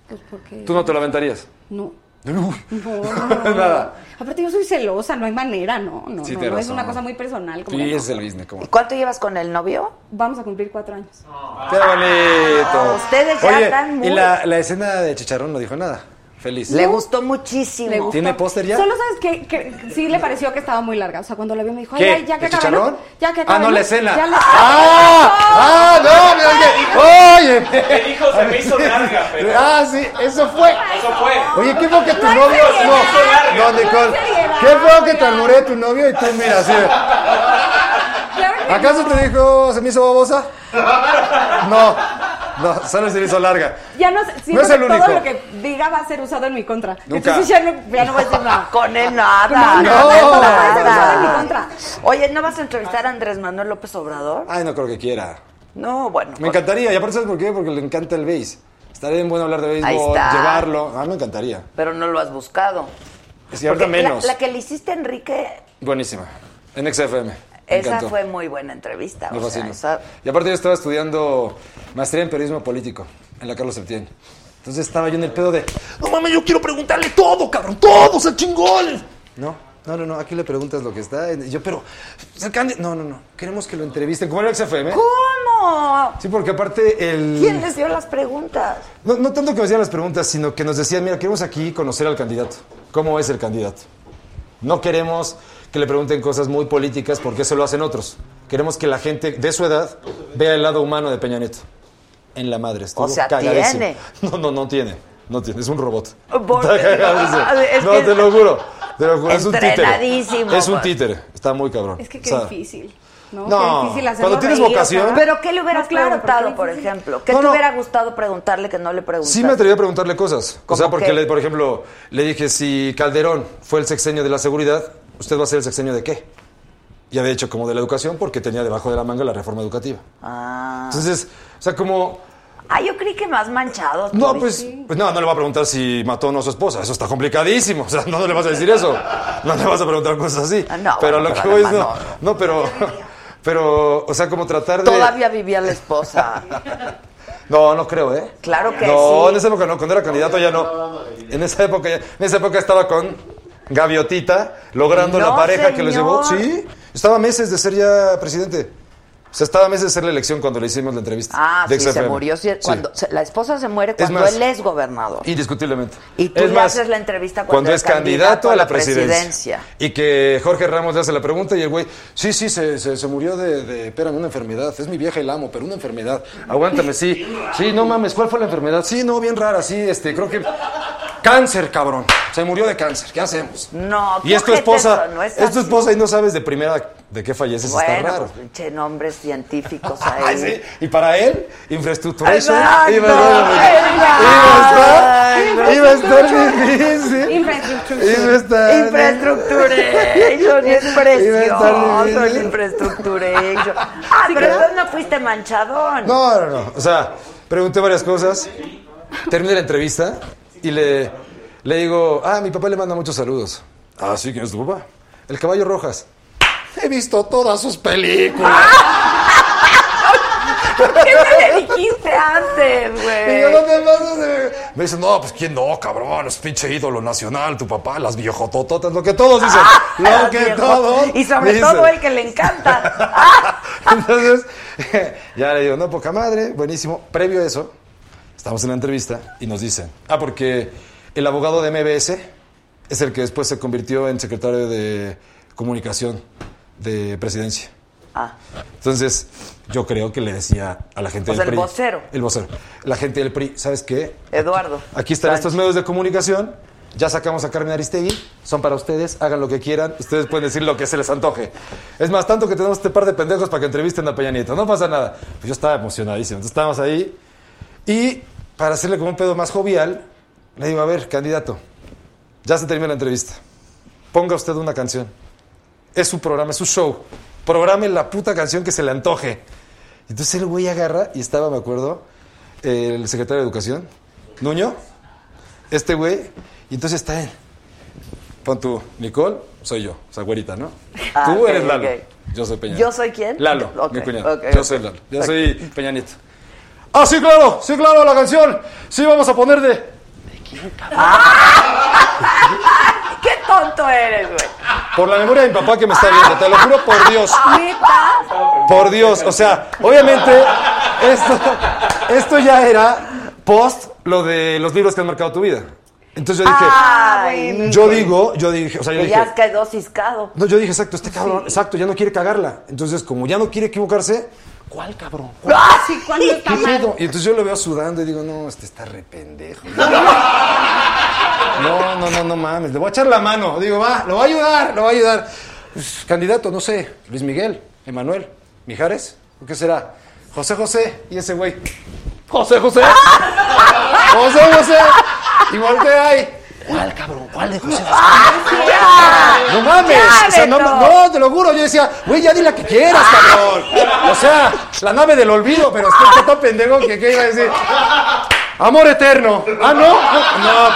[SPEAKER 6] Pues porque.
[SPEAKER 7] ¿Tú no te lo aventarías?
[SPEAKER 6] No.
[SPEAKER 7] No,
[SPEAKER 6] no, no.
[SPEAKER 7] Nada.
[SPEAKER 6] Aparte, yo soy celosa, no hay manera, no. No,
[SPEAKER 7] Sí,
[SPEAKER 6] no,
[SPEAKER 7] tienes
[SPEAKER 6] no, es
[SPEAKER 7] razón.
[SPEAKER 6] una cosa muy personal. Como
[SPEAKER 7] Sí,
[SPEAKER 6] de-
[SPEAKER 7] ese es el business. ¿cómo?
[SPEAKER 1] ¿Cuánto llevas con el novio?
[SPEAKER 6] Vamos a cumplir cuatro años.
[SPEAKER 7] ¡Qué bonito!
[SPEAKER 1] Ustedes ya
[SPEAKER 7] Oye,
[SPEAKER 1] andan muy-
[SPEAKER 7] Y la, la escena de Chicharrón no dijo nada. Ah, Feliz.
[SPEAKER 1] Le gustó muchísimo.
[SPEAKER 6] Le gustó.
[SPEAKER 7] ¿Tiene póster ya?
[SPEAKER 6] Solo sabes que, que sí le pareció que estaba muy larga. O sea, cuando la vio me dijo, ay,
[SPEAKER 7] ¿Qué?
[SPEAKER 6] ay, ya que
[SPEAKER 7] ¿El
[SPEAKER 6] acaba,
[SPEAKER 7] chicharrón?
[SPEAKER 6] ¿no? Ya que
[SPEAKER 7] Ah,
[SPEAKER 6] acaba,
[SPEAKER 7] no,
[SPEAKER 6] ¿no?
[SPEAKER 7] la escena.
[SPEAKER 6] Ya la-
[SPEAKER 7] ¡Ah! ¡Ah, no! mira, oye, oye.
[SPEAKER 5] Me dijo, se me hizo larga, pero.
[SPEAKER 7] Ah, sí, eso fue.
[SPEAKER 5] Eso fue.
[SPEAKER 7] Oye, qué feo que tu
[SPEAKER 5] No hay
[SPEAKER 7] novio.
[SPEAKER 5] seriedad,
[SPEAKER 7] No, no,
[SPEAKER 5] no hay
[SPEAKER 7] Nicole.
[SPEAKER 5] seriedad,
[SPEAKER 7] Qué feo que te almoré tu novio y tú, mira, así. ¿Acaso te dijo, se me hizo babosa? No, no, solo se me hizo larga.
[SPEAKER 6] Ya no, sé, siento
[SPEAKER 7] es el
[SPEAKER 6] que
[SPEAKER 7] único.
[SPEAKER 6] Todo lo que diga va a ser usado en mi contra.
[SPEAKER 7] Nunca.
[SPEAKER 6] Entonces ya no, ya no voy a decir nada.
[SPEAKER 1] Con él nada.
[SPEAKER 6] No, no,
[SPEAKER 1] con él
[SPEAKER 6] no, no,
[SPEAKER 1] nada.
[SPEAKER 6] no, no, no, en mi contra.
[SPEAKER 1] Oye, ¿no vas a entrevistar a Andrés Manuel López Obrador?
[SPEAKER 7] Ay, no creo que quiera.
[SPEAKER 1] No, bueno.
[SPEAKER 7] Ah. Me
[SPEAKER 1] pues,
[SPEAKER 7] encantaría, y aparte, ¿sabes por qué? Porque le encanta el base. Estaría bien bueno hablar de
[SPEAKER 1] Ahí
[SPEAKER 7] béisbol,
[SPEAKER 1] está.
[SPEAKER 7] llevarlo. Ah, me encantaría.
[SPEAKER 1] Pero no lo has buscado.
[SPEAKER 7] Sí, ahorita
[SPEAKER 1] Porque
[SPEAKER 7] menos.
[SPEAKER 1] La, la que le hiciste a Enrique,
[SPEAKER 7] Buenísima. En XFM. Me
[SPEAKER 1] esa
[SPEAKER 7] encantó.
[SPEAKER 1] fue muy buena entrevista.
[SPEAKER 7] Me
[SPEAKER 1] o sea,
[SPEAKER 7] fascina.
[SPEAKER 1] esa-
[SPEAKER 7] Y aparte yo estaba estudiando maestría en periodismo político en la Carlos Septién. Entonces estaba yo en el pedo de, no mames, yo quiero preguntarle todo, cabrón, todo, se chingón. No, no, no, no, aquí le preguntas lo que está. Y yo, pero, el candi- no, no, no, queremos que lo entrevisten. ¿Cómo era el XFM?
[SPEAKER 1] ¿Cómo?
[SPEAKER 7] Sí, porque aparte el...
[SPEAKER 1] ¿Quién les dio las preguntas?
[SPEAKER 7] No, no tanto que nos hacían las preguntas, sino que nos decían, mira, queremos aquí conocer al candidato. ¿Cómo es el candidato? No queremos que le pregunten cosas muy políticas porque eso lo hacen otros. Queremos que la gente de su edad vea el lado humano de Peña Nieto. En la madre, estuvo
[SPEAKER 1] O sea,
[SPEAKER 7] cagadísimo.
[SPEAKER 1] tiene.
[SPEAKER 7] No, no, no tiene. No tiene, es un robot.
[SPEAKER 1] Por-
[SPEAKER 7] Está cagadísimo.
[SPEAKER 1] Es
[SPEAKER 7] no,
[SPEAKER 1] que-
[SPEAKER 7] te lo juro. Te lo juro, es un
[SPEAKER 1] Entrenadísimo,
[SPEAKER 7] títere. Es un
[SPEAKER 1] pues.
[SPEAKER 7] títere, está muy cabrón.
[SPEAKER 6] Es que qué
[SPEAKER 7] O sea,
[SPEAKER 6] difícil. No,
[SPEAKER 7] No,
[SPEAKER 6] qué difícil hacerlo
[SPEAKER 7] cuando tienes
[SPEAKER 6] reír, o sea,
[SPEAKER 7] vocación-
[SPEAKER 1] ¿Pero qué le hubieras
[SPEAKER 6] No, claro,
[SPEAKER 1] preguntado,
[SPEAKER 6] porque
[SPEAKER 1] por
[SPEAKER 6] dices, sí.
[SPEAKER 1] ejemplo? ¿Qué
[SPEAKER 7] No,
[SPEAKER 1] te
[SPEAKER 7] no.
[SPEAKER 1] hubiera gustado preguntarle que no le preguntaste?
[SPEAKER 7] Sí me atreví a preguntarle cosas. O sea,
[SPEAKER 1] ¿Cómo
[SPEAKER 7] porque,
[SPEAKER 1] qué?
[SPEAKER 7] le, por ejemplo, le dije, si Calderón fue el sexenio de la seguridad, ¿usted va a ser el sexenio de qué? Y había hecho como de la educación porque tenía debajo de la manga la reforma educativa.
[SPEAKER 1] Ah.
[SPEAKER 7] Entonces, o sea, como...
[SPEAKER 1] Ah, yo creí que más manchado. tú,
[SPEAKER 7] No,
[SPEAKER 1] ¿viste?
[SPEAKER 7] pues, pues no, no le va a preguntar si mató o no a su esposa. Eso está complicadísimo. O sea, no, no le vas a decir eso. No le vas a preguntar cosas así.
[SPEAKER 1] no,
[SPEAKER 7] pero
[SPEAKER 1] bueno,
[SPEAKER 7] lo que
[SPEAKER 1] pero
[SPEAKER 7] voy es...
[SPEAKER 1] además
[SPEAKER 7] No, no, pero... Pero, o sea, como tratar de...
[SPEAKER 1] Todavía vivía la esposa.
[SPEAKER 7] No, no creo, ¿eh?
[SPEAKER 1] Claro que
[SPEAKER 7] no,
[SPEAKER 1] sí.
[SPEAKER 7] en esa época no, cuando era candidato ya no. En esa época ya- en esa época estaba con Gaviotita, logrando
[SPEAKER 1] No,
[SPEAKER 7] la pareja que lo llevó.
[SPEAKER 1] señor.
[SPEAKER 7] Sí, estaba meses de ser ya presidente. O sea, estaba a meses de hacer la elección cuando le hicimos la entrevista.
[SPEAKER 1] Ah,
[SPEAKER 7] de
[SPEAKER 1] sí, se
[SPEAKER 7] XFM.
[SPEAKER 1] murió. sí,
[SPEAKER 7] Sí.
[SPEAKER 1] cuando se- la esposa se muere
[SPEAKER 7] Es
[SPEAKER 1] cuando
[SPEAKER 7] más,
[SPEAKER 1] él es gobernador.
[SPEAKER 7] Indiscutiblemente.
[SPEAKER 1] Y tú
[SPEAKER 7] Es
[SPEAKER 1] le
[SPEAKER 7] más,
[SPEAKER 1] haces la entrevista cuando,
[SPEAKER 7] cuando es candidato a la presidencia.
[SPEAKER 1] presidencia.
[SPEAKER 7] Y que Jorge Ramos le hace la pregunta y el güey, sí, sí, se, se- se murió de, de, espérame, una enfermedad. Es mi vieja y la amo, pero una enfermedad. Aguántame, sí. Sí, no mames, ¿cuál fue la enfermedad? Sí, no, bien rara, sí, este, creo que... Cáncer, cabrón. Se murió de cáncer. ¿Qué hacemos?
[SPEAKER 1] No,
[SPEAKER 7] Y es tu
[SPEAKER 1] qué
[SPEAKER 7] esposa,
[SPEAKER 1] teso, no es
[SPEAKER 7] es tu
[SPEAKER 1] así.
[SPEAKER 7] esposa y no sabes de primera de qué falleces, está
[SPEAKER 1] Bueno,
[SPEAKER 7] raro.
[SPEAKER 1] pues, pinche nombres científicos
[SPEAKER 7] Ay,
[SPEAKER 1] ahí.
[SPEAKER 7] sí. Y para él, infraestructuration.
[SPEAKER 1] Exacto,
[SPEAKER 7] Iba a estar, iba a estar, iba a estar bien difícil. Iba a estar-
[SPEAKER 1] Infrastructuration es
[SPEAKER 7] Iba a estar
[SPEAKER 1] precioso el
[SPEAKER 7] difícil.
[SPEAKER 1] infrastructuration. Ah, pero
[SPEAKER 7] claro.
[SPEAKER 1] entonces no fuiste manchadón.
[SPEAKER 7] No, no, no. O sea, pregunté varias cosas. Terminé la entrevista y le, le digo, ah, mi papá le manda muchos saludos. Ah, sí, ¿quién es tu papá? El caballo Rojas. He visto todas sus
[SPEAKER 1] Ah,
[SPEAKER 7] películas.
[SPEAKER 1] ¿Por qué me le dijiste antes, güey?
[SPEAKER 7] Y yo, ¿dónde más? ¿Dónde más? Me dicen, no, pues quién no, cabrón, es pinche ídolo nacional, tu papá, las viejotototas, lo que todos dicen. lo que
[SPEAKER 1] Ah, Viejo.
[SPEAKER 7] todos.
[SPEAKER 1] Y sobre
[SPEAKER 7] dicen.
[SPEAKER 1] todo el que le encanta.
[SPEAKER 7] Entonces, ya le digo, no, poca madre, buenísimo. Previo a eso, estamos en la entrevista y nos dicen, ah, porque el abogado de MBS es el que después se convirtió en secretario de comunicación de presidencia.
[SPEAKER 1] Ah.
[SPEAKER 7] Entonces, yo creo que le decía a la gente
[SPEAKER 1] O
[SPEAKER 7] del
[SPEAKER 1] sea, el
[SPEAKER 7] PRI.
[SPEAKER 1] vocero.
[SPEAKER 7] El vocero. La gente del PRI, ¿sabes qué?
[SPEAKER 1] Eduardo.
[SPEAKER 7] Aquí están estos medios de comunicación. Ya sacamos a Carmen Aristegui. Son para ustedes. Hagan lo que quieran. Ustedes pueden decir lo que se les antoje. Es más, tanto que tenemos este par de pendejos para que entrevisten a Peña Nieto. No pasa nada. Pues yo estaba emocionadísimo. Entonces estábamos ahí. Y para hacerle como un pedo más jovial, le digo, a ver, candidato, ya se terminó la entrevista. Ponga usted una canción. Es su programa, es su show. Programe la puta canción que se le antoje. Entonces el güey agarra y estaba, me acuerdo, el secretario de Educación, Nuño, este güey, y entonces está él. Pon tú, Nicole, soy yo, o sea, güerita, ¿no?
[SPEAKER 1] Ah,
[SPEAKER 7] tú
[SPEAKER 1] ok,
[SPEAKER 7] eres Lalo.
[SPEAKER 1] ok.
[SPEAKER 7] Yo soy Peña. Nieto.
[SPEAKER 1] ¿Yo soy quién?
[SPEAKER 7] Lalo,
[SPEAKER 1] Ok,
[SPEAKER 7] mi cuñado.
[SPEAKER 1] ok,
[SPEAKER 7] yo
[SPEAKER 1] ok.
[SPEAKER 7] soy Lalo. Yo soy Peña Nieto. Ah, sí, claro, sí, claro, la canción. Sí, vamos a poner de.
[SPEAKER 1] ¡Qué tonto eres, güey!
[SPEAKER 7] Por la memoria de mi papá que me está viendo, te lo juro por Dios. Por Dios, o sea, obviamente esto, esto ya era post lo de los libros que han marcado tu vida. Entonces yo dije,
[SPEAKER 1] Ay,
[SPEAKER 7] yo digo, yo dije, o sea, yo
[SPEAKER 1] Ah, Que
[SPEAKER 7] dije,
[SPEAKER 1] ya has quedado ciscado.
[SPEAKER 7] no, yo dije, exacto, este cabrón, exacto, ya no quiere cagarla. Entonces, como ya no quiere equivocarse, ¿cuál cabrón?
[SPEAKER 1] ¡Ah, sí! ¿Cuándo
[SPEAKER 7] ¿Qué pedo? Y entonces yo lo veo sudando y digo, no, este está re pendejo. No, no, no, no mames. Le voy a echar la mano. Digo, va, lo va a ayudar, lo va a ayudar. Pues, candidato, no sé, Luis Miguel, Emanuel, Mijares, ¿o qué será? José José y ese güey. José José.
[SPEAKER 1] ¡Ah!
[SPEAKER 7] José José. Y voltea ahí. ¿Cuál, cabrón? ¿Cuál de José José? No mames, o sea, no, ma- no, te lo juro, yo decía, güey, ya di la que quieras, cabrón. O sea, la nave del olvido, pero estoy estoy tan pendejo que qué iba a decir. Amor eterno. Ah, no. No,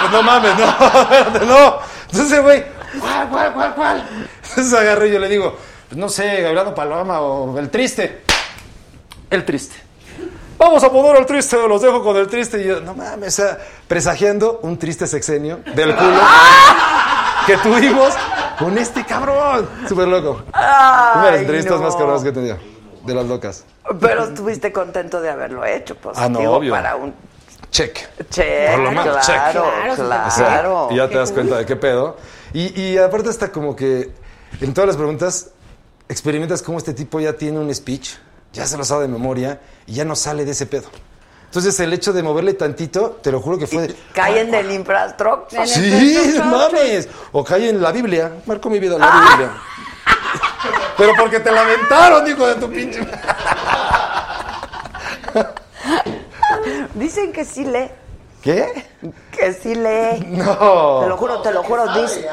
[SPEAKER 7] pues no mames, no, espérate, no. Entonces, güey, ¿cuál, cuál, cuál, cuál? Entonces agarré y yo le digo, pues no sé, Gabrielano Paloma o el triste. El triste. Vamos a poner al triste, los dejo con el triste. Y yo, no mames, o sea, presagiando un triste sexenio del culo que tuvimos con este cabrón. Súper loco. Una de las
[SPEAKER 1] Ay,
[SPEAKER 7] entrevistas
[SPEAKER 1] no.
[SPEAKER 7] más cabronas que he tenido. De las locas.
[SPEAKER 1] Pero estuviste contento de haberlo hecho, pues.
[SPEAKER 7] Ah, no,
[SPEAKER 1] digo,
[SPEAKER 7] obvio.
[SPEAKER 1] Para un
[SPEAKER 7] Check.
[SPEAKER 1] check,
[SPEAKER 7] Por lo menos,
[SPEAKER 1] claro,
[SPEAKER 7] check.
[SPEAKER 1] claro.
[SPEAKER 7] O sea, y ya te das cuenta de qué pedo. Y, y aparte está como que en todas las preguntas experimentas cómo este tipo ya tiene un speech, ya se lo sabe de memoria y ya no sale de ese pedo. Entonces el hecho de moverle tantito, te lo juro que fue... de-
[SPEAKER 1] Caen del infrastructura.
[SPEAKER 7] Sí, mames. O cae en la Biblia. Marco mi vida la Biblia.
[SPEAKER 1] Ah.
[SPEAKER 7] Pero porque te lamentaron, hijo de tu pinche...
[SPEAKER 1] Dicen que sí lee.
[SPEAKER 7] ¿Qué?
[SPEAKER 1] Que sí lee.
[SPEAKER 7] No.
[SPEAKER 1] Te lo juro, te lo juro.
[SPEAKER 6] Sabe,
[SPEAKER 1] Dicen,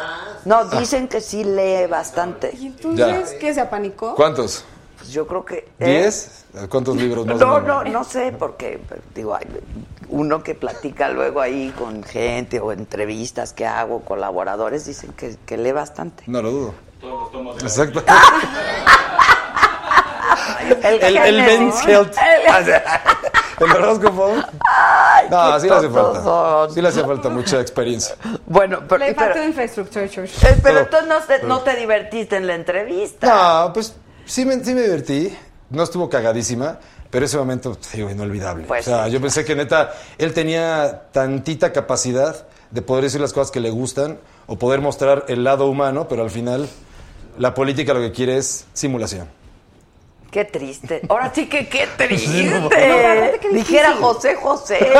[SPEAKER 1] no, dicen que sí lee bastante.
[SPEAKER 6] Entonces, ¿qué se apanicó?
[SPEAKER 7] ¿Cuántos?
[SPEAKER 1] Pues yo creo que.
[SPEAKER 7] ¿Diez? ¿Cuántos libros más? o
[SPEAKER 1] No,
[SPEAKER 7] menos?
[SPEAKER 1] no, no sé, porque pero, digo, hay uno que platica luego ahí con gente o entrevistas que hago, colaboradores, dicen que, que lee bastante.
[SPEAKER 7] No lo dudo.
[SPEAKER 5] Todos los tomos de la
[SPEAKER 7] Exacto.
[SPEAKER 1] El,
[SPEAKER 7] el, el
[SPEAKER 1] género.
[SPEAKER 7] Ben's Health. O sea, El horóscopo. No,
[SPEAKER 1] qué
[SPEAKER 7] sí le hace
[SPEAKER 1] tontos
[SPEAKER 7] falta. Sí le hace falta mucha experiencia.
[SPEAKER 1] Bueno, pero.
[SPEAKER 6] Le falta
[SPEAKER 1] pero-
[SPEAKER 6] infraestructura. church.
[SPEAKER 1] Eh, Pero entonces no, te- no te divertiste en la entrevista.
[SPEAKER 7] No, pues sí me, sí me divertí. no estuvo cagadísima, pero ese momento, pues, te digo, inolvidable. o sea, yo pensé que neta, él tenía tantita capacidad de poder decir las cosas que le gustan o poder mostrar el lado humano, pero al final la política lo que quiere es simulación.
[SPEAKER 1] Qué triste. Ahora sí que qué triste.
[SPEAKER 7] no, no, la verdad que
[SPEAKER 1] Dijera
[SPEAKER 7] difícil.
[SPEAKER 1] José José.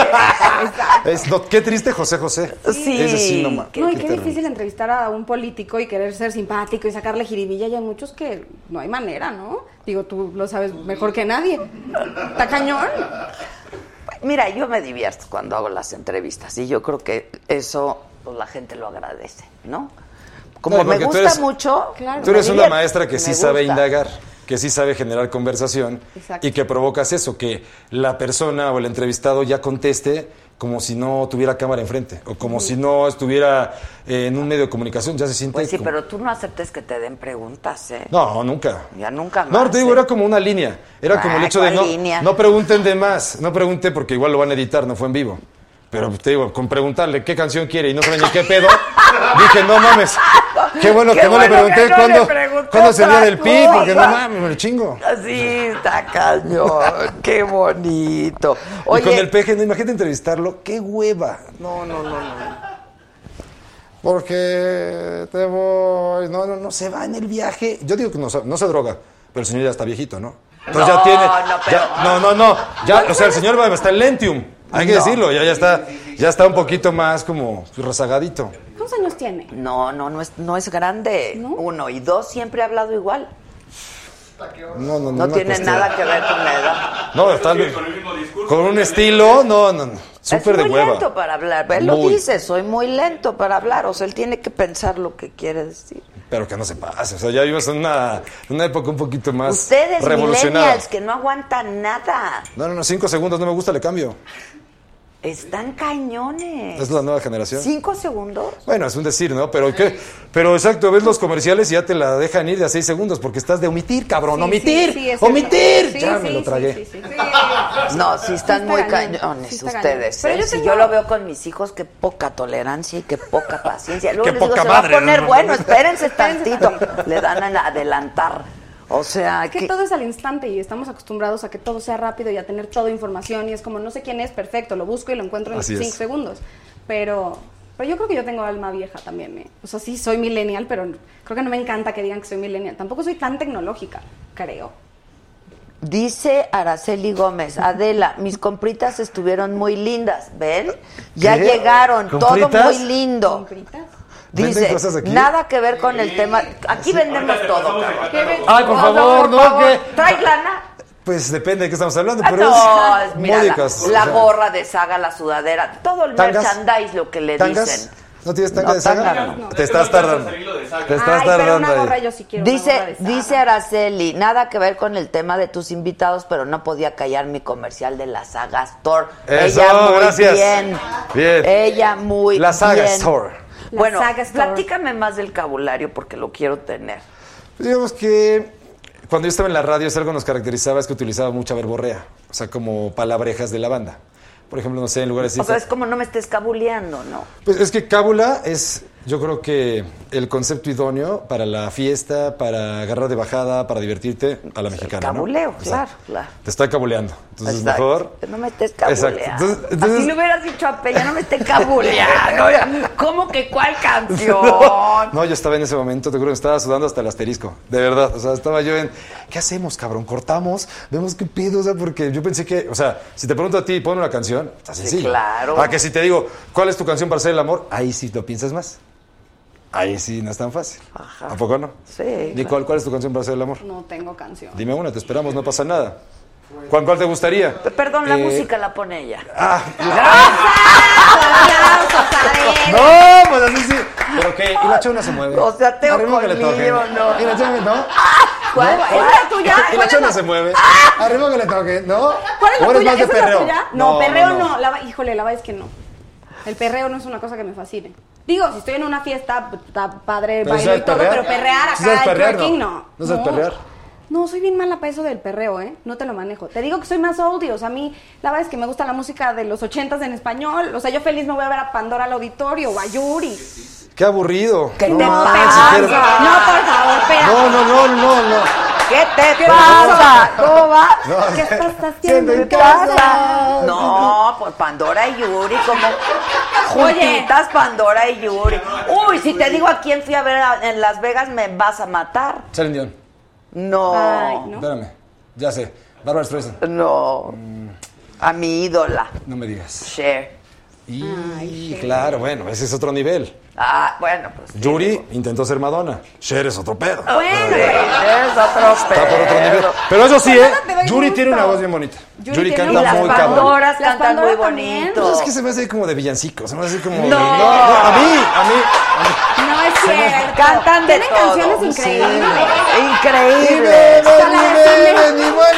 [SPEAKER 7] Es, no, qué triste José José.
[SPEAKER 1] Sí.
[SPEAKER 7] Ese sí, no, ma-
[SPEAKER 6] No, y
[SPEAKER 7] qué
[SPEAKER 6] qué
[SPEAKER 7] terrible.
[SPEAKER 6] difícil entrevistar a un político y querer ser simpático y sacarle jiribilla. Y hay muchos que no hay manera, ¿no? Digo, tú lo sabes mejor que nadie. Está cañón.
[SPEAKER 1] Mira, yo me divierto cuando hago las entrevistas y yo creo que eso pues, la gente lo agradece, ¿no? Como
[SPEAKER 7] No,
[SPEAKER 1] me
[SPEAKER 7] porque tú
[SPEAKER 1] gusta
[SPEAKER 7] eres-
[SPEAKER 1] mucho.
[SPEAKER 7] Tú eres
[SPEAKER 1] me
[SPEAKER 7] una
[SPEAKER 1] divierto.
[SPEAKER 7] maestra que
[SPEAKER 1] Me
[SPEAKER 7] sí sabe
[SPEAKER 1] gusta.
[SPEAKER 7] indagar, que sí sabe generar conversación
[SPEAKER 1] Exacto.
[SPEAKER 7] y que provocas eso, que la persona o el entrevistado ya conteste como si no tuviera cámara enfrente o como si no estuviera eh, en un medio de comunicación, ya se siente...
[SPEAKER 1] Pues sí,
[SPEAKER 7] como-
[SPEAKER 1] pero tú no aceptes que te den preguntas, ¿eh?
[SPEAKER 7] No, nunca.
[SPEAKER 1] Ya nunca más. ¿eh?
[SPEAKER 7] No, te digo, era como una línea. Era como el
[SPEAKER 1] Ah,
[SPEAKER 7] hecho de
[SPEAKER 1] ¿cuál
[SPEAKER 7] no,
[SPEAKER 1] línea?
[SPEAKER 7] no pregunten de más. No pregunten porque igual lo van a editar, no fue en vivo. Pero te digo, con preguntarle qué canción quiere y no saben ni qué pedo, dije, no mames. Qué bueno
[SPEAKER 1] Qué
[SPEAKER 7] que no le
[SPEAKER 1] bueno que
[SPEAKER 7] pregunté
[SPEAKER 1] no le
[SPEAKER 7] cuándo,
[SPEAKER 1] pregunté
[SPEAKER 7] cuándo sería
[SPEAKER 1] otra
[SPEAKER 7] del pi, porque no
[SPEAKER 1] cosa.
[SPEAKER 7] mames, me lo chingo.
[SPEAKER 1] Sí, está cañón. Qué bonito.
[SPEAKER 7] y con
[SPEAKER 1] Oye.
[SPEAKER 7] el peje, no, imagínate entrevistarlo, qué hueva. No, no, no, no. Porque te voy. No, no, no, se va en el viaje. Yo digo que no, se- no se droga, pero el señor ya está viejito, ¿no? Entonces
[SPEAKER 3] No,
[SPEAKER 7] ya tiene.
[SPEAKER 3] no, pero-
[SPEAKER 7] ya- no, no, no. Ya, o sea, el señor va, está en lentium. Hay que
[SPEAKER 1] No.
[SPEAKER 7] decirlo, ya, ya está. Ya está un poquito más como rezagadito.
[SPEAKER 1] ¿Cuántos años tiene? No, no, no es, no es grande. Uno y dos siempre ha hablado igual.
[SPEAKER 7] No, no, no.
[SPEAKER 1] No,
[SPEAKER 7] una
[SPEAKER 1] tiene
[SPEAKER 7] cuestión.
[SPEAKER 1] nada que ver con la edad.
[SPEAKER 7] No, está Con un estilo, no, no, no. Súper
[SPEAKER 1] es
[SPEAKER 7] de
[SPEAKER 1] muy
[SPEAKER 7] hueva.
[SPEAKER 1] lento para hablar. Él lo
[SPEAKER 7] Muy.
[SPEAKER 1] dice, soy muy lento para hablar. O sea, él tiene que pensar lo que quiere decir.
[SPEAKER 7] Pero que no se pase. O sea, ya vivimos en una, una época un poquito más
[SPEAKER 1] Ustedes,
[SPEAKER 7] revolucionada.
[SPEAKER 1] millennials, que no aguantan nada.
[SPEAKER 7] No, no, no, cinco segundos no me gusta, le cambio.
[SPEAKER 1] Están cañones.
[SPEAKER 7] Es la nueva generación.
[SPEAKER 1] ¿Cinco segundos?
[SPEAKER 7] Bueno, es un decir, ¿no? Pero qué, pero exacto, ves los comerciales y ya te la dejan ir de a seis segundos porque estás de omitir, cabrón,
[SPEAKER 1] Sí, sí,
[SPEAKER 7] omitir,
[SPEAKER 1] sí, es cierto.
[SPEAKER 7] omitir.
[SPEAKER 1] Sí,
[SPEAKER 7] ya
[SPEAKER 1] sí,
[SPEAKER 7] me lo
[SPEAKER 1] sí,
[SPEAKER 7] tragué.
[SPEAKER 1] No, sí están
[SPEAKER 6] Sí
[SPEAKER 1] muy
[SPEAKER 6] está cañón,
[SPEAKER 1] cañones
[SPEAKER 6] sí está
[SPEAKER 1] ustedes.
[SPEAKER 6] cañón. Pero
[SPEAKER 1] ¿eh?
[SPEAKER 6] yo
[SPEAKER 1] Si
[SPEAKER 6] tengo-
[SPEAKER 1] yo lo veo con mis hijos, qué poca tolerancia y qué poca paciencia. Luego
[SPEAKER 6] Qué
[SPEAKER 1] les digo,
[SPEAKER 6] poca
[SPEAKER 1] se
[SPEAKER 6] madre,
[SPEAKER 1] va a poner
[SPEAKER 6] ¿no?
[SPEAKER 1] bueno, espérense tantito. Le dan en adelantar. O sea,
[SPEAKER 6] Es que
[SPEAKER 1] que-
[SPEAKER 6] todo es al instante y estamos acostumbrados a que todo sea rápido y a tener toda información y es como no sé quién es, perfecto, lo busco y lo encuentro en
[SPEAKER 7] Así es.
[SPEAKER 6] cinco segundos. Pero, pero yo creo que yo tengo alma vieja también. ¿eh? O sea, sí soy millennial, pero creo que no me encanta que digan que soy millennial. Tampoco soy tan tecnológica, creo.
[SPEAKER 1] dice Araceli Gómez, Adela, mis compritas estuvieron muy lindas, ¿ven? Ya
[SPEAKER 6] ¿Qué?
[SPEAKER 1] llegaron, todo
[SPEAKER 6] ¿Compritas?
[SPEAKER 1] muy lindo.
[SPEAKER 3] ¿Venden
[SPEAKER 1] Dice,
[SPEAKER 3] cosas aquí?
[SPEAKER 1] nada que ver con el tema. Aquí vendemos todo, cabrón.
[SPEAKER 7] Ay, por favor, no, que-
[SPEAKER 1] ¿Traes lana?
[SPEAKER 7] Pues depende de qué estamos hablando,
[SPEAKER 1] Ah,
[SPEAKER 7] pero
[SPEAKER 1] no,
[SPEAKER 7] es
[SPEAKER 1] mira, la,
[SPEAKER 7] módicas.
[SPEAKER 1] la
[SPEAKER 7] o sea,
[SPEAKER 1] gorra de saga, la sudadera, todo el
[SPEAKER 7] ¿Tangas?
[SPEAKER 1] merchandise, lo que le
[SPEAKER 7] ¿Tangas?
[SPEAKER 1] dicen.
[SPEAKER 7] ¿No tienes tanga
[SPEAKER 1] No,
[SPEAKER 7] de saga?
[SPEAKER 1] tanga no.
[SPEAKER 7] Te estás tardando. Te estás tardando ahí.
[SPEAKER 1] dice, dice Araceli, nada que ver con el tema de tus invitados, pero no podía callar mi comercial de la saga Store.
[SPEAKER 7] Eso,
[SPEAKER 1] Ella muy
[SPEAKER 7] gracias.
[SPEAKER 1] bien.
[SPEAKER 7] Bien.
[SPEAKER 1] Ella muy
[SPEAKER 7] La saga
[SPEAKER 1] bien.
[SPEAKER 7] Store.
[SPEAKER 6] La
[SPEAKER 1] Bueno,
[SPEAKER 6] saga Store.
[SPEAKER 1] platícame más del cabulario porque lo quiero tener.
[SPEAKER 7] Digamos que cuando yo estaba en la radio, si algo nos caracterizaba es que utilizaba mucha verborrea, o sea, como palabrejas de la banda. Por ejemplo, no sé, en lugares así.
[SPEAKER 1] O sea, es como no me estés cabuleando, ¿no?
[SPEAKER 7] Pues es que cábula es, yo creo que el concepto idóneo para la fiesta, para agarrar de bajada, para divertirte a la mexicana. ¿no?
[SPEAKER 1] Cabuleo,
[SPEAKER 7] O sea,
[SPEAKER 1] claro, claro.
[SPEAKER 7] Te está cabuleando. Entonces,
[SPEAKER 1] Exacto.
[SPEAKER 7] mejor.
[SPEAKER 1] No me estés cabuleando.
[SPEAKER 7] Exacto. Entonces-
[SPEAKER 1] Así
[SPEAKER 7] entonces-
[SPEAKER 1] le hubieras dicho a Peña, no me estés cabuleando. ¿Cómo que cuál canción?
[SPEAKER 7] No, yo estaba en ese momento, te juro, estaba sudando hasta el asterisco. De verdad, o sea, estaba yo en, ¿qué hacemos, cabrón? ¿Cortamos? ¿Vemos qué pido? O sea, porque yo pensé que, o sea, si te pregunto a ti, pon una canción, está
[SPEAKER 1] Sí,
[SPEAKER 7] sencillo.
[SPEAKER 1] claro.
[SPEAKER 7] A que si te digo, ¿cuál es tu canción para hacer el amor? Ahí sí lo piensas más. Ahí sí no es tan fácil. ¿A poco no?
[SPEAKER 6] Sí,
[SPEAKER 7] Nicole,
[SPEAKER 6] claro.
[SPEAKER 7] ¿cuál es tu canción para hacer el amor?
[SPEAKER 6] No tengo canción.
[SPEAKER 7] Dime una, te esperamos, no pasa nada. ¿Cuál, cuál te gustaría?
[SPEAKER 1] Perdón, la
[SPEAKER 7] Eh,
[SPEAKER 1] música la pone ella.
[SPEAKER 7] Ah,
[SPEAKER 1] ¡No!
[SPEAKER 7] No, pues así sí. Pero qué, y la chona se mueve.
[SPEAKER 1] O sea, tengo
[SPEAKER 7] Arriba que le toquen.
[SPEAKER 1] colmillo, ¿no?
[SPEAKER 7] Y la chona, ¿no?
[SPEAKER 1] ¿Cuál?
[SPEAKER 7] ¿No?
[SPEAKER 1] ¿Esa es la tuya?
[SPEAKER 7] Y
[SPEAKER 1] ¿Cuál
[SPEAKER 7] la
[SPEAKER 1] es
[SPEAKER 7] chona
[SPEAKER 1] la-
[SPEAKER 7] se mueve. Arriba que le toque, ¿no?
[SPEAKER 6] Ah. ¿Cuál es la
[SPEAKER 7] ¿O eres
[SPEAKER 6] tuya?
[SPEAKER 7] más de
[SPEAKER 6] ¿Esa es la
[SPEAKER 7] perreo?
[SPEAKER 6] tuya? No, perreo no. La va- híjole, la verdad es que no. El perreo no es una cosa que me fascine. Digo, si estoy en una fiesta, p- está padre,
[SPEAKER 7] Pero
[SPEAKER 6] bailo y
[SPEAKER 7] sabes
[SPEAKER 6] todo,
[SPEAKER 7] perrear.
[SPEAKER 6] pero perrear
[SPEAKER 7] Sí
[SPEAKER 6] acá,
[SPEAKER 7] sabes
[SPEAKER 6] el
[SPEAKER 7] perrear,
[SPEAKER 6] twerking,
[SPEAKER 7] ¿no?
[SPEAKER 6] no.
[SPEAKER 7] No sabes perrear.
[SPEAKER 6] No, soy bien mala para eso del perreo, ¿eh? No te lo manejo. Te digo que soy más oldie, o sea, a mí la verdad es que me gusta la música de los ochentas en español. O sea, yo feliz me voy a ver a Pandora al auditorio o a Yuri.
[SPEAKER 7] Qué aburrido.
[SPEAKER 6] ¿Qué
[SPEAKER 7] No
[SPEAKER 6] te
[SPEAKER 7] manches,
[SPEAKER 6] pasa?
[SPEAKER 7] quiero-
[SPEAKER 6] No, por favor, espera.
[SPEAKER 7] No, no, no, no, no.
[SPEAKER 1] ¿Qué te
[SPEAKER 3] ¿Qué
[SPEAKER 1] pasa?
[SPEAKER 3] pasa?
[SPEAKER 1] ¿Cómo vas?
[SPEAKER 3] No,
[SPEAKER 1] ¿Qué
[SPEAKER 3] ¿qué
[SPEAKER 1] estás
[SPEAKER 3] estás
[SPEAKER 1] haciendo en
[SPEAKER 3] en
[SPEAKER 1] casa?
[SPEAKER 3] casa?
[SPEAKER 1] No, pues Pandora y Yuri, como juntitas Pandora y Yuri. Uy, si te digo a quién fui a ver a- en Las Vegas, me vas a matar.
[SPEAKER 7] Celine Dion.
[SPEAKER 1] No.
[SPEAKER 7] Espérame, ya sé. Barbara Streisand.
[SPEAKER 1] No. A mi ídola.
[SPEAKER 7] No me digas.
[SPEAKER 1] Cher.
[SPEAKER 7] Y claro, bueno, ese es otro nivel.
[SPEAKER 1] Ah, bueno, pues.
[SPEAKER 7] Yuri intentó ser Madonna. Cher es otro pedo.
[SPEAKER 1] Bueno, pues, es otro
[SPEAKER 7] Está por otro nivel. Pero eso sí, ¿eh? Yuri tiene una voz bien bonita.
[SPEAKER 1] Yuri
[SPEAKER 7] Yuri
[SPEAKER 1] tiene
[SPEAKER 7] canta
[SPEAKER 1] una-
[SPEAKER 7] muy
[SPEAKER 1] Las
[SPEAKER 7] cabrón.
[SPEAKER 1] Pandoras cantan muy bonito.
[SPEAKER 7] Pues es que se me hace como de villancico, se me hace como...
[SPEAKER 1] No.
[SPEAKER 7] a mí, a mí.
[SPEAKER 6] No es
[SPEAKER 7] Se me-
[SPEAKER 6] cierto.
[SPEAKER 1] Cantan de
[SPEAKER 6] Tienen
[SPEAKER 1] todo.
[SPEAKER 6] canciones increíbles.
[SPEAKER 1] Increíbles.
[SPEAKER 6] Hasta la de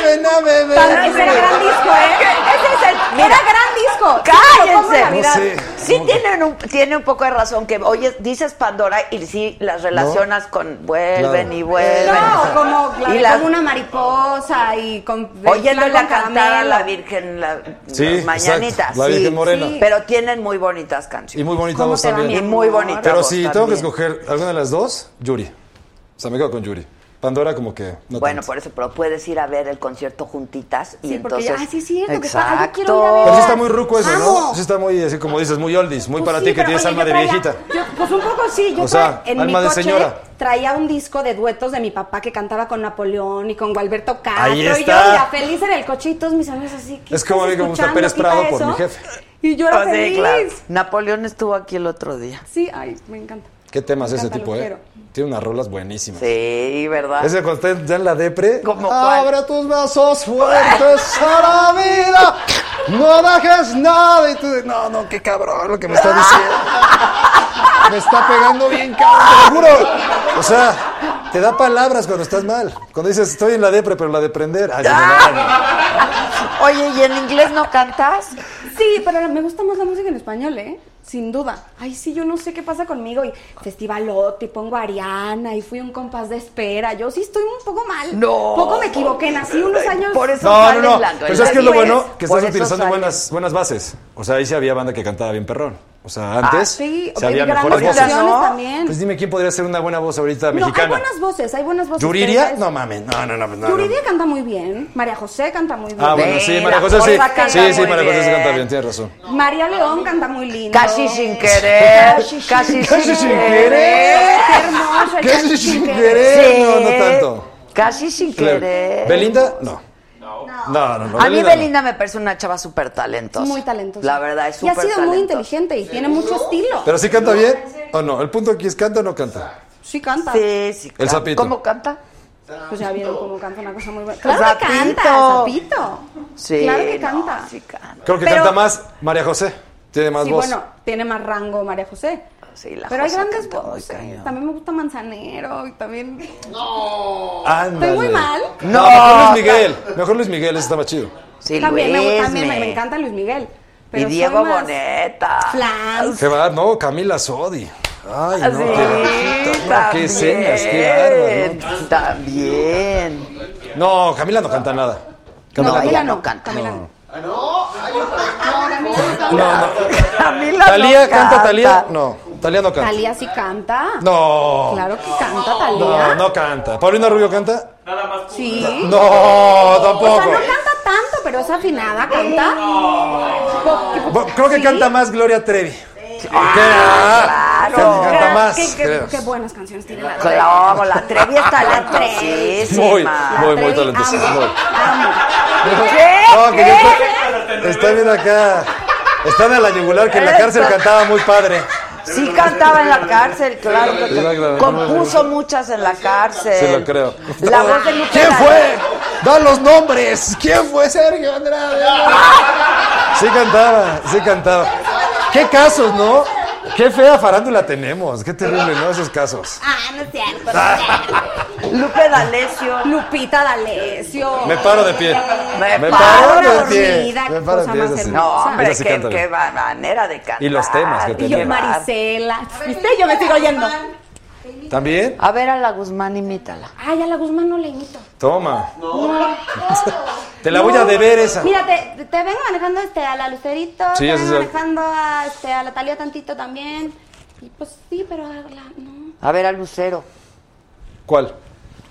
[SPEAKER 6] Sandra- Tan- Ese era gran disco, ¿eh? Ese es el...
[SPEAKER 1] Mira.
[SPEAKER 6] Era gran disco.
[SPEAKER 1] ¡Cállense!
[SPEAKER 6] No sé.
[SPEAKER 1] Sí tienen un, tienen un poco de razón que oye, dices Pandora y sí las relacionas con vuelven
[SPEAKER 6] Claro.
[SPEAKER 1] y vuelven.
[SPEAKER 6] No, como, la
[SPEAKER 1] y
[SPEAKER 6] de
[SPEAKER 1] las-
[SPEAKER 6] como una mariposa y con.
[SPEAKER 1] oyéndole
[SPEAKER 6] plan
[SPEAKER 1] a
[SPEAKER 6] con
[SPEAKER 1] cantar a la
[SPEAKER 6] caramelo.
[SPEAKER 1] Virgen la,
[SPEAKER 7] Sí,
[SPEAKER 1] las mañanitas.
[SPEAKER 7] exacto, la
[SPEAKER 1] sí,
[SPEAKER 7] Virgen Morena.
[SPEAKER 1] sí, pero tienen muy bonitas canciones.
[SPEAKER 7] Y muy bonita voz también.
[SPEAKER 1] Y muy bonita
[SPEAKER 7] Pero
[SPEAKER 1] voz
[SPEAKER 7] si tengo que
[SPEAKER 1] también.
[SPEAKER 7] escoger alguna de las dos, Yuri. O sea, me quedo con Yuri. Pandora como que no
[SPEAKER 1] Bueno,
[SPEAKER 7] tanto.
[SPEAKER 1] por eso, pero puedes ir a ver el concierto juntitas y
[SPEAKER 6] Sí, porque
[SPEAKER 1] entonces.
[SPEAKER 6] ya- ah, sí es cierto que está- ah, yo quiero
[SPEAKER 1] Exacto.
[SPEAKER 7] Pero sí está muy ruco eso,
[SPEAKER 6] Amo.
[SPEAKER 7] ¿no? Sí está muy, así como dices, muy oldies, muy
[SPEAKER 6] Pues
[SPEAKER 7] para
[SPEAKER 6] sí,
[SPEAKER 7] ti que
[SPEAKER 6] pero
[SPEAKER 7] tienes
[SPEAKER 6] oye,
[SPEAKER 7] alma
[SPEAKER 6] yo
[SPEAKER 7] de
[SPEAKER 6] traía-
[SPEAKER 7] viejita.
[SPEAKER 6] yo- pues un poco sí, yo
[SPEAKER 7] O sea,
[SPEAKER 6] traía- en
[SPEAKER 7] alma
[SPEAKER 6] mi
[SPEAKER 7] de
[SPEAKER 6] coche
[SPEAKER 7] señora.
[SPEAKER 6] traía un disco de duetos de mi papá que cantaba con Napoleón y con Gualberto Castro
[SPEAKER 7] Ahí
[SPEAKER 6] y yo
[SPEAKER 7] está.
[SPEAKER 6] mira, feliz en el coche y todos mis amigos así que
[SPEAKER 7] Es como a mí que me gusta Pérez Prado por mi jefe.
[SPEAKER 6] y yo era
[SPEAKER 1] Ah, sí,
[SPEAKER 6] feliz.
[SPEAKER 1] claro. Napoleón estuvo aquí el otro día.
[SPEAKER 6] Sí, ay, me encanta.
[SPEAKER 7] ¿Qué temas
[SPEAKER 6] Me
[SPEAKER 7] ese
[SPEAKER 6] encanta,
[SPEAKER 7] tipo,
[SPEAKER 6] lo
[SPEAKER 7] eh?
[SPEAKER 6] quiero.
[SPEAKER 7] Tiene unas rolas buenísimas.
[SPEAKER 1] Sí, ¿verdad?
[SPEAKER 7] Ese cuando está ya en la depre.
[SPEAKER 1] Como
[SPEAKER 17] Abre tus brazos fuertes a la vida. No dejes nada. Y tú de, no, no, qué cabrón lo que me está diciendo. Me está pegando bien, cabrón.
[SPEAKER 7] ¡Seguro! O sea, te da palabras cuando estás mal. Cuando dices, estoy en la depre, pero la de prender. Ah, Ay,
[SPEAKER 6] Ah,
[SPEAKER 1] Oye, ¿y en inglés no cantas?
[SPEAKER 6] Sí, pero me gusta más la música en español, ¿eh? Sin duda. Ay, sí, yo no sé qué pasa conmigo. Y festivalote, y pongo a Ariana, y fui un compás de espera. Yo sí estoy un poco mal.
[SPEAKER 7] No.
[SPEAKER 6] Poco me equiqué, nací unos años. Por
[SPEAKER 7] No, no, no. Pero ¿sabes qué es lo bueno? Que estás utilizando buenas, buenas bases. O sea, ahí sí había banda que cantaba bien perrón. O sea, antes
[SPEAKER 6] sí,
[SPEAKER 7] sí había
[SPEAKER 6] y grandes
[SPEAKER 7] mejores voces.
[SPEAKER 6] canciones ¿no? también.
[SPEAKER 7] Pues dime quién podría ser una buena voz ahorita
[SPEAKER 6] No, hay
[SPEAKER 7] mexicana.
[SPEAKER 6] buenas voces, hay buenas voces.
[SPEAKER 7] ¿Yuriria?
[SPEAKER 6] pero-
[SPEAKER 7] No mames, no, no, no. no, no.
[SPEAKER 6] Yuridia canta muy bien. María José canta muy bien.
[SPEAKER 7] Ah, bueno, sí, María José sí. Sí, sí, María José sí canta bien, tienes razón.
[SPEAKER 6] María León canta muy lindo.
[SPEAKER 1] Casi sin querer, casi sin querer.
[SPEAKER 6] Qué hermoso. el
[SPEAKER 7] Casi sin querer. No, no tanto.
[SPEAKER 1] Casi sin
[SPEAKER 7] Claro.
[SPEAKER 1] querer.
[SPEAKER 7] ¿Belinda? No. No, no, no.
[SPEAKER 1] A mí Belinda me parece una chava súper talentosa.
[SPEAKER 6] Muy talentosa.
[SPEAKER 1] La verdad, es
[SPEAKER 6] Y ha
[SPEAKER 1] súper
[SPEAKER 6] sido muy inteligente y tiene mucho estilo.
[SPEAKER 7] no. ¿Pero sí canta bien o no? El punto aquí es, ¿canta o no canta?
[SPEAKER 6] Sí canta.
[SPEAKER 1] Sí, sí.
[SPEAKER 7] El sapito.
[SPEAKER 1] ¿Cómo canta?
[SPEAKER 6] Pues ya vieron cómo canta una cosa muy buena. Claro
[SPEAKER 1] Zapito.
[SPEAKER 6] que canta, Zapito.
[SPEAKER 1] Sí,
[SPEAKER 6] Claro que
[SPEAKER 1] no,
[SPEAKER 6] canta.
[SPEAKER 1] sí canta.
[SPEAKER 7] Creo que
[SPEAKER 6] Pero-
[SPEAKER 7] canta más María José. Tiene más
[SPEAKER 6] sí,
[SPEAKER 7] voz.
[SPEAKER 6] bueno, tiene más rango María José.
[SPEAKER 1] Sí, la
[SPEAKER 6] Pero hay
[SPEAKER 1] José
[SPEAKER 6] grandes
[SPEAKER 1] canta muy
[SPEAKER 6] voces.
[SPEAKER 1] cañón.
[SPEAKER 6] También me gusta Manzanero y también... ¡No!
[SPEAKER 7] Ándale.
[SPEAKER 6] Estoy muy mal.
[SPEAKER 7] No, mejor Luis Miguel. Mejor Luis Miguel, ese está más chido.
[SPEAKER 1] Sí,
[SPEAKER 6] también me, gu- también me, me encanta Luis Miguel. Pero
[SPEAKER 7] Y Diego
[SPEAKER 6] soy más
[SPEAKER 1] Boneta.
[SPEAKER 6] Flans.
[SPEAKER 7] Qué va, no, Camila Sodi. Ay, no,
[SPEAKER 1] Sí,
[SPEAKER 7] qué bajita. No, qué
[SPEAKER 1] también.
[SPEAKER 7] escenas, qué bárbaro.
[SPEAKER 1] También.
[SPEAKER 7] No, Camila no canta nada.
[SPEAKER 1] No,
[SPEAKER 7] Camila
[SPEAKER 1] ella no canta.
[SPEAKER 7] No, no.
[SPEAKER 1] Camila
[SPEAKER 7] Talía
[SPEAKER 1] no
[SPEAKER 7] canta,
[SPEAKER 1] canta.
[SPEAKER 7] Talía. No, Talía no canta.
[SPEAKER 6] Talía sí canta.
[SPEAKER 7] No.
[SPEAKER 6] Claro que canta
[SPEAKER 7] No,
[SPEAKER 6] Talía.
[SPEAKER 7] no canta. ¿Paulina Rubio canta?
[SPEAKER 6] Sí.
[SPEAKER 7] No, tampoco.
[SPEAKER 6] O sea, no canta tanto, pero es afinada, canta. Po-
[SPEAKER 7] Bueno, Creo que canta más Gloria Trevi. ¿Qué? Ah,
[SPEAKER 1] claro.
[SPEAKER 7] Canta
[SPEAKER 1] Gran-
[SPEAKER 7] más.
[SPEAKER 6] Qué, qué-
[SPEAKER 7] creo.
[SPEAKER 6] qué buenas canciones tiene la
[SPEAKER 1] Claro, la Trevi es
[SPEAKER 7] Muy,
[SPEAKER 1] talentosísima.
[SPEAKER 7] muy, muy talentosa. muy. No, que yo creo- Está bien acá. Están a la yugular que en la cárcel
[SPEAKER 1] Eso.
[SPEAKER 7] cantaba muy padre.
[SPEAKER 1] Sí cantaba en la cárcel, claro. que sí.
[SPEAKER 7] Exactamente.
[SPEAKER 1] Compuso muchas en la
[SPEAKER 7] Sí, lo
[SPEAKER 1] cárcel.
[SPEAKER 7] creo.
[SPEAKER 1] La voz de Lupe
[SPEAKER 7] ¿Quién
[SPEAKER 1] Dalla.
[SPEAKER 7] fue? Da los nombres. ¿Quién fue Sergio Andrade? Sí cantaba, sí cantaba. ¿Qué casos, no? Qué fea farándula tenemos. Qué terrible, ¿no? Esos casos.
[SPEAKER 18] Ah, no es cierto.
[SPEAKER 1] Lupe D'Alessio.
[SPEAKER 6] Lupita D'Alessio.
[SPEAKER 7] Me paro de pie.
[SPEAKER 1] Me,
[SPEAKER 7] Me
[SPEAKER 1] paro,
[SPEAKER 7] paro de
[SPEAKER 1] dormida,
[SPEAKER 7] pie.
[SPEAKER 1] qué
[SPEAKER 7] Me paro de
[SPEAKER 1] cosa
[SPEAKER 7] pie,
[SPEAKER 1] más
[SPEAKER 7] esa
[SPEAKER 1] hermosa.
[SPEAKER 7] sí.
[SPEAKER 1] No, hombre,
[SPEAKER 7] Esa sí,
[SPEAKER 1] qué,
[SPEAKER 7] cántala.
[SPEAKER 1] qué va- manera de cantar.
[SPEAKER 7] Y los temas que
[SPEAKER 6] Y
[SPEAKER 7] tenía.
[SPEAKER 6] yo, Marisela. ¿Viste? Yo me sigo oyendo.
[SPEAKER 7] ¿También?
[SPEAKER 1] A ver, a la Guzmán, imítala.
[SPEAKER 6] Ay, a la Guzmán no le imito.
[SPEAKER 7] Toma.
[SPEAKER 6] No.
[SPEAKER 7] Te la voy a deber esa.
[SPEAKER 6] Mira, te, te vengo manejando este, a la Lucerito,
[SPEAKER 7] Sí,
[SPEAKER 6] te
[SPEAKER 7] ese
[SPEAKER 6] vengo
[SPEAKER 7] es el-
[SPEAKER 6] manejando a, este, a la Talía tantito también. Y pues sí, pero a la, no,
[SPEAKER 1] A ver, al Lucero.
[SPEAKER 7] ¿Cuál?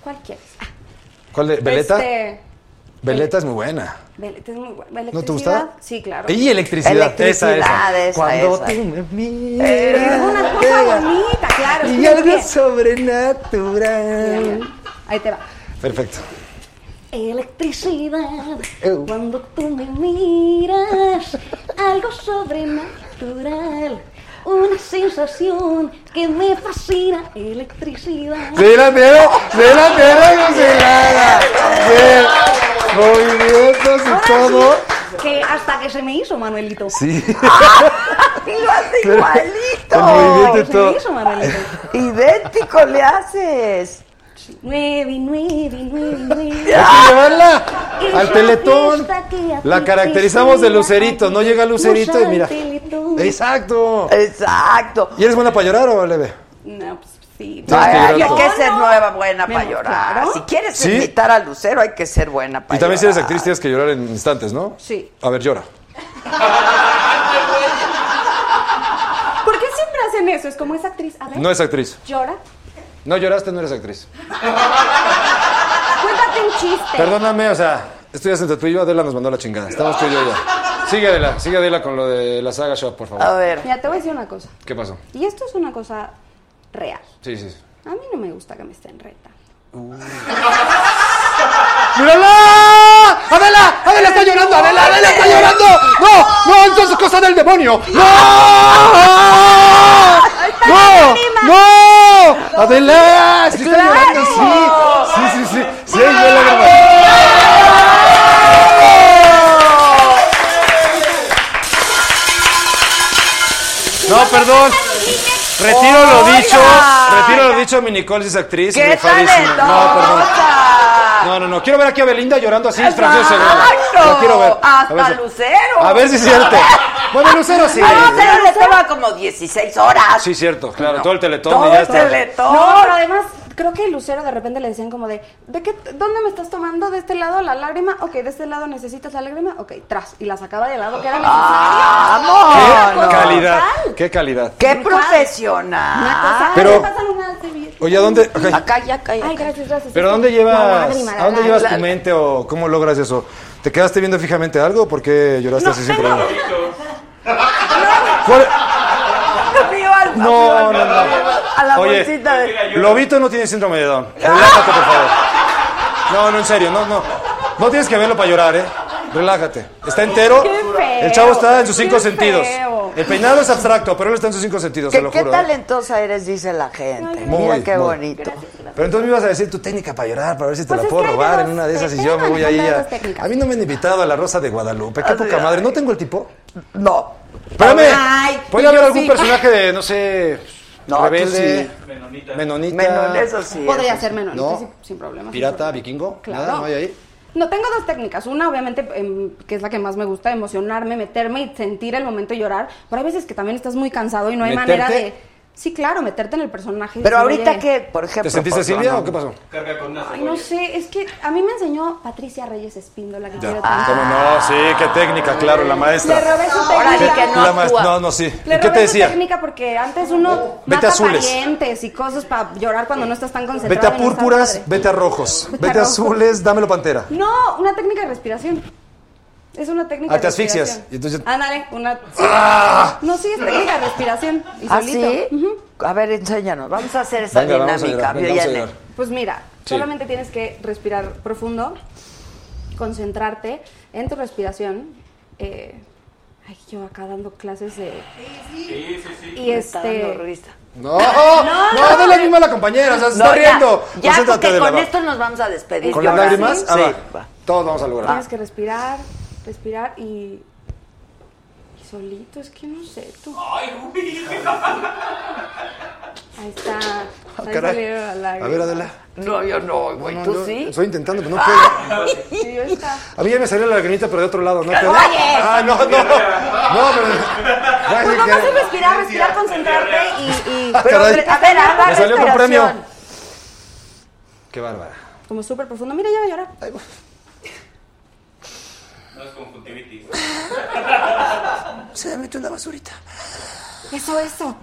[SPEAKER 6] ¿cuál quieres? Ah,
[SPEAKER 7] ¿Cuál de? ¿Veleta?
[SPEAKER 6] Este,
[SPEAKER 7] Veleta es muy buena.
[SPEAKER 6] Veleta es muy buena.
[SPEAKER 7] ¿No te gusta?
[SPEAKER 6] ¿Electricidad? Sí, claro.
[SPEAKER 7] Y electricidad. Esa, esa.
[SPEAKER 6] Electricidad, esa,
[SPEAKER 7] Cuando
[SPEAKER 6] esa.
[SPEAKER 7] tú me miras.
[SPEAKER 6] Es una cosa bonita, claro.
[SPEAKER 7] Y
[SPEAKER 6] sí,
[SPEAKER 7] algo
[SPEAKER 6] bien.
[SPEAKER 7] sobrenatural.
[SPEAKER 6] Mira, mira, Ahí te va.
[SPEAKER 7] Perfecto.
[SPEAKER 18] Electricidad,
[SPEAKER 7] Eu.
[SPEAKER 18] cuando tú me miras, algo sobrenatural, una sensación que me fascina, electricidad.
[SPEAKER 7] Sí, la tiene, sí, la tiene cocinada. Bien. Movimientos y todo.
[SPEAKER 6] Que hasta que se me hizo, Manuelito.
[SPEAKER 7] Sí.
[SPEAKER 6] Lo hace
[SPEAKER 7] Pero-
[SPEAKER 6] igualito.
[SPEAKER 7] el movimiento y
[SPEAKER 6] se
[SPEAKER 7] todo.
[SPEAKER 6] me hizo, Manuelito.
[SPEAKER 1] Idéntico le haces.
[SPEAKER 18] Nueve, nueve, nueve, nueve.
[SPEAKER 7] Hay que llevarla
[SPEAKER 18] Esa
[SPEAKER 7] al Teletón.
[SPEAKER 18] fiesta que a
[SPEAKER 7] La
[SPEAKER 18] ti
[SPEAKER 7] caracterizamos de
[SPEAKER 18] te
[SPEAKER 7] Lucerito. No llega Lucerito y
[SPEAKER 18] al
[SPEAKER 7] mira.
[SPEAKER 18] Teletón.
[SPEAKER 7] Exacto.
[SPEAKER 1] Exacto.
[SPEAKER 7] ¿Y eres buena para llorar o leve?
[SPEAKER 6] No, pues sí.
[SPEAKER 7] Tienes que llorar
[SPEAKER 1] Ay, hay
[SPEAKER 7] todo.
[SPEAKER 1] que ser nueva buena para llorar. Si quieres
[SPEAKER 7] Sí.
[SPEAKER 1] invitar a Lucero, hay que ser buena para
[SPEAKER 7] Y también si eres actriz tienes que llorar en instantes, ¿no?
[SPEAKER 6] Sí.
[SPEAKER 7] A ver, llora.
[SPEAKER 6] ¿Por qué siempre hacen eso? Es como esa actriz. ah, A ver.
[SPEAKER 7] No es actriz.
[SPEAKER 6] Llora.
[SPEAKER 7] No lloraste, no eres actriz.
[SPEAKER 6] Cuéntate un chiste.
[SPEAKER 7] Perdóname, o sea, estoy haciendo tú y yo, Adela nos mandó la chingada. Estamos tú y yo ya. Sigue Adela, sigue Adela con lo de la saga Shop, por favor.
[SPEAKER 6] Mira, te voy a decir una cosa.
[SPEAKER 7] ¿Qué pasó?
[SPEAKER 6] Y esto es una cosa real.
[SPEAKER 7] Sí, sí. sí.
[SPEAKER 6] A mí no me gusta que me estén reta.
[SPEAKER 7] ¡Mírala! ¡Adela! ¡Adela está llorando! ¡Adela! ¡Adela está llorando! ¡No! ¡No! ¡Entonces es cosa del demonio! ¡No! ¡No! ¡No! ¡Adela! ¡Sí está llorando! ¡Sí! ¡Sí, sí, sí! ¡Sí, yo la No, perdón. Retiro lo dicho. Retiro lo dicho. Mi Nicole es actriz.
[SPEAKER 3] ¡Qué
[SPEAKER 7] rifadísima. No, perdón. No, no, no. Quiero ver aquí a Belinda llorando así,
[SPEAKER 6] Ah.
[SPEAKER 7] Francisco Segura.
[SPEAKER 1] Exacto.
[SPEAKER 7] Lo quiero ver.
[SPEAKER 1] Hasta
[SPEAKER 7] a ver, si-
[SPEAKER 1] Lucero.
[SPEAKER 7] A ver si es cierto. Bueno, Lucero sí.
[SPEAKER 1] No, Lucero le toma como 16 horas.
[SPEAKER 7] Sí, cierto. Claro, todo el teletón.
[SPEAKER 1] Todo
[SPEAKER 7] y ya
[SPEAKER 1] el
[SPEAKER 7] está.
[SPEAKER 1] teletón.
[SPEAKER 6] No, pero además, creo que Lucero de repente le decían como de, ¿de qué, dónde me estás tomando? ¿De este lado la lágrima? Ok, ¿de este lado necesitas la lágrima? Ok, tras. Y la sacaba de lado, que era necesario.
[SPEAKER 7] ¡Qué
[SPEAKER 6] Una cosa
[SPEAKER 7] calidad! ¡Qué calidad!
[SPEAKER 1] ¡Qué profesional!
[SPEAKER 6] Una cosa-
[SPEAKER 7] Pero-
[SPEAKER 6] Ay, pásale una alta y bien.
[SPEAKER 7] Oye, ¿a dónde? ok.
[SPEAKER 1] Acá, ya, acá,
[SPEAKER 6] Ay, gracias, gracias.
[SPEAKER 7] ¿Pero a dónde
[SPEAKER 6] La
[SPEAKER 7] llevas,
[SPEAKER 6] lágrima, la
[SPEAKER 7] a dónde llevas tu
[SPEAKER 6] lágrima.
[SPEAKER 7] mente o cómo logras eso? ¿Te quedaste viendo fijamente algo o por qué lloraste así sin problema? ¿Cuál- No, no, no.
[SPEAKER 1] A la
[SPEAKER 7] Oye,
[SPEAKER 1] bolsita de.
[SPEAKER 7] Lobito no tiene síndrome de Down. Relájate, por favor. No, no, en serio, no, no. No tienes que verlo para llorar, ¿eh? Relájate. Está entero.
[SPEAKER 1] Qué feo,
[SPEAKER 7] el chavo está en sus
[SPEAKER 1] qué
[SPEAKER 7] cinco sentidos.
[SPEAKER 1] feo.
[SPEAKER 7] El peinado es abstracto, pero él está en sus cinco sentidos, te
[SPEAKER 1] ¿Qué,
[SPEAKER 7] lo
[SPEAKER 1] qué
[SPEAKER 7] juro. ¿eh?
[SPEAKER 1] talentosa eres, dice la gente.
[SPEAKER 7] Muy,
[SPEAKER 1] Mira qué
[SPEAKER 7] muy.
[SPEAKER 1] bonito.
[SPEAKER 7] Pero entonces me ibas a decir tu técnica para llorar, para ver si te
[SPEAKER 1] Pues
[SPEAKER 7] la
[SPEAKER 1] es
[SPEAKER 7] puedo
[SPEAKER 1] que hay de
[SPEAKER 7] robar en
[SPEAKER 1] dos
[SPEAKER 7] una de esas y
[SPEAKER 1] técnicas.
[SPEAKER 7] yo me voy ahí
[SPEAKER 1] Hay
[SPEAKER 7] a...
[SPEAKER 1] dos técnicas.
[SPEAKER 7] A mí no me han invitado a la Rosa de Guadalupe, qué poca madre. ¿No tengo el tipo?
[SPEAKER 1] No.
[SPEAKER 7] Espérame,
[SPEAKER 1] Ay,
[SPEAKER 7] voy a
[SPEAKER 1] yo
[SPEAKER 7] ver algún
[SPEAKER 1] sí.
[SPEAKER 7] personaje de, no sé,
[SPEAKER 1] tú
[SPEAKER 7] rebelde,
[SPEAKER 1] sí.
[SPEAKER 7] menonita,
[SPEAKER 1] Menon- eso sí.
[SPEAKER 6] Podría ser menos,
[SPEAKER 7] No.
[SPEAKER 6] sin, sin problema. sin
[SPEAKER 7] pirata, vikingo,
[SPEAKER 6] Claro.
[SPEAKER 7] nada, no hay ahí.
[SPEAKER 6] No, tengo dos técnicas. Una, obviamente, em, que es la que más me gusta, emocionarme, meterme y sentir el momento y llorar. Pero hay veces que también estás muy cansado y no hay
[SPEAKER 7] ¿Meterte?
[SPEAKER 6] manera de... Sí, claro, meterte en el personaje. y
[SPEAKER 1] Pero
[SPEAKER 6] decir,
[SPEAKER 1] ahorita
[SPEAKER 6] "Oye,
[SPEAKER 1] que, por ejemplo.
[SPEAKER 7] ¿Te sentiste
[SPEAKER 1] por-
[SPEAKER 7] Silvia
[SPEAKER 1] no,
[SPEAKER 7] o qué pasó?
[SPEAKER 5] Carga con una
[SPEAKER 6] Ay, no sé, es que a mí me enseñó Patricia Reyes Espíndola, que quiero
[SPEAKER 7] Ah,
[SPEAKER 6] tanto.
[SPEAKER 7] ¿Cómo no? Sí, qué técnica, claro, la maestra.
[SPEAKER 6] Le robé su
[SPEAKER 1] Ahora di
[SPEAKER 6] técnica.
[SPEAKER 1] que no
[SPEAKER 7] La ma-
[SPEAKER 1] actúa.
[SPEAKER 7] No, no, sí.
[SPEAKER 6] Le
[SPEAKER 7] ¿Y qué
[SPEAKER 6] robé
[SPEAKER 7] te
[SPEAKER 6] su
[SPEAKER 7] decía?
[SPEAKER 6] técnica porque antes uno
[SPEAKER 7] Vete
[SPEAKER 6] mata
[SPEAKER 7] a azules.
[SPEAKER 6] parientes y cosas para llorar cuando no estás tan concentrado.
[SPEAKER 7] Vete a
[SPEAKER 6] en esa
[SPEAKER 7] púrpuras,
[SPEAKER 6] madre.
[SPEAKER 7] vete a rojos,
[SPEAKER 6] Vete a
[SPEAKER 7] vete a
[SPEAKER 6] rojos.
[SPEAKER 7] azules, dámelo pantera.
[SPEAKER 6] No, una técnica de respiración. Es una técnica
[SPEAKER 7] Ah, te
[SPEAKER 6] de
[SPEAKER 7] asfixias. ¡Ah!
[SPEAKER 6] respiración.
[SPEAKER 7] Y entonces-
[SPEAKER 6] Ándale, una... No, sí, es técnica de respiración. Y
[SPEAKER 1] ¿Ah,
[SPEAKER 6] solito.
[SPEAKER 1] sí? A ver, enséñanos. Vamos a hacer esa
[SPEAKER 7] Venga, vamos a
[SPEAKER 1] dinámica.
[SPEAKER 7] llorar, venga, vamos a llorar.
[SPEAKER 6] Pues mira,
[SPEAKER 7] Sí.
[SPEAKER 6] solamente tienes que respirar profundo, concentrarte en tu respiración. Eh, ay, yo acá dando clases de...
[SPEAKER 5] Sí, sí, sí.
[SPEAKER 6] Y este...
[SPEAKER 7] No, no,
[SPEAKER 6] no,
[SPEAKER 7] no, la misma la compañera, o sea, se
[SPEAKER 1] No,
[SPEAKER 7] está
[SPEAKER 1] ya,
[SPEAKER 7] riendo.
[SPEAKER 1] Ya,
[SPEAKER 7] Concéntrate,
[SPEAKER 1] porque
[SPEAKER 7] Adela,
[SPEAKER 1] con
[SPEAKER 7] va.
[SPEAKER 1] esto nos vamos a despedir.
[SPEAKER 7] ¿Con las
[SPEAKER 1] ahora
[SPEAKER 7] lágrimas?
[SPEAKER 1] sí.
[SPEAKER 7] Ah,
[SPEAKER 1] Sí.
[SPEAKER 7] va. Todos vamos a lograr.
[SPEAKER 6] Tienes que respirar, respirar y... y solito, es que no sé, tú... Ahí está. Ahí
[SPEAKER 7] caray.
[SPEAKER 6] salieron las
[SPEAKER 7] A
[SPEAKER 6] lágrimas.
[SPEAKER 7] ver, Adela.
[SPEAKER 1] No, yo no, güey.
[SPEAKER 7] No,
[SPEAKER 1] ¿Tú
[SPEAKER 7] yo
[SPEAKER 1] sí?
[SPEAKER 7] Estoy intentando, pero no puedo.
[SPEAKER 6] Sí, yo está.
[SPEAKER 7] A mí ya me salió la lagrimita, pero de otro lado, ¿no? Pero-
[SPEAKER 6] ¡Oye!
[SPEAKER 7] Ah, no, no. No, pero.
[SPEAKER 6] Pues nomás es respirar, respirar, concentrarte y... y-
[SPEAKER 7] Ah, caray.
[SPEAKER 6] a ver, a ver,
[SPEAKER 7] Me salió con
[SPEAKER 6] respiración.
[SPEAKER 7] premio. Qué bárbara.
[SPEAKER 6] Como súper profundo. Mira, ya va a llorar.
[SPEAKER 5] No es conjuntivitis.
[SPEAKER 7] Se me metió una basurita.
[SPEAKER 6] Eso, eso.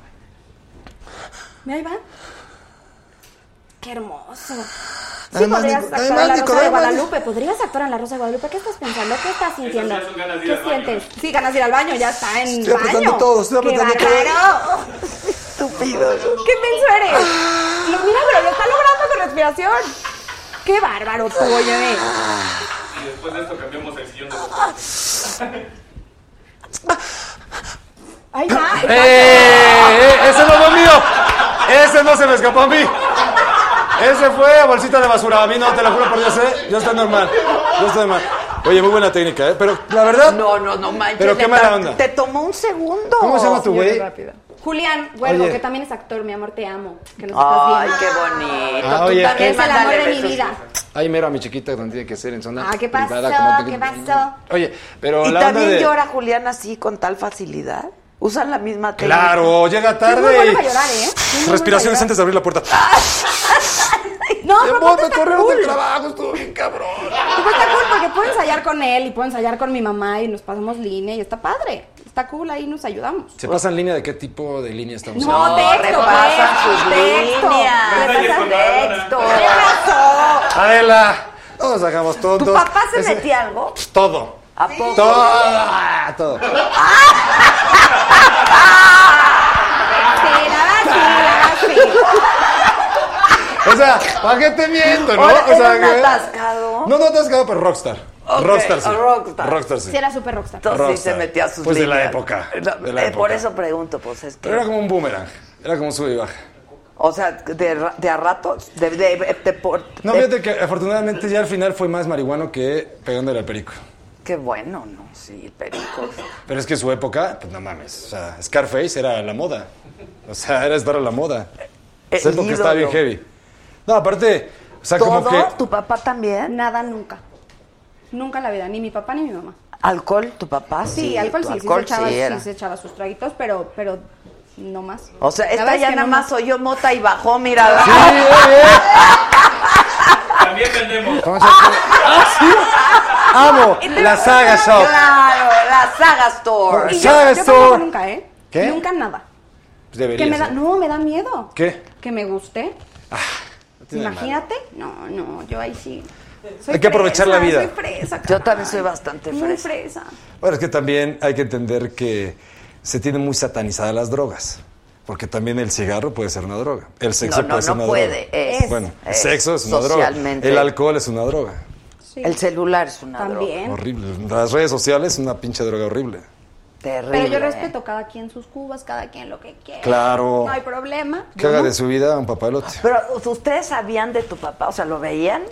[SPEAKER 6] Mira, ahí va. Qué hermoso. Sí,
[SPEAKER 19] Además,
[SPEAKER 6] podrías
[SPEAKER 19] Nico-
[SPEAKER 6] actuar en
[SPEAKER 19] además,
[SPEAKER 6] La
[SPEAKER 19] Nico,
[SPEAKER 6] Rosa de
[SPEAKER 19] además-
[SPEAKER 6] Guadalupe. pues, Podrías actuar en La Rosa de Guadalupe. ¿Qué estás pensando? ¿Qué estás sintiendo?
[SPEAKER 19] ya son ganas de ir
[SPEAKER 6] ¿Qué
[SPEAKER 19] al baño.
[SPEAKER 6] sientes? Sí, ganas de ir al baño. Ya está en
[SPEAKER 19] Estoy
[SPEAKER 6] baño.
[SPEAKER 19] apretando todo, estoy
[SPEAKER 6] ¡Qué
[SPEAKER 19] apretando todo.
[SPEAKER 6] bárbaro!
[SPEAKER 1] Estúpido.
[SPEAKER 6] ¡Qué menso eres! Lo, mira, pero lo está logrando con respiración. ¡Qué bárbaro tú, óyeme!
[SPEAKER 5] Y después de esto cambiamos el sillón de
[SPEAKER 6] ¡Ay, va!
[SPEAKER 7] ¡Eh! eh, ¡Ese no fue mío! ¡Ese no se me escapó a mí! Ese fue a bolsita de basura. A mí no, te lo juro por Dios, ¿eh? Yo estoy normal. Yo estoy normal. Oye, muy buena técnica, ¿eh? Pero la verdad.
[SPEAKER 1] No, no, no manches.
[SPEAKER 7] Pero qué
[SPEAKER 1] neta,
[SPEAKER 7] mala onda.
[SPEAKER 1] Te tomó un segundo.
[SPEAKER 7] ¿Cómo se llama tu güey?
[SPEAKER 6] Julián, bueno,
[SPEAKER 7] Oye.
[SPEAKER 6] que también es actor, mi amor, te amo. Que nos estás
[SPEAKER 1] Ay,
[SPEAKER 6] viendo.
[SPEAKER 1] qué bonito.
[SPEAKER 7] Ah,
[SPEAKER 1] Tú
[SPEAKER 7] oye.
[SPEAKER 1] también
[SPEAKER 6] Es el amor
[SPEAKER 1] mándale
[SPEAKER 6] de mi
[SPEAKER 1] besos.
[SPEAKER 6] vida.
[SPEAKER 7] Ay, mero a mi chiquita cuando tiene que ser en zona.
[SPEAKER 6] Ah, ¿qué pasó?
[SPEAKER 7] privada, como te-
[SPEAKER 6] ¿Qué pasó?
[SPEAKER 7] Oye, pero
[SPEAKER 1] Y
[SPEAKER 7] la onda
[SPEAKER 1] también
[SPEAKER 7] de.
[SPEAKER 1] llora Julián así con tal facilidad. Usan la misma técnica.
[SPEAKER 7] Claro, llega tarde. y-
[SPEAKER 1] ¿eh? antes
[SPEAKER 7] Respiraciones antes de abrir la puerta.
[SPEAKER 6] No, pero aparte
[SPEAKER 7] me
[SPEAKER 6] está
[SPEAKER 7] corrieron
[SPEAKER 6] cool.
[SPEAKER 7] del trabajo, estuvo bien cabrón.
[SPEAKER 6] Pero está cool porque puedo ensayar con él y puedo ensayar con mi mamá y nos pasamos línea y está padre. Está cool, ahí nos ayudamos.
[SPEAKER 7] ¿Se pasan línea de qué tipo de línea estamos
[SPEAKER 6] No, texto,
[SPEAKER 1] repasan
[SPEAKER 6] pues,
[SPEAKER 1] sus
[SPEAKER 6] texto.
[SPEAKER 1] líneas.
[SPEAKER 6] Repasan texto.
[SPEAKER 7] Adela, no nos hagamos tontos.
[SPEAKER 1] ¿Tu papá se
[SPEAKER 7] Ese-
[SPEAKER 1] metía algo?
[SPEAKER 7] Todo.
[SPEAKER 1] ¿A poco?
[SPEAKER 7] Todo. Todo. O sea, ¿para qué te miento, no?
[SPEAKER 1] Ahora,
[SPEAKER 7] o
[SPEAKER 1] ¿era
[SPEAKER 7] sea,
[SPEAKER 1] un
[SPEAKER 7] que-
[SPEAKER 1] atascado?
[SPEAKER 7] No, no atascado, pero rockstar.
[SPEAKER 1] Ok,
[SPEAKER 7] rockstar, sí.
[SPEAKER 1] rockstar.
[SPEAKER 7] sí.
[SPEAKER 6] Sí, era súper rockstar.
[SPEAKER 1] Entonces sí
[SPEAKER 7] Rockstar.
[SPEAKER 1] se metía a sus
[SPEAKER 7] Pues de la
[SPEAKER 1] líneas.
[SPEAKER 7] época,
[SPEAKER 1] Eh,
[SPEAKER 7] de la
[SPEAKER 1] eh, Por
[SPEAKER 7] época.
[SPEAKER 1] eso pregunto, pues es
[SPEAKER 7] Pero era
[SPEAKER 1] que.
[SPEAKER 7] como un boomerang. Era como sube y baja.
[SPEAKER 1] O sea, de, ra- de a ratos, de, de, de por- eh,
[SPEAKER 7] No,
[SPEAKER 1] de-
[SPEAKER 7] fíjate que afortunadamente ya al final fue más marihuano que pegándole al perico.
[SPEAKER 1] Qué bueno, ¿no? Sí, perico.
[SPEAKER 7] Pero es que su época, pues no mames. O sea, Scarface era la moda. O sea, era estar a la moda.
[SPEAKER 1] El
[SPEAKER 7] Esa época estaba bien
[SPEAKER 1] ídolo.
[SPEAKER 7] heavy. No, aparte, o sea, como
[SPEAKER 1] ¿Todo?
[SPEAKER 7] que.
[SPEAKER 1] ¿Tu papá también?
[SPEAKER 6] Nada nunca. Nunca en la vida, ni mi papá ni mi mamá.
[SPEAKER 1] ¿Alcohol? ¿Tu papá?
[SPEAKER 6] Sí,
[SPEAKER 1] Sí,
[SPEAKER 6] alcohol
[SPEAKER 1] tu
[SPEAKER 6] sí,
[SPEAKER 1] alcohol
[SPEAKER 6] sí, se echaba,
[SPEAKER 1] sí era.
[SPEAKER 6] sí se echaba sus traguitos, pero, pero no más.
[SPEAKER 1] O sea,
[SPEAKER 6] La
[SPEAKER 1] esta
[SPEAKER 6] verdad es
[SPEAKER 1] ya
[SPEAKER 6] que
[SPEAKER 1] nada
[SPEAKER 6] no
[SPEAKER 1] más oyó mota y bajó, mira.
[SPEAKER 5] También vendemos.
[SPEAKER 7] Amo la saga shop.
[SPEAKER 1] Claro, la Saga Store.
[SPEAKER 6] Y yo,
[SPEAKER 7] Saga
[SPEAKER 6] yo tampoco
[SPEAKER 7] Store.
[SPEAKER 6] nunca, ¿eh?
[SPEAKER 7] ¿Qué?
[SPEAKER 6] Nunca nada.
[SPEAKER 7] Pues
[SPEAKER 6] Que me
[SPEAKER 7] deberías.
[SPEAKER 6] da,
[SPEAKER 7] ¿eh?
[SPEAKER 6] no, me da miedo.
[SPEAKER 7] ¿Qué?
[SPEAKER 6] Que me guste.
[SPEAKER 7] Ah, No tiene nada de malo.
[SPEAKER 6] Imagínate. No, no, yo ahí sí. Soy
[SPEAKER 7] Hay que aprovechar la
[SPEAKER 6] fresa,
[SPEAKER 7] vida.
[SPEAKER 6] Soy fresa,
[SPEAKER 1] Yo también soy bastante
[SPEAKER 6] muy fresa.
[SPEAKER 7] Bueno, es que también hay que entender que se tienen muy satanizadas las drogas. Porque también el cigarro puede ser una droga. El sexo
[SPEAKER 1] No, no,
[SPEAKER 7] puede ser
[SPEAKER 1] no
[SPEAKER 7] una
[SPEAKER 1] puede,
[SPEAKER 7] droga.
[SPEAKER 1] es,
[SPEAKER 7] bueno, el
[SPEAKER 1] es,
[SPEAKER 7] sexo es una droga.
[SPEAKER 1] socialmente.
[SPEAKER 7] El alcohol es una droga.
[SPEAKER 1] El celular es una
[SPEAKER 6] También.
[SPEAKER 1] droga.
[SPEAKER 7] Horrible. Las redes sociales es una pinche droga horrible.
[SPEAKER 1] Terrible. ¿eh?
[SPEAKER 6] Pero yo respeto cada quien sus cubas, cada quien lo que quiera.
[SPEAKER 7] Claro.
[SPEAKER 6] No hay problema.
[SPEAKER 7] Que haga de su vida un papelote.
[SPEAKER 1] Pero ustedes sabían de tu papá, o sea, ¿lo veían?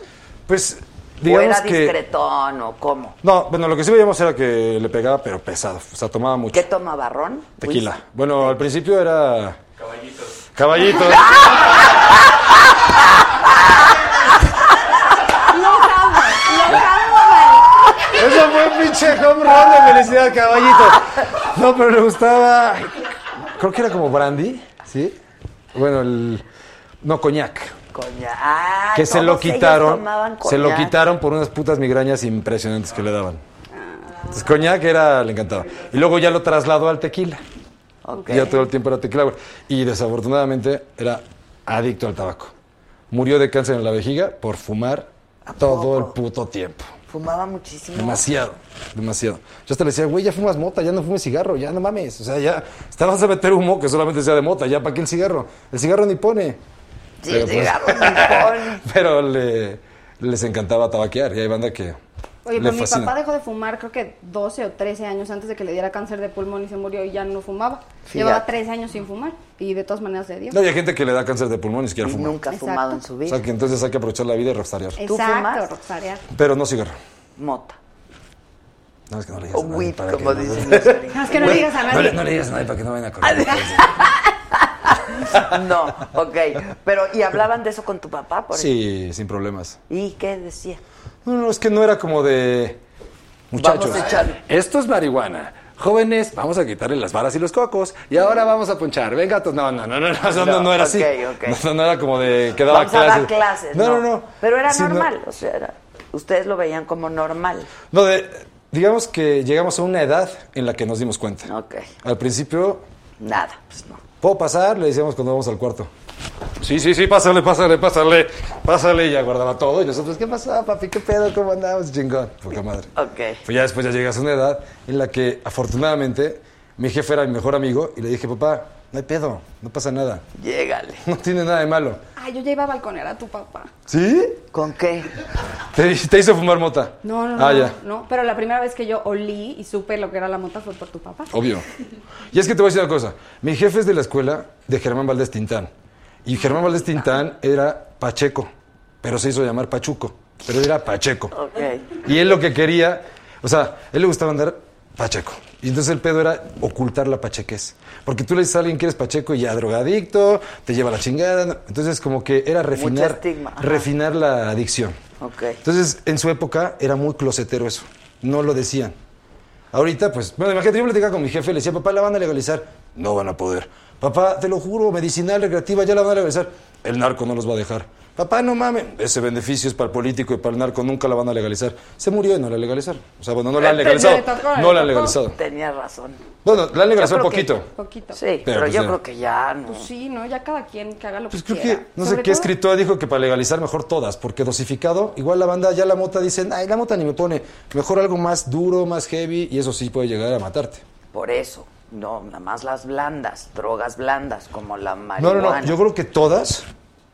[SPEAKER 7] Pues,
[SPEAKER 1] ¿O
[SPEAKER 7] digamos
[SPEAKER 1] era
[SPEAKER 7] que.
[SPEAKER 1] discretón o cómo?
[SPEAKER 7] No, bueno, lo que sí veíamos era que le pegaba, pero pesado. O sea, tomaba mucho.
[SPEAKER 1] ¿Qué tomaba ron?
[SPEAKER 7] Tequila. Pues, Bueno, al principio era. Caballitos. Caballitos.
[SPEAKER 6] Los amo, los amo, Mari.
[SPEAKER 7] Eso fue un pinche home run de felicidad, caballito. No, pero le gustaba. Creo que era como brandy, ¿sí? Bueno, el. No, coñac.
[SPEAKER 1] Coña. Ah,
[SPEAKER 7] que se
[SPEAKER 1] todos
[SPEAKER 7] lo
[SPEAKER 1] ellos
[SPEAKER 7] quitaron.
[SPEAKER 1] tomaban
[SPEAKER 7] Se lo
[SPEAKER 1] coñac.
[SPEAKER 7] quitaron por unas putas migrañas impresionantes que le daban. Entonces, coñac era. Le encantaba. Y luego ya lo trasladó al tequila.
[SPEAKER 1] Ok.
[SPEAKER 7] Y Ya todo el tiempo era tequila, güey. Y desafortunadamente era adicto al tabaco. Murió de cáncer en la vejiga por fumar todo el puto tiempo.
[SPEAKER 1] Fumaba muchísimo.
[SPEAKER 7] Demasiado, demasiado. Yo hasta le decía, güey, ya fumas mota, ya no fumes cigarro, ya no mames. O sea, ya estabas a meter humo que solamente sea de mota, ya para qué el cigarro. El cigarro ni pone.
[SPEAKER 1] Sí,
[SPEAKER 7] Pero,
[SPEAKER 1] el
[SPEAKER 7] pues,
[SPEAKER 1] cigarro ni pone.
[SPEAKER 7] pero le- les encantaba tabaquear y hay banda que
[SPEAKER 6] Oye,
[SPEAKER 7] le
[SPEAKER 6] pero mi
[SPEAKER 7] fascina.
[SPEAKER 6] papá dejó de fumar creo que 12 o 13 años antes de que le diera cáncer de pulmón y se murió y ya no fumaba.
[SPEAKER 1] Pues,
[SPEAKER 7] Fíjate.
[SPEAKER 6] Llevaba 3 años sin fumar y de todas maneras le dio.
[SPEAKER 7] No, y hay gente que le da cáncer de pulmón y ni siquiera
[SPEAKER 1] Y
[SPEAKER 7] fuma.
[SPEAKER 1] nunca ha fumado en su
[SPEAKER 7] O
[SPEAKER 1] vida.
[SPEAKER 7] sea, que entonces hay que aprovechar la vida y rostarear.
[SPEAKER 1] ¿Tú fumas?
[SPEAKER 6] Exacto, Rosaria.
[SPEAKER 7] Pero no cigarro.
[SPEAKER 1] Mota.
[SPEAKER 7] No, es que no le
[SPEAKER 1] O
[SPEAKER 6] Oh,
[SPEAKER 7] digas a
[SPEAKER 1] weed,
[SPEAKER 7] nadie para
[SPEAKER 1] como
[SPEAKER 7] que
[SPEAKER 1] dicen
[SPEAKER 7] no,
[SPEAKER 1] los gringos.
[SPEAKER 6] No, es que no
[SPEAKER 7] Güey,
[SPEAKER 6] digas a
[SPEAKER 7] No
[SPEAKER 6] nadie.
[SPEAKER 7] le, no le digas a nadie para que no vayan a
[SPEAKER 6] Ah,
[SPEAKER 7] correr.
[SPEAKER 1] No, ok. Pero, ¿y hablaban de eso con tu papá? Por ejemplo?
[SPEAKER 7] Sí, sin problemas.
[SPEAKER 1] ¿Y qué decía?
[SPEAKER 7] No, no, es que no era como de. Muchachos,
[SPEAKER 1] Vamos a echar-
[SPEAKER 7] esto es marihuana. Jóvenes, vamos a quitarle las varas y los cocos. Y ahora vamos a ponchar. Venga, to- no, no, no, no, no, no, no, no era así.
[SPEAKER 1] ok, ok.
[SPEAKER 7] No, no era como de que daba
[SPEAKER 1] Vamos
[SPEAKER 7] clases.
[SPEAKER 1] a dar clases.
[SPEAKER 7] No, no, no.
[SPEAKER 1] Pero era
[SPEAKER 7] Sí, no.
[SPEAKER 1] normal, o sea, era- ustedes lo veían como normal.
[SPEAKER 7] No, de- digamos que llegamos a una edad en la que nos dimos cuenta.
[SPEAKER 1] Ok.
[SPEAKER 7] Al principio,
[SPEAKER 1] Nada, pues no.
[SPEAKER 7] ¿puedo pasar? Le decíamos cuando vamos al cuarto. Sí, sí, sí, pásale, pásale, pásale, pásale. Y ya guardaba todo. Y nosotros, ¿qué pasaba, papi? ¿Qué pedo? ¿Cómo andamos? Chingón. Poca madre.
[SPEAKER 1] Ok.
[SPEAKER 7] Pues ya después ya llegas a una edad en la que, afortunadamente, mi jefe era mi mejor amigo y le dije, papá, no hay pedo, no pasa nada.
[SPEAKER 1] Llégale.
[SPEAKER 7] No tiene nada de malo.
[SPEAKER 6] Ah, yo ya iba a balconear a tu papá.
[SPEAKER 7] ¿Sí?
[SPEAKER 1] ¿Con qué?
[SPEAKER 7] Te, te hizo fumar mota.
[SPEAKER 6] No, no, no.
[SPEAKER 7] Ah, ya.
[SPEAKER 6] No, pero la primera vez que yo olí y supe lo que era la mota fue por tu papá.
[SPEAKER 7] Obvio. Y es que te voy a decir una cosa. Mi jefe es de la escuela de Germán Valdés Tintán. Y Germán Valdés Tintán era Pacheco, pero se hizo llamar Pachuco. Pero era Pacheco. Y él lo que quería, o sea, él le gustaba andar Pacheco. Y entonces el pedo era ocultar la pachequez. Porque tú le dices a alguien que eres Pacheco y ya drogadicto, te lleva la chingada. Entonces como que era refinar,
[SPEAKER 1] estigma, ajá.
[SPEAKER 7] refinar la adicción.
[SPEAKER 1] Ok.
[SPEAKER 7] Entonces en su época era muy closetero eso. No lo decían. Ahorita, pues, bueno, imagínate, yo platicaba con mi jefe, le decía, papá, la van a legalizar. No van a poder. Papá, te lo juro, medicinal, recreativa, ya la van a legalizar. El narco no los va a dejar. Papá, no mames. Ese beneficio es para el político y para el narco, nunca la van a legalizar. Se murió y no la legalizaron. O sea, bueno, no la han legalizado. No la han legalizado.
[SPEAKER 1] Tenía razón.
[SPEAKER 7] Bueno, la han legalizado
[SPEAKER 1] Yo
[SPEAKER 7] un
[SPEAKER 1] creo que-
[SPEAKER 7] poquito.
[SPEAKER 6] Poquito.
[SPEAKER 1] Sí, pero,
[SPEAKER 7] Pero pues
[SPEAKER 1] yo
[SPEAKER 7] ya. Pues
[SPEAKER 1] creo que ya no.
[SPEAKER 6] Pues sí, ¿no? Ya cada quien que haga lo que
[SPEAKER 7] Creo
[SPEAKER 6] quiera.
[SPEAKER 7] que, no sé
[SPEAKER 6] Sobre
[SPEAKER 7] qué
[SPEAKER 6] todo-
[SPEAKER 7] escritora dijo que para legalizar mejor todas, porque dosificado, igual la banda, ya la mota dicen, ay, la mota ni me pone. Mejor algo más duro, más heavy, y eso sí puede llegar a matarte.
[SPEAKER 1] Por eso. No, nada más las blandas, drogas blandas, como la
[SPEAKER 7] No,
[SPEAKER 1] marihuana.
[SPEAKER 7] no, no. Yo creo que todas.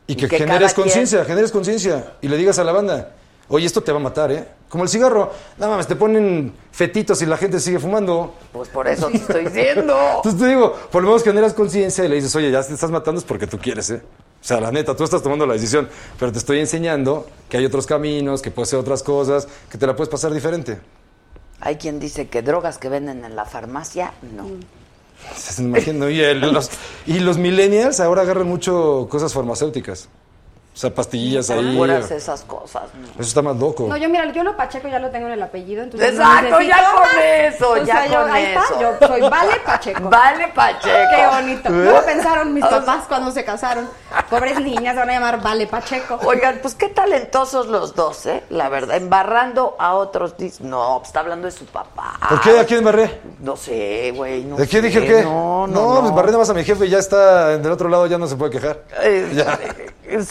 [SPEAKER 7] Y que,
[SPEAKER 1] que
[SPEAKER 7] generes
[SPEAKER 1] cada quien-
[SPEAKER 7] conciencia, generes conciencia. Y le digas a la banda, oye, esto te va a matar, ¿eh? Como el cigarro. No mames, te ponen fetitos y la gente sigue fumando.
[SPEAKER 1] Pues por eso te estoy diciendo.
[SPEAKER 7] Entonces te digo, por lo menos generas conciencia y le dices, oye, ya te estás matando es porque tú quieres, ¿eh? O sea, la neta, tú estás tomando la decisión, pero te estoy enseñando que hay otros caminos, que puedes hacer otras cosas, que te la puedes pasar diferente.
[SPEAKER 1] Hay quien dice que drogas que venden en la farmacia, no.
[SPEAKER 7] Se imagino. Y, el- los, y los millennials ahora agarran mucho cosas farmacéuticas. O sea, pastillas ahí.
[SPEAKER 1] Puras
[SPEAKER 7] Eso
[SPEAKER 1] esas cosas, no.
[SPEAKER 7] está más loco.
[SPEAKER 6] No, yo mira, yo lo Pacheco ya lo tengo en el apellido, entonces no
[SPEAKER 1] Exacto,
[SPEAKER 6] necesito
[SPEAKER 1] ya con
[SPEAKER 6] más.
[SPEAKER 1] eso,
[SPEAKER 6] O
[SPEAKER 1] ya
[SPEAKER 6] sea, yo,
[SPEAKER 1] con
[SPEAKER 6] ahí está,
[SPEAKER 1] eso.
[SPEAKER 6] yo soy Vale Pacheco.
[SPEAKER 1] Vale Pacheco.
[SPEAKER 6] Qué bonito.
[SPEAKER 1] ¿Eh?
[SPEAKER 6] No lo pensaron mis
[SPEAKER 1] O sea-
[SPEAKER 6] papás cuando se casaron. Pobres niñas van a llamar Vale Pacheco.
[SPEAKER 1] Oigan, pues qué talentosos los dos, ¿eh? La verdad, embarrando a otros. dis- No, pues, está hablando de su papá.
[SPEAKER 7] ¿Por qué? ¿A quién barré?
[SPEAKER 1] No sé, güey. No
[SPEAKER 7] ¿De quién
[SPEAKER 1] sé,
[SPEAKER 7] dije qué?
[SPEAKER 1] Eh, No,
[SPEAKER 7] No,
[SPEAKER 1] no. no,
[SPEAKER 7] pues barré nada más a mi jefe y ya está del otro lado, ya no se puede quejar.
[SPEAKER 1] Eh,
[SPEAKER 7] Ya.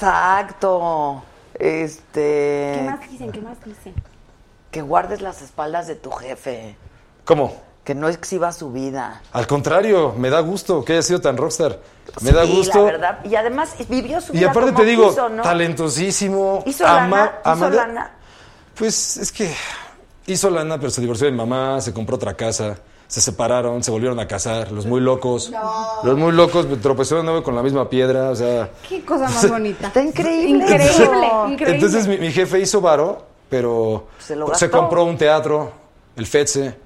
[SPEAKER 1] Exacto. Este.
[SPEAKER 6] ¿Qué más dicen? ¿Qué más dicen?
[SPEAKER 1] Que guardes las espaldas de tu jefe.
[SPEAKER 7] ¿Cómo?
[SPEAKER 1] Que no exhiba su vida.
[SPEAKER 7] Al contrario, me da gusto que haya sido tan rockstar. Me da
[SPEAKER 1] Sí,
[SPEAKER 7] gusto.
[SPEAKER 1] La verdad. Y además vivió su
[SPEAKER 7] Y
[SPEAKER 1] vida.
[SPEAKER 7] aparte
[SPEAKER 1] como
[SPEAKER 7] te digo,
[SPEAKER 1] quiso, ¿no?
[SPEAKER 7] talentosísimo.
[SPEAKER 1] Hizo
[SPEAKER 7] ama-
[SPEAKER 1] lana.
[SPEAKER 7] ama-
[SPEAKER 1] hizo lana.
[SPEAKER 7] Pues es que hizo lana, pero se divorció de mi mamá, se compró otra casa, se separaron, se volvieron a casar, los muy locos. Los muy locos me tropezó de nuevo con la misma piedra, o sea.
[SPEAKER 6] Qué cosa más bonita. Está
[SPEAKER 1] increíble.
[SPEAKER 6] Increíble, increíble.
[SPEAKER 7] Entonces mi, mi jefe hizo varo, pero
[SPEAKER 1] Se lo
[SPEAKER 7] se
[SPEAKER 1] gastó.
[SPEAKER 7] compró un teatro, el FETSE,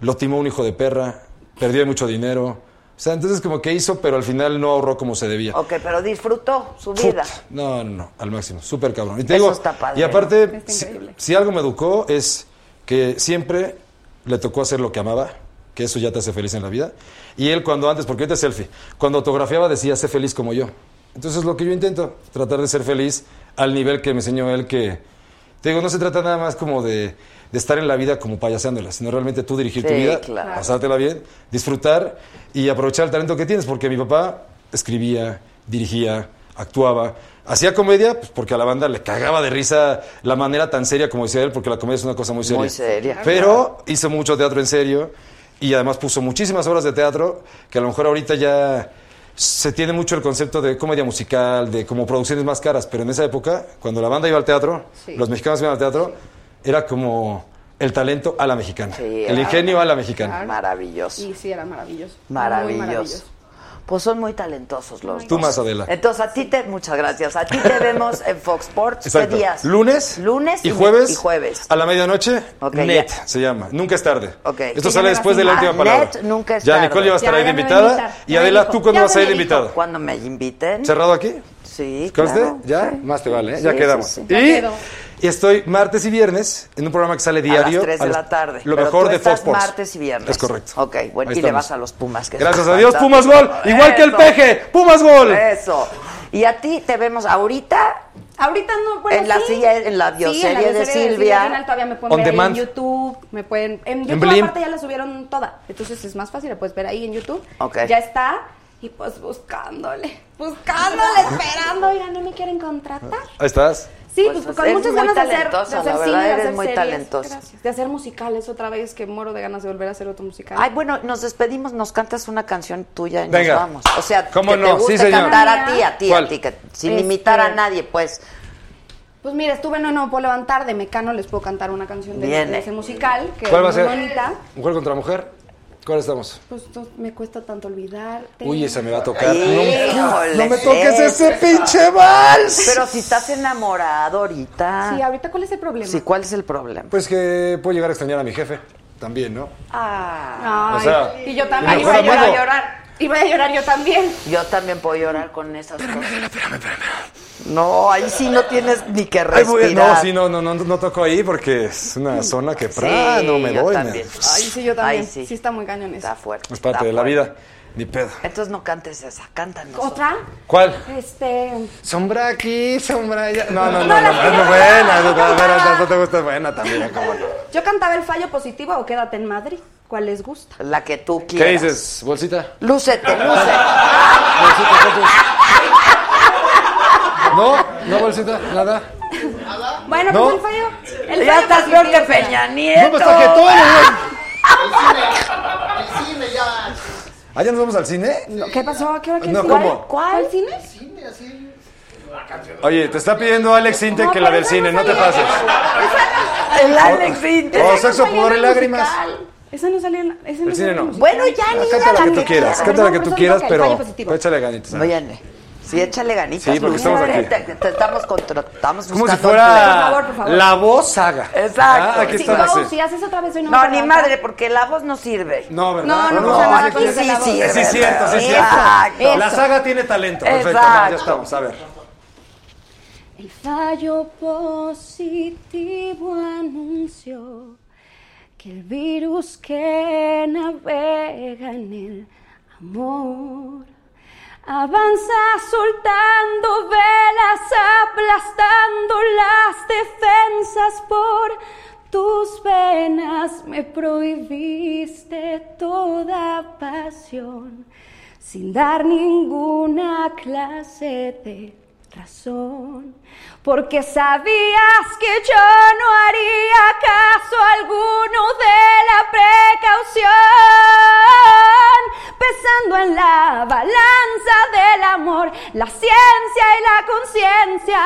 [SPEAKER 7] lo timó un hijo de perra, perdió mucho dinero. O sea, entonces como que hizo, pero al final no ahorró como se debía.
[SPEAKER 1] Ok, pero disfrutó su vida.
[SPEAKER 7] No, no, no, al máximo, súper cabrón. Y te
[SPEAKER 1] Eso
[SPEAKER 7] digo,
[SPEAKER 1] está padre.
[SPEAKER 7] y aparte,
[SPEAKER 1] Está
[SPEAKER 7] si,
[SPEAKER 1] increíble.
[SPEAKER 7] si algo me educó es que siempre le tocó hacer lo que amaba, que eso ya te hace feliz en la vida. Y él cuando antes, porque ahorita es selfie, cuando autografiaba decía, sé feliz como yo. Entonces es lo que yo intento, tratar de ser feliz al nivel que me enseñó él, que, te digo, no se trata nada más como de, de estar en la vida como payaseándola, sino realmente tú dirigir tu
[SPEAKER 1] Sí,
[SPEAKER 7] vida,
[SPEAKER 1] claro.
[SPEAKER 7] pasártela bien, disfrutar y aprovechar el talento que tienes, porque mi papá escribía, dirigía, actuaba, hacía comedia, pues porque a la banda le cagaba de risa la manera tan seria como decía él, porque la comedia es una cosa muy seria.
[SPEAKER 1] Muy seria.
[SPEAKER 7] Pero hizo mucho teatro en serio y además puso muchísimas obras de teatro que a lo mejor ahorita ya se tiene mucho el concepto de comedia musical, de como producciones más caras, pero en esa época, cuando la banda iba al teatro,
[SPEAKER 1] Sí.
[SPEAKER 7] los mexicanos iban al teatro, era como el talento a la mexicana, el
[SPEAKER 1] era-
[SPEAKER 7] ingenio a la mexicana.
[SPEAKER 1] Maravilloso.
[SPEAKER 6] Y sí, era maravilloso. Muy
[SPEAKER 1] Maravilloso. Pues son muy talentosos los
[SPEAKER 7] Tú
[SPEAKER 1] dos.
[SPEAKER 7] más, Adela.
[SPEAKER 1] Entonces, a ti te. Muchas gracias. A ti te vemos en Fox Sports. ¿Qué
[SPEAKER 7] Exacto.
[SPEAKER 1] días?
[SPEAKER 7] Lunes,
[SPEAKER 1] Lunes
[SPEAKER 7] y jueves,
[SPEAKER 1] Y jueves.
[SPEAKER 7] A la medianoche, Net
[SPEAKER 1] ya.
[SPEAKER 7] se llama. Nunca es tarde.
[SPEAKER 1] Okay.
[SPEAKER 7] Esto sale después de la última palabra.
[SPEAKER 1] Net nunca es
[SPEAKER 7] ya,
[SPEAKER 1] tarde.
[SPEAKER 7] Nicole, ya va a estar ahí de invitada. Y Adela, ¿tú cuándo vas a ir de invitada?
[SPEAKER 1] Cuando me inviten.
[SPEAKER 7] ¿Cerrado aquí?
[SPEAKER 1] Sí,
[SPEAKER 7] ¿Conste?
[SPEAKER 1] claro.
[SPEAKER 7] ¿Ya? Más te vale, ¿eh? ya
[SPEAKER 1] Sí,
[SPEAKER 7] quedamos.
[SPEAKER 1] sí, sí.
[SPEAKER 7] Y-
[SPEAKER 1] Ya quedó.
[SPEAKER 7] Y, estoy martes y viernes en un programa que sale
[SPEAKER 1] A las
[SPEAKER 7] diario.
[SPEAKER 1] 3 de
[SPEAKER 7] las-
[SPEAKER 1] la tarde.
[SPEAKER 7] Lo
[SPEAKER 1] Pero
[SPEAKER 7] mejor
[SPEAKER 1] tú
[SPEAKER 7] de
[SPEAKER 1] estás
[SPEAKER 7] Fox Sports.
[SPEAKER 1] martes y viernes.
[SPEAKER 7] Es correcto.
[SPEAKER 1] Ok, bueno,
[SPEAKER 7] Ahí
[SPEAKER 1] y le
[SPEAKER 7] estamos.
[SPEAKER 1] vas a los Pumas. Que
[SPEAKER 7] Gracias
[SPEAKER 1] son
[SPEAKER 7] a Dios, Pumas
[SPEAKER 1] fantásticos.
[SPEAKER 7] gol. Igual que el
[SPEAKER 1] Eso.
[SPEAKER 7] Peje. Pumas gol.
[SPEAKER 1] Eso. Y a ti te vemos ahorita
[SPEAKER 6] Ahorita no, bueno,
[SPEAKER 1] en la
[SPEAKER 6] sí.
[SPEAKER 1] silla, en la
[SPEAKER 6] Sí, en la
[SPEAKER 1] bioserie de
[SPEAKER 6] bioserie
[SPEAKER 1] Silvia.
[SPEAKER 6] al final todavía me
[SPEAKER 7] On
[SPEAKER 6] pueden ver ahí
[SPEAKER 7] demand.
[SPEAKER 6] en YouTube, me pueden en YouTube
[SPEAKER 7] Blim.
[SPEAKER 6] aparte ya la subieron toda, entonces es más fácil, la puedes ver ahí en YouTube.
[SPEAKER 1] Ok.
[SPEAKER 6] Ya está
[SPEAKER 2] Y pues buscándole, buscándole, esperando, oiga, no me quieren contratar.
[SPEAKER 7] Ahí estás.
[SPEAKER 2] Sí,
[SPEAKER 1] Pues,
[SPEAKER 2] pues,
[SPEAKER 1] pues,
[SPEAKER 2] con
[SPEAKER 1] eres
[SPEAKER 2] muchas
[SPEAKER 1] muy
[SPEAKER 2] ganas de hacer, de
[SPEAKER 1] talentosa,
[SPEAKER 2] hacer
[SPEAKER 1] la
[SPEAKER 2] cine,
[SPEAKER 1] verdad,
[SPEAKER 2] de
[SPEAKER 1] eres
[SPEAKER 2] hacer
[SPEAKER 1] muy
[SPEAKER 2] series.
[SPEAKER 1] talentosa.
[SPEAKER 2] Gracias. De hacer musicales otra vez, que muero de ganas de volver a hacer otro musical.
[SPEAKER 1] Ay, bueno, nos despedimos, nos cantas una canción tuya y
[SPEAKER 7] Venga.
[SPEAKER 1] nos vamos. O sea,
[SPEAKER 7] ¿Cómo
[SPEAKER 1] que te
[SPEAKER 7] no? Sí,
[SPEAKER 1] guste
[SPEAKER 7] señor.
[SPEAKER 1] cantar a ti, a ti,
[SPEAKER 7] ¿Cuál?
[SPEAKER 1] a ti, que sin
[SPEAKER 2] Este-
[SPEAKER 1] imitar a nadie, pues.
[SPEAKER 2] Pues mira, estuve en No Puedo Levantar de Mecano, les puedo cantar una canción de,
[SPEAKER 1] Bien,
[SPEAKER 2] de
[SPEAKER 1] eh.
[SPEAKER 2] ese musical, que
[SPEAKER 7] ¿Cuál va a
[SPEAKER 2] es muy
[SPEAKER 7] ser?
[SPEAKER 2] bonita.
[SPEAKER 7] ¿Mujer contra mujer? ¿Cuál estamos?
[SPEAKER 2] Pues no- me cuesta tanto olvidarte.
[SPEAKER 7] Uy, esa me va a tocar.
[SPEAKER 1] Híjole,
[SPEAKER 7] no me toques
[SPEAKER 1] ese.
[SPEAKER 7] ese pinche vals.
[SPEAKER 1] Pero si estás enamorado ahorita.
[SPEAKER 2] Sí, ahorita, ¿cuál es el problema?
[SPEAKER 1] Sí, ¿cuál es el problema?
[SPEAKER 7] Pues que puedo llegar a extrañar a mi jefe también, ¿no?
[SPEAKER 2] Ah,
[SPEAKER 7] O
[SPEAKER 2] Ay,
[SPEAKER 7] sea,
[SPEAKER 2] y yo también
[SPEAKER 7] y
[SPEAKER 2] iba a
[SPEAKER 7] mejor
[SPEAKER 2] llorar,
[SPEAKER 7] amigo.
[SPEAKER 2] llorar. Iba a llorar yo también.
[SPEAKER 1] Yo también puedo llorar con esas cosas. No, ahí sí no tienes ni que respirar.
[SPEAKER 7] Ay, voy- no, sí, no, no, no, no toco ahí porque es una zona que pra, no me
[SPEAKER 1] yo
[SPEAKER 7] doy. man.
[SPEAKER 1] también.
[SPEAKER 2] Ay, sí, yo también.
[SPEAKER 1] Ay,
[SPEAKER 2] sí.
[SPEAKER 1] sí.
[SPEAKER 2] está muy cañón eso.
[SPEAKER 1] Está fuerte.
[SPEAKER 7] Es parte de la vida, ni pedo.
[SPEAKER 1] Entonces no cantes esa, cántanos.
[SPEAKER 2] ¿Otra?
[SPEAKER 7] ¿Cuál?
[SPEAKER 2] Este.
[SPEAKER 7] Sombra aquí, sombra allá. No, no, no,
[SPEAKER 2] No,
[SPEAKER 7] no,
[SPEAKER 2] la
[SPEAKER 7] no, no, buena, no, no, buena, no te gusta buena también, cómo no.
[SPEAKER 2] Yo cantaba el fallo positivo o quédate en Madrid. ¿Cuál les gusta?
[SPEAKER 1] La que tú
[SPEAKER 7] ¿Qué
[SPEAKER 1] quieras.
[SPEAKER 7] dices, bolsita?
[SPEAKER 1] Lúcete, lúcete.
[SPEAKER 7] Bolsita, ¿cuántos? No, no, bolsita, nada.
[SPEAKER 2] Bueno,
[SPEAKER 7] ¿No?
[SPEAKER 2] pues el fallo. El
[SPEAKER 1] Ya
[SPEAKER 2] fallo
[SPEAKER 1] estás
[SPEAKER 2] positivo
[SPEAKER 1] peor que
[SPEAKER 2] será.
[SPEAKER 1] Peña Nieto.
[SPEAKER 7] No, pues está que todo el-
[SPEAKER 4] El cine ya.
[SPEAKER 7] ¿Ah, ya nos vamos al cine?
[SPEAKER 2] ¿Qué pasó? ¿A ¿Qué hora que
[SPEAKER 7] No,
[SPEAKER 2] el cine?
[SPEAKER 7] ¿cómo?
[SPEAKER 2] ¿Cuál? cine?
[SPEAKER 4] Cine así.
[SPEAKER 7] Oye, te está pidiendo Alex Sinte que la del cine, no te pases.
[SPEAKER 1] El Alex Inter.
[SPEAKER 7] O sexo, pudor y lágrimas.
[SPEAKER 2] Esa no salió en la- esa
[SPEAKER 7] El
[SPEAKER 2] no
[SPEAKER 7] cine
[SPEAKER 2] salió en
[SPEAKER 7] no. Ah,
[SPEAKER 2] la-
[SPEAKER 1] Bueno, ya ni
[SPEAKER 7] Canta
[SPEAKER 1] era
[SPEAKER 7] la que tú quieras, canta la que tú quieras, pero pero
[SPEAKER 1] Oye,
[SPEAKER 7] échale ganitas.
[SPEAKER 1] sí, échale ganitas.
[SPEAKER 7] Sí, porque
[SPEAKER 1] Lucy.
[SPEAKER 7] estamos aquí.
[SPEAKER 1] Te, te estamos contratamos
[SPEAKER 7] Como si fuera la voz saga.
[SPEAKER 1] Exacto.
[SPEAKER 7] Ah, aquí
[SPEAKER 1] Sí,
[SPEAKER 7] están
[SPEAKER 1] no,
[SPEAKER 7] así.
[SPEAKER 2] Si haces otra vez hoy no
[SPEAKER 1] No,
[SPEAKER 2] vas a
[SPEAKER 1] ni
[SPEAKER 2] levantar.
[SPEAKER 1] madre, porque la voz no sirve.
[SPEAKER 7] No,
[SPEAKER 2] No,
[SPEAKER 7] ¿verdad?
[SPEAKER 2] no pasa nada
[SPEAKER 1] aquí
[SPEAKER 2] con esa
[SPEAKER 1] sí
[SPEAKER 2] la voz.
[SPEAKER 1] sirve.
[SPEAKER 7] Sí, sí, cierto, sí,
[SPEAKER 1] Exacto.
[SPEAKER 7] cierto. La saga tiene talento. Perfecto, no, ya
[SPEAKER 1] Exacto.
[SPEAKER 7] estamos, a ver.
[SPEAKER 6] El fallo positivo anunció que el virus que navega en el amor avanza soltando velas, aplastando las defensas por tus venas. Me prohibiste toda pasión sin dar ninguna clase de razón, porque sabías que yo no haría caso alguno de la precaución, pesando en la balanza del amor, la ciencia y la conciencia.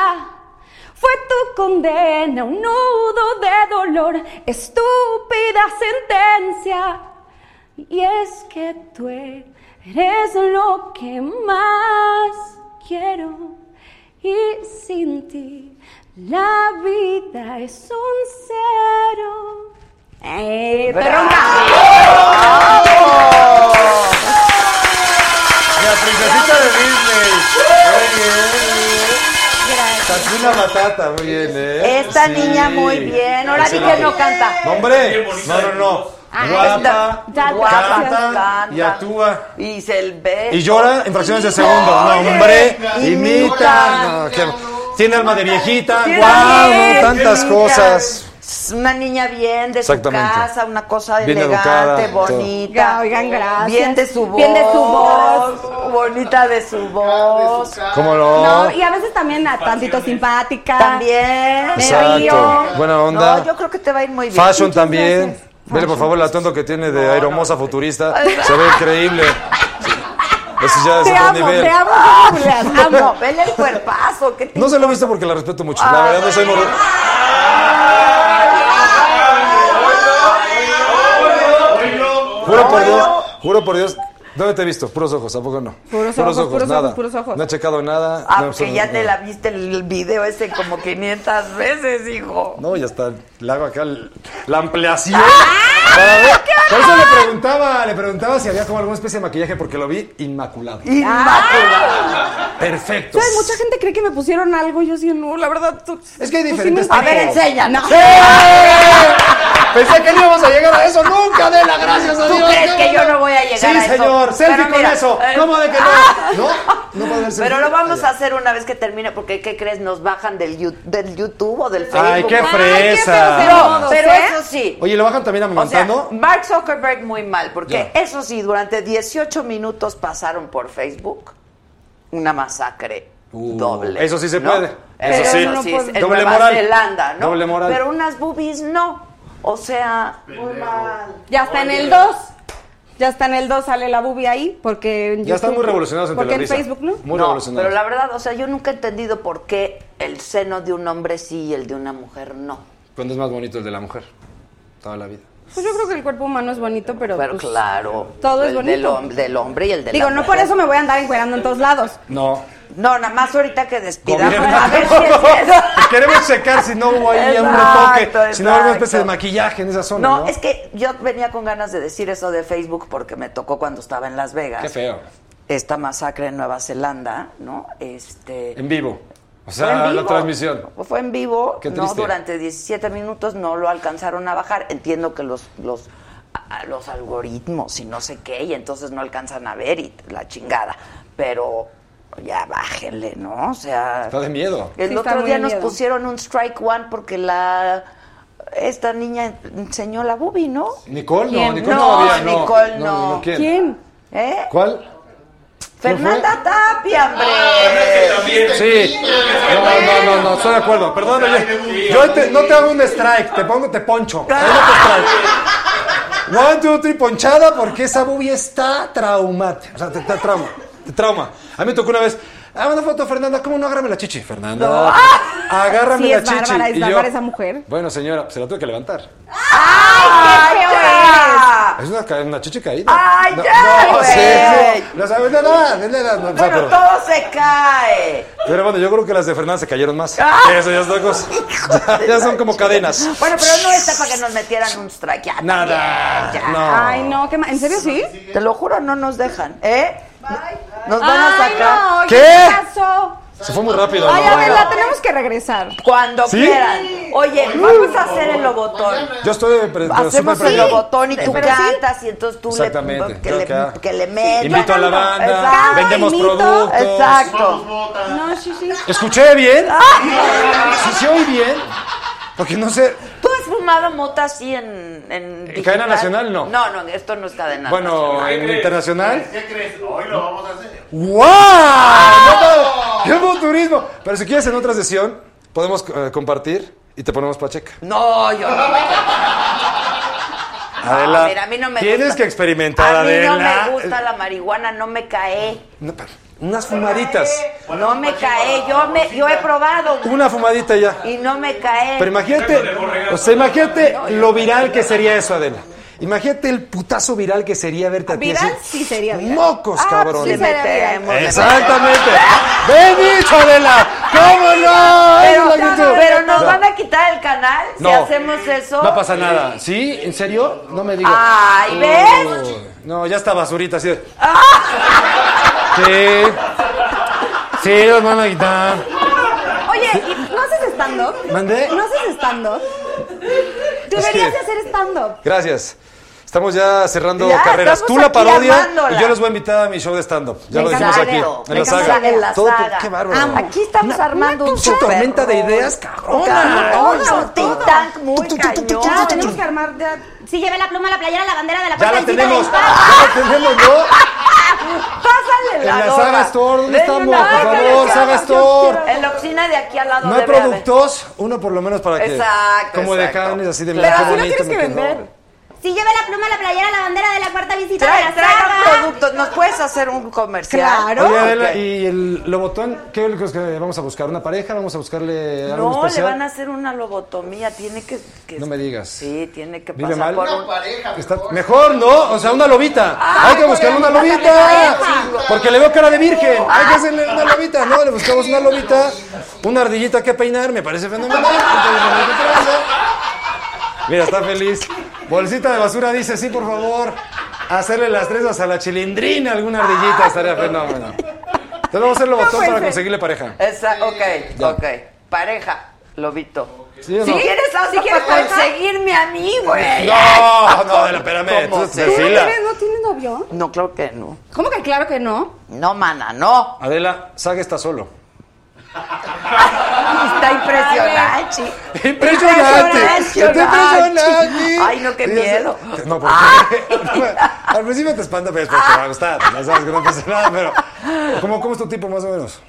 [SPEAKER 6] Fue tu condena un nudo de dolor, estúpida sentencia. Y es que tú eres lo que más quiero y sin ti la vida es un cero. ¡Eh,
[SPEAKER 7] La princesita de Disney. Muy bien. Tachina Matata, muy bien, ¿eh?
[SPEAKER 1] Esta
[SPEAKER 7] Sí.
[SPEAKER 1] niña muy bien. Ahora di que
[SPEAKER 7] Excelente.
[SPEAKER 1] no canta.
[SPEAKER 7] No, hombre. No, no, no.
[SPEAKER 1] Ah,
[SPEAKER 7] Guapa,
[SPEAKER 1] está-
[SPEAKER 7] canta
[SPEAKER 1] canta.
[SPEAKER 7] y actúa.
[SPEAKER 1] Y se el ve.
[SPEAKER 7] Y llora en fracciones de segundo. No,
[SPEAKER 1] Oye,
[SPEAKER 7] hombre,
[SPEAKER 1] imita.
[SPEAKER 7] imita. No, qué- Tiene alma de viejita.
[SPEAKER 1] Tiene
[SPEAKER 7] ¡Wow!
[SPEAKER 1] bien,
[SPEAKER 7] Tantas
[SPEAKER 1] niña.
[SPEAKER 7] cosas.
[SPEAKER 1] Es Una niña bien de su
[SPEAKER 7] Exactamente.
[SPEAKER 1] casa, una cosa
[SPEAKER 7] Bien
[SPEAKER 1] elegante,
[SPEAKER 7] educada, todo.
[SPEAKER 1] bonita.
[SPEAKER 2] Oigan, gracias.
[SPEAKER 1] Bien de su voz.
[SPEAKER 2] Bien de su voz.
[SPEAKER 1] Bonita de su voz.
[SPEAKER 7] ¿Cómo
[SPEAKER 2] No,
[SPEAKER 7] no?
[SPEAKER 2] y a veces también a tantito simpática.
[SPEAKER 1] También.
[SPEAKER 2] Me
[SPEAKER 7] Exacto.
[SPEAKER 2] río.
[SPEAKER 7] Buena onda.
[SPEAKER 1] No, yo creo que te va a ir muy bien.
[SPEAKER 7] Fashion también. Vele por favor el atuendo que tiene de aeromosa futurista. Se ve increíble. Eso ya es
[SPEAKER 1] Te
[SPEAKER 7] otro
[SPEAKER 1] amo,
[SPEAKER 7] nivel. Ah.
[SPEAKER 1] te amo, ¿cómo las amo. Vele el cuerpazo. Que te...
[SPEAKER 7] No se lo he visto porque la respeto mucho. La verdad no soy moro. Juro por Dios, juro por Dios. ¿Dónde te he visto? Puros ojos, ¿a poco no?
[SPEAKER 2] Puros ojos, puros
[SPEAKER 7] nada.
[SPEAKER 2] ojos, puros ojos.
[SPEAKER 7] No he checado
[SPEAKER 1] Ah,
[SPEAKER 7] nada. no,
[SPEAKER 1] porque
[SPEAKER 7] absolutamente
[SPEAKER 1] ya te la
[SPEAKER 7] nada.
[SPEAKER 1] viste el video ese como 500 veces, hijo.
[SPEAKER 7] No, ya está. Le hago acá el- la ampliación.
[SPEAKER 1] ¡Ah!
[SPEAKER 7] Para ver. Por eso le preguntaba, le preguntaba si había como alguna especie de maquillaje porque lo vi inmaculado.
[SPEAKER 1] Inmaculada.
[SPEAKER 7] Perfecto.
[SPEAKER 2] ¿Sabes? Mucha gente cree que me pusieron algo. Yo sí, no, la verdad. tú-
[SPEAKER 7] Es
[SPEAKER 4] Pues
[SPEAKER 7] que hay
[SPEAKER 2] tú sí
[SPEAKER 7] diferentes
[SPEAKER 2] me-
[SPEAKER 1] A ver, enséñanos.
[SPEAKER 2] No.
[SPEAKER 1] ¿Tú
[SPEAKER 7] Pensé que no íbamos a llegar a eso nunca, de la gracias a Dios.
[SPEAKER 1] crees
[SPEAKER 7] qué
[SPEAKER 1] que yo
[SPEAKER 7] bueno.
[SPEAKER 1] no voy a llegar
[SPEAKER 7] Sí,
[SPEAKER 1] a eso?
[SPEAKER 7] señor, selfie
[SPEAKER 1] Pero
[SPEAKER 7] con
[SPEAKER 1] mira,
[SPEAKER 7] eso.
[SPEAKER 1] eh,
[SPEAKER 7] ¿Cómo de que no? No, no puede ser.
[SPEAKER 1] Pero lo vamos a hacer una vez que termine, porque ¿qué crees? Nos bajan del, Yu- del YouTube o del Facebook.
[SPEAKER 7] Ay, qué
[SPEAKER 1] Ay,
[SPEAKER 7] fresa.
[SPEAKER 2] feos de
[SPEAKER 1] No,
[SPEAKER 2] modos,
[SPEAKER 1] pero
[SPEAKER 2] ¿eh?
[SPEAKER 1] eso sí.
[SPEAKER 7] Oye, ¿lo bajan también
[SPEAKER 1] O sea,
[SPEAKER 7] amamantando?
[SPEAKER 1] Mark Zuckerberg muy mal, porque
[SPEAKER 7] Ya.
[SPEAKER 1] eso sí, durante 18 minutos pasaron por Facebook una masacre
[SPEAKER 7] Uh,
[SPEAKER 1] doble.
[SPEAKER 7] Eso sí se
[SPEAKER 1] ¿no?
[SPEAKER 7] puede.
[SPEAKER 1] Pero
[SPEAKER 7] Eso sí.
[SPEAKER 1] eso sí es en
[SPEAKER 7] Doble
[SPEAKER 1] Nueva
[SPEAKER 7] moral.
[SPEAKER 1] Zelanda, ¿no?
[SPEAKER 7] Doble moral.
[SPEAKER 1] Pero unas boobies no. O sea,
[SPEAKER 6] Ya está en el 2. Ya está en el 2, sale la bubi ahí, porque... en
[SPEAKER 7] Ya están
[SPEAKER 6] YouTube-
[SPEAKER 7] muy revolucionados entre
[SPEAKER 6] Porque
[SPEAKER 7] la
[SPEAKER 6] en
[SPEAKER 7] risa.
[SPEAKER 6] Facebook, ¿no?
[SPEAKER 7] Muy
[SPEAKER 1] no,
[SPEAKER 7] revolucionados.
[SPEAKER 1] pero la verdad, o sea, yo nunca he entendido por qué el seno de un hombre sí y el de una mujer no.
[SPEAKER 7] Cuando es más bonito el de la mujer. Toda la vida.
[SPEAKER 6] Pues yo creo que el cuerpo humano es bonito, pero...
[SPEAKER 1] Pero
[SPEAKER 6] pues,
[SPEAKER 1] claro,
[SPEAKER 6] Todo es
[SPEAKER 1] el del,
[SPEAKER 6] bonito.
[SPEAKER 1] hom- del hombre y el de
[SPEAKER 6] Digo,
[SPEAKER 1] la
[SPEAKER 6] no
[SPEAKER 1] mujer.
[SPEAKER 6] por eso me voy a andar encuerando en todos lados.
[SPEAKER 7] No.
[SPEAKER 1] No, nada más ahorita que despidamos.
[SPEAKER 7] Gobierno.
[SPEAKER 1] A ver si es cierto.
[SPEAKER 7] Queremos checar si no hubo ahí un
[SPEAKER 1] Exacto,
[SPEAKER 7] retoque, si no hubo una especie
[SPEAKER 1] exacto.
[SPEAKER 7] de maquillaje en esa zona.
[SPEAKER 1] No,
[SPEAKER 7] No,
[SPEAKER 1] es que yo venía con ganas de decir eso de Facebook porque me tocó cuando estaba en Las Vegas.
[SPEAKER 7] Qué feo.
[SPEAKER 1] Esta masacre en Nueva Zelanda, ¿no? Este.
[SPEAKER 7] En vivo. O
[SPEAKER 1] Fue en
[SPEAKER 7] sea, la
[SPEAKER 1] vivo.
[SPEAKER 7] transmisión.
[SPEAKER 1] Fue en vivo,
[SPEAKER 7] Qué
[SPEAKER 1] no
[SPEAKER 7] triste.
[SPEAKER 1] durante 17 minutos no lo alcanzaron a bajar. Entiendo que los los a- a los algoritmos y no sé qué y entonces no alcanzan a ver y la chingada, pero ya bájenle, ¿no? O sea,
[SPEAKER 7] Está de miedo.
[SPEAKER 1] el otro día nos pusieron un strike one porque la esta niña enseñó la bubi, ¿no?
[SPEAKER 7] Nicole no,
[SPEAKER 1] ¿Quién?
[SPEAKER 7] Nicole todavía no.
[SPEAKER 1] Nicole no.
[SPEAKER 7] ¿quién?
[SPEAKER 1] ¿Eh?
[SPEAKER 7] ¿Cuál?
[SPEAKER 1] Fernanda Tapia,
[SPEAKER 6] Ah,
[SPEAKER 1] hombre.
[SPEAKER 7] Sí. No, no, no, no, estoy de acuerdo. Perdóname. Yo, yo te- no te hago un strike, te pongo, te poncho. Ahí no te strike. One, two, three, ponchada, porque esa bubia está traumática. O sea, te, te trauma. Te trauma. A mí me tocó una vez. Ah, una foto, Fernanda. ¿Cómo no agárrame la chichi? Fernanda. Agárrame
[SPEAKER 6] sí,
[SPEAKER 7] la
[SPEAKER 6] es
[SPEAKER 7] chichi.
[SPEAKER 6] bárbara, es
[SPEAKER 7] Y yo,
[SPEAKER 6] bárbara esa mujer.
[SPEAKER 7] Bueno, señora, pues se la tuve que levantar.
[SPEAKER 6] ¡Ay, qué feo eres!
[SPEAKER 7] Es una, ca- una chichi caída.
[SPEAKER 1] ¡Ay,
[SPEAKER 7] no,
[SPEAKER 1] ya,
[SPEAKER 7] No, sí,
[SPEAKER 1] güey!
[SPEAKER 7] sí. No sabes de nada, de nada. No, o sea,
[SPEAKER 1] Bueno,
[SPEAKER 7] pero-
[SPEAKER 1] todo se cae.
[SPEAKER 7] pero bueno, yo creo que las de Fernanda se cayeron más.
[SPEAKER 1] ¡Ah!
[SPEAKER 7] Eso ya es otra cosa. Ya, ya son como cadenas.
[SPEAKER 1] Bueno, pero no está para que nos metieran un strike. Ya,
[SPEAKER 7] Nada.
[SPEAKER 1] también, ya.
[SPEAKER 7] No.
[SPEAKER 6] Ay, no, ¿qué ma- ¿en serio sí?
[SPEAKER 1] Te lo juro, no nos dejan. ¿Eh? Nos van a
[SPEAKER 6] Ay,
[SPEAKER 1] sacar.
[SPEAKER 6] no, oye,
[SPEAKER 7] ¿Qué?
[SPEAKER 6] ¿qué pasó?
[SPEAKER 7] Se fue muy rápido.
[SPEAKER 6] Ay,
[SPEAKER 7] ¿no?
[SPEAKER 6] Adela, tenemos que regresar.
[SPEAKER 1] Cuando
[SPEAKER 7] ¿Sí?
[SPEAKER 1] quieran. Oye, vamos a hacer el lobotón.
[SPEAKER 7] Yo estoy pre- pero súper
[SPEAKER 1] Hacemos el
[SPEAKER 7] prendido.
[SPEAKER 1] lobotón y tú
[SPEAKER 6] Pero sí.
[SPEAKER 1] cantas y entonces tú le,
[SPEAKER 7] Exactamente,
[SPEAKER 1] que,
[SPEAKER 7] creo
[SPEAKER 1] le,
[SPEAKER 7] que-
[SPEAKER 1] que le metas.
[SPEAKER 7] Invito a la banda,
[SPEAKER 1] Exacto.
[SPEAKER 7] vendemos
[SPEAKER 1] Invito.
[SPEAKER 7] productos.
[SPEAKER 1] Exacto.
[SPEAKER 6] No, sí, sí.
[SPEAKER 7] ¿Escuché bien? ¿Sí se oí bien? Porque no sé.
[SPEAKER 1] ¿Tú has fumado mota así en, en, digital?
[SPEAKER 7] cadena nacional, no.
[SPEAKER 1] No, no, esto no es cadena
[SPEAKER 7] Bueno,
[SPEAKER 1] nacional.
[SPEAKER 7] en internacional.
[SPEAKER 4] ¿Qué crees? Hoy lo vamos a hacer.
[SPEAKER 7] ¡Wow! ¡Qué turismo! Pero si quieres en otra sesión, podemos eh, compartir y te ponemos pacheca.
[SPEAKER 1] No, yo no.
[SPEAKER 7] Adela,
[SPEAKER 1] Ah, mira, a mí no me
[SPEAKER 7] tienes
[SPEAKER 1] gusta.
[SPEAKER 7] que experimentar,
[SPEAKER 1] a mí
[SPEAKER 7] Adela.
[SPEAKER 1] no me gusta la marihuana, no me cae.
[SPEAKER 7] No, pero unas fumaditas.
[SPEAKER 1] No me cae. Yo me, yo he probado
[SPEAKER 7] Una fumadita y ya.
[SPEAKER 1] y no me cae.
[SPEAKER 7] Pero imagínate, o sea, imagínate lo viral que sería eso, Adela. Imagínate el putazo viral que sería verte a ti así.
[SPEAKER 6] Viral sí sería viral. Ah,
[SPEAKER 1] Ah,
[SPEAKER 7] ¡Mocos, cabrón!
[SPEAKER 6] sí
[SPEAKER 7] Eh,
[SPEAKER 6] sería viral.
[SPEAKER 7] Exactamente. ¡Ven dicho, Adela! ¡Cómo no! ¡Ay,
[SPEAKER 1] Pero,
[SPEAKER 7] la grito!
[SPEAKER 1] pero nos van a quitar el canal
[SPEAKER 7] eh, No.
[SPEAKER 1] si hacemos eso.
[SPEAKER 7] No pasa nada. ¿Sí? ¿En serio? No me digas.
[SPEAKER 1] Ay,
[SPEAKER 6] Ah.
[SPEAKER 1] ¿ves?
[SPEAKER 7] Uy, No, ya está basurita así. de-
[SPEAKER 6] Ah.
[SPEAKER 7] Sí. Sí, los van a quitar.
[SPEAKER 6] Oye, ¿y ¿no haces stand-up?
[SPEAKER 7] ¿Mandé?
[SPEAKER 6] ¿No haces stand-up? Deberías de hacer stand-up.
[SPEAKER 7] Gracias. Estamos ya cerrando
[SPEAKER 1] Ya,
[SPEAKER 7] carreras.
[SPEAKER 1] estamos
[SPEAKER 7] Tú la
[SPEAKER 1] aquí
[SPEAKER 7] parodia
[SPEAKER 1] amándola.
[SPEAKER 7] y yo les voy a invitar a mi show de stand-up. Ya
[SPEAKER 1] Me
[SPEAKER 7] lo dijimos aquí.
[SPEAKER 1] encantaría.
[SPEAKER 7] En
[SPEAKER 1] Me
[SPEAKER 7] la saga.
[SPEAKER 1] encantaría. En la
[SPEAKER 7] Todo por-
[SPEAKER 1] saga.
[SPEAKER 7] qué bárbaro.
[SPEAKER 1] Amo. Aquí estamos armando un
[SPEAKER 7] pinche
[SPEAKER 1] super
[SPEAKER 7] tormenta de
[SPEAKER 1] rol.
[SPEAKER 7] ideas, cabrona.
[SPEAKER 1] Cabrón,
[SPEAKER 7] Exacto.
[SPEAKER 1] un think tank muy
[SPEAKER 6] No,
[SPEAKER 1] cañón.
[SPEAKER 6] tenemos que armar ya.
[SPEAKER 18] Sí, llevé la pluma, la playera, la bandera de la
[SPEAKER 1] pues
[SPEAKER 7] Ya
[SPEAKER 18] puerta
[SPEAKER 7] la
[SPEAKER 18] del sitio de
[SPEAKER 7] tenemos.
[SPEAKER 18] disparo.
[SPEAKER 7] Ya la tenemos, ¿no?
[SPEAKER 1] Pásale
[SPEAKER 7] En la
[SPEAKER 1] gorra.
[SPEAKER 7] Saga Store, ¿dónde
[SPEAKER 1] Denle
[SPEAKER 7] estamos?
[SPEAKER 1] una-
[SPEAKER 7] Por
[SPEAKER 1] Ay,
[SPEAKER 7] favor,
[SPEAKER 1] yo
[SPEAKER 7] Saga
[SPEAKER 1] quiero-
[SPEAKER 7] Store.
[SPEAKER 1] En la oficina de aquí al lado
[SPEAKER 7] No hay
[SPEAKER 1] debe haber.
[SPEAKER 7] productos. Uno por lo menos para que.
[SPEAKER 1] Exacto,
[SPEAKER 7] Como de
[SPEAKER 1] exacto.
[SPEAKER 7] carnes, así de
[SPEAKER 1] Pero
[SPEAKER 7] qué
[SPEAKER 1] así lo
[SPEAKER 7] bonito
[SPEAKER 1] tienes
[SPEAKER 7] me
[SPEAKER 1] que
[SPEAKER 7] quedó.
[SPEAKER 1] vender.
[SPEAKER 18] Sí, llevé la pluma, la playera, la bandera de la cuarta visita de
[SPEAKER 1] Trae,
[SPEAKER 18] la
[SPEAKER 1] traigan
[SPEAKER 18] saga.
[SPEAKER 1] productos. ¿Nos puedes hacer un comercial?
[SPEAKER 6] Claro.
[SPEAKER 7] Oye, Adela,
[SPEAKER 1] Ok.
[SPEAKER 7] ¿y el Lobotón? ¿Qué es lo que vamos a buscar? ¿Una pareja? ¿Vamos a buscarle algo
[SPEAKER 1] No, le
[SPEAKER 7] especial?
[SPEAKER 1] van a hacer una lobotomía. Tiene que. que-
[SPEAKER 7] No me digas.
[SPEAKER 1] Sí, tiene que
[SPEAKER 7] Vive
[SPEAKER 1] pasar
[SPEAKER 7] mal.
[SPEAKER 1] por
[SPEAKER 7] Una
[SPEAKER 1] un-
[SPEAKER 7] Está- mejor, ¿no? O sea, una lobita.
[SPEAKER 1] Ay,
[SPEAKER 7] Hay que buscar una
[SPEAKER 1] podemos
[SPEAKER 7] lobita.
[SPEAKER 1] hacer pareja.
[SPEAKER 7] Porque le veo cara de virgen. Hay que hacerle una lobita, ¿no? Le buscamos una lobita, una ardillita que peinar, me parece fenomenal. Entonces, ¿no? ¿Qué pasa? Mira, está feliz. Bolsita de basura dice, sí, por favor. Hacerle las trenzas a la chilindrina, alguna ardillita, estaría fenómeno. Te vamos a hacer lobotón para conseguirle pareja.
[SPEAKER 1] Esa, ok, ok. Pareja, lobito.
[SPEAKER 7] ¿Sí o
[SPEAKER 1] Si
[SPEAKER 7] no?
[SPEAKER 1] quieres, hazlo
[SPEAKER 6] quieres
[SPEAKER 1] para
[SPEAKER 6] pareja?
[SPEAKER 1] conseguirme a mí, güey.
[SPEAKER 7] No, no, Adela, espérame.
[SPEAKER 1] ¿Cómo
[SPEAKER 7] Tú
[SPEAKER 1] se-
[SPEAKER 6] ¿Tú no
[SPEAKER 7] desfila.
[SPEAKER 6] tienes, no tienes novio?
[SPEAKER 1] No, claro que no.
[SPEAKER 6] ¿Cómo que claro que no?
[SPEAKER 1] No, mana, no.
[SPEAKER 7] Adela, Saga está solo.
[SPEAKER 1] Está impresionante.
[SPEAKER 7] ¡Impresionante!
[SPEAKER 1] Impresionante.
[SPEAKER 7] ¡Está impresionante!
[SPEAKER 1] no, qué
[SPEAKER 7] Y ya sé-
[SPEAKER 1] miedo. Ah.
[SPEAKER 7] No, porque al principio te espanta, pero después te va a gustar. Ya sabes que no pasa nada, pero ¿cómo, cómo es tu tipo más o menos?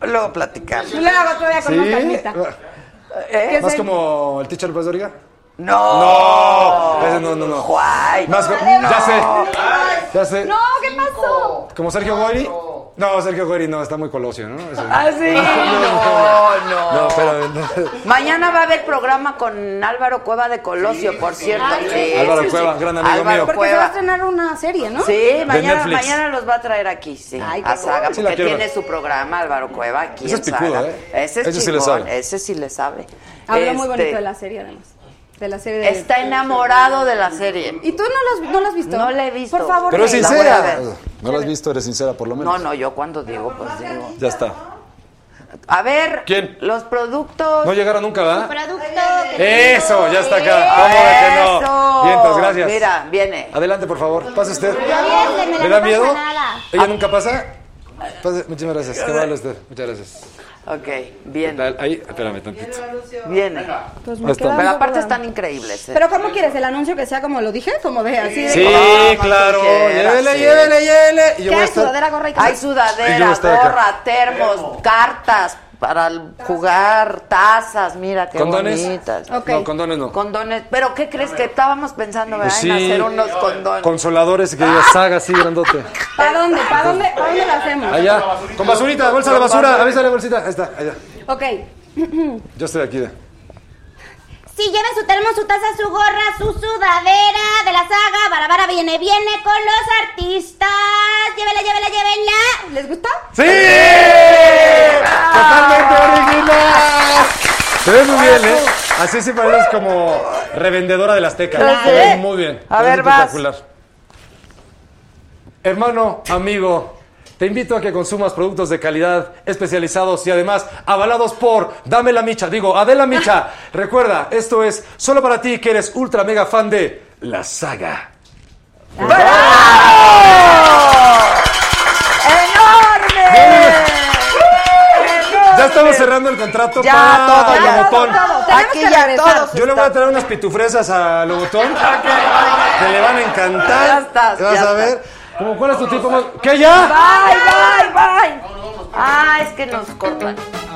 [SPEAKER 1] Luego platicamos.
[SPEAKER 6] Luego todavía con una carnita.
[SPEAKER 1] ¿Eh?
[SPEAKER 6] ¿Qué
[SPEAKER 7] ¿Eh? ¿Más
[SPEAKER 6] es el-
[SPEAKER 7] como el teacher Paz de Origa?
[SPEAKER 1] No. Oh.
[SPEAKER 7] No. Ese no, no, no. Más co- Ya sé. Ya sé.
[SPEAKER 6] No, ¿qué pasó?
[SPEAKER 7] ¿Como Sergio Goyri? No, Sergio Goyri no, está muy colosio, ¿no? Ese no.
[SPEAKER 1] Ah, sí, no, no.
[SPEAKER 7] No, espérame. no.
[SPEAKER 1] Mañana va a haber programa con Álvaro Cueva de Colosio, por cierto.
[SPEAKER 6] Ay,
[SPEAKER 1] sí,
[SPEAKER 7] Álvaro
[SPEAKER 1] sí,
[SPEAKER 7] Cueva,
[SPEAKER 1] sí.
[SPEAKER 7] gran amigo
[SPEAKER 1] Álvaro
[SPEAKER 7] mío.
[SPEAKER 6] Porque se
[SPEAKER 1] Cueva.
[SPEAKER 6] va a estrenar una serie, ¿no?
[SPEAKER 1] Sí, mañana,
[SPEAKER 7] Netflix.
[SPEAKER 1] mañana los va a traer aquí, sí. a Saga,
[SPEAKER 7] bueno. Sí la
[SPEAKER 1] porque
[SPEAKER 7] quiero
[SPEAKER 1] tiene
[SPEAKER 7] ver.
[SPEAKER 1] su programa Álvaro Cueva aquí
[SPEAKER 7] Ese
[SPEAKER 1] en
[SPEAKER 7] es picudo,
[SPEAKER 1] Saga.
[SPEAKER 7] ¿eh?
[SPEAKER 1] Ese es
[SPEAKER 7] Ese sí le
[SPEAKER 1] chingón,
[SPEAKER 7] sabe.
[SPEAKER 1] Ese sí le sabe.
[SPEAKER 6] Habló
[SPEAKER 1] Este,
[SPEAKER 6] muy bonito de la serie, además. De la serie de-
[SPEAKER 1] Está enamorado de la serie.
[SPEAKER 6] ¿Y tú no las, no las has visto? No la he visto. Por favor,
[SPEAKER 7] Pero es
[SPEAKER 6] ve.
[SPEAKER 7] sincera. No lo has visto, eres sincera por lo
[SPEAKER 1] No,
[SPEAKER 7] menos.
[SPEAKER 1] no, yo cuando digo, pues digo.
[SPEAKER 7] Ya está.
[SPEAKER 1] A ver,
[SPEAKER 7] ¿Quién?
[SPEAKER 1] los productos.
[SPEAKER 7] No llegaron nunca, ¿verdad?
[SPEAKER 1] producto.
[SPEAKER 7] Eso, ya está acá. ¿Cómo de que no? Vientos, gracias.
[SPEAKER 1] Mira, viene.
[SPEAKER 7] Adelante, por favor. Pase usted.
[SPEAKER 1] Pierde, este, me la
[SPEAKER 7] ¿Le da
[SPEAKER 1] no
[SPEAKER 7] miedo?
[SPEAKER 1] pasa nada.
[SPEAKER 7] ¿Ella nunca pasa? Pase. Muchas gracias. Qué vale usted. Muchas gracias.
[SPEAKER 1] Ok, bien.
[SPEAKER 7] Ahí, espérame tantito.
[SPEAKER 1] Viene.
[SPEAKER 6] Pues
[SPEAKER 7] me Ahí está.
[SPEAKER 1] Pero
[SPEAKER 6] quedan
[SPEAKER 1] aparte
[SPEAKER 6] gorda.
[SPEAKER 1] están increíbles. eh.
[SPEAKER 6] Pero ¿cómo quieres? ¿El anuncio que sea como lo dije? Como de así de...
[SPEAKER 7] Sí, claro. Llévele, llévele, llévele. Y yo
[SPEAKER 6] ¿Qué
[SPEAKER 7] voy a
[SPEAKER 6] hay?
[SPEAKER 7] estar-
[SPEAKER 6] ¿Sudadera, gorra y
[SPEAKER 1] Hay
[SPEAKER 7] Y yo voy a
[SPEAKER 1] sudadera,
[SPEAKER 7] estar acá.
[SPEAKER 1] gorra, termos, cartas para el- jugar, tazas, mira qué
[SPEAKER 7] ¿Condones?
[SPEAKER 1] bonitas.
[SPEAKER 7] Ok. No, condones no.
[SPEAKER 1] Condones, pero ¿qué crees que estábamos pensando,
[SPEAKER 7] Pues
[SPEAKER 1] verdad,
[SPEAKER 7] sí.
[SPEAKER 1] en hacer unos condones?
[SPEAKER 7] Consoladores que diga saga así grandote.
[SPEAKER 6] ¿Para dónde? ¿Para dónde? ¿Para dónde lo hacemos?
[SPEAKER 7] Allá. Con basurita, bolsa de
[SPEAKER 6] Con
[SPEAKER 7] basura.
[SPEAKER 6] basura.
[SPEAKER 7] Avísale, bolsita. Ahí está, allá.
[SPEAKER 6] Ok.
[SPEAKER 7] Yo estoy aquí. de-
[SPEAKER 18] Sí, lleve su termo, su taza, su gorra, su sudadera de la saga. Barabara viene, viene con los artistas. Llévela, llévela, llévela.
[SPEAKER 6] ¿Les gusta?
[SPEAKER 7] ¡Sí! ¡Totalmente original! Se ve muy bien, ¿eh? Así sí pareces como revendedora de la Azteca.
[SPEAKER 1] Claro.
[SPEAKER 7] Se ve muy bien.
[SPEAKER 1] A
[SPEAKER 7] Se ve
[SPEAKER 1] ver, vas.
[SPEAKER 7] espectacular. Hermano, amigo, te invito a que consumas productos de calidad, especializados y además avalados por Dame la Micha, digo, Adela Micha. Recuerda, esto es solo para ti que eres ultra mega fan de La Saga. Ya estamos cerrando el contrato
[SPEAKER 1] Ya,
[SPEAKER 7] para
[SPEAKER 1] todo, ya,
[SPEAKER 7] Lobotón.
[SPEAKER 1] todo, todo. Tenemos Aquí que ya regresar. todos
[SPEAKER 7] Yo le voy a traer unas pitufresas a Lobotón que le van a encantar.
[SPEAKER 1] Ya estás,
[SPEAKER 7] Vas
[SPEAKER 1] ya
[SPEAKER 7] a ver. Como, ¿Cuál es tu tipo más? ¿Qué ya?
[SPEAKER 1] Bye, bye, bye. Ah, es que nos cortan.